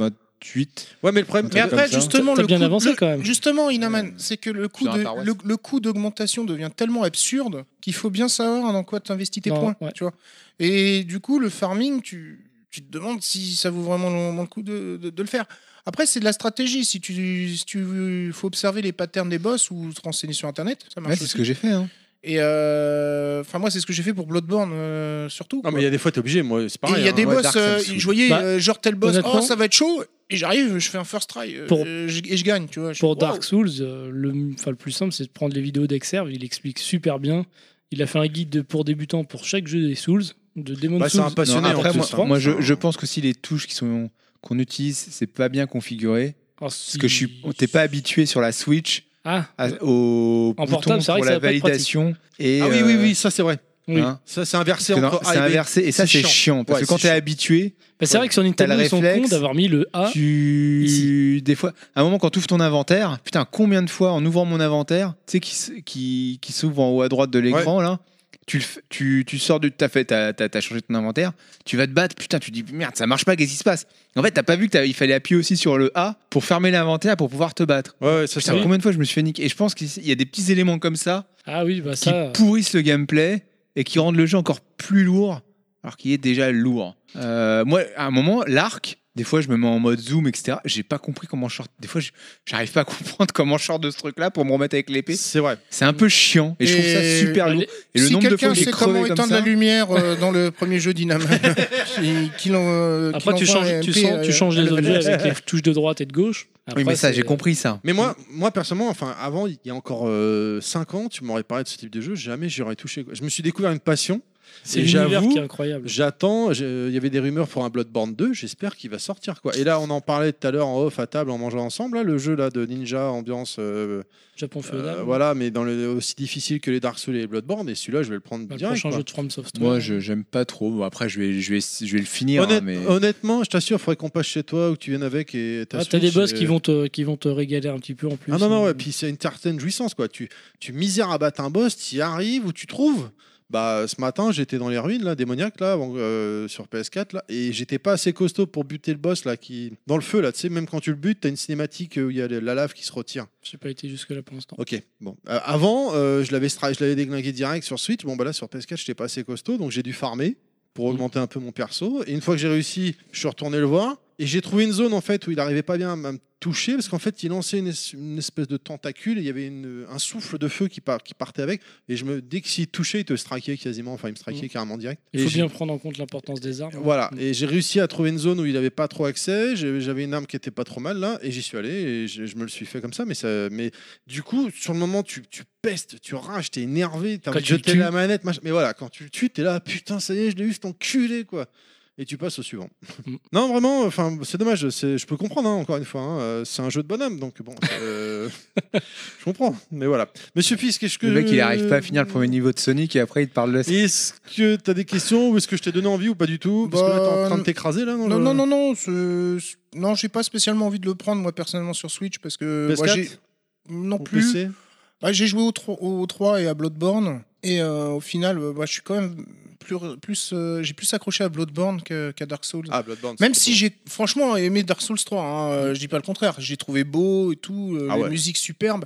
hein. Ouais, mais le problème,
Mais après, justement,
T'as
le
bien
coup-
avancé,
le-
quand même.
Justement, Inaman, c'est que le coût,
Sur un
de-
Far West.
le, le coût d'augmentation devient tellement absurde qu'il faut bien savoir dans quoi t'investis tes
Non,
points.
ouais.
Tu vois. Et du coup, le farming, tu, tu te demandes si ça vaut vraiment le, le coup de, de- de le faire. Après, c'est de la stratégie. Si tu, si tu faut observer les patterns des boss ou te renseigner sur Internet, ça marche.
Ouais, c'est
aussi.
ce que j'ai fait. hein.
Et euh, enfin, moi, c'est ce que j'ai fait pour Bloodborne euh, surtout.
Non, mais
quoi.
il y a des fois, t'es obligé. Moi, c'est
Et
pareil.
il y a
hein.
des
Ouais,
boss,
Dark, ça me
euh,
saoule.
je voyais
Bah,
euh, genre tel boss,
honnêtement-
oh ça va être chaud, et j'arrive, je fais un first try, euh,
Pour-
euh, je- et je gagne, tu vois. je-
Pour
wow.
Dark Souls, euh, le, enfin, le plus simple, c'est de prendre les vidéos d'Exerve. Il explique super bien. Il a fait un guide de- pour débutants pour chaque jeu des Souls, de Demon
Bah, c'est
Souls.
un passionné,
à
en
Après,
plus, hein.
Dark
moi,
Souls
moi,
3.
je, je pense que si les touches qui sont qu'on utilise, c'est pas bien configuré.
Ah,
Parce que je suis, t'es pas habitué sur la Switch
Ah,
à- au
En
bouton
portable, c'est vrai
pour
que ça
la
va pas être
validation. Et
Ah oui, oui,
euh,
oui, ça c'est vrai.
Oui.
Hein
ça, c'est
C'est
inversé entre
dans-
A et
c'est
B.
inversé et ça c'est chiant. parce
Ouais,
que quand
c'est
t'es
chiant.
habitué,
Bah, c'est vrai que sur
t'as le
Nintendo, ils sont
réflexe,
cons d'avoir mis le A.
tu des fois à un moment quand tu ouvres ton inventaire, putain combien de fois en ouvrant mon inventaire, tu sais qui s- qui, qui s'ouvre en haut à droite de l'écran là, tu, le f- tu tu sors de t'as fait t'as, t'as- t'as changé ton inventaire, tu vas te battre, putain tu dis merde ça marche pas qu'est-ce qui se passe. En fait t'as pas vu que t'as- il fallait appuyer aussi sur le A pour fermer l'inventaire pour pouvoir te battre. Putain,
ça.
combien de fois je me suis fait niquer et je pense qu'il y a des petits éléments comme ça
Ah oui, bah
qui
ça.
pourrissent le gameplay et qui rendent le jeu encore plus lourd alors qu'il est déjà lourd. Euh, moi, à un moment, l'arc, des fois je me mets en mode zoom, etc. J'ai pas compris comment je sors. Des fois, je- j'arrive pas à comprendre comment je sors de ce truc-là pour me remettre avec l'épée.
C'est vrai.
C'est un peu chiant et, je trouve ça super lourd. Et le
si
nombre de fois
quelqu'un
que j'ai
sait
crevé
comment
comme
éteindre
ça-
la lumière euh, dans le premier jeu Dynamo, qu'il en, euh,
Après,
qu'il
tu
envoie
changes,
un
tu,
MP,
sens- tu
euh,
changes
à
les
level
objets
up.
avec les touches de droite et de gauche. Après, c'est-
ça.
Mais moi, moi personnellement, enfin, avant, il y a encore 5 ans, tu m'aurais parlé de ce type de jeu, jamais j'y aurais touché. quoi. Je me suis découvert une passion.
C'est
et
l'univers
j'avoue,
qui est incroyable.
J'attends, j'ai- il y avait des rumeurs pour un Bloodborne 2, j'espère qu'il va sortir. quoi. Et là, on en parlait tout à l'heure en off à table, en mangeant ensemble, là, le jeu là, de ninja, ambiance. euh,
Japon
euh,
féodal.
voilà, mais dans le, aussi difficile que les Dark Souls et les Bloodborne, et celui-là, je vais le prendre
Bah, Le
direct.
prochain
quoi.
jeu de From Software.
Moi, je j'aime pas trop. Bon, après, je vais, je vais, je vais le finir. hein,
Honnête-
mais...
Honnêtement, je t'assure, il faudrait qu'on passe chez toi ou que tu viennes avec. et ta
Ah, T'as des
Switch,
boss
et-
qui vont, te, qui vont te régaler un petit peu en plus.
euh,
euh.
Ah non, non, ouais, puis c'est une certaine jouissance, quoi. Tu, tu misères à battre un boss, tu y arrives ou tu trouves. Bah, ce matin, j'étais dans les ruines, là, démoniaques, là, avant, euh, sur PS4, là, et j'étais pas assez costaud pour buter le boss, là, qui. Dans le feu, là, tu sais, même quand tu le butes, t'as une cinématique où il y a le- la lave qui se retire.
J'ai pas été jusque-là pour l'instant.
Ok, bon. Euh, avant, euh, je l'avais stra- je l'avais déglingué direct sur Switch. Bon, bah là, sur PS4, j'étais pas assez costaud, donc j'ai dû farmer
Mm.
pour augmenter un peu mon perso. Et une fois que j'ai réussi, je suis retourné le voir. Et j'ai trouvé une zone, en fait, où il n'arrivait pas bien à me toucher, parce qu'en fait, il lançait une, es- une espèce de tentacule, et il y avait une- un souffle de feu qui, par- qui partait avec. Et je me, dès que s'il touchait, il te strikait quasiment, enfin, il me strikait carrément direct.
Mm. Il
Et
faut
j'ai-
bien prendre en compte l'importance des armes.
voilà, et j'ai réussi à trouver une zone où il n'avait pas trop accès. J'ai- J'avais une arme qui était pas trop mal là, et j'y suis allé, et je, je me le suis fait comme ça. Mais, ça, mais du coup, sur le moment, tu, tu pestes, tu rages, t'es énervé, t'as
Quand
envie de
tu le
jeter
tues.
la manette. machin. Mais voilà, quand tu le tues, t'es là, putain, ça y est, je l'ai eu, cet enculé quoi. Et tu passes au suivant.
Mm.
non, vraiment, enfin, c'est dommage. c'est- Je peux comprendre, hein, encore une fois. hein, euh, c'est un jeu de bonhomme, donc bon, euh, je comprends. Mais voilà, Monsieur Fisk, est-ce que
Le mec, il arrive pas à finir le premier niveau de Sonic et après, il te parle de la
Est-ce que t'as des questions ou est-ce que je t'ai donné envie ou pas du tout Parce que là, t'es en train de t'écraser là, non
Non,
le-
non, non, non, ce- ce- non, j'ai pas spécialement envie de le prendre moi personnellement sur Switch parce que moi,
PS4?
j'ai non
Ou
plus.
PC?
Ouais, j'ai joué au, tro- au 3 et à Bloodborne et euh, au final, euh, bah, je suis quand même plus, plus euh, j'ai plus accroché à Bloodborne que- qu'à Dark Souls.
Ah, Bloodborne.
Même si j'ai franchement aimé Dark Souls 3, hein, euh, je dis pas le contraire, j'ai trouvé beau et tout, euh,
Ah
la
ouais.
musique superbe.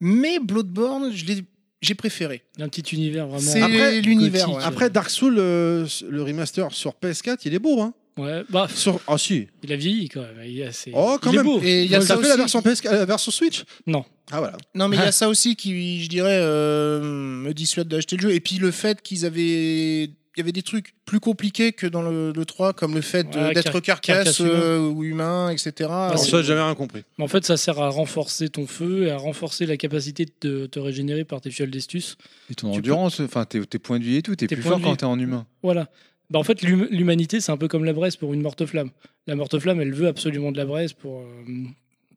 Mais Bloodborne, je l'ai- j'ai préféré.
Il y a un petit univers vraiment.
C'est l'univers,
gothique.
ouais.
Après, Dark Souls, euh, le remaster sur PS4, il est beau, hein
Ouais, bah.
Sur... Ah, si.
Il a vieilli quand même. Il, a- c'est-
Oh, quand
il
même.
Est beau.
Et il y a
T'as
ça
fait la
aussi
version PS4, la version Switch
Non.
Ah, voilà.
Non, mais il y a ça aussi qui, je dirais, euh, me dissuade d'acheter le jeu. Et puis le fait qu'ils avaient. Il y avait des trucs plus compliqués que dans le, le 3, comme le fait de-
Ouais,
d'être
car-
carcasse
carcasse humain.
euh, ou humain, etc.
Alors ça, j'ai
jamais rien compris.
Mais en fait, ça sert à renforcer ton feu et à renforcer la capacité de te régénérer par tes fioles d'estus.
Et ton
Tu
endurance, enfin tes, tes points de vie et tout, t'es
Tes
plus
points
fort
de
quand
vie.
t'es en humain.
Voilà. Bah, en fait, l'hum- l'humanité, c'est un peu comme la braise pour une morte-flamme. La morte-flamme, elle veut absolument de la braise pour, euh,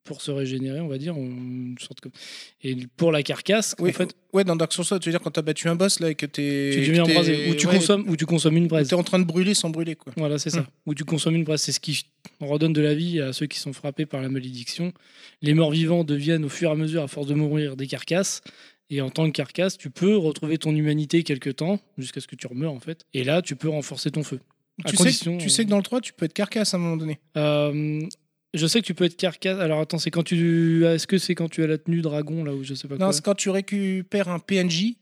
pour se régénérer, on va dire. on- une sorte comme- Et pour la carcasse,
Oui,
en fait,
ouais, dans Dark Souls, tu veux dire quand t'as battu un boss là et que t'es.
tu deviens
que t'es-
embrasé. Ou tu,
ouais,
consommes, ou tu consommes une braise.
T'es en train de brûler sans brûler, quoi.
Voilà, c'est ça. Ou tu consommes une braise. C'est ce qui redonne de la vie à ceux qui sont frappés par la malédiction. Les morts vivants deviennent au fur et à mesure, à force de mourir, des carcasses. Et en tant que carcasse, tu peux retrouver ton humanité quelque temps, jusqu'à ce que tu remeures en fait. Et là, tu peux renforcer ton feu. À
Tu, sais,
condition,
que- tu
euh,
sais que dans le 3, tu peux être carcasse à un moment donné.
Euh, je sais que tu peux être carcasse. Alors attends, c'est quand tu. Est-ce que c'est quand tu as la tenue dragon là ou je sais pas
Non,
quoi
c'est quand tu récupères un PNJ.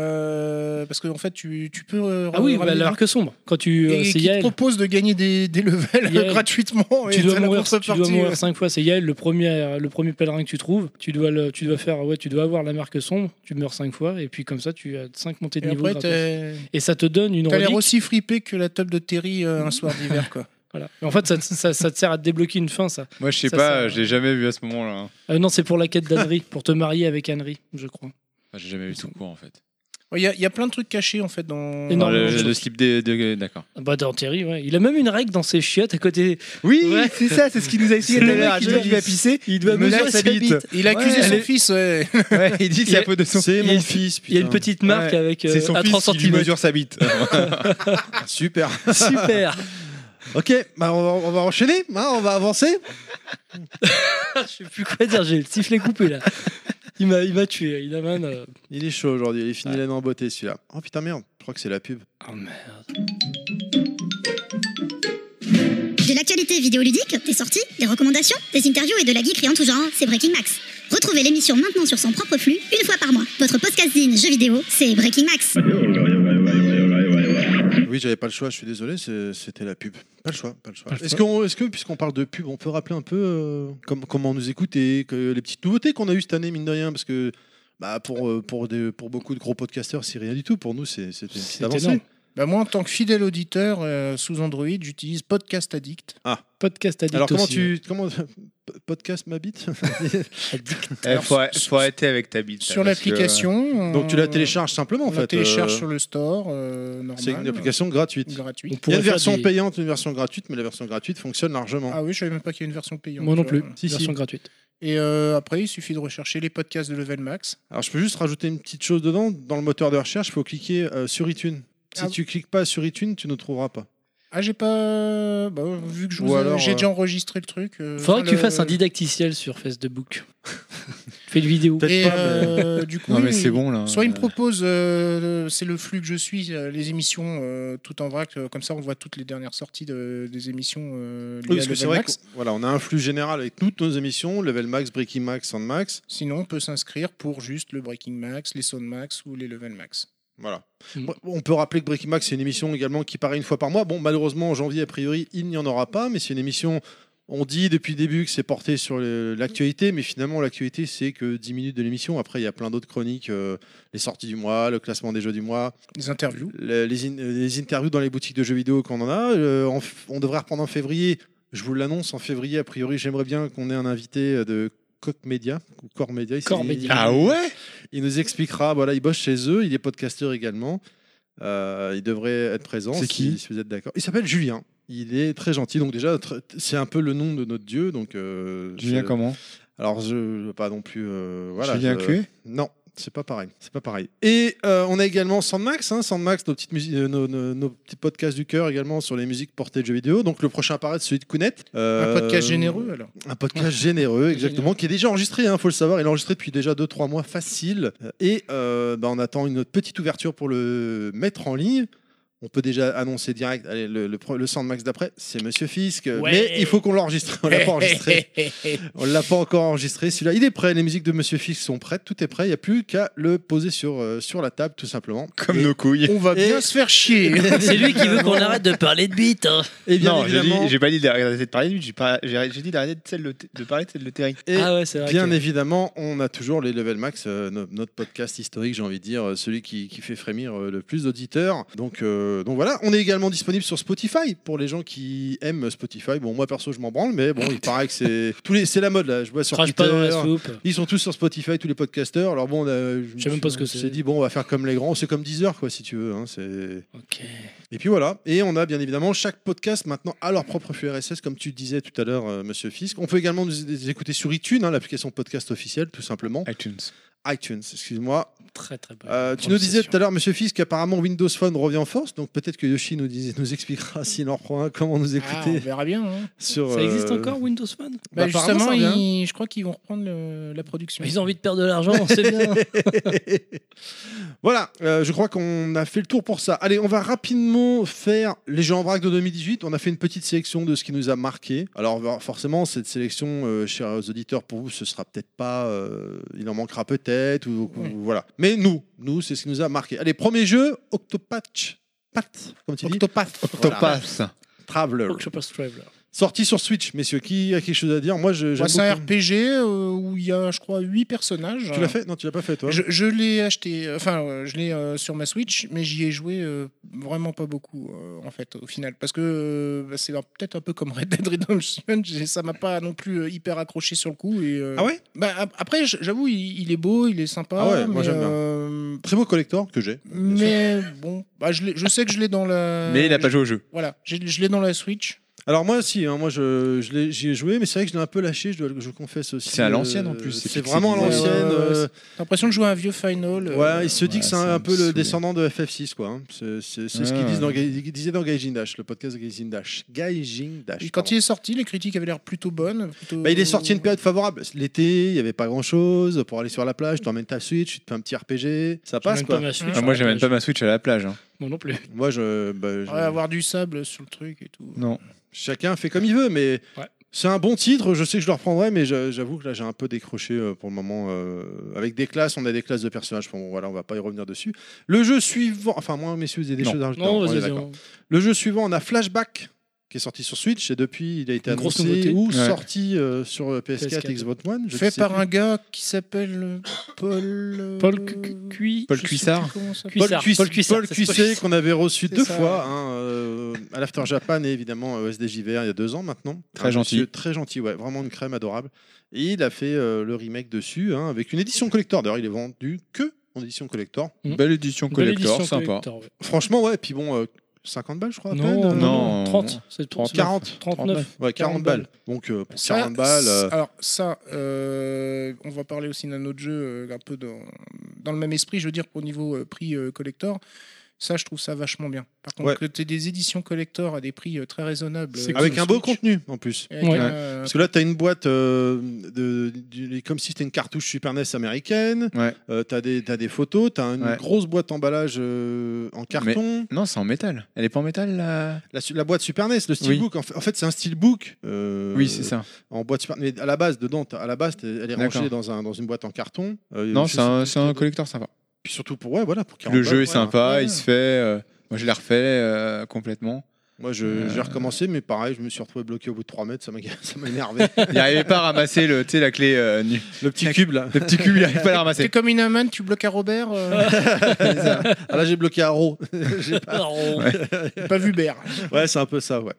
euh, parce qu'en en fait, tu, tu peux. euh,
Ah oui,
ramener
bah, l'arc sombre. Quand tu. euh,
et
c'est
qui te
Yael.
propose de gagner des, des levels
Yael.
gratuitement.
Tu
et
dois,
t'as la
mourir, tu dois
contrepartie,
mourir
ouais.
cinq fois, c'est Yael, le premier, euh, le premier pèlerin que tu trouves. Tu dois, le, tu dois faire, ouais, tu dois avoir la marque sombre. Tu meurs cinq fois et puis comme ça, tu as cinq montées de
Et
niveau.
après,
gratos.
t'es-
et ça te donne une
T'as l'air
relique.
aussi fripé que la table de Terry euh, un soir d'hiver, quoi.
Voilà. Mais En fait, ça, ça- ça te sert à te débloquer une fin, ça.
Moi, je sais
Ça,
pas,
ça-
je l'ai jamais vu à ce moment-là. hein.
Euh, non, c'est pour la quête d'Annery, pour te marier avec Annery, je crois.
Enfin, J'ai jamais vu tout court en fait.
Il y, a- il y a plein de trucs cachés en fait dans.
Dans le, le slip des- de- D'accord.
Bah, dans Terry, ouais. Il a même une règle dans ses chiottes à côté.
Oui, c'est ça, c'est ce qu'il nous a expliqué tout à l'heure. Il dit, il va pisser,
Il doit
il me
mesurer
laisse
sa
sa bite.
bite.
Il a accusé son fils, ouais. Ouais, il dit que c'est un peu de son-
C'est
Il y
mon
a une-
fils.
il y a une
putain.
petite marque avec, euh,
C'est son
à
fils
3
qui lui
centimètres.
mesure sa bite. Super.
Super.
Ok, bah on, va, on va enchaîner, hein, on va avancer.
Je sais plus quoi dire, j'ai le sifflet coupé là. Il m'a, il m'a tué, il a man, euh,
Il est chaud aujourd'hui, il est fini l'année en beauté celui-là. Oh putain merde, je crois que c'est la pub.
Oh merde.
De l'actualité vidéoludique, des sorties, des recommandations, des interviews et de la geekerie en tout genre, c'est Breaking Max. Retrouvez l'émission maintenant sur son propre flux, une fois par mois. Votre podcast zine jeux vidéo, c'est Breaking Max.
Oui, j'avais pas le choix, je suis désolé, c'est- c'était la pub. Pas le choix, pas le choix.
Pas le
Est-ce
choix.
qu'on- est-ce que, puisqu'on parle de pub, on peut rappeler un peu euh, com- comment on nous écoute et que les petites nouveautés qu'on a eues cette année, mine de rien, parce que bah, pour, euh, pour, des- pour beaucoup de gros podcasteurs, c'est rien du tout. Pour nous, c'est c'est une petite avancée.
Bah, moi, en tant que fidèle auditeur euh, sous Android, j'utilise Podcast Addict.
Ah.
Podcast addict.
Alors, comment
aussi,
tu. Comment, podcast ma bite
Eh,
Il Eh, faut, hein, faut arrêter avec ta bite.
Sur l'application.
Donc, tu la
euh,
télécharges simplement, en
on la
fait,
télécharge
euh,
sur le store. euh, normal. euh,
C'est une application gratuite.
Gratuite.
Il y a une version payante, une version gratuite, mais la version gratuite fonctionne largement.
Ah oui, je savais même pas qu'il y a une version payante.
Moi non
tu vois.
plus. Si, si. Version gratuite.
Et euh, après, il suffit de rechercher les podcasts de Level Max.
Alors, je peux juste rajouter une petite chose dedans. Dans le moteur de recherche, il faut cliquer euh, sur iTunes. Si
Ah.
tu cliques pas sur iTunes, tu ne trouveras pas.
Ah, j'ai pas. bah, vu que je
Ou
vous ai-
alors,
j'ai
euh,
déjà enregistré le truc. euh,
Faudrait que
enfin,
tu
le-
fasses un didacticiel sur Facebook. Fais une vidéo.
Et euh, du coup, il- Soit il me
Euh,
propose, euh, c'est le flux que je suis, euh, les émissions euh, tout en vrac, euh, comme ça on voit toutes les dernières sorties de- des émissions euh, liées
Oui,
à
parce que c'est
Level
vrai
Max.
qu'on- voilà, on a un flux général avec toutes nos émissions, Level Max, Breaking Max, Sound Max.
Sinon, on peut s'inscrire pour juste le Breaking Max, les Sound Max ou les Level Max.
Voilà.
Mm.
Bon, On peut rappeler que Breaking Max, c'est une émission également qui paraît une fois par mois. Bon, malheureusement, en janvier, a priori, il n'y en aura pas, mais c'est une émission. On dit depuis le début que c'est porté sur le- l'actualité, mais finalement, l'actualité, c'est que 10 minutes de l'émission. Après, il y a plein d'autres chroniques euh, les sorties du mois, le classement des jeux du mois.
Les interviews.
le- les, in- les interviews dans les boutiques de jeux vidéo qu'on en a. Euh, en f- on devrait reprendre en février. Je vous l'annonce, en février, a priori, j'aimerais bien qu'on ait un invité euh, de Coq Media, ou Core Media. il-
Core Media.
il-
Ah ouais
Il nous expliquera, voilà, il bosse chez eux, il est podcasteur également. Euh, il devrait être présent.
C'est
si-
qui
si, vous êtes d'accord. Il s'appelle Julien. Il est très gentil. Donc, déjà, tr- c'est un peu le nom de notre dieu. Donc, euh,
Julien
je-
comment
Alors, je ne veux pas non plus. euh, voilà,
Julien
je-
Cluet
Non, c'est pas pareil. C'est pas pareil. Et euh, on a également Sandmax, hein, Sandmax, nos, petites musi- euh, nos, nos- nos petits podcasts du cœur également sur les musiques portées de jeux vidéo. Donc le prochain apparaît, c'est celui de Kounet. Euh,
Un podcast généreux, alors.
Un podcast généreux, exactement, qui est déjà enregistré, il faut le savoir. Il est enregistré depuis déjà 2-3 mois facile. Et euh, bah, on attend une autre petite ouverture pour le mettre en ligne. On peut déjà annoncer direct, allez, le, le, pro- le Sandmax d'après, c'est Monsieur Fisk.
Ouais.
Mais il faut qu'on l'enregistre. On l'a pas enregistré. On l'a pas encore enregistré. Celui-là, il est prêt. Les musiques de Monsieur Fix sont prêtes. Tout est prêt. Il n'y a plus qu'à le poser sur, euh, sur la table, tout simplement.
Comme nos couilles.
On va bien se faire chier.
C'est lui qui veut qu'on arrête de parler de bite. hein.
Et bien
non, j'ai dit-
évidemment-
j'ai pas dit d'arrêter de parler de lui, j'ai pas- j'ai j'ai dit d'arrêter de, celle de, de parler de celle de Terry.
Et
Ah ouais, c'est vrai
bien
que-
évidemment, on a toujours les Level Max, euh, no- notre podcast historique, j'ai envie de dire, euh, celui qui, qui fait frémir euh, le plus d'auditeurs. Donc, euh, donc voilà, on est également disponible sur Spotify pour les gens qui aiment Spotify. Bon, moi perso, je m'en branle, mais bon, il paraît que c'est tous les, c'est la mode là. Je vois sur
Crache
Twitter,
pas dans la soupe.
ils sont tous sur Spotify, tous les podcasteurs. Alors bon, on a- je me
sais même
suis-
pas ce que
on s'est
c'est.
dit bon, on va faire comme les grands, c'est comme Deezer quoi, si tu veux. hein, c'est et puis voilà. Et on a bien évidemment chaque podcast maintenant à leur propre flux RSS, comme tu disais tout à l'heure, euh, Monsieur Fisk. On peut également nous les écouter sur iTunes, hein, l'application podcast officielle, tout simplement.
iTunes.
iTunes, excuse-moi.
Très très bon.
Euh, tu nous disais tout à l'heure, Monsieur Fisk, qu'apparemment Windows Phone revient en force. Donc peut-être que Yoshi nous, dis- nous expliquera s'il en reprend un, comment nous écouter.
Ah, on verra bien. hein.
Sur,
Ça existe
euh,
encore Windows Phone
Bah,
Bah, apparemment,
justement,
ça revient.
ils- je crois qu'ils vont reprendre le- la production.
Ils ont envie de perdre de l'argent, c'est bien.
Voilà, euh, je crois qu'on a fait le tour pour ça. Allez, on va rapidement faire les jeux en vrac de 2018. On a fait une petite sélection de ce qui nous a marqué. Alors va- forcément, cette sélection, euh, chers auditeurs, pour vous, ce sera peut-être pas, euh, il en manquera peut-être, ou, ou- voilà. Mais nous, nous, c'est ce qui nous a marqué. Allez, premier jeu, Octopatch, Pat, comme tu dis. Octopath.
Octopath.
Traveler.
Octopus Traveler.
Sorti sur Switch, messieurs. Qui a quelque chose à dire Moi, je. j'aime
Moi, c'est un
beaucoup.
RPG euh, où il y a, je crois, 8 personnages.
Tu l'as fait Non, tu l'as pas fait, toi.
Je, je l'ai acheté, euh, enfin, euh, je l'ai euh, sur ma Switch, mais j'y ai joué euh, vraiment pas beaucoup, euh, en fait, au final. Parce que euh, bah, c'est un- peut-être un peu comme Red Dead Redemption, j'ai- ça m'a pas non plus euh, hyper accroché sur le coup. Et, euh,
Ah ouais
bah, ap- Après, j- j'avoue, il, il est beau, il est sympa.
Ah ouais, moi,
mais,
j'aime bien.
euh,
Primo Collector que j'ai.
Mais bon, bah, je, l'ai- je sais que je l'ai dans la.
Mais il a pas joué au jeu.
Voilà, je, je l'ai dans la Switch.
Alors moi aussi, hein, moi je, je l'ai- j'y ai joué, mais c'est vrai que je l'ai un peu lâché, je, dois le- je le confesse aussi.
C'est à l'ancienne, en plus, c'est
C'est,
pixel
vraiment à
design.
l'ancienne.
Ouais, ouais, ouais,
euh,
J'ai l'impression de jouer à un vieux Final. euh.
ouais, il se dit que c'est un, un peu le descendant de FF6, quoi. hein. C'est, c'est- c'est ce
Ah.
qu'ils disent dans, Ga- ils disaient dans Gaijin Dash, le podcast de Gaijin Dash. Gaijin Dash.
Et
pardon.
quand il est sorti, les critiques avaient l'air plutôt bonnes. plutôt-
Bah, il est sorti à une période favorable. L'été, il n'y avait pas grand chose. Pour aller sur la plage, tu emmènes ta Switch, tu te fais un petit RPG. Ça passe
même
quoi.
pas ma Switch
Ah, moi, j'ai même pas ma Switch à la plage. hein.
Moi non plus.
Moi, je. bah, je-
Ouais, avoir du sable sur le truc et tout.
Non.
Chacun fait comme il veut, mais c'est un bon titre. Je sais que je le reprendrai, mais je- j'avoue que là, j'ai un peu décroché euh, pour le moment. euh, avec des classes, on a des classes de personnages. Bon, voilà, on va pas y revenir dessus. Le jeu suivant. Enfin, moi, messieurs, vous avez des
Non.
choses à rajouter.
Non,
on est
vas-y,
d'accord.
on-
Le jeu suivant, on a Flashback qui est sorti sur Switch et depuis il a été
Une grosse
annoncé
nouveauté.
ou
Ouais.
sorti euh, sur euh, PS4,
PS4.
Xbox One. je ne
fait
sais
par
plus.
un gars qui s'appelle euh, Paul. euh,
Paul Cu- Cui-
Paul
je sais
Cuissard.
plus comment ça
Paul
s'appelle.
Cuiss-
Paul Cuissard,
Paul
c'est ça.
Cuisset qu'on avait reçu
C'est
deux
ça.
fois hein, euh, à l'After Japan et évidemment au SDJVR il y a deux ans maintenant.
Très
Un
gentil.
monsieur Très gentil, ouais, vraiment une crème adorable. Et il a fait euh, le remake dessus hein, avec une édition collector. D'ailleurs, il est vendu que en édition collector.
Mhm. Belle édition Belle collector, édition sympa. collector, ouais.
Franchement, ouais, puis bon. euh, 50 balles, je crois. à
Non,
peine, euh,
non, 30,
c'est
40.
39.
Ouais, 40 balles. Donc, euh, pour 40 balles. euh,
Ah, Alors ça, euh, on va parler aussi d'un autre jeu euh, un peu dans, dans le même esprit, je veux dire, au niveau euh, prix euh, collector. Ça, je trouve ça vachement bien. Par contre,
Ouais.
que tu des éditions collector à des prix euh, très raisonnables. euh,
avec
sur
un beau
Switch.
contenu en plus.
Avec Ouais. un, euh,
Parce que là, tu as une boîte euh, de, du- comme si c'était une cartouche Super NES américaine. tu as, des photos, tu as une
Ouais.
grosse boîte emballage euh, en carton.
Non, c'est en métal. Elle est pas en métal la.
La, su- la boîte Super NES, le steelbook, en, fait, en fait, c'est un steelbook. euh,
Oui, c'est ça.
En boîte Super E Mais à la base, dedans, t'as- à la base, t'es- elle est
D'accord.
rangée dans, un, dans une boîte en carton. Euh,
non,
je
c'est
sais
un,
plus
c'est un collector sympa.
Puis surtout pour, ouais, voilà, pour 40
Le jeu
balles,
est
ouais.
sympa,
Ouais.
il se fait. euh, moi, je l'ai refait euh, complètement.
Moi, je-
Euh,
j'ai recommencé, mais pareil, je me suis retrouvé bloqué au bout de 3 mètres, ça m'a ça m'a énervé.
Il n'arrivait pas à ramasser le, tu sais, la clé. euh, nu-
le petit cube là.
Le petit cube, il n'arrivait pas à la
T'es
ramasser.
comme une amende, tu bloques à Robert. euh,
Ah, là, j'ai bloqué Arrow. J'ai pas...
Ouais. Pas vu Bert.
Ouais, c'est un peu ça, ouais.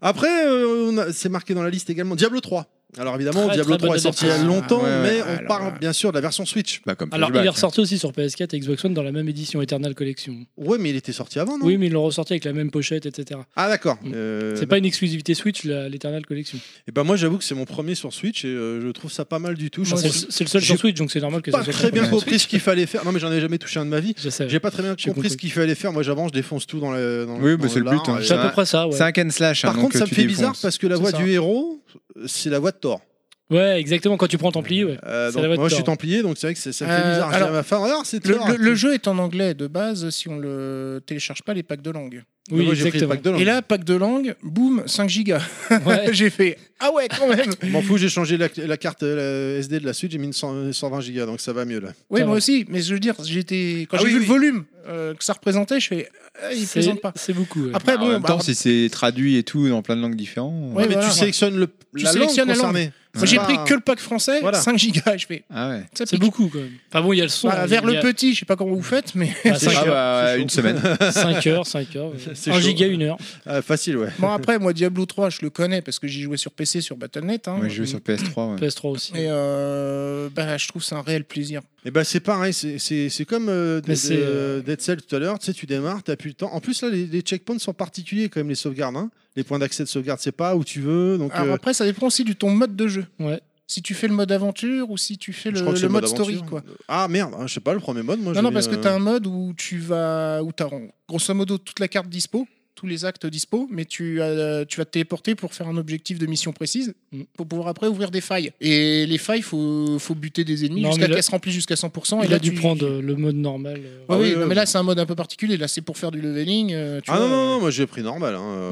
Après, euh, on a- c'est marqué dans la liste également Diablo 3. Alors évidemment,
Très,
Diablo
très
3 est
bonne
sorti il y a
adaptation.
longtemps,
Ah, ouais,
mais
ouais.
on
Alors,
parle bien sûr de la version Switch.
Bah,
Alors,
hein.
il est ressorti aussi sur PS4 et Xbox One dans la même édition Eternal Collection.
Ouais, mais il était sorti avant, non
Oui, mais ils l'ont ressorti avec la même pochette, etc.
Ah d'accord.
C'est pas une exclusivité Switch, la- l'Eternal Collection.
Et ben moi j'avoue que c'est mon premier sur Switch et euh, je trouve ça pas mal du tout. Je
Moi,
trouve-
c'est- c'est le seul sur
J'ai
Switch, donc c'est normal que
pas
ça soit
très
le
bien
premier.
compris ce qu'il fallait faire. Non mais j'en ai jamais touché un de ma vie. J'ai pas très bien
Euh, J'ai
compris,
compris.
ce qu'il fallait faire. Moi j'avance, je défonce tout dans le. Dans
Oui,
dans
mais c'est le but.
l'art,
hein.
et-
un- C'est un can slash. hein,
Par contre, ça me fait bizarre parce que la voix du héros, euh, c'est la voix de Thor.
Ouais, exactement, quand tu prends Templier, ouais.
Euh,
C'est
donc,
la voix de
moi je suis
Thor.
templier, donc c'est vrai que c'est- ça me fait
Euh,
bizarre. J'ai
alors,
dit à ma femme, alors c'est
le,
Thor.
le- le jeu est en anglais de base si on le télécharge pas les packs de langue.
Oui, Moi, j'ai pris le exactement. pack de langue.
Et là, pack de langue, boum, 5 gigas.
Ouais.
j'ai fait Ah ouais, quand même
Je m'en fous, j'ai changé la, la carte euh, la SD de la suite, j'ai mis une 100 120 gigas, donc ça va mieux là.
Oui, moi aussi, mais je veux dire, j'étais. Quand
Ah
j'ai
oui,
vu
oui.
le volume euh, que ça représentait, je fais. Ah, il
C'est-
présente pas.
C'est beaucoup.
Après,
en
bon,
même
bah,
temps, si c'est traduit et tout dans plein de langues différentes.
Ouais, voilà.
la
tu
langue
sélectionnes la langue.
concernée.
Moi,
C'est
j'ai
pas
pris
un-
que le pack français,
Voilà.
5 gigas. Je fais.
Ah ouais.
ça
C'est
pique.
beaucoup quand même. Enfin bon, il y a le son.
Bah,
hein,
vers
il y
le
a-
petit, je sais pas comment vous faites, mais.
Ah, c'est
Ah
chaud.
bah,
C'est
une
chaud.
semaine.
5 heures, 5 heures.
C'est
1
chaud.
giga, 1 heure.
Ah, facile, ouais.
Bon, après, moi, Diablo 3, je le connais parce que j'y jouais sur PC, sur Battle.net. Hein.
Ouais, je jouais sur PS3. ouais.
PS3 aussi.
Et euh, bah, je trouve c'est un réel plaisir.
Et ben c'est pareil, c'est- c'est c'est comme euh, de-
Mais c'est,
de- Dead Cell tout à l'heure, tu sais, tu démarres, t'as plus le temps. En plus, là, les, les checkpoints sont particuliers quand même, les sauvegardes. hein. Les points d'accès de sauvegarde, c'est pas où tu veux. Donc,
Alors
euh,
après, ça dépend aussi du ton mode de jeu.
Ouais.
Si tu fais le mode aventure ou si tu fais
je
le,
crois que
le
c'est
mode story,
aventure.
quoi.
Ah merde, hein, je sais pas, le premier mode, moi
non, non,
j'avais,
parce que
euh,
tu as un mode où tu vas. où tu as grosso modo toute la carte dispo, tous les actes dispo, mais tu, as- tu vas te téléporter pour faire un objectif de mission précise,
Mm.
pour pouvoir après ouvrir des failles. Et les failles, faut, faut buter des ennemis
Non, mais
jusqu'à
là-
qu'elles se remplissent jusqu'à 100%. et
Il
là,
a dû
tu...
prendre euh, le mode normal. euh,
Ouais, oui, non, mais là, c'est un mode un peu particulier. Là, c'est pour faire du leveling. euh, tu
Ah
vois,
non, non, non, moi j'ai pris normal. hein, euh,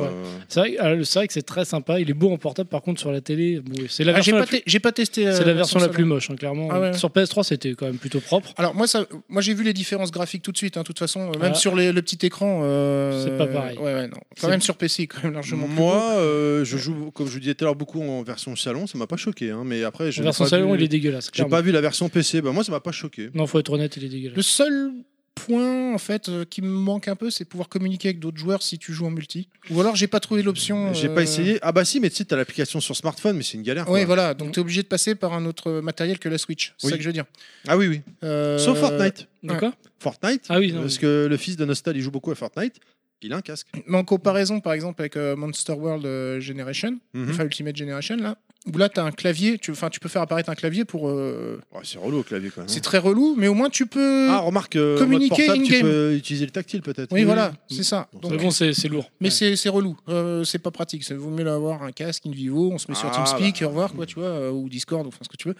C'est vrai, alors, c'est vrai que c'est très sympa. Il est beau en portable, par contre, sur la télé, bon, c'est la
Ah,
version.
j'ai pas
la plus-
te- j'ai pas testé, euh,
C'est la version la
version
plus
salon.
moche, hein, clairement.
Ah ouais.
Sur PS3, c'était quand même plutôt propre.
Alors moi, ça, moi j'ai vu les différences graphiques tout de suite. hein, De toute façon, euh, même
Ah.
sur les- le petit écran, euh,
C'est pas pareil.
Ouais, ouais, non.
C'est-
Quand même sur PC, quand même largement. plus beau.
Moi, euh, je joue, comme je vous disais tout à l'heure, beaucoup en version salon, ça m'a pas choqué. hein, mais après, je
En
n'ai
version
pas
salon,
vu-
il est dégueulasse,
J'ai
clairement.
pas vu la version PC, bah, moi ça m'a pas choqué.
Non, faut être honnête, il est dégueulasse.
Le seul point en fait euh, qui me manque un peu, c'est pouvoir communiquer avec d'autres joueurs si tu joues en multi. Ou alors j'ai pas trouvé l'option.
J'ai
euh,
pas essayé. Ah bah si, mais tu sais, t'as l'application sur smartphone, mais c'est une galère.
Ouais,
quoi.
voilà, donc tu es obligé de passer par un autre matériel que la Switch, c'est
Oui.
ça que je veux dire.
Ah oui, oui.
Euh,
Sauf Fortnite.
ouais.
Fortnite.
Ah oui, non,
Parce
mais-
que le fils de Nostal, il joue beaucoup à Fortnite. Il a un casque.
Mais en comparaison, par exemple, avec euh, Monster World euh, Generation,
Mhm.
enfin Ultimate Generation, là, où là, tu as un clavier, tu, enfin, tu peux faire apparaître un clavier pour. euh,
Oh, c'est relou au clavier quand même.
C'est très relou, mais au moins tu peux.
Ah, remarque, euh, en mode
communiquer
portable, tu
in-game.
peux utiliser le tactile peut-être.
Oui, voilà, c'est ça. Donc-
Mais bon, c'est c'est lourd.
Mais c'est c'est relou, Euh, c'est pas pratique. Ça vaut mieux avoir un casque, in vivo, on se met sur
Ah,
TeamSpeak, au revoir, quoi, tu vois, euh, ou Discord, enfin ce que tu veux.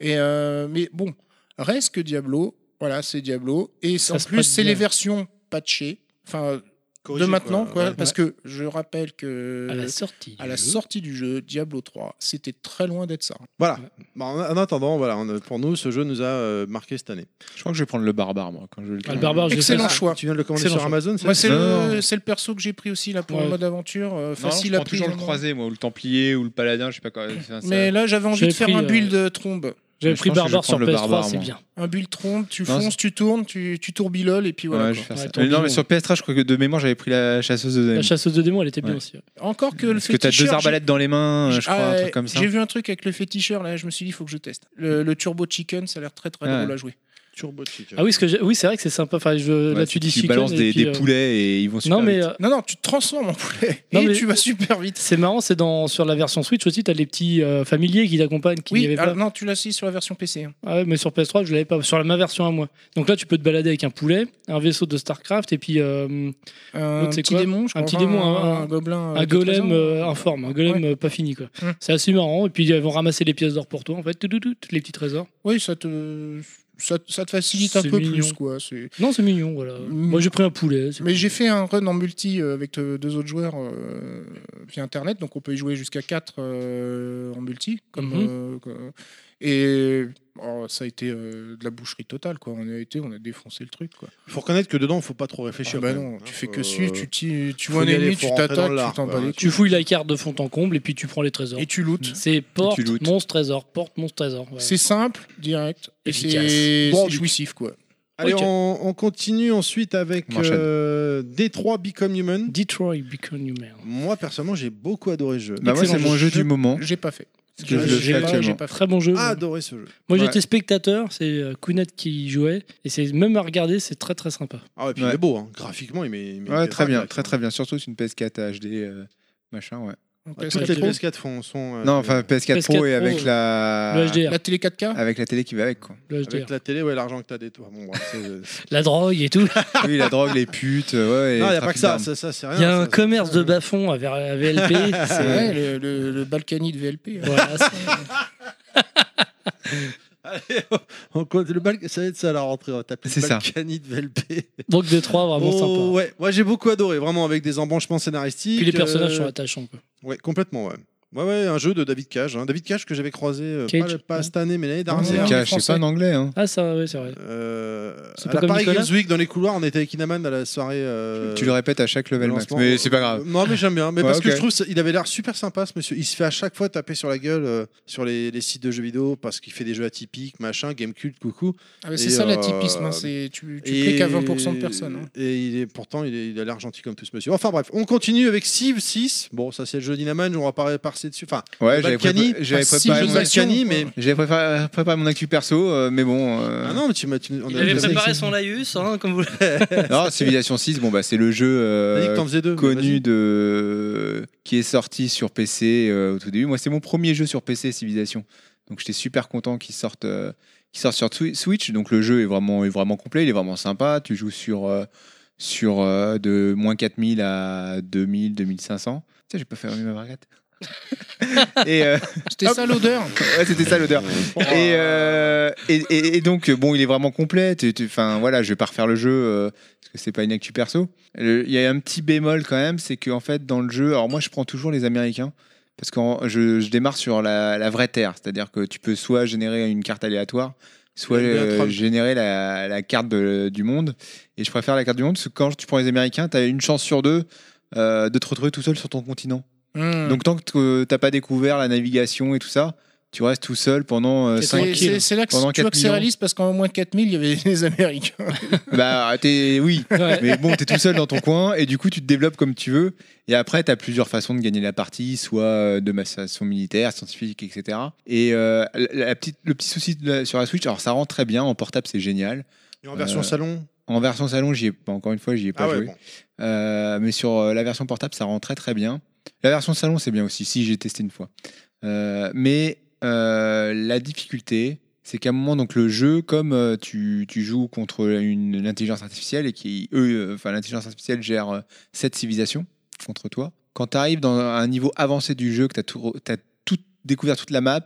Et, euh, mais bon, reste que Diablo, voilà, c'est Diablo. Et
Ça
en
se
plus,
prête
c'est
bien.
les versions patchées, enfin, euh, de
Corrigées,
maintenant,
quoi,
quoi,
ouais.
parce
Ouais.
que je rappelle que.
À la sortie
euh, à la sortie du jeu, Diablo 3, c'était très loin d'être ça.
Voilà. Bon, Bah, en en attendant, voilà, on- pour nous, ce jeu nous a euh, marqué cette année.
Je crois que je vais prendre le barbare, moi. Quand je le
trouve.
Excellent choix.
Tu viens de le commander
Excellent
sur
choix.
Amazon
Moi, c'est
Non,
le,
non.
c'est le perso que j'ai pris aussi là pour
Ouais.
le mode aventure, euh, facile
je
à
prends toujours le croisé, moi, ou le templier, ou le paladin, je sais pas quoi. Enfin, ça-
Mais là, j'avais envie de
J'avais
faire
pris,
un
euh,
build euh, trombe.
J'avais Je pris pense que je vais Barbare sur prendre le PS3, Barbare, c'est moi. bien.
Un build trombe, tu
Non,
fonces, tu tournes, tu, tu tourbilol et puis
Ouais,
voilà.
je vais
quoi.
faire ça. Mais non, mais sur PS3, je crois que de mémoire, j'avais pris la chasseuse de démons.
La chasseuse de démons,
elle était
bien
Ouais.
aussi, Encore que le
Parce que t'as deux
féticheur,
arbalètes dans les mains,
j'ai-
euh, je crois,
Ah,
un truc comme ça.
J'ai vu un truc avec le féticheur là, je me suis dit, il faut que je teste. Le, le Turbo Chicken, ça a l'air très très
Ah Ouais.
drôle à jouer.
Turbo Chicken.
Ah oui, ce que j'ai- oui, c'est vrai que c'est sympa. Enfin, je, là, tu dis
tu
chicken
balances
et
des,
puis,
des
euh,
poulets et ils vont super
non, mais,
vite.
euh,
Non, non, tu te transformes en poulet
Non,
et
mais-
tu vas super vite.
C'est marrant, c'est dans sur la version Switch aussi, t'as les petits euh, familiers qui t'accompagnent, qui n'y
Oui,
avait
alors,
pas.
non, tu l'as si sur la version PC. hein.
Ah ouais, mais sur PS3, je l'avais pas. Sur la ma version à moi. Donc là, tu peux te balader avec un poulet, un vaisseau de Starcraft et puis euh,
Un
l'autre, c'est
petit
quoi
démon, je
un
crois,
petit démon,
un-
un,
un gobelin, euh,
un
de 13
golem
ans.
euh, informe, un golem euh, pas fini quoi. C'est assez marrant. Et puis ils vont ramasser les pièces d'or pour toi en fait, tout, tout, tout, les petits trésors.
Oui, ça te, ça, ça te facilite un
C'est
peu
mignon.
plus. Quoi. C'est-
Non, c'est mignon, voilà. Moi, j'ai pris un poulet. c'est-
Mais j'ai fait un run en multi euh, avec euh, deux autres joueurs euh, via internet, donc on peut y jouer jusqu'à 4 en multi. Comme,
Mhm.
euh, que- et oh, ça a été euh, de la boucherie totale, quoi. On a été, on a défoncé le truc, quoi.
Il faut reconnaître que dedans, faut pas trop réfléchir.
Ah bah
quand
non,
même.
tu fais
Hein,
que
euh,
suivre, tu, t'y- tu
faut
vois un
y aller,
ennemi,
faut
tu
rentrer dans
t'attaques,
l'art,
tu t'en bats
quoi.
les
Tu fouilles la carte de fond en comble et puis tu prends les trésors. Et
tu lootes.
C'est porte,
Et tu lootes.
monstre, trésor, porte, monstre, trésor. voilà.
C'est simple, direct, et
Efficace.
c'est
Bon,
c'est
du-
jouissif, quoi.
Allez,
Ok.
on, on continue ensuite avec
On enchaîne.
euh, Detroit Become Human.
Detroit Become Human.
Moi, personnellement, j'ai beaucoup adoré ce jeu.
Bah, moi, c'est mon jeu du moment.
J'ai pas fait.
Parce que je le fais actuellement.
Très bon jeu.
Adoré ce jeu.
Moi
Ouais.
j'étais spectateur, c'est euh, Kounet qui jouait, et c'est même à regarder, c'est très très sympa.
Ah ouais, puis
Ouais.
il est beau, hein. graphiquement, il met. euh, il met- il
Ouais,
met
très
ça,
bien,
là.
très très bien. Surtout, c'est une PS4 à HD, euh, machin, ouais.
Ah, Toutes les PS4 font, sont. euh,
Non, enfin, PS4, Pro et avec la...
Le HDR. La
télé euh, 4K
Ah, Avec la télé qui va avec, quoi.
Le HDR.
Avec la télé, ouais, l'argent que t'as des toits. Bon, bref, c'est-
La drogue et tout.
Oui, la drogue, les putes, euh, ouais. et
Non, il
le
n'y a pas
trafic
que ça,
d'armes.
ça, ça, c'est rien.
Il y a un
ça,
commerce de bas-fond à Ver- à VLP.
C'est vrai, le, le, le Balkany de VLP. hein.
Voilà,
On compte le bal... Ça va être ça la rentrée, on va taper
C'est
le
ça.
Balkany de Velpé.
Donc de 3 vraiment
Oh,
sympa.
Ouais, moi j'ai beaucoup adoré, vraiment avec des embranchements scénaristiques.
Puis les personnages
euh,
sont attachants. quoi.
Ouais, complètement, ouais. Ouais, ouais, un jeu de David Cage. hein. David Cage que j'avais croisé euh,
Cage,
pas, le- pas
ouais.
cette année, mais l'année
Non,
dernière.
David Cage, c'est
Français.
pas un
anglais. Hein.
Ah ça, ouais, c'est vrai.
Euh,
C'est
à
pas
la
comme
Paris
Nicolas
Games Week, dans les couloirs, on était avec Inaman à la soirée. euh,
Tu le répètes à chaque level max,
lancement.
mais c'est pas grave.
Non, mais j'aime bien. Mais
Ouais,
parce
ok.
que je trouve ça- il avait l'air super sympa, ce monsieur. Il se fait à chaque fois taper sur la gueule euh, sur les, les sites de jeux vidéo parce qu'il fait des jeux atypiques, machin, Gamecult, coucou.
Ah, mais c'est
Et,
ça
euh,
l'atypisme, hein, c'est- tu, tu
et-
plais qu'à 20% de personnes. hein.
Et il est, pourtant, il, est- il a l'air gentil comme tout ce monsieur. Enfin bref, on continue avec Civ 6. Bon, ça c'est le jeu d'Inaman, on va pas passer dessus. Enfin,
Ouais, j'avais
Balkany.
prépa- j'avais
Enfin, Civ,
préparé
jeu de
mon
Balkany, mais.
J'avais préparé, préparé mon actu perso, euh, mais bon. euh,
Ah non, mais tu m'as. tu- on
Il
a
avait
déjà-
préparé son laïus, hein, comme vous
Non, Civilization 6, bon, bah, c'est le jeu euh,
T'as dit que t'en faisais deux, mais vas-y.
connu de... qui est sorti sur PC euh, au tout début. Moi, c'est mon premier jeu sur PC, Civilization. Donc, j'étais super content qu'il sorte, euh, qu'il sorte sur Twi- Switch. Donc, le jeu est vraiment, est vraiment complet, il est vraiment sympa. Tu joues sur, euh, sur euh, de moins 4000 à 2000, 2500. Putain, j'ai pas fait ma barquette. Et, euh,
C'était ça l'odeur.
Ouais, c'était ça l'odeur. Et, euh, et, et- et donc, bon, il est vraiment complet. Tu- tu- Enfin, voilà, je vais pas refaire le jeu euh, parce que c'est pas une actu perso. Le- Il y a un petit bémol quand même, c'est qu'en fait, dans le jeu, alors moi, je prends toujours les Américains parce que en- je, je démarre sur la, la vraie terre, c'est-à-dire que tu peux soit générer une carte aléatoire, soit
Le
euh,
Trump.
générer la, la carte de- du monde. Et je préfère la carte du monde parce que quand tu prends les Américains, tu as une chance sur deux euh, de te retrouver tout seul sur ton continent.
Hmm.
Mm.
euh, Donc tant que tu n'as pas découvert la navigation et tout ça, Tu restes tout seul pendant euh,
C'est-
5
c'est- C'est là que
pendant
tu vois
4
que c'est
millions.
réaliste parce qu'en moins de 4000, il y avait les Américains.
Bah, t'es, oui,
Ouais.
mais bon, t'es tout seul dans ton coin et du coup, tu te développes comme tu veux. Et après, t'as plusieurs façons de gagner la partie, soit euh, de façon militaire, scientifique, etc. Et euh, la, la petite, le petit souci de la- sur la Switch, alors ça rend très bien, en portable, c'est génial.
Et en version salon
En version salon, j'y ai, bah, encore une fois, j'y ai Euh, pas
Ah ouais,
joué.
bon.
Euh, mais sur euh, la version portable, ça rend très très bien. La version salon, c'est bien aussi, si j'ai testé une fois. Euh, mais euh, la difficulté, c'est qu'à un moment, donc le jeu, comme euh, tu, tu joues contre une, l'intelligence artificielle et qui, eux, euh, enfin l'intelligence artificielle gère euh, cette civilisation contre toi, quand tu arrives dans un niveau avancé du jeu, que tu as tout, t'as tout découvert toute la map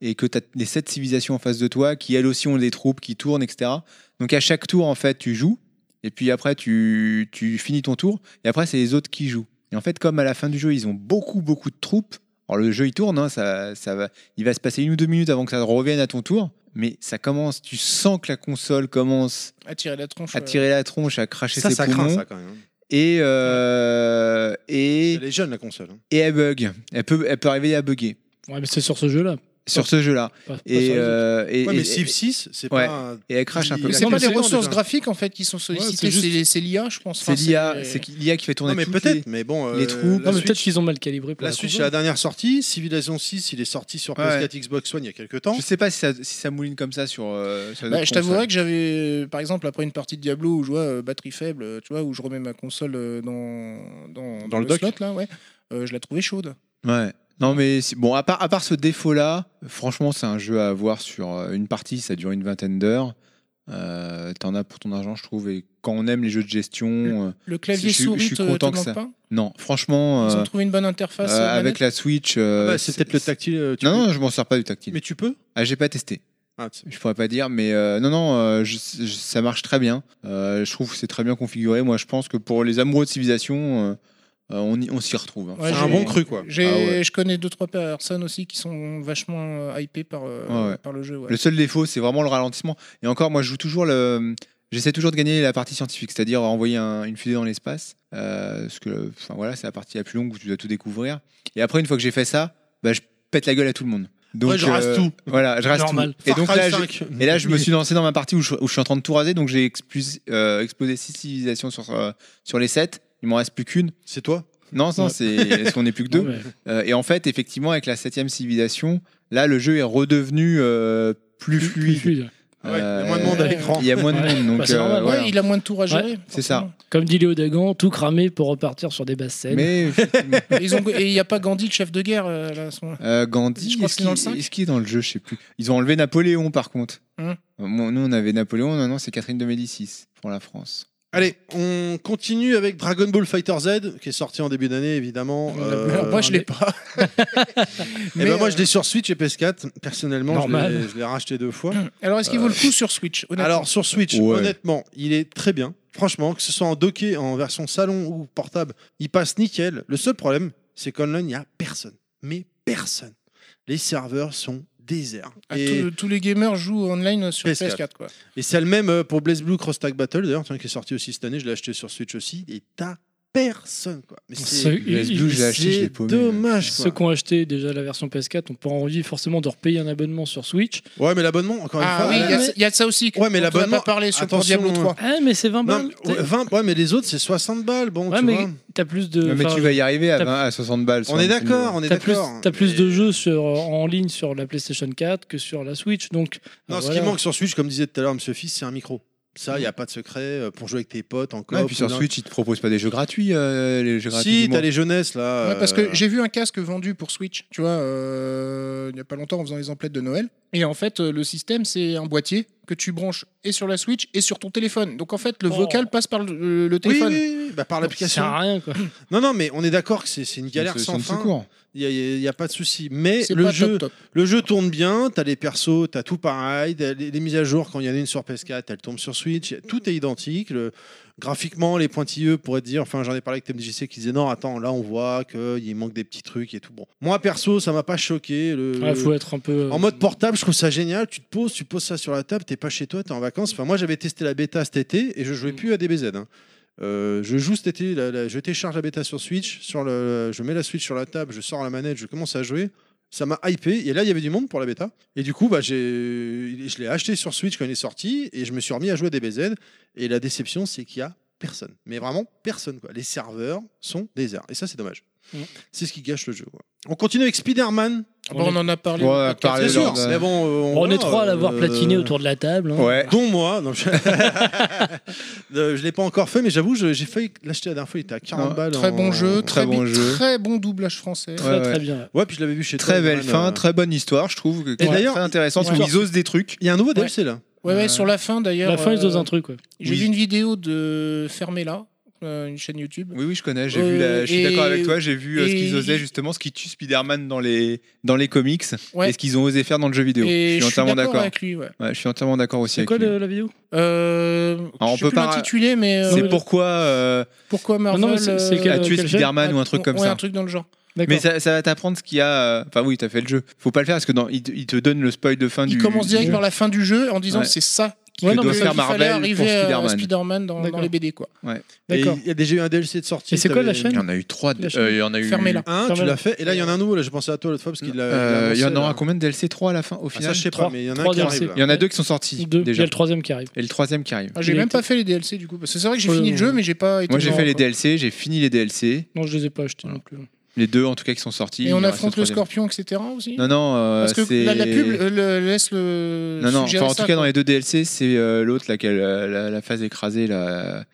et que tu as les sept civilisations en face de toi qui elles aussi ont des troupes qui tournent, etc. Donc à chaque tour, en fait, tu joues et puis après, tu, tu finis ton tour et après, c'est les autres qui jouent. Et en fait, comme à la fin du jeu, ils ont beaucoup, beaucoup de troupes. Alors le jeu, il tourne, hein, ça, ça va, il va se passer une ou deux minutes avant que ça revienne à ton tour. Mais ça commence, tu sens que la console commence
À tirer la tronche.
à
ouais.
tirer la tronche, à cracher
Ça,
ses
ça
poumons.
craint, ça, quand même. hein.
Et, euh, et
Elle est jeune, la console. hein.
et elle bug. Elle peut, elle peut arriver à bugger
Ouais, mais c'est sur ce jeu-là.
sur ce jeu-là.
Pas- pas
Et,
sur les autres.
euh, et,
Ouais,
et-
mais Civ 6, c'est
ouais.
pas un-
Et elle crache un peu.
Mais
la
C'est pas
console.
les ressources graphiques en fait qui sont sollicitées,
Ouais, c'est
c'est c'est l'IA, je pense.
C'est
Enfin,
l'IA, c'est qu'il- l'IA qui fait tourner
Non, mais
toutes
peut-être,
les-
mais bon, euh,
les trous.
la
Non, mais peut-être
Switch-
qu'ils ont mal calibré pour
La
la,
Switch, c'est
console.
la dernière sortie. Civilization 6, il est sorti sur
Ouais.
PS4 Xbox One il y a quelques temps.
Je sais pas si ça, si ça mouline comme ça sur. euh, sur les
Bah,
autres
je t'avouerais
consoles.
que j'avais, euh, par exemple, après une partie de Diablo où je vois euh, batterie faible, euh, tu vois, où je remets ma console euh, dans, dans,
le dock.
slot, là, ouais, euh, je la trouvais chaude.
Ouais. Non, mais si- bon, à part, à part ce défaut-là, franchement, c'est un jeu à avoir sur euh, une partie. Ça dure une vingtaine d'heures. Euh, T'en as pour ton argent, je trouve. Et quand on aime les jeux de gestion.
Mm.
euh,
Le clavier
je suis-
souris,
je suis
te-
content
te
que
manque
ça.
pas
Non, franchement.
Ils
euh,
ont trouvé une bonne interface.
Euh,
euh,
avec
manette
la Switch. euh,
Ah bah, c'est peut-être le tactile. euh, tu
Non,
peux-
non, je m'en sers pas du tactile.
Mais tu peux
Ah, j'ai pas testé.
Ah, tu sais.
Je pourrais pas dire, mais euh, non, non, euh, je- je- ça marche très bien. Euh, je trouve que c'est très bien configuré. Moi, je pense que pour les amoureux de civilisation, euh, euh, on, y- on s'y retrouve. hein.
Ouais, j'ai- j'ai-
Ah ouais.
Je connais deux trois personnes aussi qui sont vachement euh, hypées par, euh,
Ouais, ouais.
par le jeu. ouais.
Le seul défaut, c'est vraiment le ralentissement. Et encore, moi, je joue toujours le. J'essaie toujours de gagner la partie scientifique, c'est-à-dire envoyer un- une fusée dans l'espace. euh, parce que, enfin voilà, c'est la partie la plus longue où tu dois tout découvrir. Et après, une fois que j'ai fait ça, bah, je pète la gueule à tout le monde. Donc, euh,
Ouais, je rase tout.
Voilà, je rase
Normal.
tout. Et
Far
donc
Cry
là, je-
5.
et là, je me suis lancé dans ma partie où je, où je suis en train de tout raser. Donc, j'ai expus- euh, explosé 6 civilisations sur, euh, sur les 7. Il m'en reste plus qu'une.
C'est toi
Non, non,
Ouais.
c'est parce qu'on n'est plus que deux.
Non, mais-
Euh, et en fait, effectivement, avec la septième civilisation, là, le jeu est redevenu euh, plus fluide. Euh,
fluide.
Ah ouais, il y a moins de monde à l'écran.
Il y a moins de
Ouais.
monde, donc
Bah, c'est
euh,
normal,
voilà.
Ouais, il a moins de tours à gérer.
c'est ça.
Comme dit Léo Dagan, tout cramé pour repartir sur des basses scènes.
Mais
Ils ont- Et il n'y a pas Gandhi, le chef de guerre. euh, là, à ce moment-là.
euh,
Je
Gandhi,
crois que
est-ce
c'est
qu'il
dans le cinq.
est-ce qu'il est dans le jeu Je sais plus. Ils ont enlevé Napoléon, par contre.
Hum.
Bon, Nous, on avait Napoléon. Non, non, c'est Catherine de Médicis pour la France.
Allez, on continue avec Dragon Ball Fighter Z, qui est sorti en début d'année, évidemment. Euh,
Alors, moi, je l'ai pas.
Eh ben,
Mais,
moi,
euh,
je l'ai sur Switch et PS4. Personnellement, je
Normal.
l'ai- je l'ai racheté deux fois.
Alors, est-ce qu'il vaut le coup sur Switch honnêtement
Euh, Alors sur Switch,
Ouais.
honnêtement, il est très bien. Franchement, que ce soit en docké, en version salon ou portable, il passe nickel. Le seul problème, c'est qu'online, il n'y a personne. Mais personne. Les serveurs sont déserts.
Ah,
Et,
tous- tous les gamers jouent online sur
PS4.
PS4. quoi.
et c'est le même euh, pour BlazBlue Cross Tag Battle, d'ailleurs, tiens, qui est sorti aussi cette année. Je l'ai acheté sur Switch aussi. Et t'as personne, quoi. Mais
Ceux,
c'est
Le
ils-
SBU, je l'ai acheté, je l'ai
c'est
paumé.
dommage,
ceux
quoi.
qui ont acheté déjà la version PS4 ont pas envie forcément de repayer un abonnement sur Switch.
Ouais, mais l'abonnement, encore une
Ah
fois.
oui, il y a-
ouais,
il y, a de ça aussi.
Ouais, mais
dont on
l'abonnement-
n'a pas parlé sur pour
attention,
Diablo 3.
Ah, mais c'est 20
non,
balles.
ouais, 20, ouais, mais les autres, c'est 60 balles. Bon,
Ouais,
tu
mais
vois.
t'as plus
Euh,
de.
mais
enfin,
tu vas y arriver à,
t'as-
20, à 60 balles. sur
On
un
est
petit
d'accord, on est
T'as plus,
d'accord.
t'as plus
Mais-
de jeux sur, en ligne sur la PlayStation 4 que sur la Switch, donc.
Non,
euh,
ce
voilà.
qui manque sur Switch, comme disait tout à l'heure M. Fils, c'est un micro. Ça, il n'y a pas de secret euh, pour jouer avec tes potes
niveau.
encore.
Ouais, et puis sur Switch, ils te proposent pas des jeux gratuits. euh, les jeux gratuits
Si,
du
t'as
mois.
les jeunesses là.
Ouais, parce
euh,
que j'ai vu un casque vendu pour Switch, tu vois, euh, il n'y a pas longtemps en faisant les emplettes de Noël. Et en fait, euh, le système, c'est un boîtier que tu branches et sur la Switch et sur ton téléphone. Donc en fait, le
Oh.
vocal passe par le, le
Oui, oui,
téléphone.
oui, oui, bah, par
Ça sert
l'application.
à rien, quoi.
Non, non, mais on est d'accord que c'est c'est une galère
C'est
sans
de
fin.
secours.
Il n'y a, pas de souci. Mais
C'est
le
pas
jeu,
top, top.
le jeu tourne bien, t'as les persos, t'as tout pareil. t'as Les, les mises à jour, quand il y en a une sur PS4, elles tombent sur Switch. Tout est identique. Le- graphiquement, les pointilleux pourraient te dire. Enfin, j'en ai parlé avec TMDJC qui disait non, attends, là on voit qu'il manque des petits trucs et tout. Bon, moi perso, ça m'a pas choqué. Le,
Ah,
Ouais, faut être un
euh,
peu.
En mode portable, je trouve ça génial. Tu te poses, tu poses ça sur la table, t'es pas chez toi, t'es en vacances. Enfin, moi, j'avais testé la bêta cet été et je jouais plus à DBZ. hein. Euh, je joue cet été, la- la- je télécharge la bêta sur Switch, sur le, je mets la Switch sur la table, je sors la manette, je commence à jouer. Ça m'a hypé. Et là, il y avait du monde pour la bêta. Et du coup, bah, j'ai... je l'ai acheté sur Switch quand il est sorti. Et je me suis remis à jouer à DBZ. Et la déception, c'est qu'il y a personne. Mais vraiment personne. Quoi. Les serveurs sont déserts. Et ça, c'est dommage.
Mhm.
C'est ce qui gâche le jeu. quoi. On continue avec Spider-Man.
Ah bah, on en a parlé
Ouais, dans le podcast. parlé
Bien sûr.
lors de-
Mais bon, euh,
On est
va,
trois à l'avoir
euh,
platiné autour de la table. hein.
Dont moi. Non, je ne l'ai pas encore fait, mais j'avoue, je- j'ai failli l'acheter la dernière fois. Il était à 40 balles.
Très
en-
bon jeu, très, bon très bon doublage français.
Très, Ouais, très ouais.
bien.
Ouais, puis je l'avais vu chez toi,
Très belle
Johan,
fin,
euh.
très bonne histoire, je trouve. que-
Et d'ailleurs,
très intéressante.
ouais.
Ils osent des trucs.
Il y a un nouveau DLC là.
Ouais, ouais, sur la fin d'ailleurs.
Euh, La fin, ils
euh,
osent un truc. ouais.
J'ai vu une vidéo de Fermela, euh, une chaîne YouTube.
Oui, oui, je connais. J'ai
Euh,
vu. la- Je suis
et-
d'accord avec toi. J'ai vu euh, ce qu'ils
et-
osaient justement, ce qui tue Spider-Man dans les dans les comics,
Ouais.
et ce qu'ils ont osé faire dans le jeu vidéo.
Et
je suis entièrement d'accord.
avec lui. Ouais.
Ouais, je suis entièrement d'accord aussi.
C'est
avec
quoi
lui.
le- la vidéo
Euh,
Alors, Ah, on
je sais
peut
plus
pas-
l'intitulé, mais euh,
C'est pourquoi euh,
pourquoi Marvel
Ah Non, mais c'est- c'est quel-
euh,
a tué
quel jeu
Spider-Man ou un truc comme
ouais,
ça.
un truc dans le genre.
D'accord.
Mais ça, ça va t'apprendre ce qu'il y a. euh, Enfin oui, t'as fait le jeu. Faut pas le faire parce que dans, il, te- il te donne le spoil de fin
Il
du.
commence direct
du-
vers la fin du jeu en disant
Ouais.
c'est ça
Que
qu'il
doit
fallait
faire Marvel
arriver
pour
à- à
Spider-Man.
Spider-Man dans, dans
D'accord.
les BD quoi.
Ouais.
Et
D'accord.
il y a déjà eu un DLC de sortie.
Et c'est quoi la
t'avais-
Il y
chaîne
en a eu trois. de-
La chaîne.
euh, Il y en a eu.
Fermez-la.
Un, tu
Fermez-la.
l'as fait. Et là, il y en a un nouveau. Là, j'ai pensé à toi l'autre fois parce qu'il l'a. il l'a
Euh, Il y en
annoncé,
aura
là.
combien de DLC 3 à la fin au
Ah,
final
ça, je sais pas, mais il y en a un
Trois
qui
DLC.
arrive. là.
Il y en a deux qui sont sortis
Deux. Il y
déjà.
a le troisième qui arrive.
Et le troisième qui arrive.
Ah, j'ai
Il
même
était-
pas fait les DLC du coup. parce que C'est vrai que j'ai
Ouais,
fini le
ouais.
jeu, mais j'ai pas été.
Moi j'ai
dedans
fait les
encore.
DLC, j'ai fini les DLC,
Non, je les ai pas achetés euh, non plus.
les deux en tout cas qui sont sortis.
Et
Il
on
y aura
affronte
ce
le
troisième.
scorpion, etc. aussi
Non non, euh,
Parce que
c'est-
la, la pub euh, le- laisse le.
Non non, enfin,
suggérer
en
ça,
tout cas dans
quoi.
les deux DLC, c'est euh, l'autre laquelle euh, la, la phase écrasée la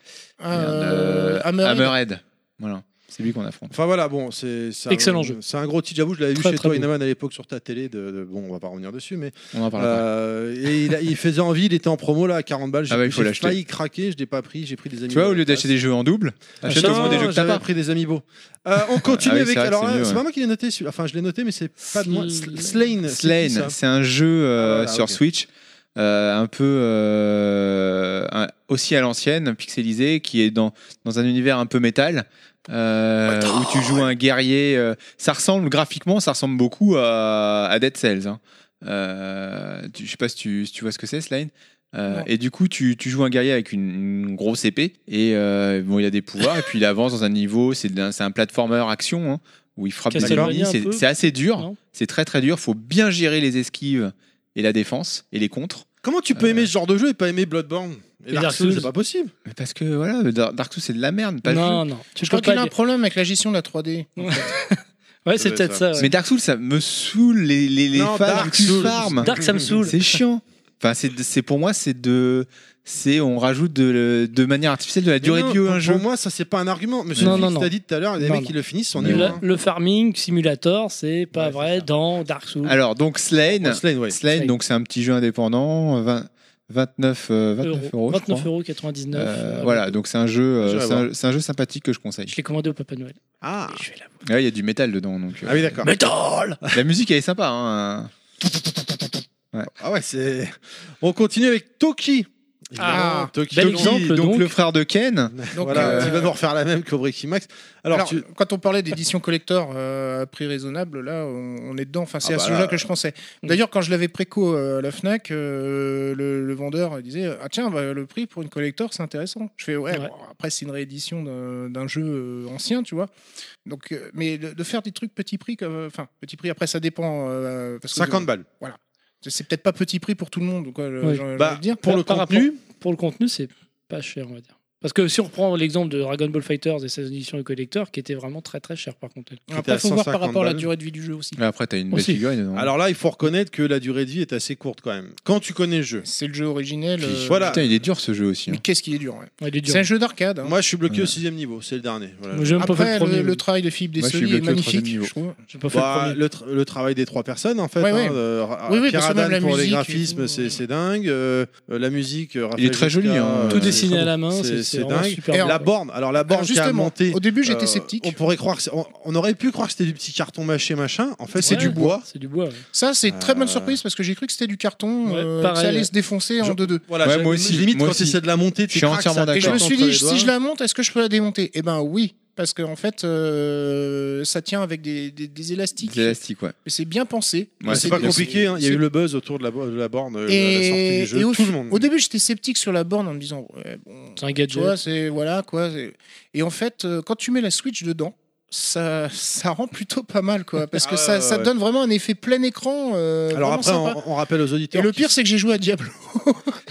Euh, Hammerhead.
Hammerhead. Voilà, c'est lui qu'on affronte.
Enfin voilà, bon, c'est c'est un-
Excellent jeu.
C'est un gros titre, j'avoue, je l'avais vu
Très,
chez
très
toi,
beau.
Inaman, à l'époque sur ta télé. De, de- bon, on va pas revenir dessus, mais.
On en parle après.
euh, et il, a- il faisait envie, il était en promo là à 40 balles. J'ai
Ah bah, il faut
j'ai
l'acheter.
failli craquer, je l'ai pas pris, j'ai pris des amis.
Tu vois, au lieu d'acheter des jeux en double, achète au moins des jeux que t'as
Ah, J'avais
pas.
pris des amiibo. Euh, on continue
Ah oui, c'est
avec.
vrai que
Alors
c'est
là,
mieux,
c'est
ouais.
pas moi qui l'ai noté, celui- enfin je l'ai noté, mais c'est pas de moi.
Sl-
Slane. c'est qui, ça
Slane, c'est un jeu euh,
Ah, voilà,
sur
ok.
Switch. euh, un peu euh, un- aussi à l'ancienne, pixelisé, qui est dans, dans un univers un peu métal, euh, où tu joues un guerrier. euh, ça ressemble graphiquement, ça ressemble beaucoup à, à Dead Cells. hein. Euh, tu- je sais pas si tu, si tu vois ce que c'est, Slane. Euh,
Non.
et du coup, tu, tu joues un guerrier avec une, une grosse épée, et euh, bon, il a des pouvoirs, et puis il avance dans un niveau, c'est un, c'est un platformer action, hein, où il frappe des
Castlevania
ennemis,
un
c'est
peu
c'est assez dur.
Non
C'est très très dur, faut bien gérer les esquives et la défense et les contres.
Comment tu peux aimer ce genre de jeu et pas aimer Bloodborne Et Dark Souls, c'est pas possible.
Mais parce que voilà, Dar- Dark Souls c'est de la merde, pas le
non, non. Tu
Je crois
peux
qu'il
pas
a un problème avec la gestion de la 3D.
dire- Ouais, c'est
Ouais,
peut-être
ça.
ça.
jeu.
ouais.
Mais Dark Souls ça me saoule les, les, les
Non,
phases
Dark
où tu
Souls.
farmes.
Dark, ça me saoule.
C'est chiant. Enfin, c'est de- c'est pour moi c'est de c'est on rajoute de, de manière artificielle de la durée de
Mais non,
vie à
pour-
un jeu.
Pour moi, ça c'est pas un argument. Monsieur
Non, non,
Fix
non.
t'as dit tout à l'heure, les
Non,
mecs
non.
qui le finissent sont nuls.
Le,
hein.
le farming simulator, c'est pas
Ouais,
vrai dans Dark Souls.
Alors donc Slane,
Oh, Slane, ouais.
Slane
Slane.
donc c'est un petit jeu indépendant, 20 29 euh, 29
Euro.
euros. je crois.
29,99 euros. 99,
Euh,
euh,
voilà, donc c'est un jeu, euh,
J'irai
c'est un, c'est un jeu sympathique que je conseille.
Je l'ai commandé au Papa Noël.
Ah.
Et je vais l'avoir.
Ouais, Il y a du métal dedans, donc. euh,
Ah oui, d'accord.
Metal
La musique elle est sympa. Hein.
Ah ouais, c'est. On continue avec Toki. Évidemment, Toki.
Ah, bel
Toki.
exemple.
donc,
donc.
le frère de Ken.
Donc,
Voilà,
euh,
tu vas nous refaire la même qu'au Breaking Max. Alors,
Alors, euh,
tu-
quand on parlait d'édition collector euh, à prix raisonnable, là, on, on est dedans. Enfin, c'est
Ah
à
bah
ce
là.
jeu-là que je pensais. D'ailleurs, quand je l'avais préco euh, à la Fnac, euh, le, le vendeur disait Ah, tiens, bah, le prix pour une collector, c'est intéressant. Je fais Ouais,
Ouais.
bon, après, c'est une réédition d'un d'un jeu euh, ancien, tu vois. Donc, euh, mais de, de faire des trucs petit prix, comme- euh, enfin, petit prix, après, ça dépend. euh, parce que
50 balles.
C'est peut-être pas petit prix pour tout le monde, quoi,
Ouais.
j'ai- j'ai envie de
Bah,
dire.
pour le
Par
contenu,
Pour le contenu, c'est pas cher, on va dire. Parce que si on reprend l'exemple de Dragon Ball Fighters et ses éditions et collector, qui était vraiment très très cher par contre.
Après,
à
il faut voir
150
par rapport à la
balles.
durée de vie du jeu aussi.
Mais après, t'as une belle
Aussi.
figurine. dedans.
alors là, il faut reconnaître que la durée de vie est assez courte quand même. Quand tu connais le jeu.
C'est le jeu originel.
Puis,
euh,
voilà.
Putain, il est dur ce jeu aussi. hein.
Mais qu'est-ce qu'il est dur, ouais.
Ouais, il est dur.
C'est un jeu d'arcade. hein.
Moi, je suis bloqué au
Ouais.
sixième niveau, c'est le dernier. Voilà.
J'ai même pas fait
Après,
le
le,
premier.
le travail de Philippe
Moi, je suis
Dessoli est
bloqué au troisième
magnifique,
niveau.
je trouve.
J'ai pas fait le
Bah,
premier.
le, tra- le travail des trois personnes, en fait.
Ouais, ouais.
hein, de- Ra-
Oui, oui, parce que
Pierre
même
Adam
la
pour les
musique et
graphismes,
tout.
c'est c'est dingue. Euh, euh, la musique, euh,
Il est
Raphaël
très joli,
Giscard,
hein.
euh,
Tout
euh,
dessiné à la main,
c'est-
c'est
c'est
c'est vraiment
dingue.
super.
Et
bien.
La borne, alors la borne
Alors,
qui a
Ah, bah, justement,
monté.
au début, j'étais
euh,
sceptique.
On pourrait croire que c'est- on, on aurait pu croire que c'était du petit carton mâché machin. En fait, c'est
Ouais,
du bois.
C'est du bois. ouais.
Ça, c'est
Euh,
très bonne surprise parce que j'ai cru que c'était du carton,
Ouais,
euh, que
pareil.
ça allait se défoncer
Je-
en 2-2.
Voilà,
Ouais,
j'avais-
moi aussi,
Limite,
moi
quand
aussi.
essaie de la monter,
Je suis entièrement
Et je
D'accord.
me suis dit, si je la monte, est-ce que je peux la démonter Eh ben oui, parce qu'en fait, euh, ça tient avec des, des- des élastiques.
C'est élastique, ouais.
Ah
Mais c'est bien pensé.
Ouais,
Mais
C'est pas
des-
compliqué, hein. il y a
c'est-
eu le buzz autour de la, bo- de la borne euh, à la sortie
Et,
du jeu.
et au,
tout le monde.
au début, j'étais sceptique sur la borne en me disant, ouais, bon,
C'est un
tu vois,
gadget.
c'est voilà quoi. c'est- Et en fait, euh, quand tu mets la Switch dedans, ça, ça rend plutôt pas mal, quoi. Parce que
Ah
ça,
ouais,
ça
ouais.
donne vraiment un effet plein écran. euh,
Alors
vraiment
après,
sympa.
on, on rappelle aux
Et
auditeurs
le pire, c'est que j'ai joué à Diablo.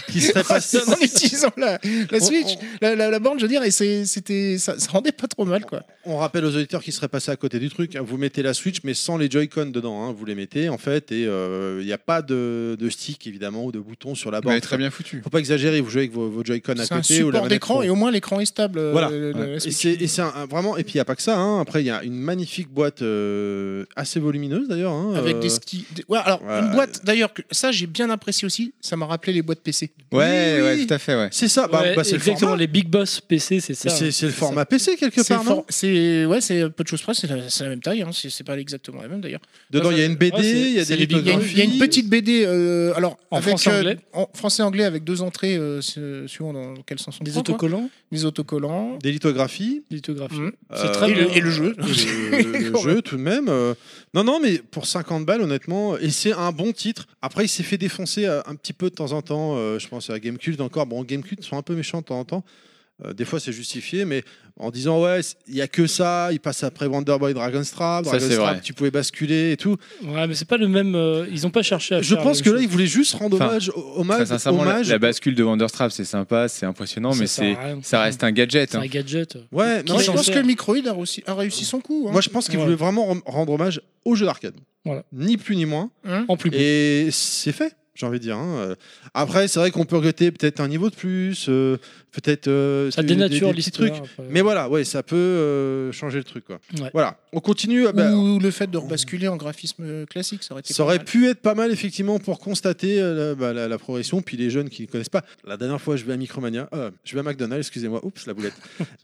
qui seraient passés.
en utilisant la, la Switch, La, la- la borne, je veux dire, et c'est- c'était, ça, ça rendait pas trop mal, quoi.
On rappelle aux auditeurs qui seraient passés à côté du truc. hein, Vous mettez la Switch, mais sans les Joy-Con dedans. hein, Vous les mettez, en fait, et euh, il n'y a pas de, de stick, évidemment, ou de bouton sur la borne.
Mais très bien foutu.
Faut pas exagérer, vous jouez avec vos, vos Joy-Con à côté.
C'est
ou
un
la
support
manette
d'écran,
pro.
et au moins l'écran est stable. euh,
Voilà.
le- le- la
Et
Switch.
c'est et c'est un- un- vraiment. Et puis il n'y a pas que ça. hein. Après, il y a une magnifique boîte euh, assez volumineuse d'ailleurs. hein,
Avec
euh,
des skis. des- Ouais, alors,
Ouais.
une boîte, d'ailleurs, que ça, j'ai bien apprécié aussi. Ça m'a rappelé les boîtes PC.
Ouais, ouais, tout à fait, ouais.
C'est ça, bah,
Ouais,
bah, c'est le
exactement,
format.
les Big Boss PC, c'est ça. hein.
Mais c'est- c'est le format
ça.
PC quelque
C'est
part,
for-
non
C'est ouais, c'est peu de choses près, c'est la, c'est la même taille, hein, c'est c'est pas exactement la même d'ailleurs.
Dedans, il y a une BD,
Ouais, c'est-
il y a
c'est
des
les Big
Il y a une, il y a une
lithographies.
petite BD, euh, alors
En
avec,
français,
euh,
anglais.
en français anglais avec deux entrées, euh, su- suivant dans quel sens on
Des
prend, quoi.
autocollants,
des autocollants.
Des lithographies.
lithographie.
Mhm.
C'est
Euh,
très
et,
bien.
le, et le jeu.
le, le jeu tout de même. euh, non, non, mais pour 50 balles, honnêtement, et c'est un bon titre. Après, il s'est fait défoncer euh, un petit peu de temps en temps. euh, je pense à Gamecult encore. Bon, Gamecult sont un peu méchants de temps en temps. Euh, des fois, c'est justifié, mais en disant ouais, c- il y a que ça. Il passe après Wonderboy, Dragonstrap.
Ça, c'est vrai.
Dragonstrap, tu pouvais basculer et tout.
Ouais, mais c'est pas le même. euh, ils ont pas cherché à.
Je
faire
pense
la
que
même
là,
chose.
il voulait juste rendre
Enfin,
hommage,
Très
hommage,
sincèrement, la,
hommage.
la bascule de Wonderstrap, c'est sympa, c'est impressionnant,
Ça
mais
sert à
c'est
rien.
ça reste un gadget.
C'est
hein.
un gadget.
Ouais,
Qui
non, mais
je
s'en
pense
sert
que Microïd a réussi, a réussi son coup. hein.
moi, je pense qu'il
Ouais.
voulait vraiment rem- rendre hommage au jeu d'arcade.
Voilà.
Ni plus ni moins.
Hein
En plus. beau.
Et c'est fait, j'ai envie de dire. hein. Euh, Après, c'est vrai qu'on peut regretter peut-être un niveau de plus, euh, peut-être euh,
Ça
des- des-
dénature
des petits
l'histoire.
trucs.
après.
Mais voilà, ouais, ça peut euh, changer le truc. Quoi.
Ouais.
Voilà, on continue. ah bah,
Ou le fait de rebasculer en graphisme euh, classique, ça aurait été.
ça
pas
aurait
mal.
pu être pas mal, effectivement, pour constater euh, la, bah, la- la progression. Puis les jeunes qui ne connaissent pas. La dernière fois, je vais à Micromania, euh, je vais à McDonald's, excusez-moi, oups, la boulette.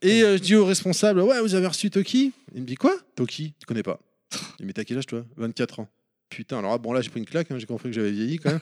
Et euh, je dis au responsable Ouais, vous avez reçu Toki Il me dit Quoi Toki, tu connais pas. Il me dit Mais t'as quel âge, toi 24 ans. Putain, alors ah, bon, là, j'ai pris une claque, hein, j'ai compris que j'avais vieilli quand même.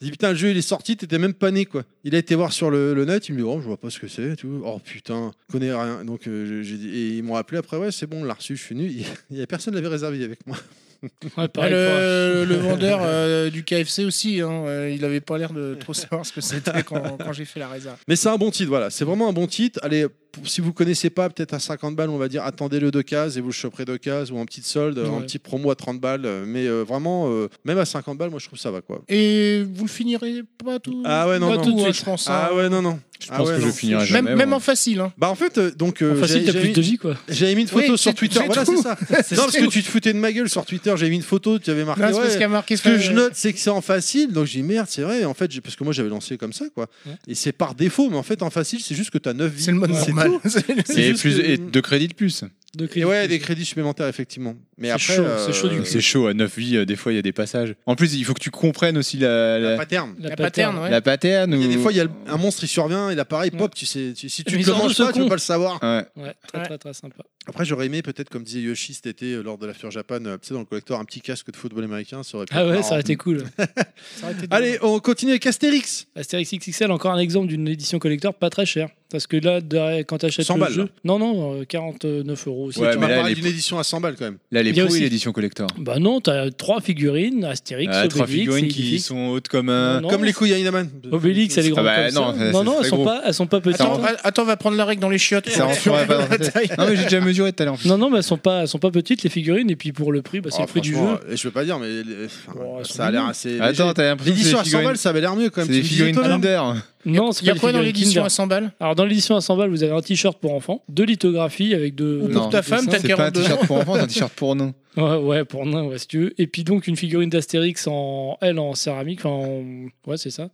Il dit putain le jeu il est sorti t'étais même pas né quoi. Il a été voir sur le, le net il me dit oh je vois pas ce que c'est et tout. Oh putain je connais rien donc euh, je- j'ai dit et ils m'ont appelé après ouais c'est bon on l'a reçu je suis venu il y a personne l'avait réservé avec moi.
Ouais, pareil, quoi.
le, le vendeur euh, du KFC aussi, hein, euh, il avait pas l'air de trop savoir ce que c'était quand, quand j'ai fait la réserve.
Mais c'est un bon titre, voilà. C'est vraiment un bon titre. Allez, pour- si vous connaissez pas, peut-être à 50 balles, on va dire attendez-le de cases et vous le choperez de cases ou en petite solde, en
Ouais.
petit promo à 30 balles. euh, Mais euh, vraiment, euh, même à 50 balles, moi je trouve ça va quoi.
Et vous le finirez pas tout.
Ah ouais, non,
pas
non.
tout de
Ah
suite, je pense. hein.
Ah ouais, non, non.
Je
Ah
pense
ouais,
que je
non.
finirai
même,
jamais.
même
moi.
en facile. Hein.
Bah en fait, euh, donc euh,
En facile,
j'avais-
t'as plus de
j'avais
vie, quoi.
j'avais mis une photo
Oui,
sur
c'est-
Twitter.
c'est
Voilà,
tout.
c'est ça. non, parce
tout.
que tu te foutais de ma gueule sur Twitter. J'avais mis une photo, tu avais marqué.
Là, c'est
Ah ouais,
parce qu'il y a marqué euh,
ce que je
frère-
note, c'est que c'est en facile. Donc je dis merde, c'est vrai. Et en fait, j'ai- parce que moi j'avais lancé comme ça, quoi.
Ouais.
Et c'est par défaut, mais en fait en facile, c'est juste que t'as 9 vies.
C'est le mode normal.
tout. C'est
Et
juste
plus
que-
et deux crédits de plus.
De
Et ouais, des crédits supplémentaires, effectivement. Mais
C'est
après,
chaud, c'est chaud du
euh,
cul.
C'est chaud, à 9 vies, euh, des fois il y a des passages. En plus, il faut que tu comprennes aussi la, la,
la pattern.
La patterne, ouais.
la patterne.
Il y a des
ou-
fois, il y a le- un monstre, il survient, il apparaît,
Ouais.
pop, tu sais, tu- si tu ne
Mais
le
surtout,
manges
ce
pas, tu
con.
peux pas le savoir.
Ouais.
Ouais, très,
Ouais.
très très sympa.
Après, j'aurais aimé, peut-être, comme disait Yoshi cet été euh, lors de l'After Japan, euh, tu sais, dans le collector, un petit casque de football américain, ça aurait pu
Ah
être
ouais,
marrant.
ça aurait été cool.
Ça aurait été dommage.
Allez, on continue avec Astérix.
Astérix XXL, encore un exemple d'une édition collector pas très chère. Parce que là, derrière, quand t'achètes
100
le
balles,
jeu.
là.
Non, non, euh, 49 euros aussi.
Ouais,
tu
mais
m'as
là,
parlé
les
d'une
pro-
édition à 100 balles quand même.
Là, les
Il y a
pros et
aussi-
l'édition collector.
Bah non, t'as trois figurines, Astérix,
Ah, Trois
Obélix,
figurines
et
qui
Illifixe.
sont hautes comme un.
Non,
Comme
non,
les couilles à Inaman.
Obélix, elle est
Ah
grande
bah
comme
non,
ça.
ça-
non,
ça
non, elles
serait
sont,
gros. Ah,
pas, elles sont pas petites.
Attends,
hein.
va- attends, va prendre la règle dans les chiottes.
Ça rentrera pas dans ta tête. Non, mais j'ai déjà mesuré tout à l'heure.
Non, non, mais elles sont pas, elles sont pas petites les figurines. Et puis pour le prix, bah, c'est
Oh,
le prix du
franchement,
jeu.
euh, Je veux pas dire, mais euh, enfin,
Oh, elles sont
ça a l'air
mignons.
assez. léger.
Attends, t'as l'impression que c'est
L'édition
des
à 100 balles,
figurines,
ça avait l'air mieux quand
c'est
même.
des
Tu me disais
figurines
toi-même.
Thunder.
Non, c'est
Il y a
pas
quoi
des
dans
figurines
l'édition
Kinder.
à 100 balles
Alors dans l'édition à 100 balles, vous avez un t-shirt pour enfants, deux lithographies avec deux.
Ou pour
deux
ta femme,
dessins.
t'as
C'est pas un
42.
t-shirt pour enfants, c'est un t-shirt pour nous.
Ouais, ouais, pour nain, ouais, si tu veux. Et puis donc une figurine d'Astérix en elle en céramique, enfin en- ouais, c'est ça.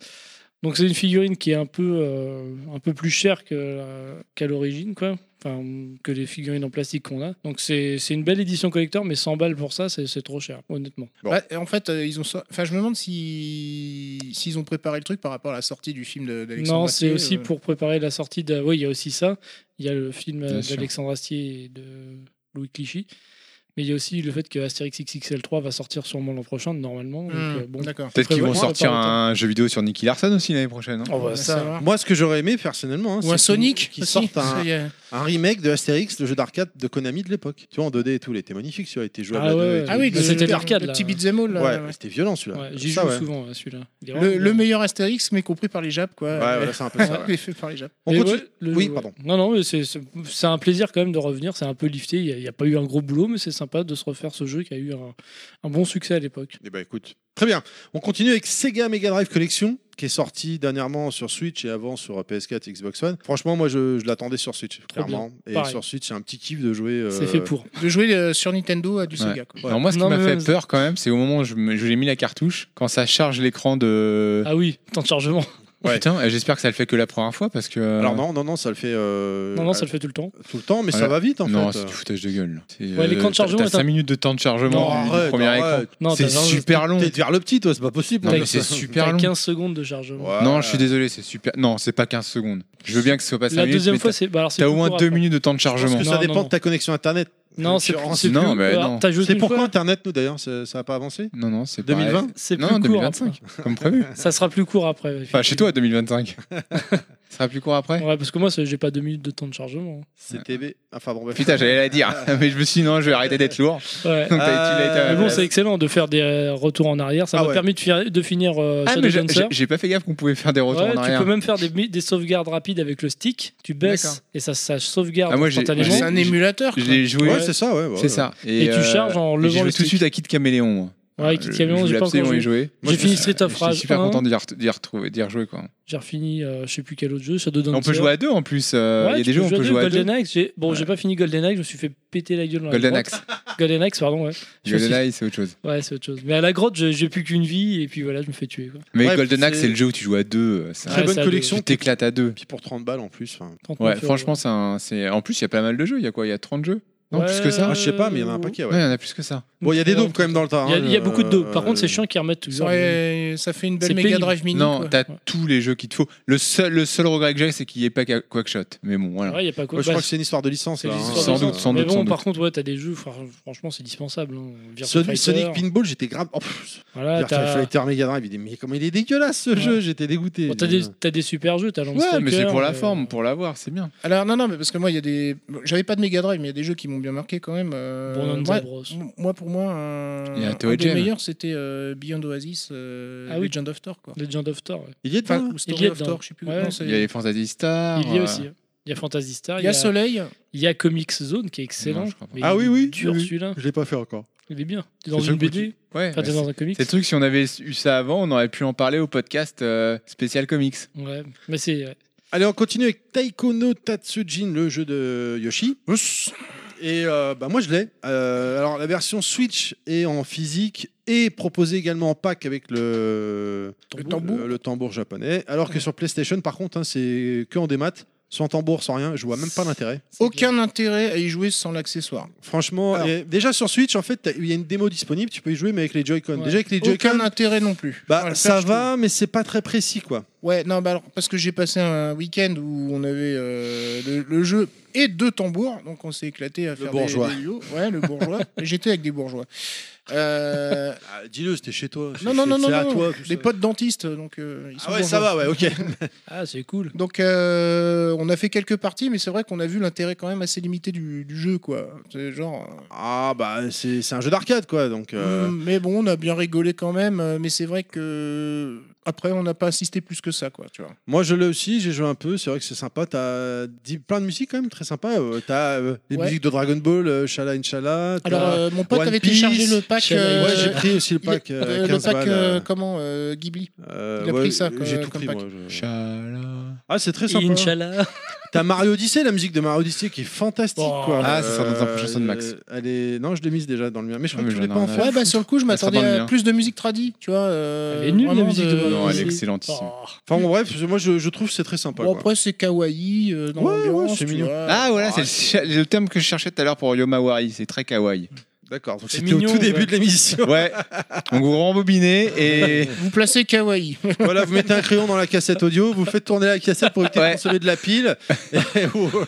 Donc c'est une figurine qui est un peu euh, un peu plus chère que la- qu'à l'origine, quoi. Enfin, que les figurines en plastique qu'on a. Donc c'est c'est une belle édition collector, mais 100 balles pour ça, c'est c'est trop cher, honnêtement.
Bon.
Bah, en fait, euh, ils ont. so- Enfin, je me demande si s'ils ont préparé le truc par rapport à la sortie du film de- d'Alexandre.
Non, c'est
Astier,
aussi
euh.
pour préparer la sortie de. Oui, il y a aussi ça. Il y a le film euh,
Bien sûr.
d'Alexandre Astier et de Louis Clichy. Mais il y a aussi le fait que Astérix XXL3 va sortir sûrement l'an prochain, normalement. Donc,
Hmm,
euh, bon.
D'accord.
Peut-être qu'ils vont
Prévois-moi,
sortir
on va
un jeu vidéo sur Nicky Larson aussi l'année prochaine. hein.
Oh, bah,
On va
ça.
savoir.
Moi, ce que j'aurais aimé personnellement, hein,
Ou un
c'est qu'ils-
Sonic
qu'ils
aussi,
sortent
parce
un,
qu'il y a-
un remake de Astérix, le jeu d'arcade de Konami de l'époque. Tu vois, en 2D et tout, il était magnifique celui-là, il était jouable.
Ah
à deux
ouais,
et tout.
ah oui, le- C'était le- l'arcade, le là.
petit beat'em all, là,
Ouais,
ouais.
mais c'était violent celui-là.
Ouais, J'y
Ça,
joue
ouais.
souvent euh, celui-là. Il est
Le,
vraiment
le
bien.
meilleur Astérix, mais compris par les Japs, quoi.
Ouais, voilà, c'est un peu ça, ouais.
Il est fait par les Japs.
On
Et
continue.
ouais, le-
Oui,
ouais.
pardon.
Non, non, mais c'est- c'est c'est un plaisir quand même de revenir. C'est un peu lifté. Il n'y a, pas eu un gros boulot, mais c'est sympa de se refaire ce jeu qui a eu un, un bon succès à l'époque.
Eh ben écoute, très bien. On continue avec Sega Mega Drive Collection qui est sorti dernièrement sur Switch et avant sur PS4 et Xbox One. Franchement, moi je, je l'attendais sur Switch,
Trop
clairement.
bien.
Et
Pareil.
sur Switch, c'est un petit kiff de jouer. euh,
C'est fait pour.
De jouer euh, sur Nintendo à du
Ouais.
Sega, quoi.
Alors moi, ce qui
Non,
m'a
mais-
fait peur quand même, c'est au moment où je me- je l'ai mis la cartouche, quand ça charge l'écran de.
Ah oui, temps de chargement.
ouais.
Putain, euh, j'espère que ça le fait que la première fois parce que.
Alors non, non, non, ça le fait. euh,
non, non, ça le fait tout le temps.
tout le temps, mais ça
Ouais.
va vite en
Non,
fait. euh.
c'est du foutage de gueule.
Ouais, l'écran de chargement
T'as
est un-
5 minutes de temps de chargement
Non,
du- du
arrête,
premier
arrête.
écran.
Non,
C'est
t'as vingt-
super long.
Peut-être vers le petit, toi, c'est pas possible.
Non,
Ouais.
mais c'est
T'as
super long.
15 secondes de chargement.
Ouais.
Non, je suis désolé, c'est super. Non, c'est pas 15 secondes. Je veux bien que ce soit pas 5
La
minutes.
deuxième
mais
fois,
t'as-
c'est. bah alors, c'est
T'as
plus
au moins
court
2
après.
minutes de temps de
Je pense
chargement.
que
Non,
ça
non,
dépend
non.
de ta connexion internet.
Non, c'est
Concurrence.
c'est plus.
Non, mais
alors,
non.
T'as joué
C'est
qu'une
pourquoi
fois.
internet, nous d'ailleurs, ça ça a pas avancé
Non, non, c'est pas.
2020
C'est plus
Non,
court
2025,
après.
comme prévu.
Ça sera plus court après.
Enfin, chez toi, 2025. Ça sera plus court après
Ouais, parce que moi, ça- j'ai pas 2 minutes de temps de chargement.
CTB. Enfin bon, bref.
Putain, j'allais la dire. Mais je me suis dit, non, je vais arrêter d'être lourd.
Ouais.
Donc, t'as- tu l'as été à la
Mais bon,
place.
c'est excellent de faire des euh, retours en arrière. Ça
Ah
m'a
ouais.
permis de, fi- de finir euh,
Ah,
Shadow
mais j'ai-
Dancer.
j'ai j'ai pas fait gaffe qu'on pouvait faire des retours
Ouais,
en
tu
arrière.
peux même faire des, mi- des sauvegardes rapides avec le stick. Tu
D'accord.
baisses et ça, ça sauvegarde
Ah, moi, j'ai-
instantanément.
C'est un
j'ai-
émulateur.
Je
quoi.
l'ai joué.
Ouais, c'est ça, ouais. ouais.
C'est ça.
Et tu charges en
et
levant
J'ai joué
le
tout de
stick.
suite à Kid Caméléon. moi.
Ouais, Kid Caméléon,
je voulais
j'ai pas encore
absolument y
joué.
jouer.
J'ai fini hein. Street of
J'étais
Rage.
super
1,
content d'y ret- d'y retrouver, d'y rejouer quoi.
J'ai refini, euh, je sais plus quel autre jeu, Shadow Dancer.
On peut jouer à deux en plus. euh, Il
Ouais,
y a
tu
des
peux
jeux où on peut jouer à deux.
Golden Axe. j'ai- Bon, j'ai pas fini Golden Axe, je me suis fait péter la gueule. dans la
Golden
grotte.
Axe.
Golden Axe, pardon, ouais. Je me suis-
Golden Axe, c'est autre chose.
Ouais, c'est autre chose. Mais à la grotte, je- j'ai plus qu'une vie et puis voilà, je me fais tuer. Quoi.
Mais
Ouais,
Golden Axe,
c'est-
c'est le jeu où tu joues à deux. euh, C'est un-
Très
Ouais, ça
bonne
a
collection.
Tu t'éclates à deux.
Puis pour 30 balles en plus. enfin.
30
Ouais,
minutes,
franchement, c'est un- c'est. En plus, il y a pas mal de jeux. Il y a quoi Il y a 30 jeux Non,
Ouais.
plus que ça
Ah, je sais pas, mais il y en a un paquet, ouais.
Ouais, il y en a plus que ça.
Bon, il y a des daubes quand même dans le tas.
euh, Il y a,
hein,
il y a beaucoup de dos. Par
euh,
contre, c'est chiant qu'ils remettent tout
Ça
ça.
aurait- Ça fait une
C'est
belle Mega
pénible.
Drive Mini.
non,
quoi.
t'as
Ouais.
tous les jeux qu'il te faut. Le seul, le seul regret que j'ai, c'est qu'il n'y ait pas Qua- Quackshot. Mais bon, voilà.
Ouais, il y a pas quoi.
Ouais, je
bah,
crois que c'est une histoire de licence
c'est
là.
les
hein.
histoires
Sans
de
doute,
ça.
sans
Mais
doute,
bon,
sans
par
doute.
contre, ouais, t'as des jeux, fran- franchement, c'est dispensable. hein. Virtua
Sonic,
Fighter,
Sonic Pinball, j'étais grave. Oh, pff,
Voilà,
Virtua
t'as
Fighter Mega Drive, il est- mais comment il est dégueulasse ce
Ouais.
jeu, j'étais dégoûté.
bon, t'as des, t'as des super jeux, t'as Landstalker.
euh. Ouais, mais c'est pour la
euh,
forme, pour l'avoir, c'est bien.
Alors non, non, mais parce que moi, il y a des. bon, J'avais pas de Mega Drive, mais il y a des jeux qui m'ont bien marqué quand même. euh,
Bonanza
moi,
Bros.
m- moi, pour moi, un,
Il y a
un
Toe
des
Jam.
meilleurs, c'était euh, Beyond Oasis, euh,
Ah oui.
Legend of Thor, quoi.
Legend of Thor. ouais.
Il y est
Enfin,
toi
ou Story
il y a
of
dedans.
Thor, je sais plus.
Ouais.
non, c'est-
Il y a les Fantasy Stars.
Il y a
euh,
aussi. hein. Il y a Fantasy Star.
il y a Soleil.
Il y a Comics Zone qui est excellent.
Non, je crois pas.
mais
Ah
il
oui,
est
oui.
Dur
oui, oui.
celui-là.
Je l'ai pas fait encore.
Il est bien. T'es dans
C'est
une
le truc où tu-
BD.
Ouais.
Enfin, t'es
ouais,
dans un comics.
C'est le truc, si on avait eu ça avant, on aurait pu en parler au podcast euh, spécial comics.
Ouais. Mais c'est. ouais.
Allez, on continue avec Taiko no Tatsujin, le jeu de Yoshi. Et euh, bah, moi je l'ai. Euh, alors la version Switch est en physique et proposée également en pack avec le
Le tambour.
le, le tambour japonais. Alors que sur PlayStation, par contre, hein, c'est que en démat, sans tambour, sans rien. Je vois même pas l'intérêt.
Aucun intérêt à y jouer sans l'accessoire.
Franchement,
Alors.
et déjà sur Switch, en fait, t'as- il y a une démo disponible. Tu peux y jouer, mais avec les Joy-Con.
Ouais.
Déjà avec les Joy-Con,
Aucun intérêt non plus.
bah,
Voilà,
ça
je
va, mais c'est pas très précis, quoi.
Ouais, non, bah alors, parce que j'ai passé un week-end où on avait euh, le, le jeu et deux tambours, donc on s'est éclaté à faire des-
bourgeois.
des duos. Ouais, le bourgeois. J'étais avec des bourgeois. Euh,
Ah, Dis-le, c'était chez toi.
non, non, non, non, non, des potes dentistes, donc euh, ils sont
Ah ouais,
bourgeois.
ça va, ouais, ok.
Ah, c'est cool.
Donc euh, on a fait quelques parties, mais c'est vrai qu'on a vu l'intérêt quand même assez limité du, du jeu, quoi. C'est genre. euh,
Ah bah c'est c'est un jeu d'arcade quoi donc euh,
hum, Mais bon, on a bien rigolé quand même, euh, mais c'est vrai que après on n'a pas assisté plus que ça, quoi. Tu vois.
moi je l'ai aussi j'ai joué un peu c'est vrai que c'est sympa t'as dit plein de musiques quand même très sympa euh, t'as euh, les
Ouais.
musiques de Dragon Ball euh, Shala Inch'Allah t'as-
Alors euh, mon pote
One
avait téléchargé
Piece,
le pack.
Shadow
euh,
ouais j'ai pris aussi le
il est-
pack euh,
euh, le
15
pack
balles,
euh,
euh,
comment euh, Ghibli.
euh,
il a
ouais,
pris ça,
j'ai
quoi,
tout
comme
pris
pack.
moi je-
Chala.
ah c'est très sympa
Inch'Allah.
t'as Mario Odyssey la musique de Mario Odyssey qui est fantastique
Oh.
quoi
Ah, ça sera dans un prochain son de Max.
elle est non je l'ai mise déjà dans le mien mais je crois
Ah,
que
mais
tu l'ai
j'en
pas
ai
en
un
fait
Ouais, bah sur le coup, je m'attendais
sera dans le
à
mien.
plus de musique tradie, tu vois. euh,
Elle est nulle la
vraiment
musique de
Non,
Mario
elle est
Odyssey.
excellentissime.
Oh.
enfin bon, bref je- moi je, je trouve que c'est très sympa
Bon,
quoi.
après, c'est kawaii euh, dans
Ouais, ouais,
l'ambiance.
c'est
tu
mignon.
vois.
Ah, voilà,
Ah,
c'est le, le terme que je cherchais tout à l'heure pour Yomawari. C'est très kawaii.
D'accord, donc
C'est
c'était au
mignon,
tout début
ouais.
de l'émission.
Ouais. Donc vous rembobinez et.
Vous placez Kawaii.
Voilà, vous mettez un crayon dans la cassette audio, vous faites tourner la cassette pour éviter de consommer de la pile.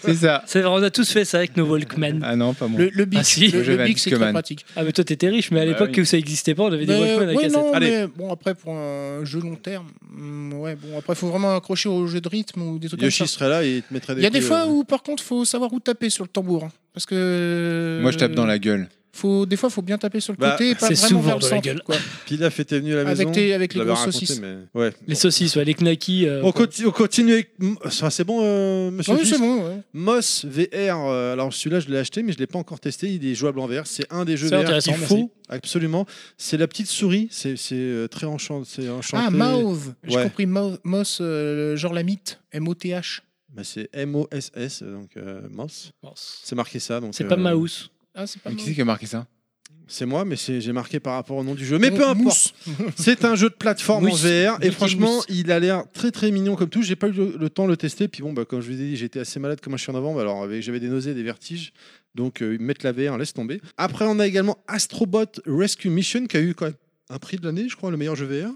C'est ça.
C'est vrai, on a tous fait ça avec nos Walkman.
Ah non, pas moi.
Le, le Bix,
Ah si.
le-
Le
le,
jeu
Bix, c'est très
Walkman.
pratique.
Ah, mais toi, t'étais riche, mais à
Bah
l'époque
oui.
où ça existait pas, on avait des
Mais,
Walkman à
ouais,
cassette.
non, mais bon, après, pour un jeu long terme, hmm, ouais, bon, après, faut vraiment accrocher au jeu de rythme ou des trucs
Yoshi
comme ça.
serait là et il te mettrait des
Il y a des
coups,
fois
euh,
où, par contre, faut savoir où taper sur le tambour. hein, parce que.
Moi, je tape dans la gueule.
Faut, des fois, faut bien taper sur le
Bah,
côté et pas
c'est
vraiment
souvent
vers le
dans la
centre,
gueule.
quoi.
Pilaf était venu à la
Avec
maison.
tes- avec
je
les
l'avais
grosses
raconté,
saucisses.
mais- ouais.
Les saucisses, ouais, les knackis. euh,
On, conti- on continue avec. M- Ça, c'est bon, euh, monsieur
Ah oui,
Fils
c'est bon, ouais.
Moss VR. euh, alors, celui-là, je l'ai acheté, mais je ne l'ai pas encore testé. Il est jouable en VR. C'est un des jeux
C'est
VR
intéressant,
qu'il
merci.
faut. Absolument. C'est la petite souris. C'est c'est, euh, très enchant- c'est enchanté.
Ah, Mauve. J'ai
Ouais.
compris Mauve- Moss, euh, genre la mythe. M-O-T-H.
Bah, c'est M-O-S-S, donc euh, Moss. C'est marqué ça. donc,
C'est
euh,
pas Mouse.
Ah, c'est pas
Mais qui
Mouse.
c'est qui a marqué ça
C'est moi, mais c'est- j'ai marqué par rapport au nom du jeu. Mais
Mou-
peu importe.
mousse.
C'est un jeu de plateforme
Mousse.
en VR. Et
Mickey
franchement,
Mousse.
il a l'air très très mignon comme tout. J'ai pas eu le, le temps de le tester. Puis bon, bah, comme je vous ai dit, j'étais assez malade comme un chien avant. Alors avec- j'avais des nausées, des vertiges. Donc euh, mettre la VR, laisse tomber. Après, on a également Astrobot Rescue Mission qui a eu quand même un prix de l'année, je crois, le meilleur jeu VR.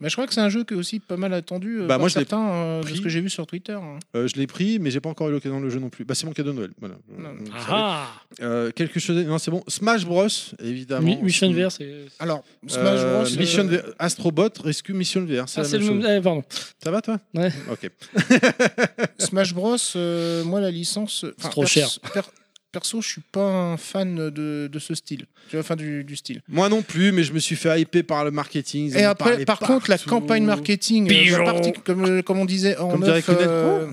Mais je crois que c'est un jeu qui est aussi pas mal attendu euh,
Bah,
par
moi, je l'ai
certains, euh, de
pris.
ce que j'ai vu sur Twitter. hein.
Euh, je l'ai pris, mais j'ai pas encore eu l'occasion de le jeu non plus. Bah, c'est mon cadeau de Noël. Voilà.
Non.
Vous savez.
Ah
Euh, quelque chose. Non, c'est bon. Smash Bros, évidemment.
Mi- Mission VR, c'est.
Alors, Smash
Euh,
Bros.
Mission
euh,
VR- Astrobot Rescue Mission VR. C'est
Ah,
la
c'est
même
le
chose.
même. eh, pardon.
Ça va toi
Ouais.
Ok.
Smash Bros, euh, moi la licence. euh, enfin,
trop cher.
per- perso, je suis pas un fan de, de ce style. Tu vois, enfin du, du style.
Moi non plus, mais je me suis fait hyper par le marketing. ils en
Et après,
parlaient
par contre, la
partout.
campagne marketing, euh,
Pigeon.
la partie- comme, euh, comme on disait en
Comme dirait
neuf,
Kudel.
euh,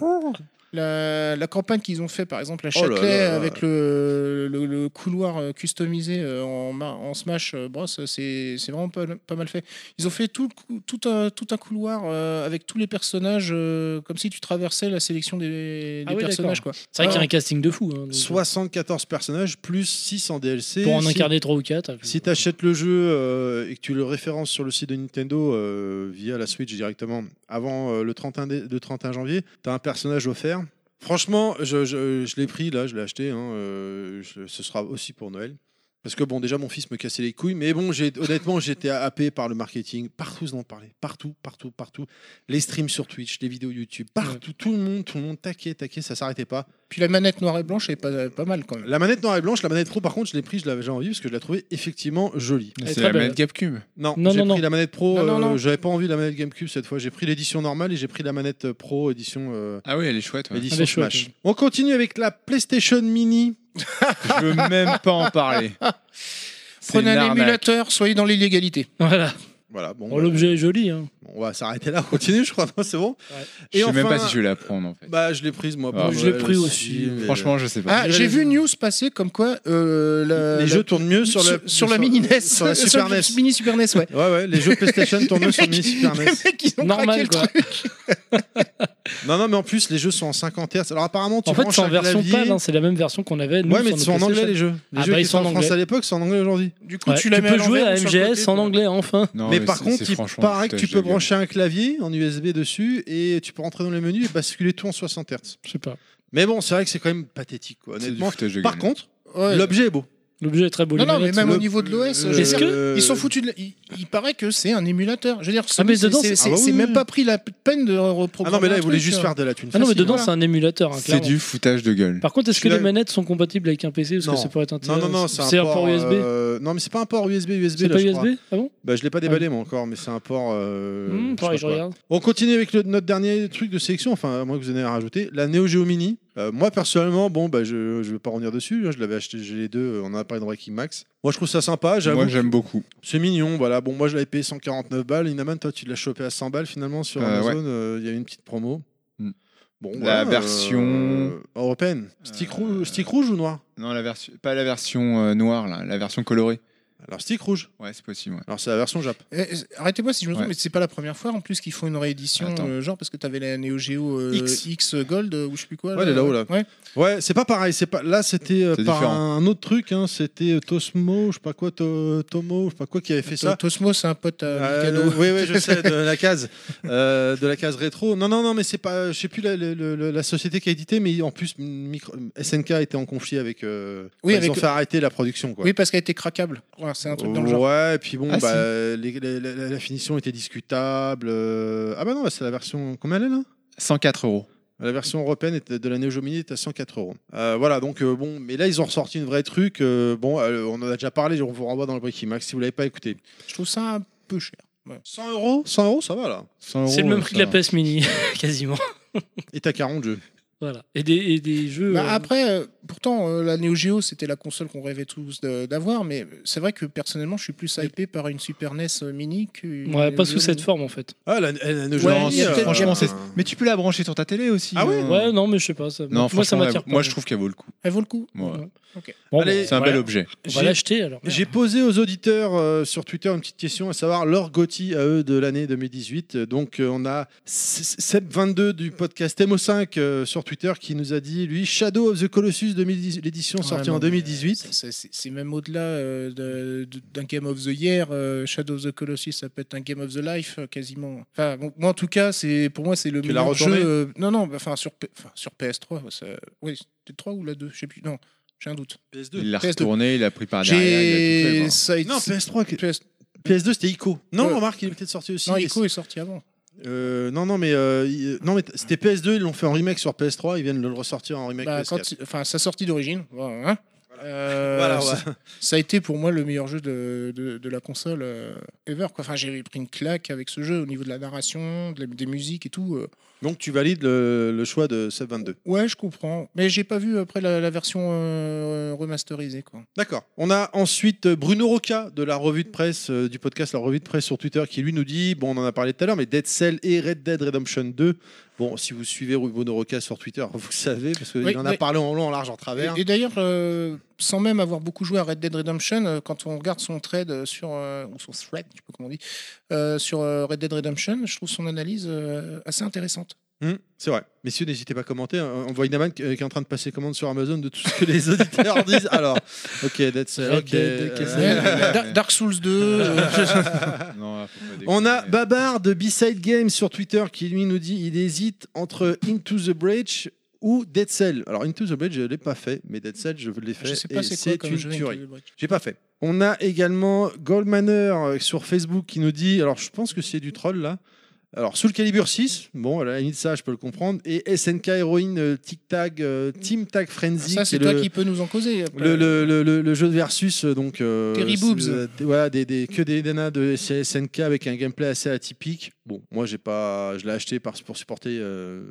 la, la campagne qu'ils ont fait, par exemple, à
Oh là
Châtelet,
là.
avec le, le- le couloir euh, customisé euh, en, ma- en Smash euh, Bros, c'est c'est vraiment pas, pas mal fait. Ils ont fait tout, le cou- tout, un, tout un couloir euh, avec tous les personnages, euh, comme si tu traversais la sélection des, des
Ah oui,
personnages.
d'accord.
quoi.
C'est vrai qu'il y a
Ah.
un casting de fou. hein, donc,
74 personnages plus 6 en DLC.
Pour en
Si-
incarner 3 ou ah, 4.
Si tu achètes le jeu euh, et que tu le références sur le site de Nintendo euh, via la Switch directement avant euh, le, 31 dé- le 31 janvier, tu as un personnage offert. Franchement, je, je- je l'ai pris là, je l'ai acheté. hein, euh, je- ce sera aussi pour Noël. Parce que bon, déjà mon fils me cassait les couilles, mais bon, j'ai- honnêtement, j'étais happé par le marketing. Partout, ils en parlaient. Partout, partout, partout. Les streams sur Twitch, les vidéos YouTube, partout, tout le monde, tout le monde, taquait, taquait, ça s'arrêtait pas.
Puis la manette noire et blanche est pas, pas mal quand même.
La manette noire et blanche, la manette pro, par contre, je l'ai prise, je l'avais déjà envie parce que je la trouvais effectivement jolie.
Elle est
C'est
très
la
belle.
manette Capcube.
Non,
Non,
j'ai
non,
pris
non.
la manette pro.
Non, non,
euh,
non.
J'avais pas envie de la manette GameCube cette fois. J'ai pris l'édition normale et j'ai pris la manette euh, pro édition. euh,
Ah oui, elle est chouette. ouais.
édition
Elle est chouette,
Smash.
ouais.
On continue avec la PlayStation Mini.
Je veux même pas en parler. C'est
Prenez
une
un
arnaque.
émulateur, soyez dans l'illégalité.
Voilà.
Voilà, bon.
Bon,
bah,
L'objet est joli. Hein.
on va s'arrêter là. On continue, je crois. Non, C'est bon.
Ouais.
Je sais même
enfin,
pas si je vais la prendre en fait.
Bah, je l'ai prise moi.
Ah,
pour
je
Noël
l'ai pris aussi,
mais- euh,
Franchement, je sais pas.
Ah, j'ai vu une news passer comme quoi euh, la-
Bah, les
la-
jeux tournent mieux sur,
sur,
la
sur la mini NES,
sur la Super
le
NES.
mini Super NES, ouais.
Ouais, ouais, les jeux PlayStation tournent mieux sur le mini Super E
Les
NES.
mecs, ils ont
Normal,
craqué le
quoi.
truc.
Non, non, mais en plus, les jeux sont en 50 Hz. Alors, apparemment, tu
En fait,
branches
c'est en
un
version
clavier.
PAL, hein, c'est la même version qu'on avait. Nous,
Ouais,
sur
mais ils
nos
sont en anglais,
PlayStation.
les jeux. Les
Ah,
jeux
bah,
qui
ils
sont
sont
en
en
français
anglais.
à l'époque sont en anglais aujourd'hui.
Du coup,
Ouais,
tu
tu
la mets
peux jouer
l'envers
à
ou sur le
MGS
côté,
en
quoi.
anglais, enfin.
Non,
mais
c'est-
par contre,
c'est
il
franchement
paraît que
foutage
tu
de
peux
gueule.
brancher un clavier en USB dessus et tu peux rentrer dans le menu et basculer tout en 60 Hz.
Je sais pas.
Mais bon, c'est vrai que c'est quand même pathétique, quoi,
C'est du
honnêtement.
foutage de
Par
gueule.
contre,
Ouais.
l'objet est beau.
L'objet est très beau.
Non,
les
non, mais
manettes
même
sont-
au niveau de l'OS,
le- Euh,
Est-ce
que-
ils s'en foutent. de la- il, il paraît que c'est un émulateur. Je veux dire, c'est
mais dedans,
c'est-
c'est-
c'est
ah bah oui,
c'est même
oui.
pas pris la peine de reprogrammer.
Ah non, mais là,
un
ils voulaient
truc,
juste
euh.
faire de la thune.
Ah non, mais
facile,
dedans,
voilà.
c'est un émulateur. hein,
C'est
clairement.
du foutage de gueule.
Par contre, est-ce que
Je
les
l'ai-
manettes sont compatibles avec un PC Parce
Non.
que ça pourrait être
Non,
intéressant.
non, non, c'est un,
C'est un port USB
euh, Non, mais c'est pas un port USB, USB.
C'est
là,
pas
je crois.
USB Ah bon
Bah, je l'ai pas déballé, moi, encore, mais c'est un port. euh,
Hmm,
je
Pareil,
sais pas
je
quoi.
regarde.
On continue avec le- notre dernier truc de sélection, enfin, à moins que vous en ayez à rajouter, la Neo Geo Mini. Euh, moi, personnellement, bon, bah, je ne vais pas revenir dessus, hein, je l'avais acheté, j'ai les deux, euh, on en a parlé dans Breaking Max. Moi, je trouve ça sympa,
Moi,
Ah, j'avoue.
j'aime beaucoup.
C'est mignon, voilà. Bon, moi, je l'avais payé 149 balles. Inaman, toi, tu l'as chopé à 100 balles finalement sur
Euh,
Amazon. euh, Il y a eu une petite promo.
Mm.
Bon,
La
voilà, euh,
version-
européenne. Stick,
Euh,
rouge, stick rouge ou noir
Non, la version, pas la version euh, noire là, la version colorée.
Alors, stick rouge.
Ouais, c'est possible.
Alors, c'est la version Jap.
Eh, Arrêtez-moi si je me trompe,
Ouais.
mais c'est pas la première fois en plus qu'ils font une réédition,
Attends.
euh, genre parce que t'avais la Neo Geo euh,
X.
X. Gold euh, ou je sais plus quoi.
Ouais, elle est là-haut là.
Ouais.
Ouais, c'est pas pareil. C'est pas là, c'était euh,
C'est
par
différent.
un autre truc. hein, C'était euh, Tosmo, je sais pas quoi, To- Tomo, je sais pas quoi qui avait fait
Euh,
To-
ça.
Tosmo, c'est un pote à
Euh,
Mikado.
oui, oui, je sais, de la case, euh, de la case rétro. Non, non, non, mais c'est pas, je sais plus la, la- la- la société qui a édité, mais en plus, micro- SNK était en conflit avec. euh, enfin,
Oui,
ils
avec-
ont fait arrêter la production, quoi.
Oui, parce qu'elle était craquable. Ouais, c'est un truc dans le genre.
Ouais, et puis bon,
Ah,
bah,
si.
les- les- la, la- la finition était discutable. euh, Ah bah non, bah, c'est la version. Combien elle est là
104 euros.
La version européenne était- de la Neo Geo Mini est à 104 euros. Euh, Voilà, donc euh, bon, mais là ils ont ressorti une vraie truc. euh, bon, euh, on en a déjà parlé, on vous renvoie dans le Bricky Max si vous l'avez pas écouté.
Je trouve ça un peu cher.
100 euros 100 euros, ça va là.
C'est le même prix que la PS Mini, quasiment.
Et t'as 40 jeux.
Voilà. Et des, et des jeux.
Bah,
euh,
Après, euh, pourtant, euh, la Neo Geo, c'était la console qu'on rêvait tous de- d'avoir, mais c'est vrai que personnellement, je suis plus hypé par une Super NES euh, Mini qu'une.
Ouais, pas
Neo
sous
Geo
cette
Mini.
forme en fait.
Ah, la, la Neo
Geo Ouais, Mini, il y a euh, peut-être-
franchement, c'est-
euh,
Mais tu peux la brancher sur ta télé aussi.
Ah ouais
hein.
Ouais, non, mais je sais pas. ça-
Non,
moi, ça
franchement,
m'attire
elle-
pas.
moi, je trouve qu'elle vaut le coup.
Elle vaut le coup
Ouais.
Ok.
Bon,
Allez,
c'est un
voilà.
bel objet.
On va
J'ai-
l'acheter alors.
J'ai posé aux auditeurs euh, sur Twitter une petite question, à savoir leur Gotti à eux de l'année 2018. Euh, Donc euh, on a S- Seb22 du podcast MO5 euh, sur Twitter qui nous a dit, lui, Shadow of the Colossus 2010 l'édition sortie
Ouais, non,
en
mais, euh,
2018.
c'est- c'est c'est même au-delà euh, de- de- d'un Game of the Year. euh, Shadow of the Colossus, ça peut être un Game of the Life euh, quasiment. Enfin, bon, moi en tout cas, c'est pour moi c'est le
Tu l'as
meilleur
retourné
jeu. euh, non, non, bah, enfin sur, P- enfin, sur PS3, ouais, ça- oui, c'était 3 ou la 2, je sais plus. Non, j'ai un doute.
PS2.
Il l'a
PS2.
retourné, il l'a pris par Ah, derrière. il a tout fait,
J'ai
quoi.
ça.
Non, PS3, qui-
PS...
PS2 c'était Ico. Non,
Ouais.
remarque, il est peut-être sorti aussi.
Non,
mais
Ico est sorti avant.
c'est- euh, non, non, mais, euh, il- non, mais t- c'était PS2, ils l'ont fait en remake sur PS3, ils viennent de le ressortir en remake
Bah,
PS4.
quand il- enfin, sa sortie d'origine. voilà, hein. Euh,
Voilà,
ça-
ouais.
Ça a été pour moi le meilleur jeu de, de, de la console euh, ever. Quoi. Enfin, j'avais pris une claque avec ce jeu au niveau de la narration, de la- des musiques et tout. euh.
Donc tu valides le, le choix de Seb22.
Ouais, je comprends. Mais j'ai pas vu après la, la version euh, remasterisée. Quoi.
D'accord. On a ensuite euh, Bruno Roca de la revue de presse, euh, du podcast La Revue de Presse sur Twitter, qui lui nous dit bon, on en a parlé tout à l'heure, mais Dead Cell et Red Dead Redemption 2. Bon, si vous suivez Bruno Roca sur Twitter, vous savez, parce qu'il
Oui,
en a
mais-
parlé en long, en large, en travers.
Et, et d'ailleurs, euh, sans même avoir beaucoup joué à Red Dead Redemption, euh, quand on regarde son trade euh, sur euh, ou son thread, je sais pas comment on dit, euh, sur euh, Red Dead Redemption, je trouve son analyse euh, assez intéressante.
Hum, c'est vrai. Messieurs, n'hésitez pas à commenter. Euh, On voit Inaman qui qui est en train de passer commande sur Amazon de tout ce que les auditeurs disent. Alors, ok, Dead Cell,
Red
ok.
Dead,
euh,
qu'est-ce que c'est Dark- Dark Souls 2. euh,
Non, là, faut pas déconner.
On a Babar de B-Side Games sur Twitter qui lui nous dit il hésite entre Into the Breach ou Dead Cell. Alors Into the Breach, je ne l'ai pas fait, mais Dead Cell, je l'ai fait.
Je sais pas
et
c'est quoi
c'est
comme
une
jeu, Into
tuerie.
the Breach.
J'ai pas fait. On a également Goldmaner euh, sur Facebook qui nous dit alors je pense que c'est du troll là. Alors, Soul Calibur 6, bon, à la limite, ça, je peux le comprendre. Et SNK Heroine euh, Tic Tac, euh, Team Tag Frenzy.
Ça, c'est
qui est
toi
le-
qui peux nous en causer. euh, après.
le, le, le, le- le jeu de versus euh, donc euh,
Terry Boobs.
c'est, euh, des- voilà des, des- que des nanas de SNK avec un gameplay assez atypique bon moi j'ai pas je l'ai acheté par, pour supporter euh,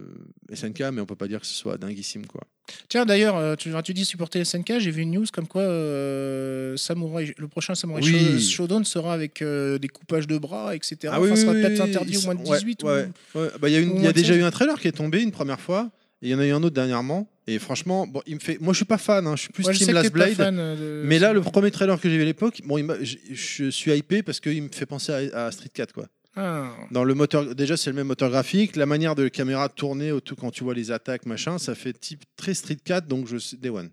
SNK mais on peut pas dire que ce soit dinguissime quoi
Tiens, d'ailleurs, euh, tu, tu dis supporter SNK, j'ai vu une news comme quoi euh, Samurai- le prochain Samurai
Oui. Ah
Show- Shodown sera avec euh, des coupages de bras, etc. Enfin, sera peut-être interdit au moins de 18
ouais, ouais,
ou-
ouais. Bah, il y a, une-
ou
il y a
moins de
déjà
16.
eu un trailer qui est tombé une première fois et il y en a eu un autre dernièrement et franchement bon il me fait moi je suis pas fan hein, je suis plus
Ouais, je
Team
sais que
Last
t'es pas
Blade
fan, euh, de-
mais là le premier trailer que j'ai vu à l'époque bon il m'a- je, je suis hypé parce qu'il me fait penser à, à Street 4 quoi
Ah.
Dans le moteur, déjà c'est le même moteur graphique, la manière de la caméra tourner autour quand tu vois les attaques machin, ça fait type très Street 4 donc je sais Day One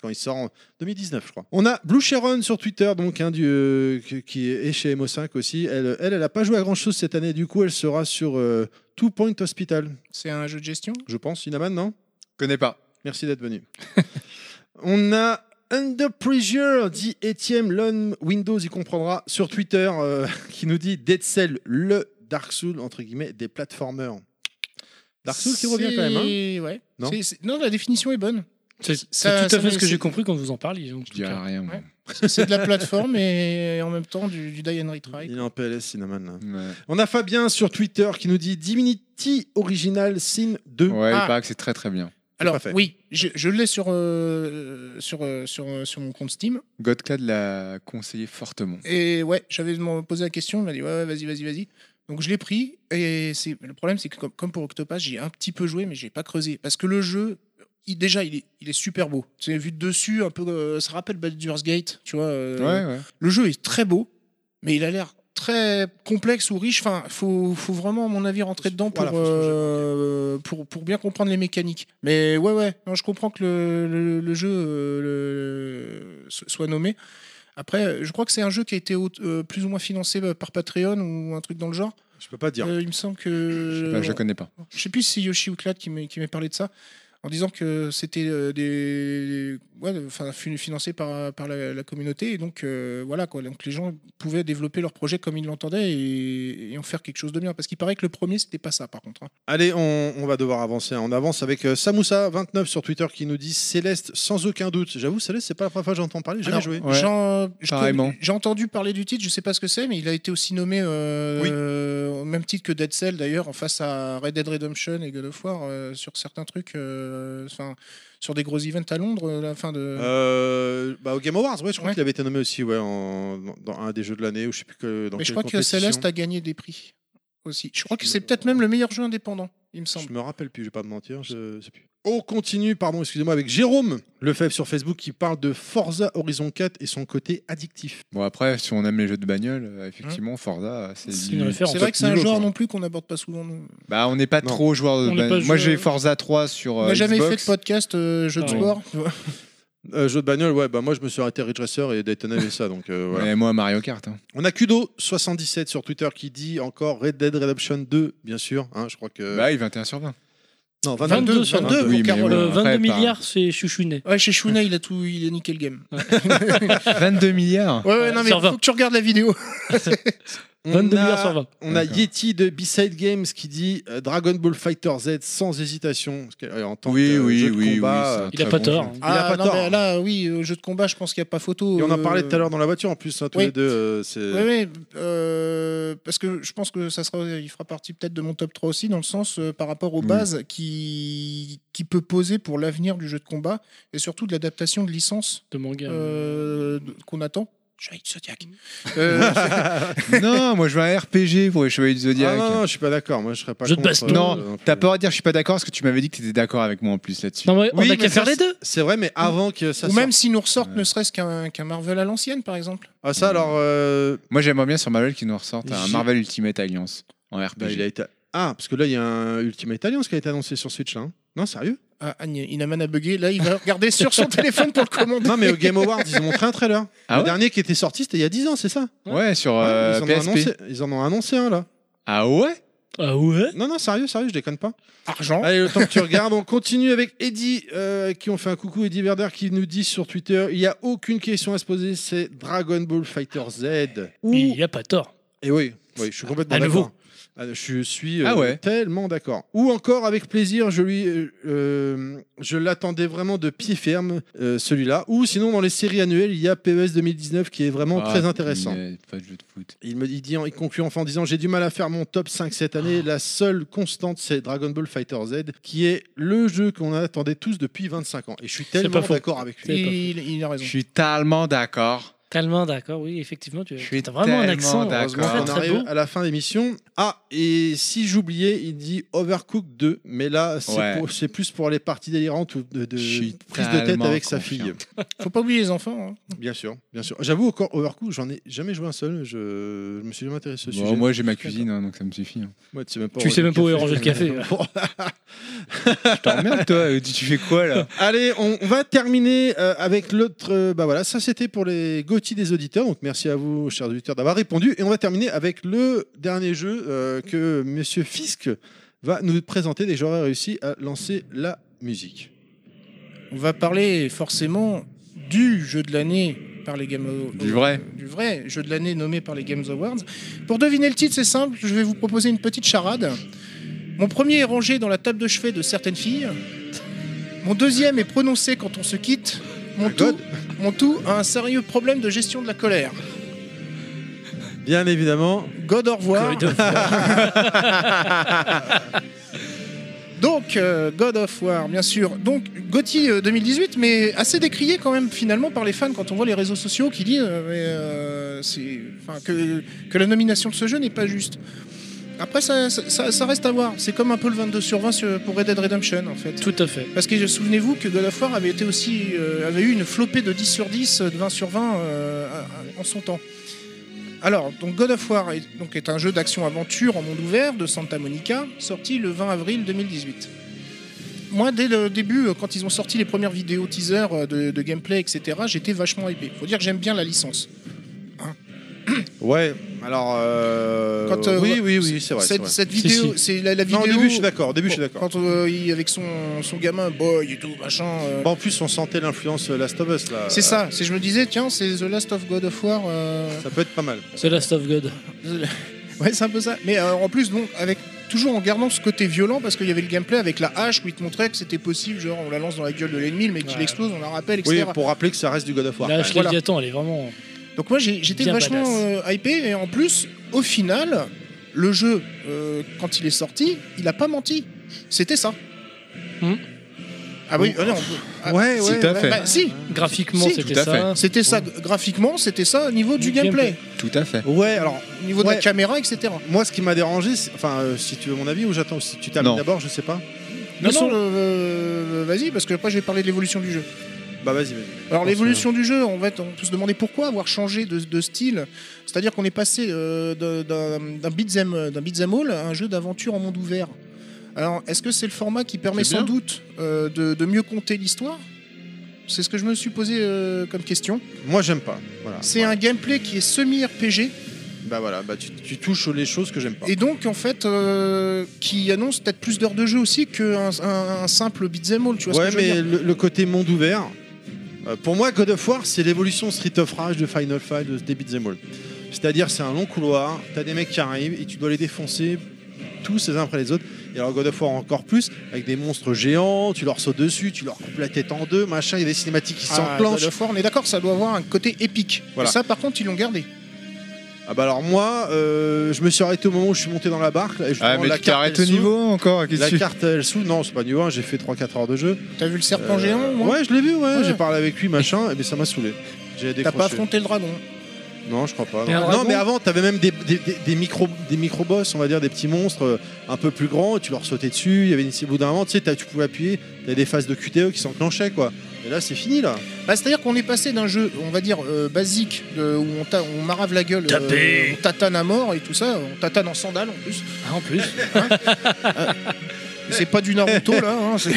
quand il sort en 2019 je crois. On a Blue Sharon sur Twitter donc hein, du, euh, qui- qui est chez MO5 aussi. Elle elle elle a pas joué à grand chose cette année du coup elle sera sur euh, Two Point Hospital
C'est un jeu de gestion
je pense. Inaman non
Connais pas.
Merci d'être venu. On a Under Pressure, dit Etienne Lon Windows, il comprendra, sur Twitter, euh, qui nous dit Dead Cell, le Dark Soul, entre guillemets, des platformers. Dark Soul qui revient quand même. hein.
C'est- ouais.
Non
C'est- c'est- non, la définition est bonne.
C'est
Ça-
c'est tout
ça
à fait
me-
ce que
c'est-
j'ai compris quand vous en parliez. en tout
Je dirais
cas.
rien. moi.
C'est de la plateforme et en même temps du, du die and retry.
Il est en PLS, Cinnamon. là. On a Fabien sur Twitter qui nous dit Divinity Original Sin 2.
Ouais,
Ah.
il paraît que c'est très très bien.
Alors,
fait.
oui, je, je l'ai sur, euh, sur, euh, sur, euh, sur mon compte Steam.
Godclad l'a conseillé fortement.
Et ouais, j'avais demandé- posé la question, il m'a dit ouais, ouais, vas-y, vas-y, vas-y. Donc je l'ai pris et c'est le problème c'est que comme, comme pour Octopass, j'ai un petit peu joué mais j'ai pas creusé parce que le jeu il- déjà, il est, il est super beau. C'est vu de dessus, un peu, euh, ça rappelle Baldur's Gate, tu vois. euh,
Ouais, ouais.
Le jeu est très beau, mais il a l'air très complexe ou riche. Enfin, faut, faut vraiment, à mon avis, rentrer dedans pour, euh, pour, pour bien comprendre les mécaniques. Mais ouais, ouais, non, je comprends que le, le- le jeu euh, le- so- soit nommé. Après, je crois que c'est un jeu qui a été haute- euh, plus ou moins financé euh, par Patreon ou un truc dans le genre. Euh,
Je peux pas dire.
il me semble que.
euh,
Bah, je connais pas.
Je sais plus si c'est Yoshi ou Clad qui m'est qui m'est parlé de ça, en disant que c'était euh, des, ouais, enfin, fin- financé par, par la, la communauté et donc euh, voilà quoi. Donc les gens pouvaient développer leur projet comme ils l'entendaient et, et en faire quelque chose de bien. Parce qu'il paraît que le premier c'était pas ça par contre. hein.
Allez, on, on va devoir avancer. hein. On avance avec euh, Samoussa29 sur Twitter qui nous dit Céleste sans aucun doute. J'avoue, Céleste, c'est pas la première fois que j'entends parler, j'ai jamais
Alors,
joué.
j'en- je
Pareillement.
connais- J'ai entendu parler du titre, je sais pas ce que c'est, mais il a été aussi nommé euh, au même titre que Dead Cell d'ailleurs, en face à Red Dead Redemption et God of War euh, sur certains trucs, euh, enfin sur des gros events à Londres, euh, la fin de.
Euh, bah, au Game Awards, ouais, je crois qu'il avait été nommé aussi ouais, en- dans, dans un des jeux de l'année ou je sais plus que, dans
Mais je
quelle
crois que
compétition.
Céleste a gagné des prix aussi. Je crois que c'est peut-être même le meilleur jeu indépendant, il me semble.
Je me rappelle plus, je vais pas me mentir, je sais plus. On continue, pardon, excusez-moi, avec Jérôme Lefebvre sur Facebook qui parle de Forza Horizon 4 et son côté addictif.
Bon, après, si on aime les jeux de bagnole, euh, effectivement, Forza, euh, c'est du-
C'est vrai que c'est un genre non plus qu'on n'aborde pas souvent. nous.
Bah, on n'est pas trop joueur de
On n'est pas
bagnole. Moi,
joueur-
j'ai Forza 3 sur.
On
euh,
n'a jamais
Xbox.
fait de podcast euh, jeu de
Ah,
sport. tu vois.
Euh, jeu de bagnole, ouais, bah moi je me suis arrêté à Ridge Racer et Daytona et ça, donc euh, voilà.
Ouais, moi, Mario Kart. hein.
On a Kudo77 sur Twitter qui dit encore Red Dead Redemption 2, bien sûr. hein, je crois que.
Bah, il 21 sur 20.
Non,
22,
22, 22,
sur
22,
22,
pour
oui, mais
Carole.
bon, Euh, 22 milliards, c'est chouchounet.
Ouais, chez Shuna, il a tout, il a niqué le game.
22 milliards.
Ouais, ouais, non, mais
Sur
faut que tu regardes la vidéo.
On
22
a-
milliards sur 20.
On a Yeti de B-Side Games qui dit euh, Dragon Ball Fighter Z sans hésitation. Parce que, euh, en tant
Oui,
que, euh,
oui,
jeu de
oui, oui,
combat,
c'est un
euh,
Il a très pas bon tort. jeu.
Il a
Ah,
pas
non,
tort.
mais là, oui, euh, jeu de combat, je pense qu'il n'y a pas photo.
Et on en
euh,
parlait tout à l'heure dans la voiture en plus, hein, tous
oui.
les deux. euh, c'est-
Oui, oui, euh, parce que je pense que ça sera, il fera partie peut-être de mon top 3 aussi, dans le sens euh, par rapport aux
Oui.
bases qui, qui peut poser pour l'avenir du jeu de combat et surtout de l'adaptation de licence
de manga
euh, de- qu'on attend. Euh, Chevalier du Zodiac.
non, moi, je veux un RPG pour les Chevaliers du
Ah
Zodiac.
non, non, je suis pas d'accord. Moi, je serais pas
Je
contre, euh,
Non, t'as peur à dire je suis pas d'accord parce que tu m'avais dit que t'étais d'accord avec moi en plus là-dessus.
Non, mais on a
mais
qu'à faire
ça,
les deux.
C'est vrai, mais avant que ça
Ou
sorte.
même s'ils nous ressortent, ne serait-ce qu'un qu'un Marvel à l'ancienne, par exemple.
Ah,
Bah,
ça alors. euh,
Moi, j'aimerais bien sur Marvel qu'ils nous ressortent un
J'ai-
Marvel Ultimate Alliance en RPG.
bah, il a été- Ah, parce que là, il y a un Ultimate Alliance qui a été annoncé sur Switch. Là, hein. Non, sérieux
Ah, Agne, Inaman a bugué. Là, il va regarder sur son téléphone pour le commander.
Non, mais au Game Awards, ils ont montré un trailer.
Ah
le
ouais
dernier qui était sorti, c'était il y a 10 ans, c'est ça
Ouais, sur
Ouais,
euh,
ils, en ont
PSP.
annoncé- ils en ont annoncé un là.
Ah ouais
Ah ouais
Non, non, sérieux, sérieux, je déconne pas.
Argent.
Allez, le temps que tu regardes, on continue avec Eddie, euh, qui ont fait un coucou, Eddie Verder, qui nous dit sur Twitter il n'y a aucune question à se poser, c'est Dragon Ball Fighter Z.
Il n'y a pas tort.
Et oui, oui, je suis complètement
À nouveau.
d'accord. Ah, Je suis euh,
Ah ouais.
tellement d'accord. Ou encore avec plaisir, je lui, euh, euh, je l'attendais vraiment de pied ferme euh, celui-là. Ou sinon dans les séries annuelles, il y a E PES 2019 qui est vraiment
Ah,
très intéressant.
mais Pas de jeu de foot.
Il me il dit, il conclut enfin en disant j'ai du mal à faire mon top 5 cette année.
Ah.
La seule constante c'est Dragon Ball Fighter Z qui est le jeu qu'on attendait tous depuis 25 ans. Et je suis
pas
tellement
faux.
d'accord avec lui.
C'est pas faux.
Il, il a raison.
Je suis tellement d'accord.
Tellement d'accord, oui, effectivement. Tu
suis
as vraiment un
tellement
accent.
d'accord.
Très,
on
très
arrive
beau.
à la fin de l'émission. Ah, et si j'oubliais, il dit Overcooked 2, mais là, c'est
Ouais.
pour- c'est plus pour les parties délirantes ou de, de
Je suis
prise de tête
tellement
avec sa
confiant.
fille.
Faut pas oublier les enfants. hein.
Bien sûr, bien sûr. J'avoue, encore Overcooked, j'en ai jamais joué un seul. Je, je me suis jamais intéressé au
Bon,
sujet.
moi j'ai ma cuisine hein, donc ça me suffit. hein.
Ouais, tu sais même pas,
Tu sais même pas où est rangé le café.
Je t'emmerde toi, euh, tu fais quoi là
Allez, on on va terminer euh, avec l'autre. euh, bah voilà, ça c'était pour les Gauthier des auditeurs. Donc merci à vous, chers auditeurs, d'avoir répondu. Et on va terminer avec le dernier jeu euh, que Monsieur Fisk va nous présenter. Dès que j'aurai réussi à lancer la musique.
On va parler forcément du jeu de l'année par les Game Awards.
Du vrai.
Du vrai jeu de l'année nommé par les Games Awards. Pour deviner le titre, c'est simple, je vais vous proposer une petite charade. Mon premier est rangé dans la table de chevet de certaines filles. Mon deuxième est prononcé quand on se quitte. Mon, tout, mon tout a un sérieux problème de gestion de la colère.
Bien évidemment.
God au revoir.
God of
Donc, euh, God of War, bien sûr. Donc, Gauthier euh, 2018, mais assez décrié quand même, finalement, par les fans quand on voit les réseaux sociaux qui disent euh, mais, euh, c'est- enfin, que, que la nomination de ce jeu n'est pas juste. Après, ça, ça- ça reste à voir. C'est comme un peu le 22 sur 20 sur- pour Red Dead Redemption, en fait.
Tout à fait.
Parce que souvenez-vous que God of War avait été aussi euh, avait eu une flopée de 10 sur 10, de 20 sur 20 euh, en son temps. Alors, donc God of War est, donc est un jeu d'action-aventure en monde ouvert de Santa Monica, sorti le 20 avril 2018. Moi, dès le début, euh, quand ils ont sorti les premières vidéos teaser euh, de, de gameplay, etc., j'étais vachement hypé. Faut dire que j'aime bien la licence.
Ouais, alors. euh,
Quand, euh,
oui,
ouais,
oui, oui, c'est vrai. c'est
Cette,
vrai.
cette vidéo, c'est la, la vidéo.
Non, au début, je suis d'accord. au début, je suis
Bon,
d'accord.
Quand euh, il- avec son, son gamin, boy et tout, machin. euh,
Bah, en plus, on sentait l'influence euh, Last of Us là.
C'est ça, c'est je me disais tiens c'est The Last of God of War. euh,
Ça peut être pas mal.
The Last of God.
ouais c'est un peu ça. Mais euh, en plus bon avec toujours en gardant ce côté violent parce qu'il y avait le gameplay avec la hache où il te montrait que c'était possible genre on la lance dans la gueule de l'ennemi le mec il
Ouais.
explose on la rappelle
Oui,
etc.
pour rappeler que ça reste du God of War.
La
quand
hache
même.
Léviathan, elle est vraiment.
Donc moi j'ai- j'étais
Bien
vachement
badass.
euh, hypé et en plus au final le jeu euh, quand il est sorti il a pas menti c'était ça.
Hmm.
Ah oui,
Oui.
ah non, ah,
Ouais,
si,
ouais, Tout à ouais. fait.
bah, si.
Graphiquement,
Si.
c'était Tout à ça. fait.
C'était ça, graphiquement, c'était ça au niveau du, gameplay.
Tout à fait.
Ouais, alors
au niveau de la caméra, etc.
Moi, ce qui m'a dérangé, c'est- enfin, euh, si tu veux mon avis ou j'attends, ou si tu termines
Non.
d'abord, je sais pas.
Non,
Ils sont-
non, euh, euh, vas-y, parce que après je vais parler de l'évolution du jeu.
Bah vas-y. vas-y.
Alors
Je pense
l'évolution du jeu, en fait, on peut se demander pourquoi avoir changé de, de style. C'est-à-dire qu'on est passé euh, de- d'un d'un beat'em euh, d'un beat'em all à un jeu d'aventure en monde ouvert. Alors est-ce que c'est le format qui permet
C'est
sans
bien.
doute euh, de, de mieux compter l'histoire C'est ce que je me suis posé euh, comme question.
que- Moi, j'aime pas. Voilà.
C'est un gameplay qui est semi-RPG
Bah voilà, bah tu, tu touches les choses que j'aime pas.
et donc en fait euh, qui annonce peut-être plus d'heures de jeu aussi qu'un un, un simple beat'em all. Tu vois
ouais,
ce que je veux
mais
dire
le, le côté monde ouvert. euh, pour moi, God of War, c'est l'évolution Street of Rage de Final Fight de David Zemmour. C'est-à-dire, c'est un long couloir, t'as des mecs qui arrivent et tu dois les défoncer tous les uns après les autres. Et alors, God of War encore plus, avec des monstres géants, tu leur sautes dessus, tu leur coupes la tête en deux, machin, il y a des cinématiques qui
Ah,
s'enclenchent.
God of War, on est d'accord, ça doit avoir un côté épique.
Voilà.
Et ça, par contre, ils l'ont gardé.
Ah bah alors moi, euh, je me suis arrêté au moment où je suis monté dans la barque. Là, et justement,
Ah, mais
la
tu
carte,
t'arrêtes
elle
au niveau
s'ouvre.
encore, qu'est-ce
La
que tu-
carte elle s'ouvre, non c'est pas niveau 1, j'ai fait 3-4 heures de jeu.
T'as vu le serpent
Euh,
géant au moins
Ouais je l'ai vu, ouais,
Ouais.
j'ai parlé avec lui, machin, et mais ça m'a saoulé. J'ai
T'as
décroché.
pas affronté le dragon.
Non je crois pas.
Et
Non,
un
Non,
dragon
mais avant t'avais même des, des, des- des micro, des micro-boss, on va dire des petits monstres euh, un peu plus grands, et tu leur sautais dessus, il y avait une... au bout d'un moment tu sais, t'as- tu pouvais appuyer, t'avais des phases de QTE qui s'enclenchaient quoi. Et là c'est fini là.
Bah, C'est-à-dire qu'on est passé d'un jeu, on va dire, euh, basique, de- où on, ta- on marave la gueule, euh,
Taper.
on tatane à mort et tout ça, on tatane en sandales en plus.
Ah,
en plus.
c'est pas du Naruto là. hein, c'est-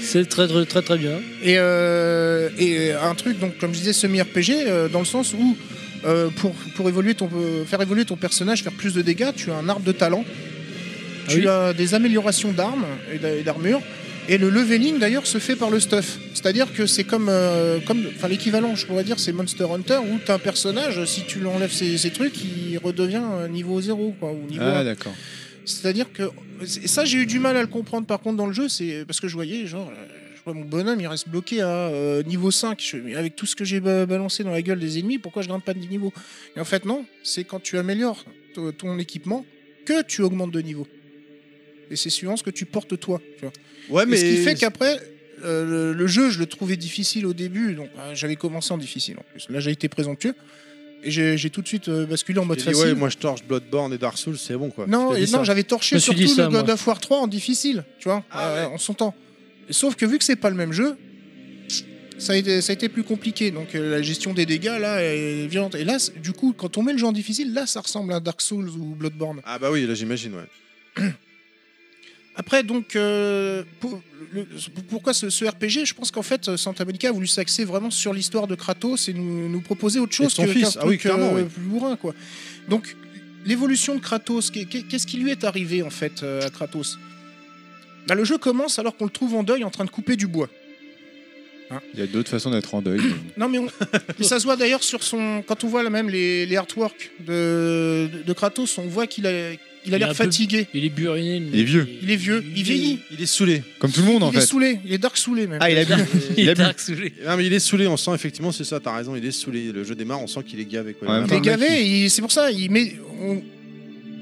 C'est très, très très très bien.
et, euh, et un truc, donc comme je disais, semi-RPG, euh, dans le sens où euh, pour, pour évoluer ton, euh, faire évoluer ton personnage, faire plus de dégâts, tu as un arbre de talent, tu
oui.
as des améliorations d'armes et d'a- et d'armures. Et le leveling d'ailleurs se fait par le stuff. C'est-à-dire que c'est comme, euh, comme enfin, l'équivalent, je pourrais dire, c'est Monster Hunter où t'as un personnage, si tu lui enlèves ses, ses trucs, il redevient euh, niveau 0 quoi, ou niveau
Ah,
1.
d'accord.
C'est-à-dire que et ça, j'ai eu du mal à le comprendre. Par contre, dans le jeu, c'est parce que je voyais genre, euh, je vois mon bonhomme, il reste bloqué à euh, niveau 5. Je fais, mais avec tout ce que j'ai ba- balancé dans la gueule des ennemis, pourquoi je grimpe pas de niveau Et en fait, non. C'est quand tu améliores to- ton équipement que tu augmentes de niveau. Et c'est suivant ce que tu portes toi. Tu vois.
Ouais,
Et
Ah, mais-
ce qui fait qu'après. euh, le, le jeu, je le trouvais difficile au début, donc euh, j'avais commencé en difficile en plus. Là, j'ai été présomptueux et j'ai j'ai tout de suite euh, basculé en mode
J'ai dit,
facile.
ouais moi je torche Bloodborne et Dark Souls, c'est bon quoi.
Non,
Je t'ai
et
dit
non,
ça.
j'avais torché
Je me suis
surtout
dit ça,
le God
moi.
of War 3 en difficile, tu vois,
Ah
euh, en son temps. Et Sauf que vu que c'est pas le même jeu, ça a été, ça a été plus compliqué. Donc euh, la gestion des dégâts là est violente. Et là, c'est- du coup, quand on met le jeu en difficile, là, ça ressemble à Dark Souls ou Bloodborne.
Ah bah oui là j'imagine ouais.
Après, donc, euh, pour- le- pour- pourquoi ce, ce RPG Je pense qu'en fait, euh, Santa Monica a voulu s'axer vraiment sur l'histoire de Kratos et nous, nous proposer autre
Et
chose
son
que
fils.
qu'un
Ah oui,
truc, euh,
clairement, oui.
plus bourrin, quoi. Donc, l'évolution de Kratos, qu'est- qu'est- qu'est-ce qui lui est arrivé en fait euh, à Kratos Bah, Le jeu commence alors qu'on le trouve en deuil en train de couper du bois.
Il y a d'autres façons d'être en deuil.
Non, mais, on- mais ça se voit d'ailleurs sur son. Quand on voit là, même les, les artworks de, de Kratos, on voit qu'il a, il a
un
l'air
peu-
fatigué.
Il est buriné. mais-
Il est vieux.
Il est vieux, il vieillit.
Il est saoulé.
Comme tout le monde en
Il est
fait. Ah,
saoulé, il est dark saoulé
Ah,
même.
Il est
bu.
dark saoulé.
Non, mais il est saoulé, on sent effectivement, c'est ça, t'as raison, il est saoulé. Le jeu démarre, on sent qu'il est gavé. Quoi.
En même
Il est gavé, et c'est pour ça. Il met, on-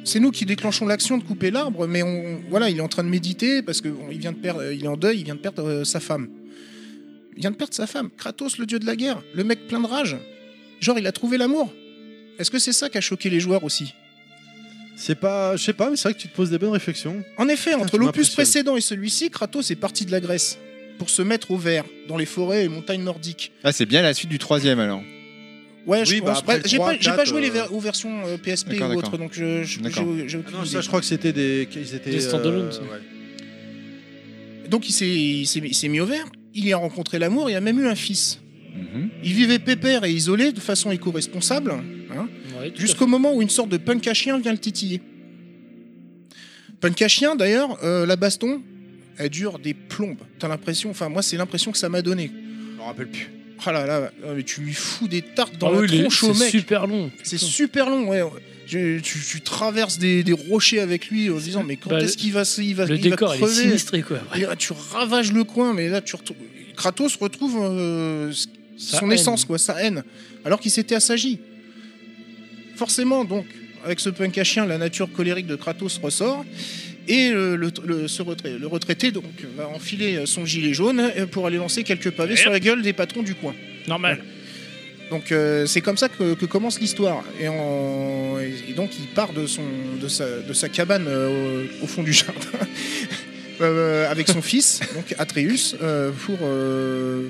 c'est nous qui déclenchons l'action de couper l'arbre, mais on, voilà, il est en train de méditer parce que bon, il vient de perdre, il est en deuil, il vient de perdre euh, sa femme. Il vient de perdre sa femme. Kratos, le dieu de la guerre, le mec plein de rage. Genre, il a trouvé l'amour. Est-ce que c'est ça qui a choqué les joueurs aussi
C'est pas, je sais pas, mais c'est vrai que tu te poses des bonnes réflexions.
En effet,
Putain,
entre
tu
l'opus
m'impressionnes.
précédent et celui-ci, Kratos est parti de la Grèce pour se mettre au vert dans les forêts et montagnes nordiques.
Ah, c'est bien la suite du troisième alors.
Ouais,
Oui,
je
bah
pense.
après
Bref, J'ai
trois,
pas, j'ai pas
quatre,
joué les ver-
euh,
aux versions euh, PSP
D'accord,
ou
d'accord.
autres, donc je. je-
D'accord.
j'ai- j'ai aucune
Ah non,
idée.
ça, je crois que c'était des, qu'ils étaient. euh,
Des standalone, ça. Donc il s'est- il s'est il s'est mis au vert, il y a rencontré l'amour, il a même eu un fils. Il vivait pépère et isolé de façon éco-responsable, hein, jusqu'au moment où une sorte de punk à chien vient le titiller. Punk à chien, d'ailleurs, euh, la baston, elle dure des plombes. T'as l'impression, enfin moi c'est l'impression que ça m'a donné.
Je me rappelle plus.
Ah là là, ah, mais tu lui fous des tartes
Oh
dans
Ah
la
oui, les-
tronche au
c'est
mec.
super long.
C'est super long, ouais. Je- tu, tu traverses des, des rochers avec lui en se disant mais quand
Bah,
est-ce qu'il va, se- il va,
le
il va
décor, il est
crever
sinistré, quoi.
Et là, tu ravages le coin, mais là tu retrouves Kratos retrouve euh, ce-
Sa
son
haine.
essence, quoi, sa haine, alors qu'il s'était assagi. Forcément, donc, avec ce punk à chien, la nature colérique de Kratos ressort. Et euh, le, le- ce retrait- le retraité donc va enfiler euh, son gilet jaune euh, pour aller lancer quelques pavés sur la gueule des patrons du coin.
Normal.
Donc euh, c'est comme ça que, que commence l'histoire. Et, en- et donc il part de, son, de, sa, de sa cabane euh, au, au fond du jardin euh, avec son fils, donc Atreus, euh, pour, euh,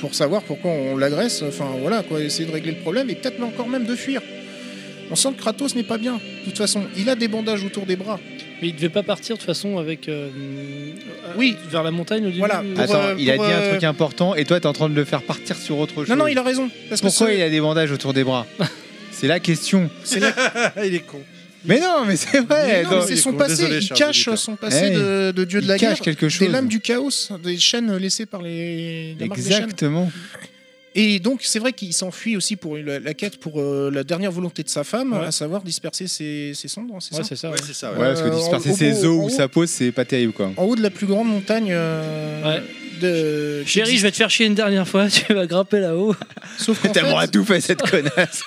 pour savoir pourquoi on l'agresse. Enfin voilà, quoi, essayer de régler le problème et peut-être encore même de fuir. On sent que Kratos n'est pas bien. De toute façon, il a des bandages autour des bras. Euh,
Mais il devait pas partir de toute façon avec. euh, euh,
Oui.
Vers la montagne au début.
Voilà. Pour,
Attends,
euh,
il a dit
pour,
un
euh,
truc important et toi t'es en train de le faire partir sur autre chose.
Non, non, il a raison. Parce que
Pourquoi
ce-
il a des bandages autour des bras C'est la question.
C'est la-
il est con.
Mais non, mais c'est vrai.
Mais non,
donc-
mais c'est son passé, il cache son passé
Eh,
de, de dieu de
il
la
cache
guerre,
quelque chose.
des lames du chaos, des chaînes laissées par les, la marque des chaînes.
Exactement.
Et donc c'est vrai qu'il s'enfuit aussi pour la, la quête pour euh, la dernière volonté de sa femme, à savoir disperser ses, ses cendres, c'est ça
Ouais, c'est ça.
Ouais,
ouais.
parce que
Euh,
disperser
en- au
ses
bout-
os
en
ou
haut-
sa peau, c'est pas terrible quoi.
En haut de la plus grande montagne euh, de...
Chérie, je vais te faire chier une dernière fois, tu vas grimper là-haut.
Sauf qu'en fait,
tout fait cette connasse.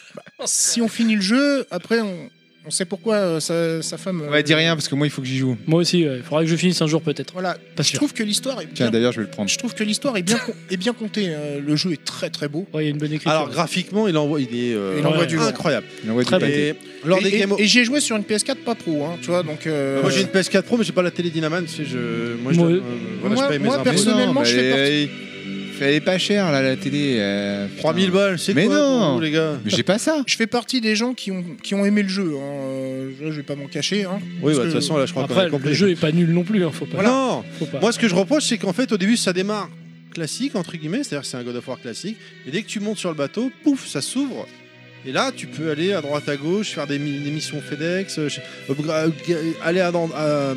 si on finit le jeu, après on, on sait pourquoi euh, sa, sa femme... euh,
On va dire rien parce que moi il faut que j'y joue.
Moi aussi, il faudra que je finisse un jour peut-être.
Voilà,
Pas
je
sûr.
trouve que l'histoire est bien...
Tiens, d'ailleurs, je vais le prendre.
Je trouve que l'histoire est bien, con- est bien comptée. euh, le jeu est très très beau.
Ouais, Il y a une bonne écriture.
Alors graphiquement, il envoie, il est, euh,
Il envoie
ouais.
du lourd.
incroyable.
Il envoie du
Très
pâté.
bien. Et lors
et,
des
et-
Game of-
et j'ai joué sur une PS4 pas pro, hein, tu vois, donc. euh,
Moi j'ai une PS4 Pro, mais j'ai pas la télé Dynaman. parce que Je, moi, je,
Moi-
donne, euh, voilà,
moi-
je paye mes
moi,
impôts.
perso- Personnellement,
Non, mais
je fais
elle- Elle est pas chère là, la télé. euh,
3000
putain.
balles, c'est
Mais
quoi pour
non.
vous, les gars
Mais j'ai pas ça.
Je fais partie des gens qui ont, qui ont aimé le jeu. hein, euh, Je, je vais pas m'en cacher. hein,
Oui,
parce
bah, de
que-
toute façon, là, je crois qu'on
Après,
a
le
compris.
jeu est pas nul non plus, hein, faut pas.
Voilà. Non,
faut pas.
moi ce que je reproche, c'est qu'en fait, au début, ça démarre classique entre guillemets, c'est-à-dire que c'est un God of War classique. Et dès que tu montes sur le bateau, pouf, ça s'ouvre. Et là, tu peux aller à droite, à gauche, faire des, mi- des missions FedEx, euh, je- upgra- upgra- aller à, dans- à-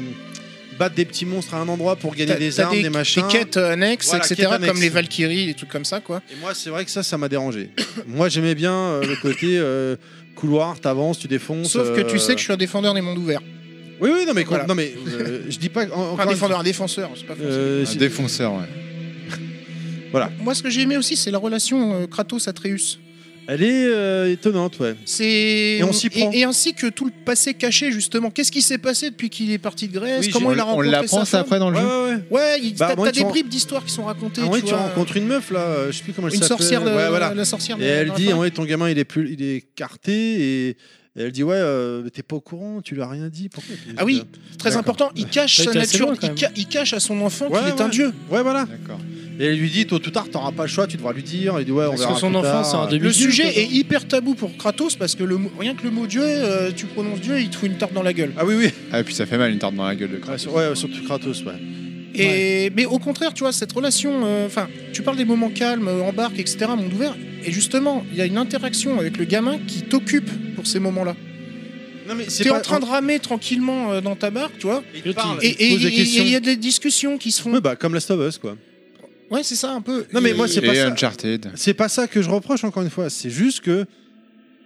battre des petits monstres à un endroit pour gagner
t'as-
des
t'as
armes, des, machins.
quêtes euh, annexes,
Voilà,
etc.
quêtes annexes.
Comme les Valkyries, des trucs comme ça, quoi.
Et moi, c'est vrai que ça, ça m'a dérangé. moi, j'aimais bien euh, le côté euh, couloir, t'avances, tu défonces.
Sauf que tu
euh,
sais que je suis un défendeur des mondes ouverts.
Oui, oui, non, mais,
Voilà.
non, mais euh, je dis pas. en- encore
Enfin, un
une
défendeur, un défenseur. c'est pas
fois, euh,
Un
c'est-
défonceur, ouais.
Moi, ce que j'ai aimé aussi, c'est la relation euh, Kratos-Atreus.
Elle est euh, étonnante, ouais.
C'est
Et on s'y prend.
Et, ainsi que tout le passé caché, justement. Qu'est-ce qui s'est passé depuis qu'il est parti de Grèce
Oui,
Comment
j'ai-
il a
On
rencontré
l'apprend
sa
ça
femme
après dans le
Ouais,
jeu.
ouais, ouais.
Ouais, il-
Bah,
t'as
moi,
t'as
tu
des
ren-
bribes d'histoires qui sont racontées.
Ah oui,
tu
tu
vois.
rencontres une meuf là, euh, je sais plus comment elle
Une
s'appelle.
sorcière, le-
Ouais, voilà.
la sorcière.
Et
dans-
elle
dans la
dit, hein,
forêt.
en fait, ton gamin il est plus, il est écarté et, et elle dit ouais, euh, t'es pas au courant, tu lui as rien dit. Pourquoi
Ah oui, très
D'accord.
important, il cache
Ouais,
sa
t'es assez
nature,
loin, quand
il, ca- il cache à son enfant
Ouais,
qu'il est un
ouais.
dieu.
Ouais, voilà.
D'accord.
Et elle lui dit tôt ou tard, t'auras pas le choix, tu devras lui dire. Il dit ouais, on
Parce
verra
que son
plus
enfant,
tard.
c'est un demi-
Le
Mais Dieu,
sujet
quoi.
est hyper tabou pour Kratos parce que le, mot- rien que le mot dieu, euh, tu prononces dieu, il te fout une tarte dans la gueule.
Ah oui, oui.
Ah, et puis ça fait mal une tarte dans la gueule de
Ouais,
crasse.
sur- ouais, surtout Kratos, ouais.
Et, mais au contraire, tu vois, cette relation, euh, enfin, tu parles des moments calmes, euh, en barque, etc., monde ouvert, et justement, il y a une interaction avec le gamin qui t'occupe pour ces moments-là.
Non mais
T'es en train de ramer tranquillement euh, dans ta barque, tu vois,
Bah, Il
parle,
et et
pose des
il y a- il y
questions.
a des discussions qui se font.
Ouais, bah comme Last of Us, quoi.
Ouais, c'est ça un peu.
bah. Non, mais
Et-
moi, c'est pas
Et
ça.
Uncharted.
C'est pas ça que je reproche encore une fois. C'est juste que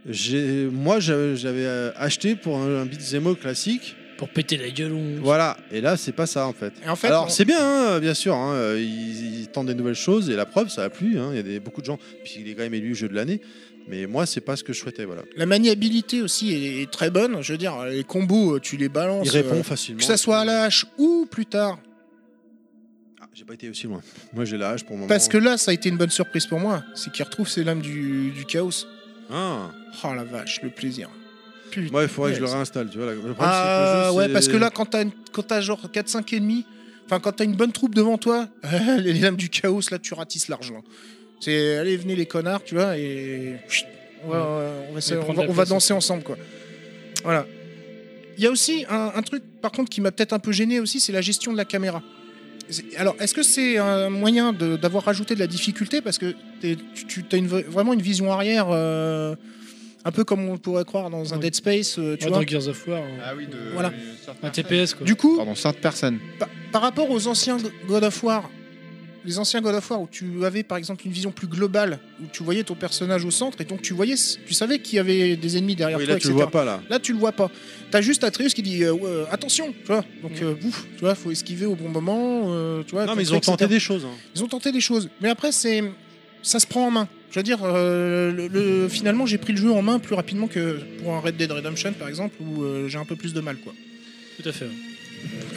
j'ai, moi, j'avais j'avais, euh, acheté pour un, un beat'em up classique.
Pour péter la gueule, on-
Voilà. Et là, c'est pas ça en fait.
et en fait,
Alors
on-
c'est bien, hein, bien sûr. hein, euh, ils, ils tentent des nouvelles choses et la preuve, ça a plu. hein, Il y a des, beaucoup de gens. Puis il est quand même élu jeu de l'année. Mais moi, c'est pas ce que je souhaitais. Voilà.
La maniabilité aussi est, est très bonne. Je veux dire, les combos, euh, tu les balances.
Il répond
euh,
facilement.
que ça soit à la hache ou plus tard.
Ah, j'ai pas été aussi loin. Moi, j'ai l'âge pour le moment.
Parce que là, ça a été une bonne surprise pour moi. C'est qu'il retrouve ses lames du, du chaos.
Ah.
Oh la vache, le plaisir. Putain.
Ouais, il faudrait que je le réinstalle, tu vois. là. Le problème, c'est
Ah
que le jeu,
ouais,
c'est-
parce que là, quand t'as une- quand t'as genre 4-5 ennemis, enfin, quand t'as une bonne troupe devant toi, les lames du chaos, là, tu ratisses l'argent. C'est allez, venez les connards, tu vois, et chut, on va, on va-
Et
on
prendre
va-
la
on va
place.
danser ensemble, quoi. Voilà. Il y a aussi un, un truc, par contre, qui m'a peut-être un peu gêné aussi, c'est la gestion de la caméra. C'est- Alors, est-ce que c'est un moyen de- d'avoir rajouté de la difficulté Parce que t'es- tu, as une, v- vraiment une vision arrière, euh, un peu comme on pourrait croire dans un Dead Space, euh, tu
Ouais,
vois.
dans Gears of War. hein.
Ah oui, de.
Voilà.
Un TPS quoi.
Du coup,
Pardon, sainte personne.
par rapport aux anciens God of War, les anciens God of War où tu avais par exemple une vision plus globale, où tu voyais ton personnage au centre et donc tu voyais, tu savais qu'il y avait des ennemis derrière
Oui,
toi.
là, tu le
etc.
vois pas, là.
Là, tu le vois pas. T'as juste Atreus qui dit euh, ouais, euh, attention, tu vois. Donc euh, bouf, tu vois, faut esquiver au bon moment. euh, tu vois,
Mm. Non, mais ils
contrer,
ont tenté
etc.
des choses. hein.
Ils ont tenté des choses, mais après c'est, ça se prend en main. Je veux dire, euh, le, le- finalement j'ai pris le jeu en main plus rapidement que pour un Red Dead Redemption par exemple où euh, j'ai un peu plus de mal quoi.
Tout à fait.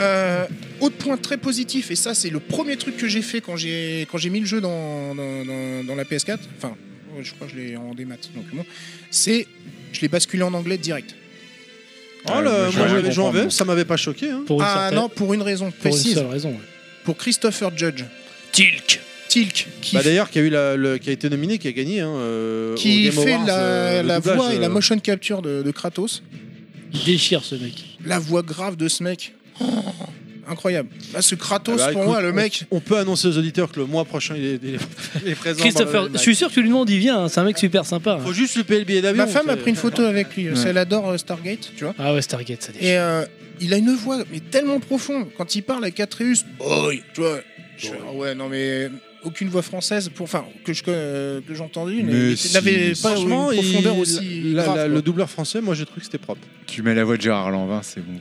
Euh, autre point très positif, et ça c'est le premier truc que j'ai fait quand j'ai quand j'ai mis le jeu dans, dans, dans- dans la PS4, enfin ouais, je crois que je l'ai en démat, donc bon, c'est je l'ai basculé en anglais direct.
Oh
Euh,
là,
Ah, je
moi
vais
j'avais joué en
comprendre.
VF, ça m'avait pas choqué. Hein.
ah non, pour une raison précise. Pour Christopher Judge. Tilk. Tilk, qui,
Bah, D'ailleurs, qui, a eu la- le- qui a été nominé, qui a gagné. Hein, euh,
qui
au Game
fait
Awards,
la,
euh, le
la
doublage,
voix et la
euh,
motion capture de, de Kratos.
Il déchire ce mec.
La voix grave de ce mec. Oh, incroyable. Là, ce Kratos,
Ah bah,
pour
écoute,
moi, le
on-
mec.
On peut annoncer aux auditeurs que le mois prochain, il est, il est- il est présent.
Christopher,
dans le-
je suis sûr que tu lui demandes, il vient. hein, C'est un mec super sympa. hein.
Faut juste le payer le billet d'avion.
Ma femme a
c'est-
pris une photo avec lui.
Ouais.
parce Elle adore euh, Stargate, tu vois.
Ah ouais, Stargate, ça déchire.
Et euh, il a une voix mais tellement profonde quand il parle avec Atreus. Oh, tu vois. je fais, ah ouais, non mais aucune voix française pour enfin que je euh, que j'ai entendue mais
Mais
il
si,
n'avait pas une
Franchement,
profondeur
il-
aussi
la-
grave,
la-
quoi.
le doubleur français, moi j'ai trouvé que c'était propre.
Tu mets la voix de Gérard Lanvin, c'est bon.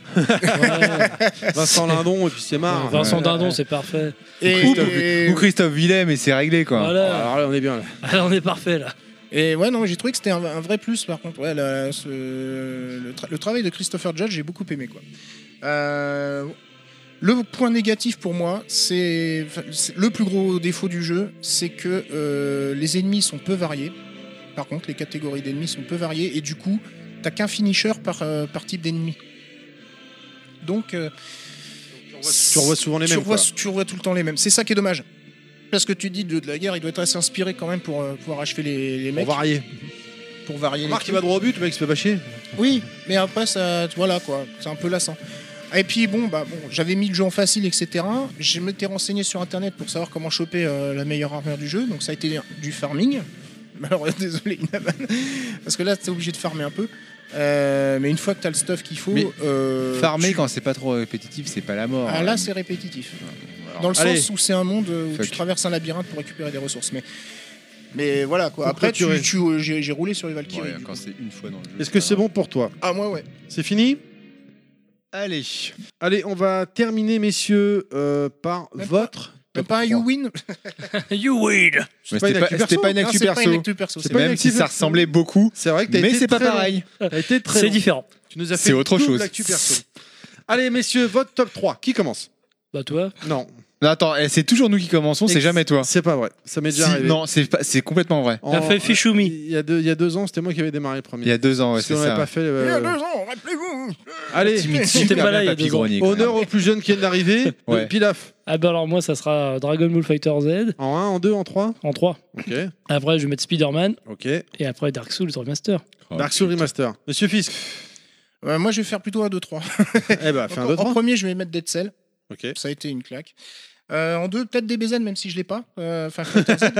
Vincent Lindon, et puis c'est marre.
Vincent Dindon, c'est parfait.
Et- et-
Ou Christophe Villet, mais c'est réglé quoi.
Voilà.
Alors là, on est bien là.
Alors on est parfait là.
Et ouais, non, mais j'ai trouvé que c'était un, un vrai plus par contre. Ouais, la- ce- le, tra- le travail de Christopher Judge, j'ai beaucoup aimé quoi. Euh, le point négatif pour moi, c'est enfin, c'est- le plus gros défaut du jeu, c'est que euh, les ennemis sont peu variés. Par contre, les catégories d'ennemis sont peu variées et du coup, t'as qu'un finisher par, euh, par type d'ennemi. Donc, euh,
tu revois souvent les
tu
mêmes,
revois-
quoi.
tu revois tout le temps les mêmes. C'est ça qui est dommage. Parce que tu dis de, de la guerre, il doit être assez inspiré quand même pour euh, pouvoir achever les, les
Pour
mecs.
varier.
Pour varier. les
Marc, il
trucs.
va droit au but, le mec, il se fait pas chier.
Oui, mais après, ça, voilà quoi, c'est un peu lassant. Et puis bon, bah, bon j'avais mis le jeu en facile, etc. Je m'étais renseigné sur internet pour savoir comment choper euh, la meilleure armure du jeu, donc ça a été du farming. Alors désolé, Inaman, parce que là, t'es obligé de farmer un peu. Euh, mais une fois que t'as le stuff qu'il faut,
Mais
euh,
Farmer,
tu-
quand c'est pas trop répétitif, c'est pas la mort.
Ah, là, c'est répétitif.
Alors,
Dans le
allez.
sens où c'est un monde euh, où
Fuck.
tu traverses un labyrinthe pour récupérer des ressources. Mais, mais voilà quoi.
Pour
Après, tu,
clôturer.
tu- euh, j'ai j'ai roulé sur les Valkyries.
Ouais,
du
quand
coup.
c'est une fois dans le jeu.
Est-ce que c'est bon pour toi
Ah, moi, ouais.
C'est fini
Allez.
Allez, on va terminer, messieurs, euh, par votre.
Même pas un You Win
You win
C'est pas une actu perso.
Non, c'est pas une actu perso, c'est
pas une
Même si
actu
ça
perso.
ressemblait beaucoup.
C'est vrai que t'as
Mais
été
c'est pas
très
pareil.
long. T'as été très
C'est
long.
différent.
Tu nous as fait
C'est autre
double
chose.
actu perso. Allez, messieurs, votre top 3. Qui commence
Bah toi
Non.
Non, attends, eh, c'est toujours nous qui commençons, c'est
Ex-
jamais toi.
C'est pas vrai. Ça m'est déjà
Si-
arrivé.
non, c'est pas- c'est complètement vrai.
En-
T'as fait Fichoumi.
Il y, a deux, il y a deux ans, c'était moi qui avais démarré le premier.
Il y a deux ans, ouais,
Parce
c'est
qu'on n'avait
ça.
pas fait. euh,
Il y a deux ans, rappelez-vous
Allez,
J'étais pas là il y a
Papy
deux ans.
Grenier, quand même.
honneur aux plus jeunes qui viennent d'arriver.
Ouais.
Euh, Pilaf.
Ah bah alors moi ça sera Dragon Ball Fighter Z
En 1, en 2, en 3.
en 3.
Ok.
Après je vais mettre Spider-Man
Ok.
et après Dark Souls Remaster.
Oh,
Dark Souls Remaster. Monsieur Fisk.
Euh, moi, je vais faire plutôt un 2-3.
eh bah, fais un
en,
2,
en
3.
premier, je vais mettre Dead Cell.
Ok.
Ça a été une claque. Euh, en deux, peut-être DBZ, même si je l'ai pas. Euh, Enfin, Fighter Z.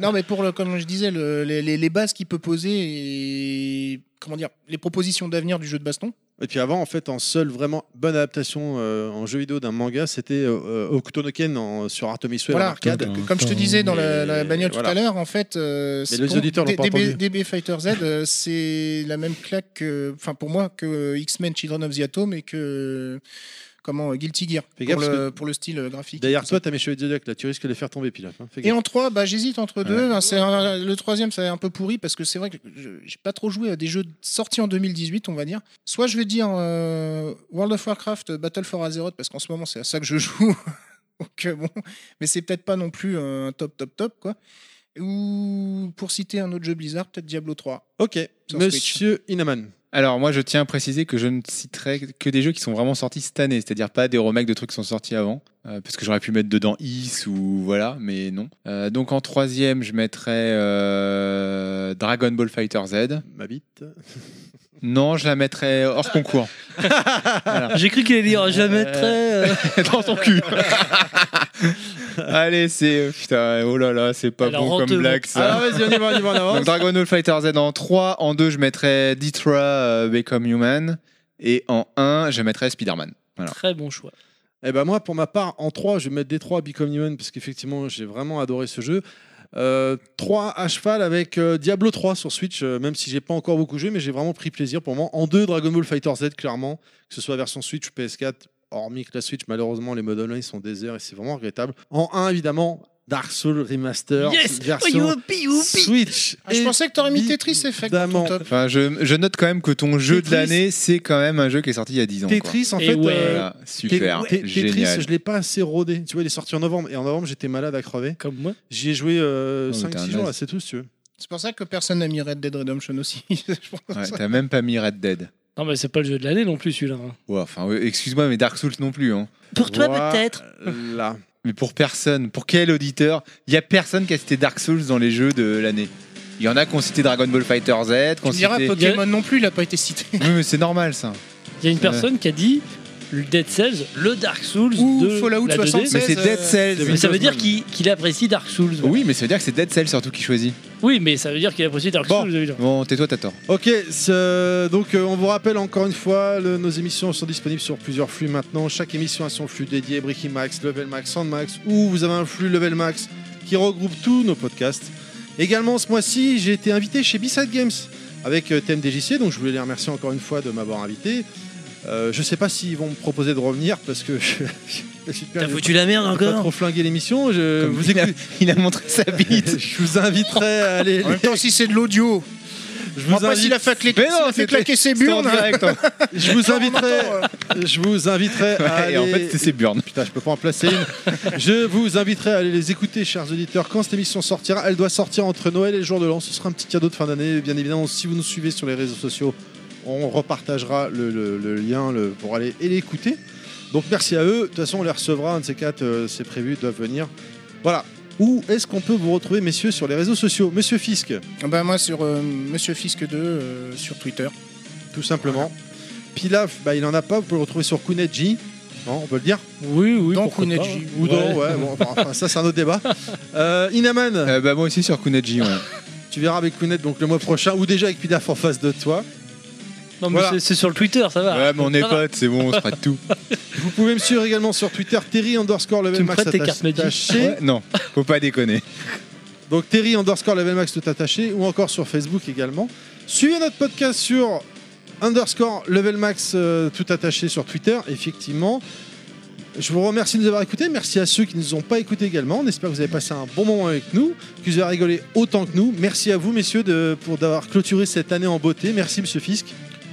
non, mais pour le, comme je disais, le- les, les- les bases qu'il peut poser et comment dire, les propositions d'avenir du jeu de baston.
Et puis avant, en fait, en seule vraiment bonne adaptation euh, en jeu vidéo d'un manga, c'était euh, Okutonoken en- sur Artemis Web en
Voilà.
arcade.
Que- Euh, Comme je te disais dans la, la
Mais
bagnole tout
voilà.
à l'heure, en fait, euh, c'est
les
pour-
auditeurs l'ont
D-
pas
DB,
entendu.
DB Fighter Z, euh, c'est la même claque, que- enfin pour moi, que X-Men Children of the Atom et que comment euh, Guilty Gear
Fais
pour,
gaffe, parce
le, pour le style euh, graphique.
D'ailleurs, toi, t'as mes cheveux de Zodiac, là, tu risques de les faire tomber, Pilaf. hein. Fais
Et
gaffe.
en 3, bah, j'hésite entre deux. Ben, c'est un- le troisième, c'est un peu pourri parce que c'est vrai que je- j'ai pas trop joué à des jeux sortis en 2018, on va dire. Soit je vais dire euh, World of Warcraft euh, Battle for Azeroth parce qu'en ce moment, c'est à ça que je joue. Donc, euh, bon, mais c'est peut-être pas non plus un top, top, top, quoi. Ou pour citer un autre jeu Blizzard, peut-être Diablo 3.
Ok.
Sur Switch.
Monsieur Inaman.
Alors moi je tiens à préciser que je ne citerai que des jeux qui sont vraiment sortis cette année, c'est-à-dire pas des remakes de trucs qui sont sortis avant, euh, parce que j'aurais pu mettre dedans Is ou voilà, mais non. Euh, donc en troisième je mettrais euh, Dragon Ball Fighter Z.
Ma bite.
Non, je la mettrais hors concours. Voilà.
J'ai cru qu'il allait dire je la mettrais euh,
dans ton cul. Allez, c'est putain, oh là là, c'est pas
Alors,
bon comme
rentez-vous.
blague ça.
Alors, Ah, vas-y, on y va, on y va, on avance.
Donc, Dragon Ball Fighter Z en 3, en 2, je mettrais Detroit euh, Become Human et en 1, je mettrais Spider-Man. Voilà.
Très bon choix.
Eh ben moi, pour ma part, en 3, je vais mettre Détroit Become Human parce qu'effectivement, j'ai vraiment adoré ce jeu. Euh, 3 à cheval avec euh, Diablo 3 sur Switch, euh, même si j'ai pas encore beaucoup joué, mais j'ai vraiment pris plaisir pour moi. En 2, Dragon Ball Fighter Z, clairement, que ce soit version Switch ou PS4, hormis que la Switch, malheureusement, les modes online sont déserts et c'est vraiment regrettable. En 1, évidemment, Dark Souls Remaster,
Yes
Oh,
Oh,
version
Youpi, youpi
Switch.
Ah, je pensais que t'aurais mis Tetris Effect dans ton
évidemment.
top.
Enfin, je, je note quand même que ton jeu de
Tetris.
l'année, c'est quand même un jeu qui est sorti il y a 10 ans. quoi.
Tetris, en
Et
fait,
ouais.
euh,
Voilà, Eh super,
Té- Tetris,
génial.
je l'ai pas assez rodé. Tu vois, il est sorti en novembre et en novembre, j'étais malade à crever.
Comme moi.
J'y ai joué
Oh, mais t'es un
5-6 jours,
naze.
là, c'est tout, si tu veux.
C'est pour ça que personne n'a mis Red Dead Redemption aussi. je pense.
Ouais, T'as même pas mis Red Dead.
Non, mais c'est pas le jeu de l'année non plus celui-là. hein.
Ouais, enfin, ouais, excuse-moi, mais Dark Souls non plus. hein.
Pour toi, peut-être.
Là.
Mais pour personne, pour quel auditeur Il y a personne qui a cité Dark Souls dans les jeux de l'année. Il y en a qui ont cité Dragon Ball Fighter Z, qui ont
On dira
cité.
Pokémon non plus, il a pas été cité.
Oui, mais c'est normal ça.
Il y a une
Ouais.
personne qui a dit le Dead Cells, le Dark Souls
Ou
de
Fallout
la 2D.
76.
Mais c'est Dead
euh,
Cells.
Mais ça veut dire qu'il qu'il apprécie Dark Souls. voilà.
Oui, mais ça veut dire que c'est Dead Cells surtout qui choisit.
Oui, mais ça veut dire qu'il apprécie Dark
Bon.
Souls. évidemment.
Bon, tais-toi, t'as tort.
Ok, ce- donc euh, on vous rappelle encore une fois, le- nos émissions sont disponibles sur plusieurs flux maintenant. Chaque émission a son flux dédié, Bricky Max, Level Max, Sound Max, ou vous avez un flux Level Max qui regroupe tous nos podcasts. Également, ce mois-ci, j'ai été invité chez B-Side Games avec euh, TMDJC, donc je voulais les remercier encore une fois de m'avoir invité. Euh, je sais pas s'ils vont me proposer de revenir parce que je, je suis
T'as foutu la merde
pas
encore
trop flinguer l'émission.
Euh,
Je,
Comme
vous
il, a,
écoutez-
il a montré sa bite.
je vous inviterai à aller.
En même temps, si c'est de l'audio,
Je
je
vous
vois pas s'il a fait, cla-
Mais non,
s'il a fait
c'était-
claquer ses
C'était en
burnes. hein.
direct, hein.
Je vous inviterai,
euh.
je vous inviterai à
Ouais, Et en
aller-
fait, c'était ses burnes.
Putain, je peux pas en placer une. je vous inviterai à aller les écouter, chers auditeurs, quand cette émission sortira. Elle doit sortir entre Noël et le jour de l'an. Ce sera un petit cadeau de fin d'année. Bien évidemment, si vous nous suivez sur les réseaux sociaux, on repartagera le, le- le lien le- pour aller et l'écouter. Donc merci à eux. De toute façon, on les recevra. Un de ces quatre, euh, c'est prévu, ils doivent venir. Voilà. Où est-ce qu'on peut vous retrouver, messieurs, sur les réseaux sociaux Monsieur Fisk,
Ah bah, moi, sur euh, Monsieur Fisk 2, euh, sur Twitter.
tout simplement. Pilaf, bah, il en a pas. Vous pouvez le retrouver sur Kuneji. Non, on peut le dire
Oui, oui.
Dans
pourquoi pas,
Kuneji.
hein.
Ou non,
Ouais.
ouais, bon, enfin, enfin, ça c'est un autre débat. Euh, Inaman,
Euh, bah, moi aussi sur Kunaji. ouais.
tu verras avec Kounet donc le mois prochain ou déjà avec Pidaf en face de toi.
Non, mais
Voilà.
c'est- c'est sur le Twitter, ça va.
ouais, mais on est
Ça va.
potes, c'est bon, on se fera de tout.
Vous pouvez me suivre également sur Twitter, Terry underscore level
Tu me
max
prêtes tes
atta-
cartes Magic
attaché.
Ouais, non, faut pas déconner.
Donc Terry underscore level max tout attaché ou encore sur Facebook également. Suivez notre podcast sur underscore level max euh, tout attaché sur Twitter, effectivement. Je vous remercie de nous avoir écoutés. Merci à ceux qui ne nous ont pas écoutés également. On espère que vous avez passé un bon moment avec nous, que vous avez rigolé autant que nous. Merci à vous, messieurs, de, pour d'avoir clôturé cette année en beauté. Merci, monsieur Fisk.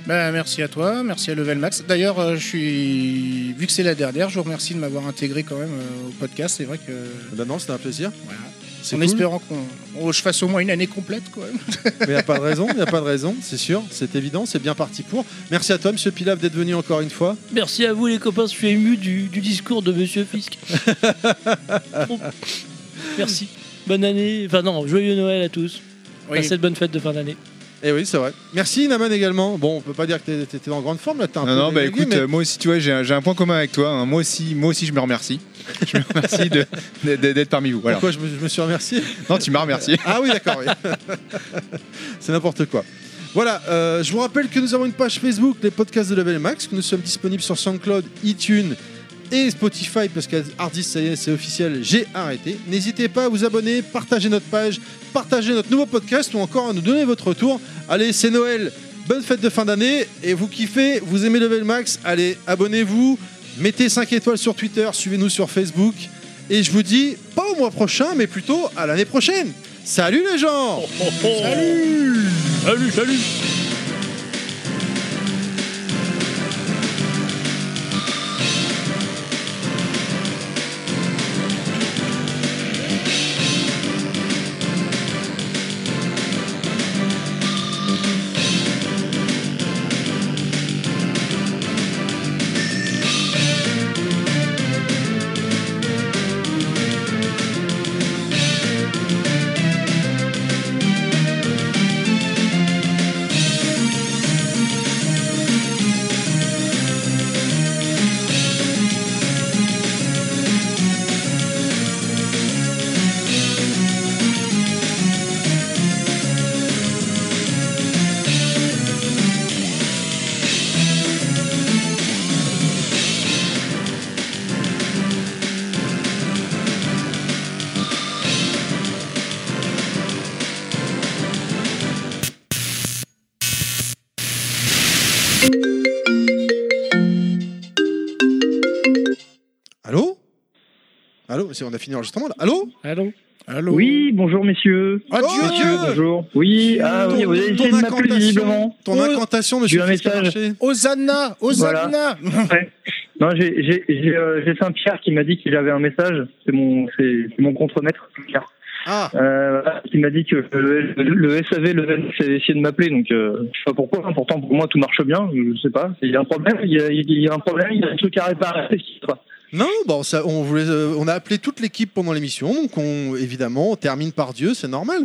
Bah, merci à toi, merci à Level Max. D'ailleurs, euh, je suis vu que c'est la dernière, je vous remercie de m'avoir intégré quand même euh, au podcast. C'est vrai que
Ben non, c'était un plaisir.
voilà.
C'est
en
cool.
espérant qu'on oh, je fasse au moins une année complète quand même.
Bah,
Mais il a pas de raison, il a pas de raison, c'est sûr, c'est évident, c'est bien parti pour. Merci à toi, monsieur Pilaf, d'être venu encore une fois.
Merci à vous, les copains. Je suis ému du, du discours de Monsieur Fisk. Trop- Merci. Bonne année. Enfin, non, joyeux Noël à tous.
Oui.
Passez de bonnes fêtes de fin d'année.
Et Eh oui, c'est vrai. Merci, Naman également. Bon, on peut pas dire que t'es- t'étais en grande forme, là, t'as un peu.
Non, non, bah
délégué,
écoute,
mais-
euh, moi aussi, tu vois, j'ai un, j'ai un point commun avec toi. hein. Moi, aussi, moi aussi, je me remercie. Je me remercie de- de- de- d'être parmi vous. Voilà.
Pourquoi je me, je me suis remercié
Non, tu m'as remercié.
Ah oui, d'accord. oui. c'est n'importe quoi. Voilà, euh, je vous rappelle que nous avons une page Facebook, les podcasts de Level Max, que nous sommes disponibles sur SoundCloud, iTunes et Spotify, parce qu'Artist, ça y est, c'est officiel, j'ai arrêté. N'hésitez pas à vous abonner, partager notre page, partager notre nouveau podcast ou encore à nous donner votre retour. Allez, c'est Noël, bonne fête de fin d'année, et vous kiffez, vous aimez Level Max, allez, abonnez-vous, mettez 5 étoiles sur Twitter, suivez-nous sur Facebook, et je vous dis, pas au mois prochain, mais plutôt à l'année prochaine. Salut les gens
Salut Salut, salut
Thank
Allô, c'est- on a fini l'enregistrement là. Allô
Allô
Allô
Oui, bonjour messieurs.
Adieu, adieu.
Bonjour. Oui, ah, oui,
Oh, Ton-
vous avez
ton
essayé de m'appeler
incantation-
visiblement.
ton incantation, monsieur
J'ai eu un
Fischer
message.
Marché.
Hosanna Hosanna
Ouais. Non, j'ai- j'ai j'ai, euh, j'ai Saint-Pierre qui m'a dit qu'il avait un message. C'est mon, c'est c'est mon contremaître, Pierre.
Ah.
Euh, voilà, qui m'a dit que le, le SAV, le VN, c'est essayé de m'appeler, donc euh, je sais pas pourquoi. hein. Pourtant, pour moi, tout marche bien. Je sais pas. Il y a un problème. Il y a, il y a un problème. Il y a un truc à réparer. qu'est-ce qui se passe
Non, bon, ça, on, voulait, euh, on a appelé toute l'équipe pendant l'émission, donc on, évidemment, on termine par Dieu, c'est normal.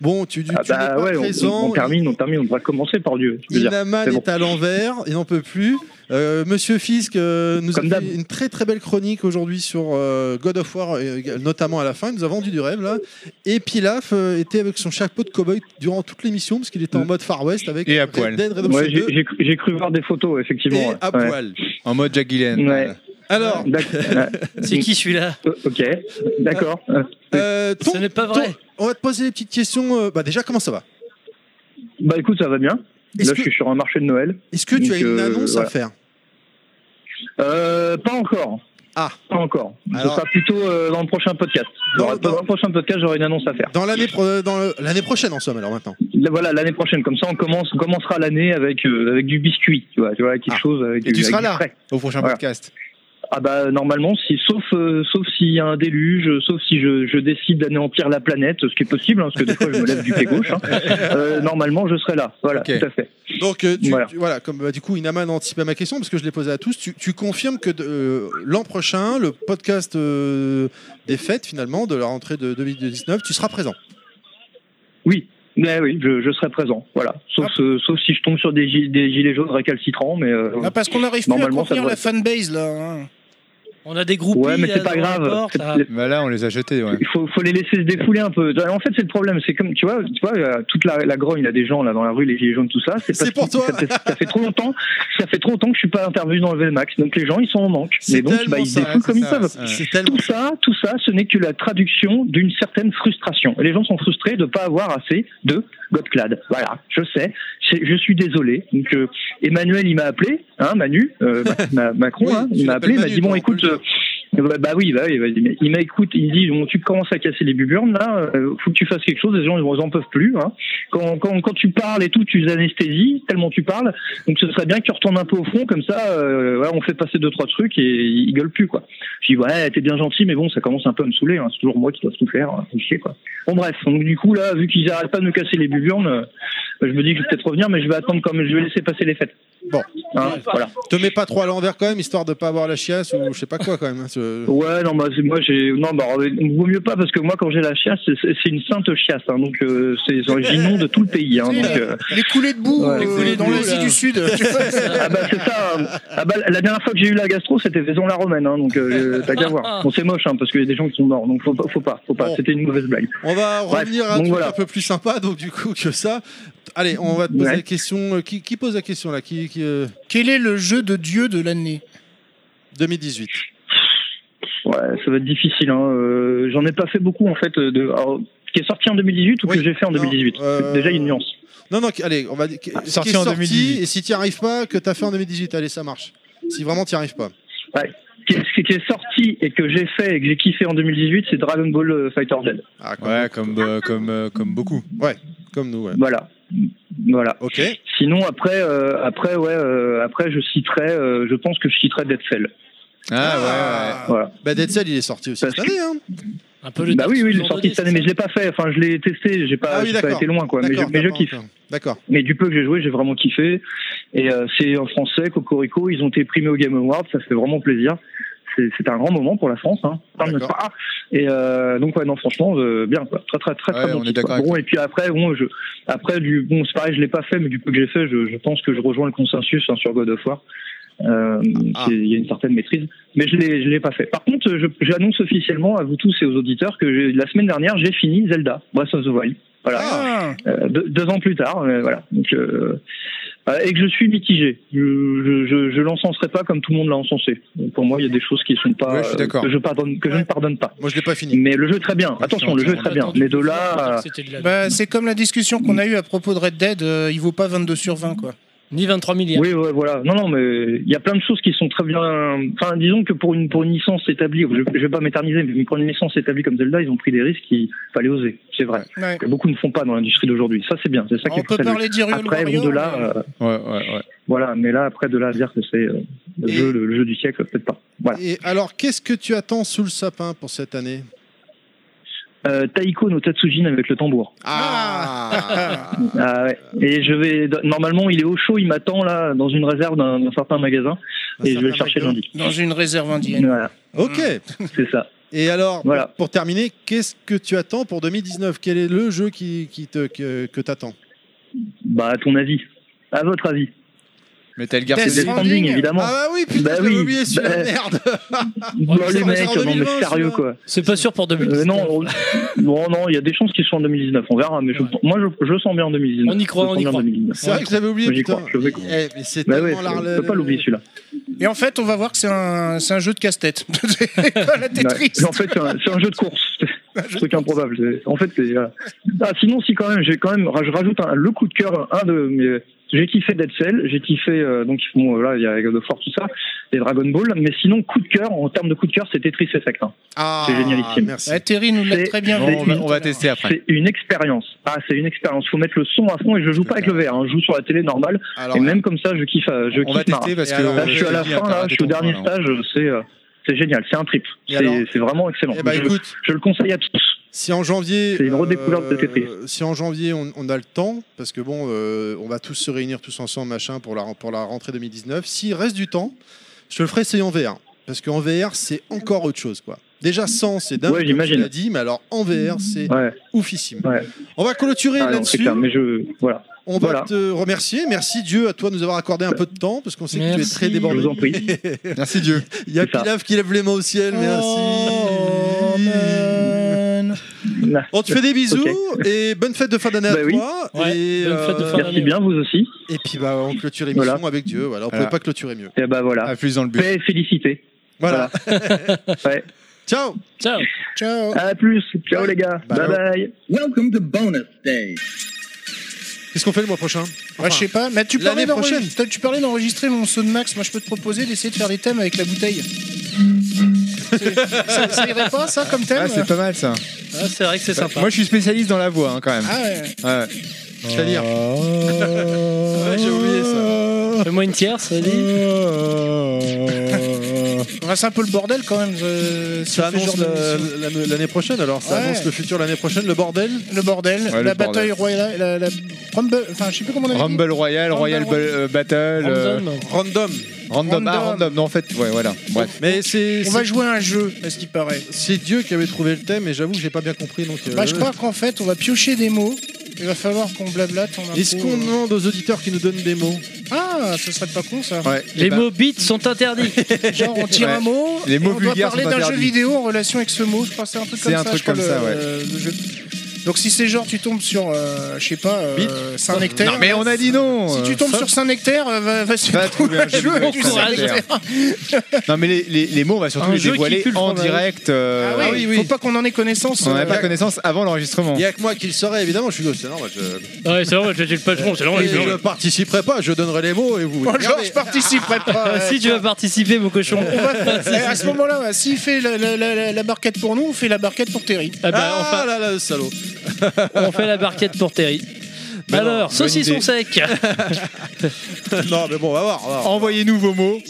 Bon, tu, tu,
Ah
tu n'es
bah
pas
ouais, on,
présent.
on termine, on termine. On devrait commencer par Dieu. je veux dire.
Inaman
C'est bon.
est à l'envers, il n'en peut plus. Euh, Monsieur Fisk euh, nous a fait une très très belle chronique aujourd'hui sur euh, God of War, euh, notamment à la fin. Il nous a vendu du rêve là. Et Pilaf euh, était avec son chapeau de cowboy durant toute l'émission parce qu'il était en mode Far West avec
Et à
Red
poil.
Dead Redemption 2.
j'ai- j'ai cru- j'ai cru voir des photos, effectivement.
Et
ouais.
à
Ouais.
poil.
En mode Jack Gillen.
Ouais.
Alors,
C'est qui celui-là
euh, Ok, d'accord.
Euh, ton-
Ce n'est pas vrai.
ton- on va te poser des petites questions. euh, bah déjà, comment ça va
Bah écoute, ça va bien.
Est-ce
Là, je suis sur un marché de Noël.
Est-ce que tu
Donc,
as une
euh,
annonce
voilà.
à faire
Euh, Pas encore.
Ah.
Pas encore. Ce
Alors-
sera plutôt euh, dans le prochain podcast. Dans, dans le prochain podcast, j'aurai une annonce à faire.
Dans l'année pro- dans le- l'année prochaine en somme alors maintenant.
Là, voilà, l'année prochaine. Comme ça, on, commence, on commencera l'année avec, euh, avec du biscuit. Tu vois, tu vois quelque chose avec
Et
du
tu seras
avec du
là
frais.
au prochain
Voilà.
podcast.
Ah bah normalement, si, sauf euh, sauf s'il y a un déluge, sauf si je, je décide d'anéantir la planète, ce qui est possible, hein, parce que des fois je me lève du pied gauche. hein. Euh, normalement, je serai là. Voilà,
Ok.
tout à fait.
Donc euh, tu, tu- voilà.
Voilà.
comme bah, du coup Inaman anticipe ma question parce que je l'ai posée à tous. Tu, tu confirmes que de- euh, l'an prochain, le podcast euh, des fêtes finalement de la rentrée de 2019, tu seras présent.
Oui. Mais oui, je, je serai présent. Voilà. Sauf
Ah.
euh, sauf si je tombe sur des, gi- des gilets jaunes récalcitrants, mais euh,
Ah, parce qu'on n'arrive plus à
normalement, ça
contenir
devrait
la
être-
fanbase là. hein.
On a des groupes.
Ouais, mais c'est pas grave. C'est-
hein.
Bah là, on les a jetés. Ouais.
Il faut, faut les laisser se défouler un peu. En fait, c'est le problème. C'est comme, tu vois, tu vois euh, toute la, la grogne là, des gens là, dans la rue, les gilets jaunes, tout ça. C'est parce
pour
que Ça fait, ça fait trop longtemps. Ça fait trop longtemps que je suis pas intervenu dans le VMAX. Donc les gens, ils sont en manque.
C'est
Mais donc,
tellement
bah, ils se
ça,
défoulent
c'est
comme ils
ça,
Ah,
peuvent.
c'est- c'est
Tout ça, tout ça, ce n'est que la traduction d'une certaine frustration. Et les gens sont frustrés de ne pas avoir assez de Godclad. Voilà, je sais. C'est- Je suis désolé. Donc, euh, Emmanuel, il m'a appelé, hein, Manu, euh, ma- ma- Macron, hein, il m'a appelé, il m'a dit bon, écoute. euh, bah, bah oui, bah, oui, vas-y. Mais Il m'a écouté, il me dit bon, tu commences à casser les buburnes là, euh, faut que tu fasses quelque chose, les gens ils en peuvent plus. hein. Quand, quand, quand tu parles et tout, tu les anesthésies tellement tu parles, donc ce serait bien que tu retournes un peu au fond, comme ça euh, voilà, on fait passer deux trois trucs et ils gueulent plus quoi. Je dis ouais, t'es bien gentil, mais bon, ça commence un peu à me saouler, hein, c'est toujours moi qui dois tout faire, hein, c'est chier, quoi. Bon bref, donc du coup là, vu qu'ils arrêtent pas de me casser les buburnes, euh, je me dis que je vais peut-être revenir, mais je vais attendre comme je vais laisser passer les fêtes.
Bon,
Hein, voilà.
Te mets pas trop à l'envers quand même, histoire de pas avoir la chiasse ou je sais pas quoi quand même. hein, ce-
Ouais, non, bah, c'est- moi, j'ai. Non, bah, euh, vaut mieux pas, parce que moi, quand j'ai la chiasse, c'est- c'est c'est une sainte chiasse, hein, donc euh, c'est- j'inonde tout le pays. Hein, donc, euh,
Les coulées de boue
Ouais.
euh,
Les coulées de
dans
boue,
l'Asie
là.
du Sud.
ah bah c'est ça. hein. Ah bah, la dernière fois que j'ai eu la gastro, c'était Vaison la Romaine, hein, donc euh, t'as qu'à voir. Bon, c'est moche, hein, parce qu'il y a des gens qui sont morts, donc faut pas, faut pas, faut pas. C'était une mauvaise blague.
On va
Bref,
revenir à un
donc
truc
voilà.
un peu plus sympa donc du coup que ça. Allez, on va te poser
Ouais.
la question. euh, Qui, qui pose la question là qui, qui, euh,
Quel est le jeu de Dieu de l'année
2018.
Ouais, ça va être difficile. Hein. euh, J'en ai pas fait beaucoup en fait. euh, De... alors, qui est sorti en 2018 ou que j'ai fait en 2018
euh,
Déjà, il y a une nuance.
Non, non, qui- allez, on va qui- qui est
sorti en 2018.
Et si tu arrives pas, que t'as fait en 2018, allez, ça marche. Si vraiment tu arrives pas.
Ouais. Qui est, qui est sorti et que j'ai fait et que j'ai kiffé en 2018, c'est Dragon Ball euh, Fighter Z.
Ah,
ouais, comme, euh, comme, euh, comme beaucoup.
Ouais, comme nous.
Voilà. Voilà.
Ok.
Sinon après euh, après ouais euh, après je citerai euh, je pense que je citerai Dead Cell.
Ah,
ouais,
ouais. Voilà.
Bah, Dead Cell, il est sorti aussi cette année. Hein.
Un peu le
bah oui oui il est sorti cette année mais je l'ai pas fait enfin je l'ai testé j'ai pas,
Ah oui,
j'ai pas
d'accord.
été loin quoi mais je,
D'accord,
mais je
d'accord,
kiffe.
d'accord. D'accord.
Mais du peu que j'ai joué j'ai vraiment kiffé et euh, c'est en français Cocorico ils ont été primés au Game Awards ça fait vraiment plaisir. C'est- C'était un grand moment pour la France, hein. Parle de ça. Et euh, donc ouais, non, franchement, euh, bien, quoi. très très très très
Ouais,
bon.
on est
titre,
d'accord
quoi.
avec
Bon, et puis après, bon, je, après du, bon, c'est pareil, je l'ai pas fait, mais du peu que j'ai fait, je, je pense que je rejoins le consensus hein, sur God of War. Euh,
Ah.
c'est- Il y a une certaine maîtrise, mais je l'ai, je l'ai pas fait. Par contre, je- j'annonce officiellement à vous tous et aux auditeurs que j'ai- la semaine dernière, j'ai fini Zelda Breath of the Wild. Voilà.
Ah.
Euh, deux, deux ans plus tard, euh, voilà. Donc, euh, euh, et que je suis mitigé. Je, je, je, je l'encenserai pas comme tout le monde l'a encensé. Donc, Pour moi, il y a des choses qui sont pas
Ouais, je suis
euh,
d'accord.
que je pardonne, que je ne pardonne pas.
Moi, je l'ai pas fini.
Mais le jeu est très bien. Attention, le jeu est très bien. Mais de là, à-
Bah, c'est comme la discussion qu'on a eue à propos de Red Dead, euh, il vaut pas 22 sur 20 quoi.
Ni 23 milliards.
Oui, ouais, voilà. Non, non, mais il y a plein de choses qui sont très bien. Enfin, disons que pour une pour une licence établie, je, je vais pas m'éterniser, mais pour une licence établie comme Zelda, ils ont pris des risques qu'il fallait oser. C'est vrai.
Ouais. Bah,
Que beaucoup ne font pas dans l'industrie d'aujourd'hui. Ça, c'est bien. C'est ça qui
On peut parler d'Hyrule
Après, bon,
Warrior,
de là, euh, voilà. Mais là, après, de là à dire que c'est euh, le,
Et-
jeu, le, le jeu du siècle, peut-être pas. Voilà.
Et alors, qu'est-ce que tu attends sous le sapin pour cette année
Euh, Taiko no Tatsujin avec le tambour.
Ah
Ah ouais. Et je vais normalement il est au chaud, il m'attend là dans une réserve d'un d'un certain magasin
bah,
et je vais le chercher lundi.
Dans une réserve indienne.
Voilà.
Ok.
C'est ça.
Et alors,
Voilà.
pour, pour terminer, qu'est-ce que tu attends pour 2019 Quel est le jeu qui, qui te, que, que t'attends
Bah à ton avis, à votre avis.
Metal
Gear
Death
Solid.
Stranding évidemment.
Ah bah oui, putain,
Bah
j'avais
oui.
oublié celui-là,
Bah,
merde
Bon,
On
les
sort- on
mecs,
sort en
non mais
2020,
sérieux
celui-là.
quoi. Euh,
C'est pas sûr pour 2019.
non, on- bon, non, il y a des chances qu'ils soient en 2019. On verra, mais je- moi je, je sens bien en 2019.
On y croit,
Je
on
sens
y
bien en
croit.
2019.
C'est vrai que j'avais oublié,
J'y
putain.
crois, je vais croire.
Eh, mais c'est
Bah ouais,
tellement
je
la-
peux pas l'oublier celui-là.
Et en fait, on va voir que c'est un, c'est un jeu de casse-tête. la Tetris.
Ouais. En fait, c'est un, c'est un jeu de course. C'est un truc improbable. C'est- En fait, c'est. euh, ah, sinon, si quand même, j'ai quand même, je rajoute un- le coup de cœur, un de mes. J'ai kiffé Dead Cell, j'ai kiffé euh, donc ils font, euh, là il y a God of War tout ça, et Dragon Ball, mais sinon coup de cœur en termes de coup de cœur c'est Tetris Effect. hein.
Ah,
c'est génialissime.
Ouais, Terry nous l'a
C'est-
très bien
Bon,
vendu.
on va- on va
tester après.
C'est une expérience. Ah c'est une expérience. Faut mettre le son à fond et je joue pas avec le VR, hein. je joue sur la télé normale
Alors,
et même comme ça je kiffe. euh, Je
on va
kiffe ma
tester parce
race. Et
que,
là, je suis à la
euh,
fin là, je suis au dernier
voilà.
stage, c'est euh, c'est génial, c'est un trip,
Et
c'est
alors
c'est vraiment excellent.
Eh ben,
Je-
écoute.
je le conseille à tous.
Si en janvier,
C'est une redécouverte de
euh,
Tetris.
si en janvier on, on a le temps, parce que bon, euh, on va tous se réunir tous ensemble machin pour la pour la rentrée 2019. S'il reste du temps, je te le ferai essayer en VR, parce qu'en VR c'est encore autre chose quoi. Déjà sans c'est dingue,
Ouais,
comme tu
j'imagine.
l'as dit, mais alors en VR c'est
Ouais.
oufissime.
Ouais.
On va clôturer
Ah non, c'est
là-dessus.
clair, mais je voilà.
On va
Voilà.
te remercier. Merci Dieu à toi de nous avoir accordé un peu de temps, parce qu'on sait que tu es
Merci.
très débordé.
Je vous en prie.
Merci Dieu.
Il y a
C'est ça.
Pilaf qui lève les mains au ciel. merci. On te fait des bisous
Ok.
et bonne fête de fin d'année à
Bah oui.
toi.
Ouais,
et, euh,
bonne fête de fin
Merci
d'année.
bien vous aussi.
et puis bah, on clôture l'émission
Voilà.
avec Dieu. Voilà, on
Voilà.
pouvait pas clôturer mieux.
Et bah
Ah,
voilà.
À plus dans le but.
Paix et félicité.
Voilà.
Ouais.
Ciao.
Ciao.
Ciao.
À plus. Ciao les gars.
Bye.
Bye bye.
Welcome to bonus day.
Qu'est-ce qu'on fait le mois prochain
Ouais, je sais pas, mais tu
L'année
parlais d'enregistrer-
prochaine.
toi, tu parlais d'enregistrer mon son de Max. Moi, je peux te proposer d'essayer de faire des thèmes avec la bouteille. C'est- ça, ça irait pas, ça, comme thème
Ah, c'est pas mal ça.
Ah, c'est vrai que c'est sympa.
Moi je suis spécialiste dans la voix hein, quand même.
Ah ouais.
Ouais.
C'est-à-dire. ouais, j'ai oublié ça.
Fais-moi une tierce, vas-y.
Ah.
Ouais, C'est un peu le bordel quand même. euh, si
Ça
on fait ce
annonce
genre d'émission.
le- l'année l'année prochaine alors. Ça
Ouais.
annonce le futur l'année prochaine, le bordel.
le bordel,
le
la
bordel.
bataille royale, la, la Rumble, enfin je sais plus comment on avait dit.
Rumble Royal,
Rumble
Royal
Royal.
Ba- euh, Battle, euh,
Random.
Random.
Random, ah
Random.
Random, non en fait, ouais voilà, bref.
Mais c'est
On
c'est-
va jouer à un jeu, à ce qui paraît.
c'est Dieu qui avait trouvé le thème et j'avoue que j'ai pas bien compris donc. euh,
Bah, je crois qu'en fait, on va piocher des mots. Il va falloir qu'on blablate. en
Est-ce
impro.
qu'on demande aux auditeurs qui nous donnent des mots
euh, Ah, ce serait pas con ça.
Ouais,
Les
eh ben,
mots bits sont interdits.
Genre, on tire
Ouais.
un mot.
Les
et
mots
on doit
vulgaires
parler
sont
d'un jeu
interdits.
vidéo en relation avec ce mot. Je crois que c'est un truc
C'est
comme
un
ça.
truc
je crois,
comme
le-
ça, ouais.
euh, le jeu. Donc, si c'est genre, tu tombes sur, euh, je sais pas, euh, Saint-Nectaire.
Non mais on a dit non.
Si
euh,
tu tombes sur Saint-Nectaire, euh, va, va sur
Va trouver un jeu
jeu
vidéo
du
avec
Saint-Nectaire.
Non mais les, les, les mots on va surtout
Un
les
jeu qui
dévoiler
pue le
en
fromage.
direct. euh,
Ah oui, faut pas qu'on en ait connaissance.
On
euh,
n'avait pas connaissance avant l'enregistrement.
Il y a que moi qui le saurais évidemment. Je suis c'est normal. Je...
ouais, c'est vrai, j'ai le patron, c'est
Et je
vrai.
participerai pas. Je donnerai les mots et vous.
Moi, genre,
regardez.
je participerai
Ah
pas. euh,
Si tu vas participer, mon cochon.
on va- Eh, à ce moment-là, ouais, s'il fait la, la- la- la- la barquette pour nous, on fait la barquette pour Terry.
Ah bah,
ah
enfin,
là là, le salaud.
on fait la barquette pour Terry.
Mais Ah Bah non,
Alors,
bonne
saucisson
idée.
sec.
non, mais bon, on va voir. on va voir.
Envoyez-nous vos mots.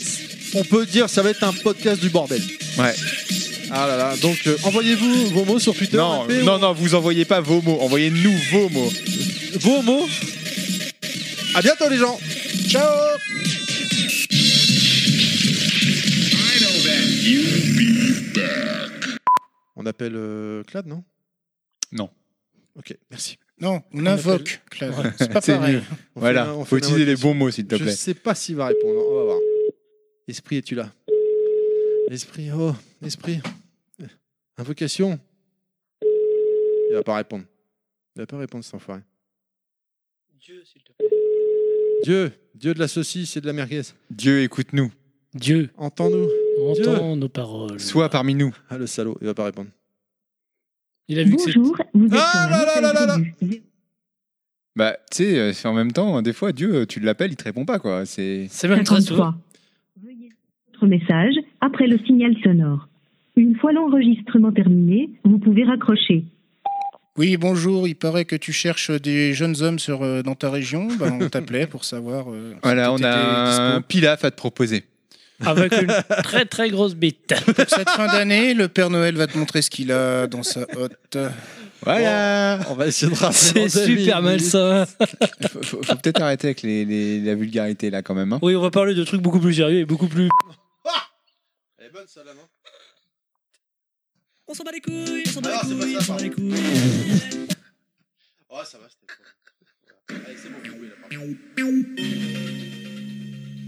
On peut dire ça va être un podcast du bordel.
Ouais.
Ah là là. Donc euh, envoyez-vous vos mots sur Twitter.
Non,
Appelez-
non, non, vous envoyez pas vos mots, envoyez-nous vos mots.
Vos mots. À bientôt les gens. Ciao. On appelle euh, Clad, non
Non.
Ok, merci.
Non, on invoque. Claude. C'est pas
C'est
pareil.
mieux.
On fait
Voilà,
la- on
faut
fait la
utiliser les
vocation.
bons mots s'il te
Je
plaît.
sais pas s'il va répondre. On va voir. Esprit, es-tu là Esprit, oh, esprit. Invocation. Il va pas répondre. Il va pas répondre, cet enfoiré. Dieu, Dieu de la saucisse et de la merguez.
Dieu écoute-nous,
Dieu,
Entends-nous.
entends nos paroles.
sois parmi nous.
Ah, le salaud, il va pas répondre.
Il a vu que c'est
Bonjour, vous êtes
Ah
sur la
là là là là
messagerie du
Bah, tu sais, euh, c'est en même temps, des fois, Dieu, euh, tu l'appelles, il te répond pas, quoi. C'est.
C'est même
très souvent. Votre message après le signal sonore. Une fois l'enregistrement terminé, vous pouvez raccrocher.
Oui, bonjour, il paraît que tu cherches des jeunes hommes sur, euh, dans ta région. Ben, on t'appelait pour savoir. euh, si
Voilà, on
t'étais
a un
dispo.
pilaf à te proposer.
Avec une très très grosse bite.
Pour cette fin d'année, le Père Noël va te montrer ce qu'il a dans sa hotte. Oh.
Voilà
On va essayer de
C'est super malsain.
Faut, faut- faut peut-être arrêter avec les, les- la vulgarité, là, quand même. hein.
Oui, on va parler de trucs beaucoup plus sérieux et beaucoup plus.
Ah Elle est bonne, celle-là, non
On s'en bat les couilles, on s'en
Ah,
bat les couilles, on s'en bat les couilles.
Oh, ça va, c'était pas. Allez, c'est bon, vous pouvez la parler.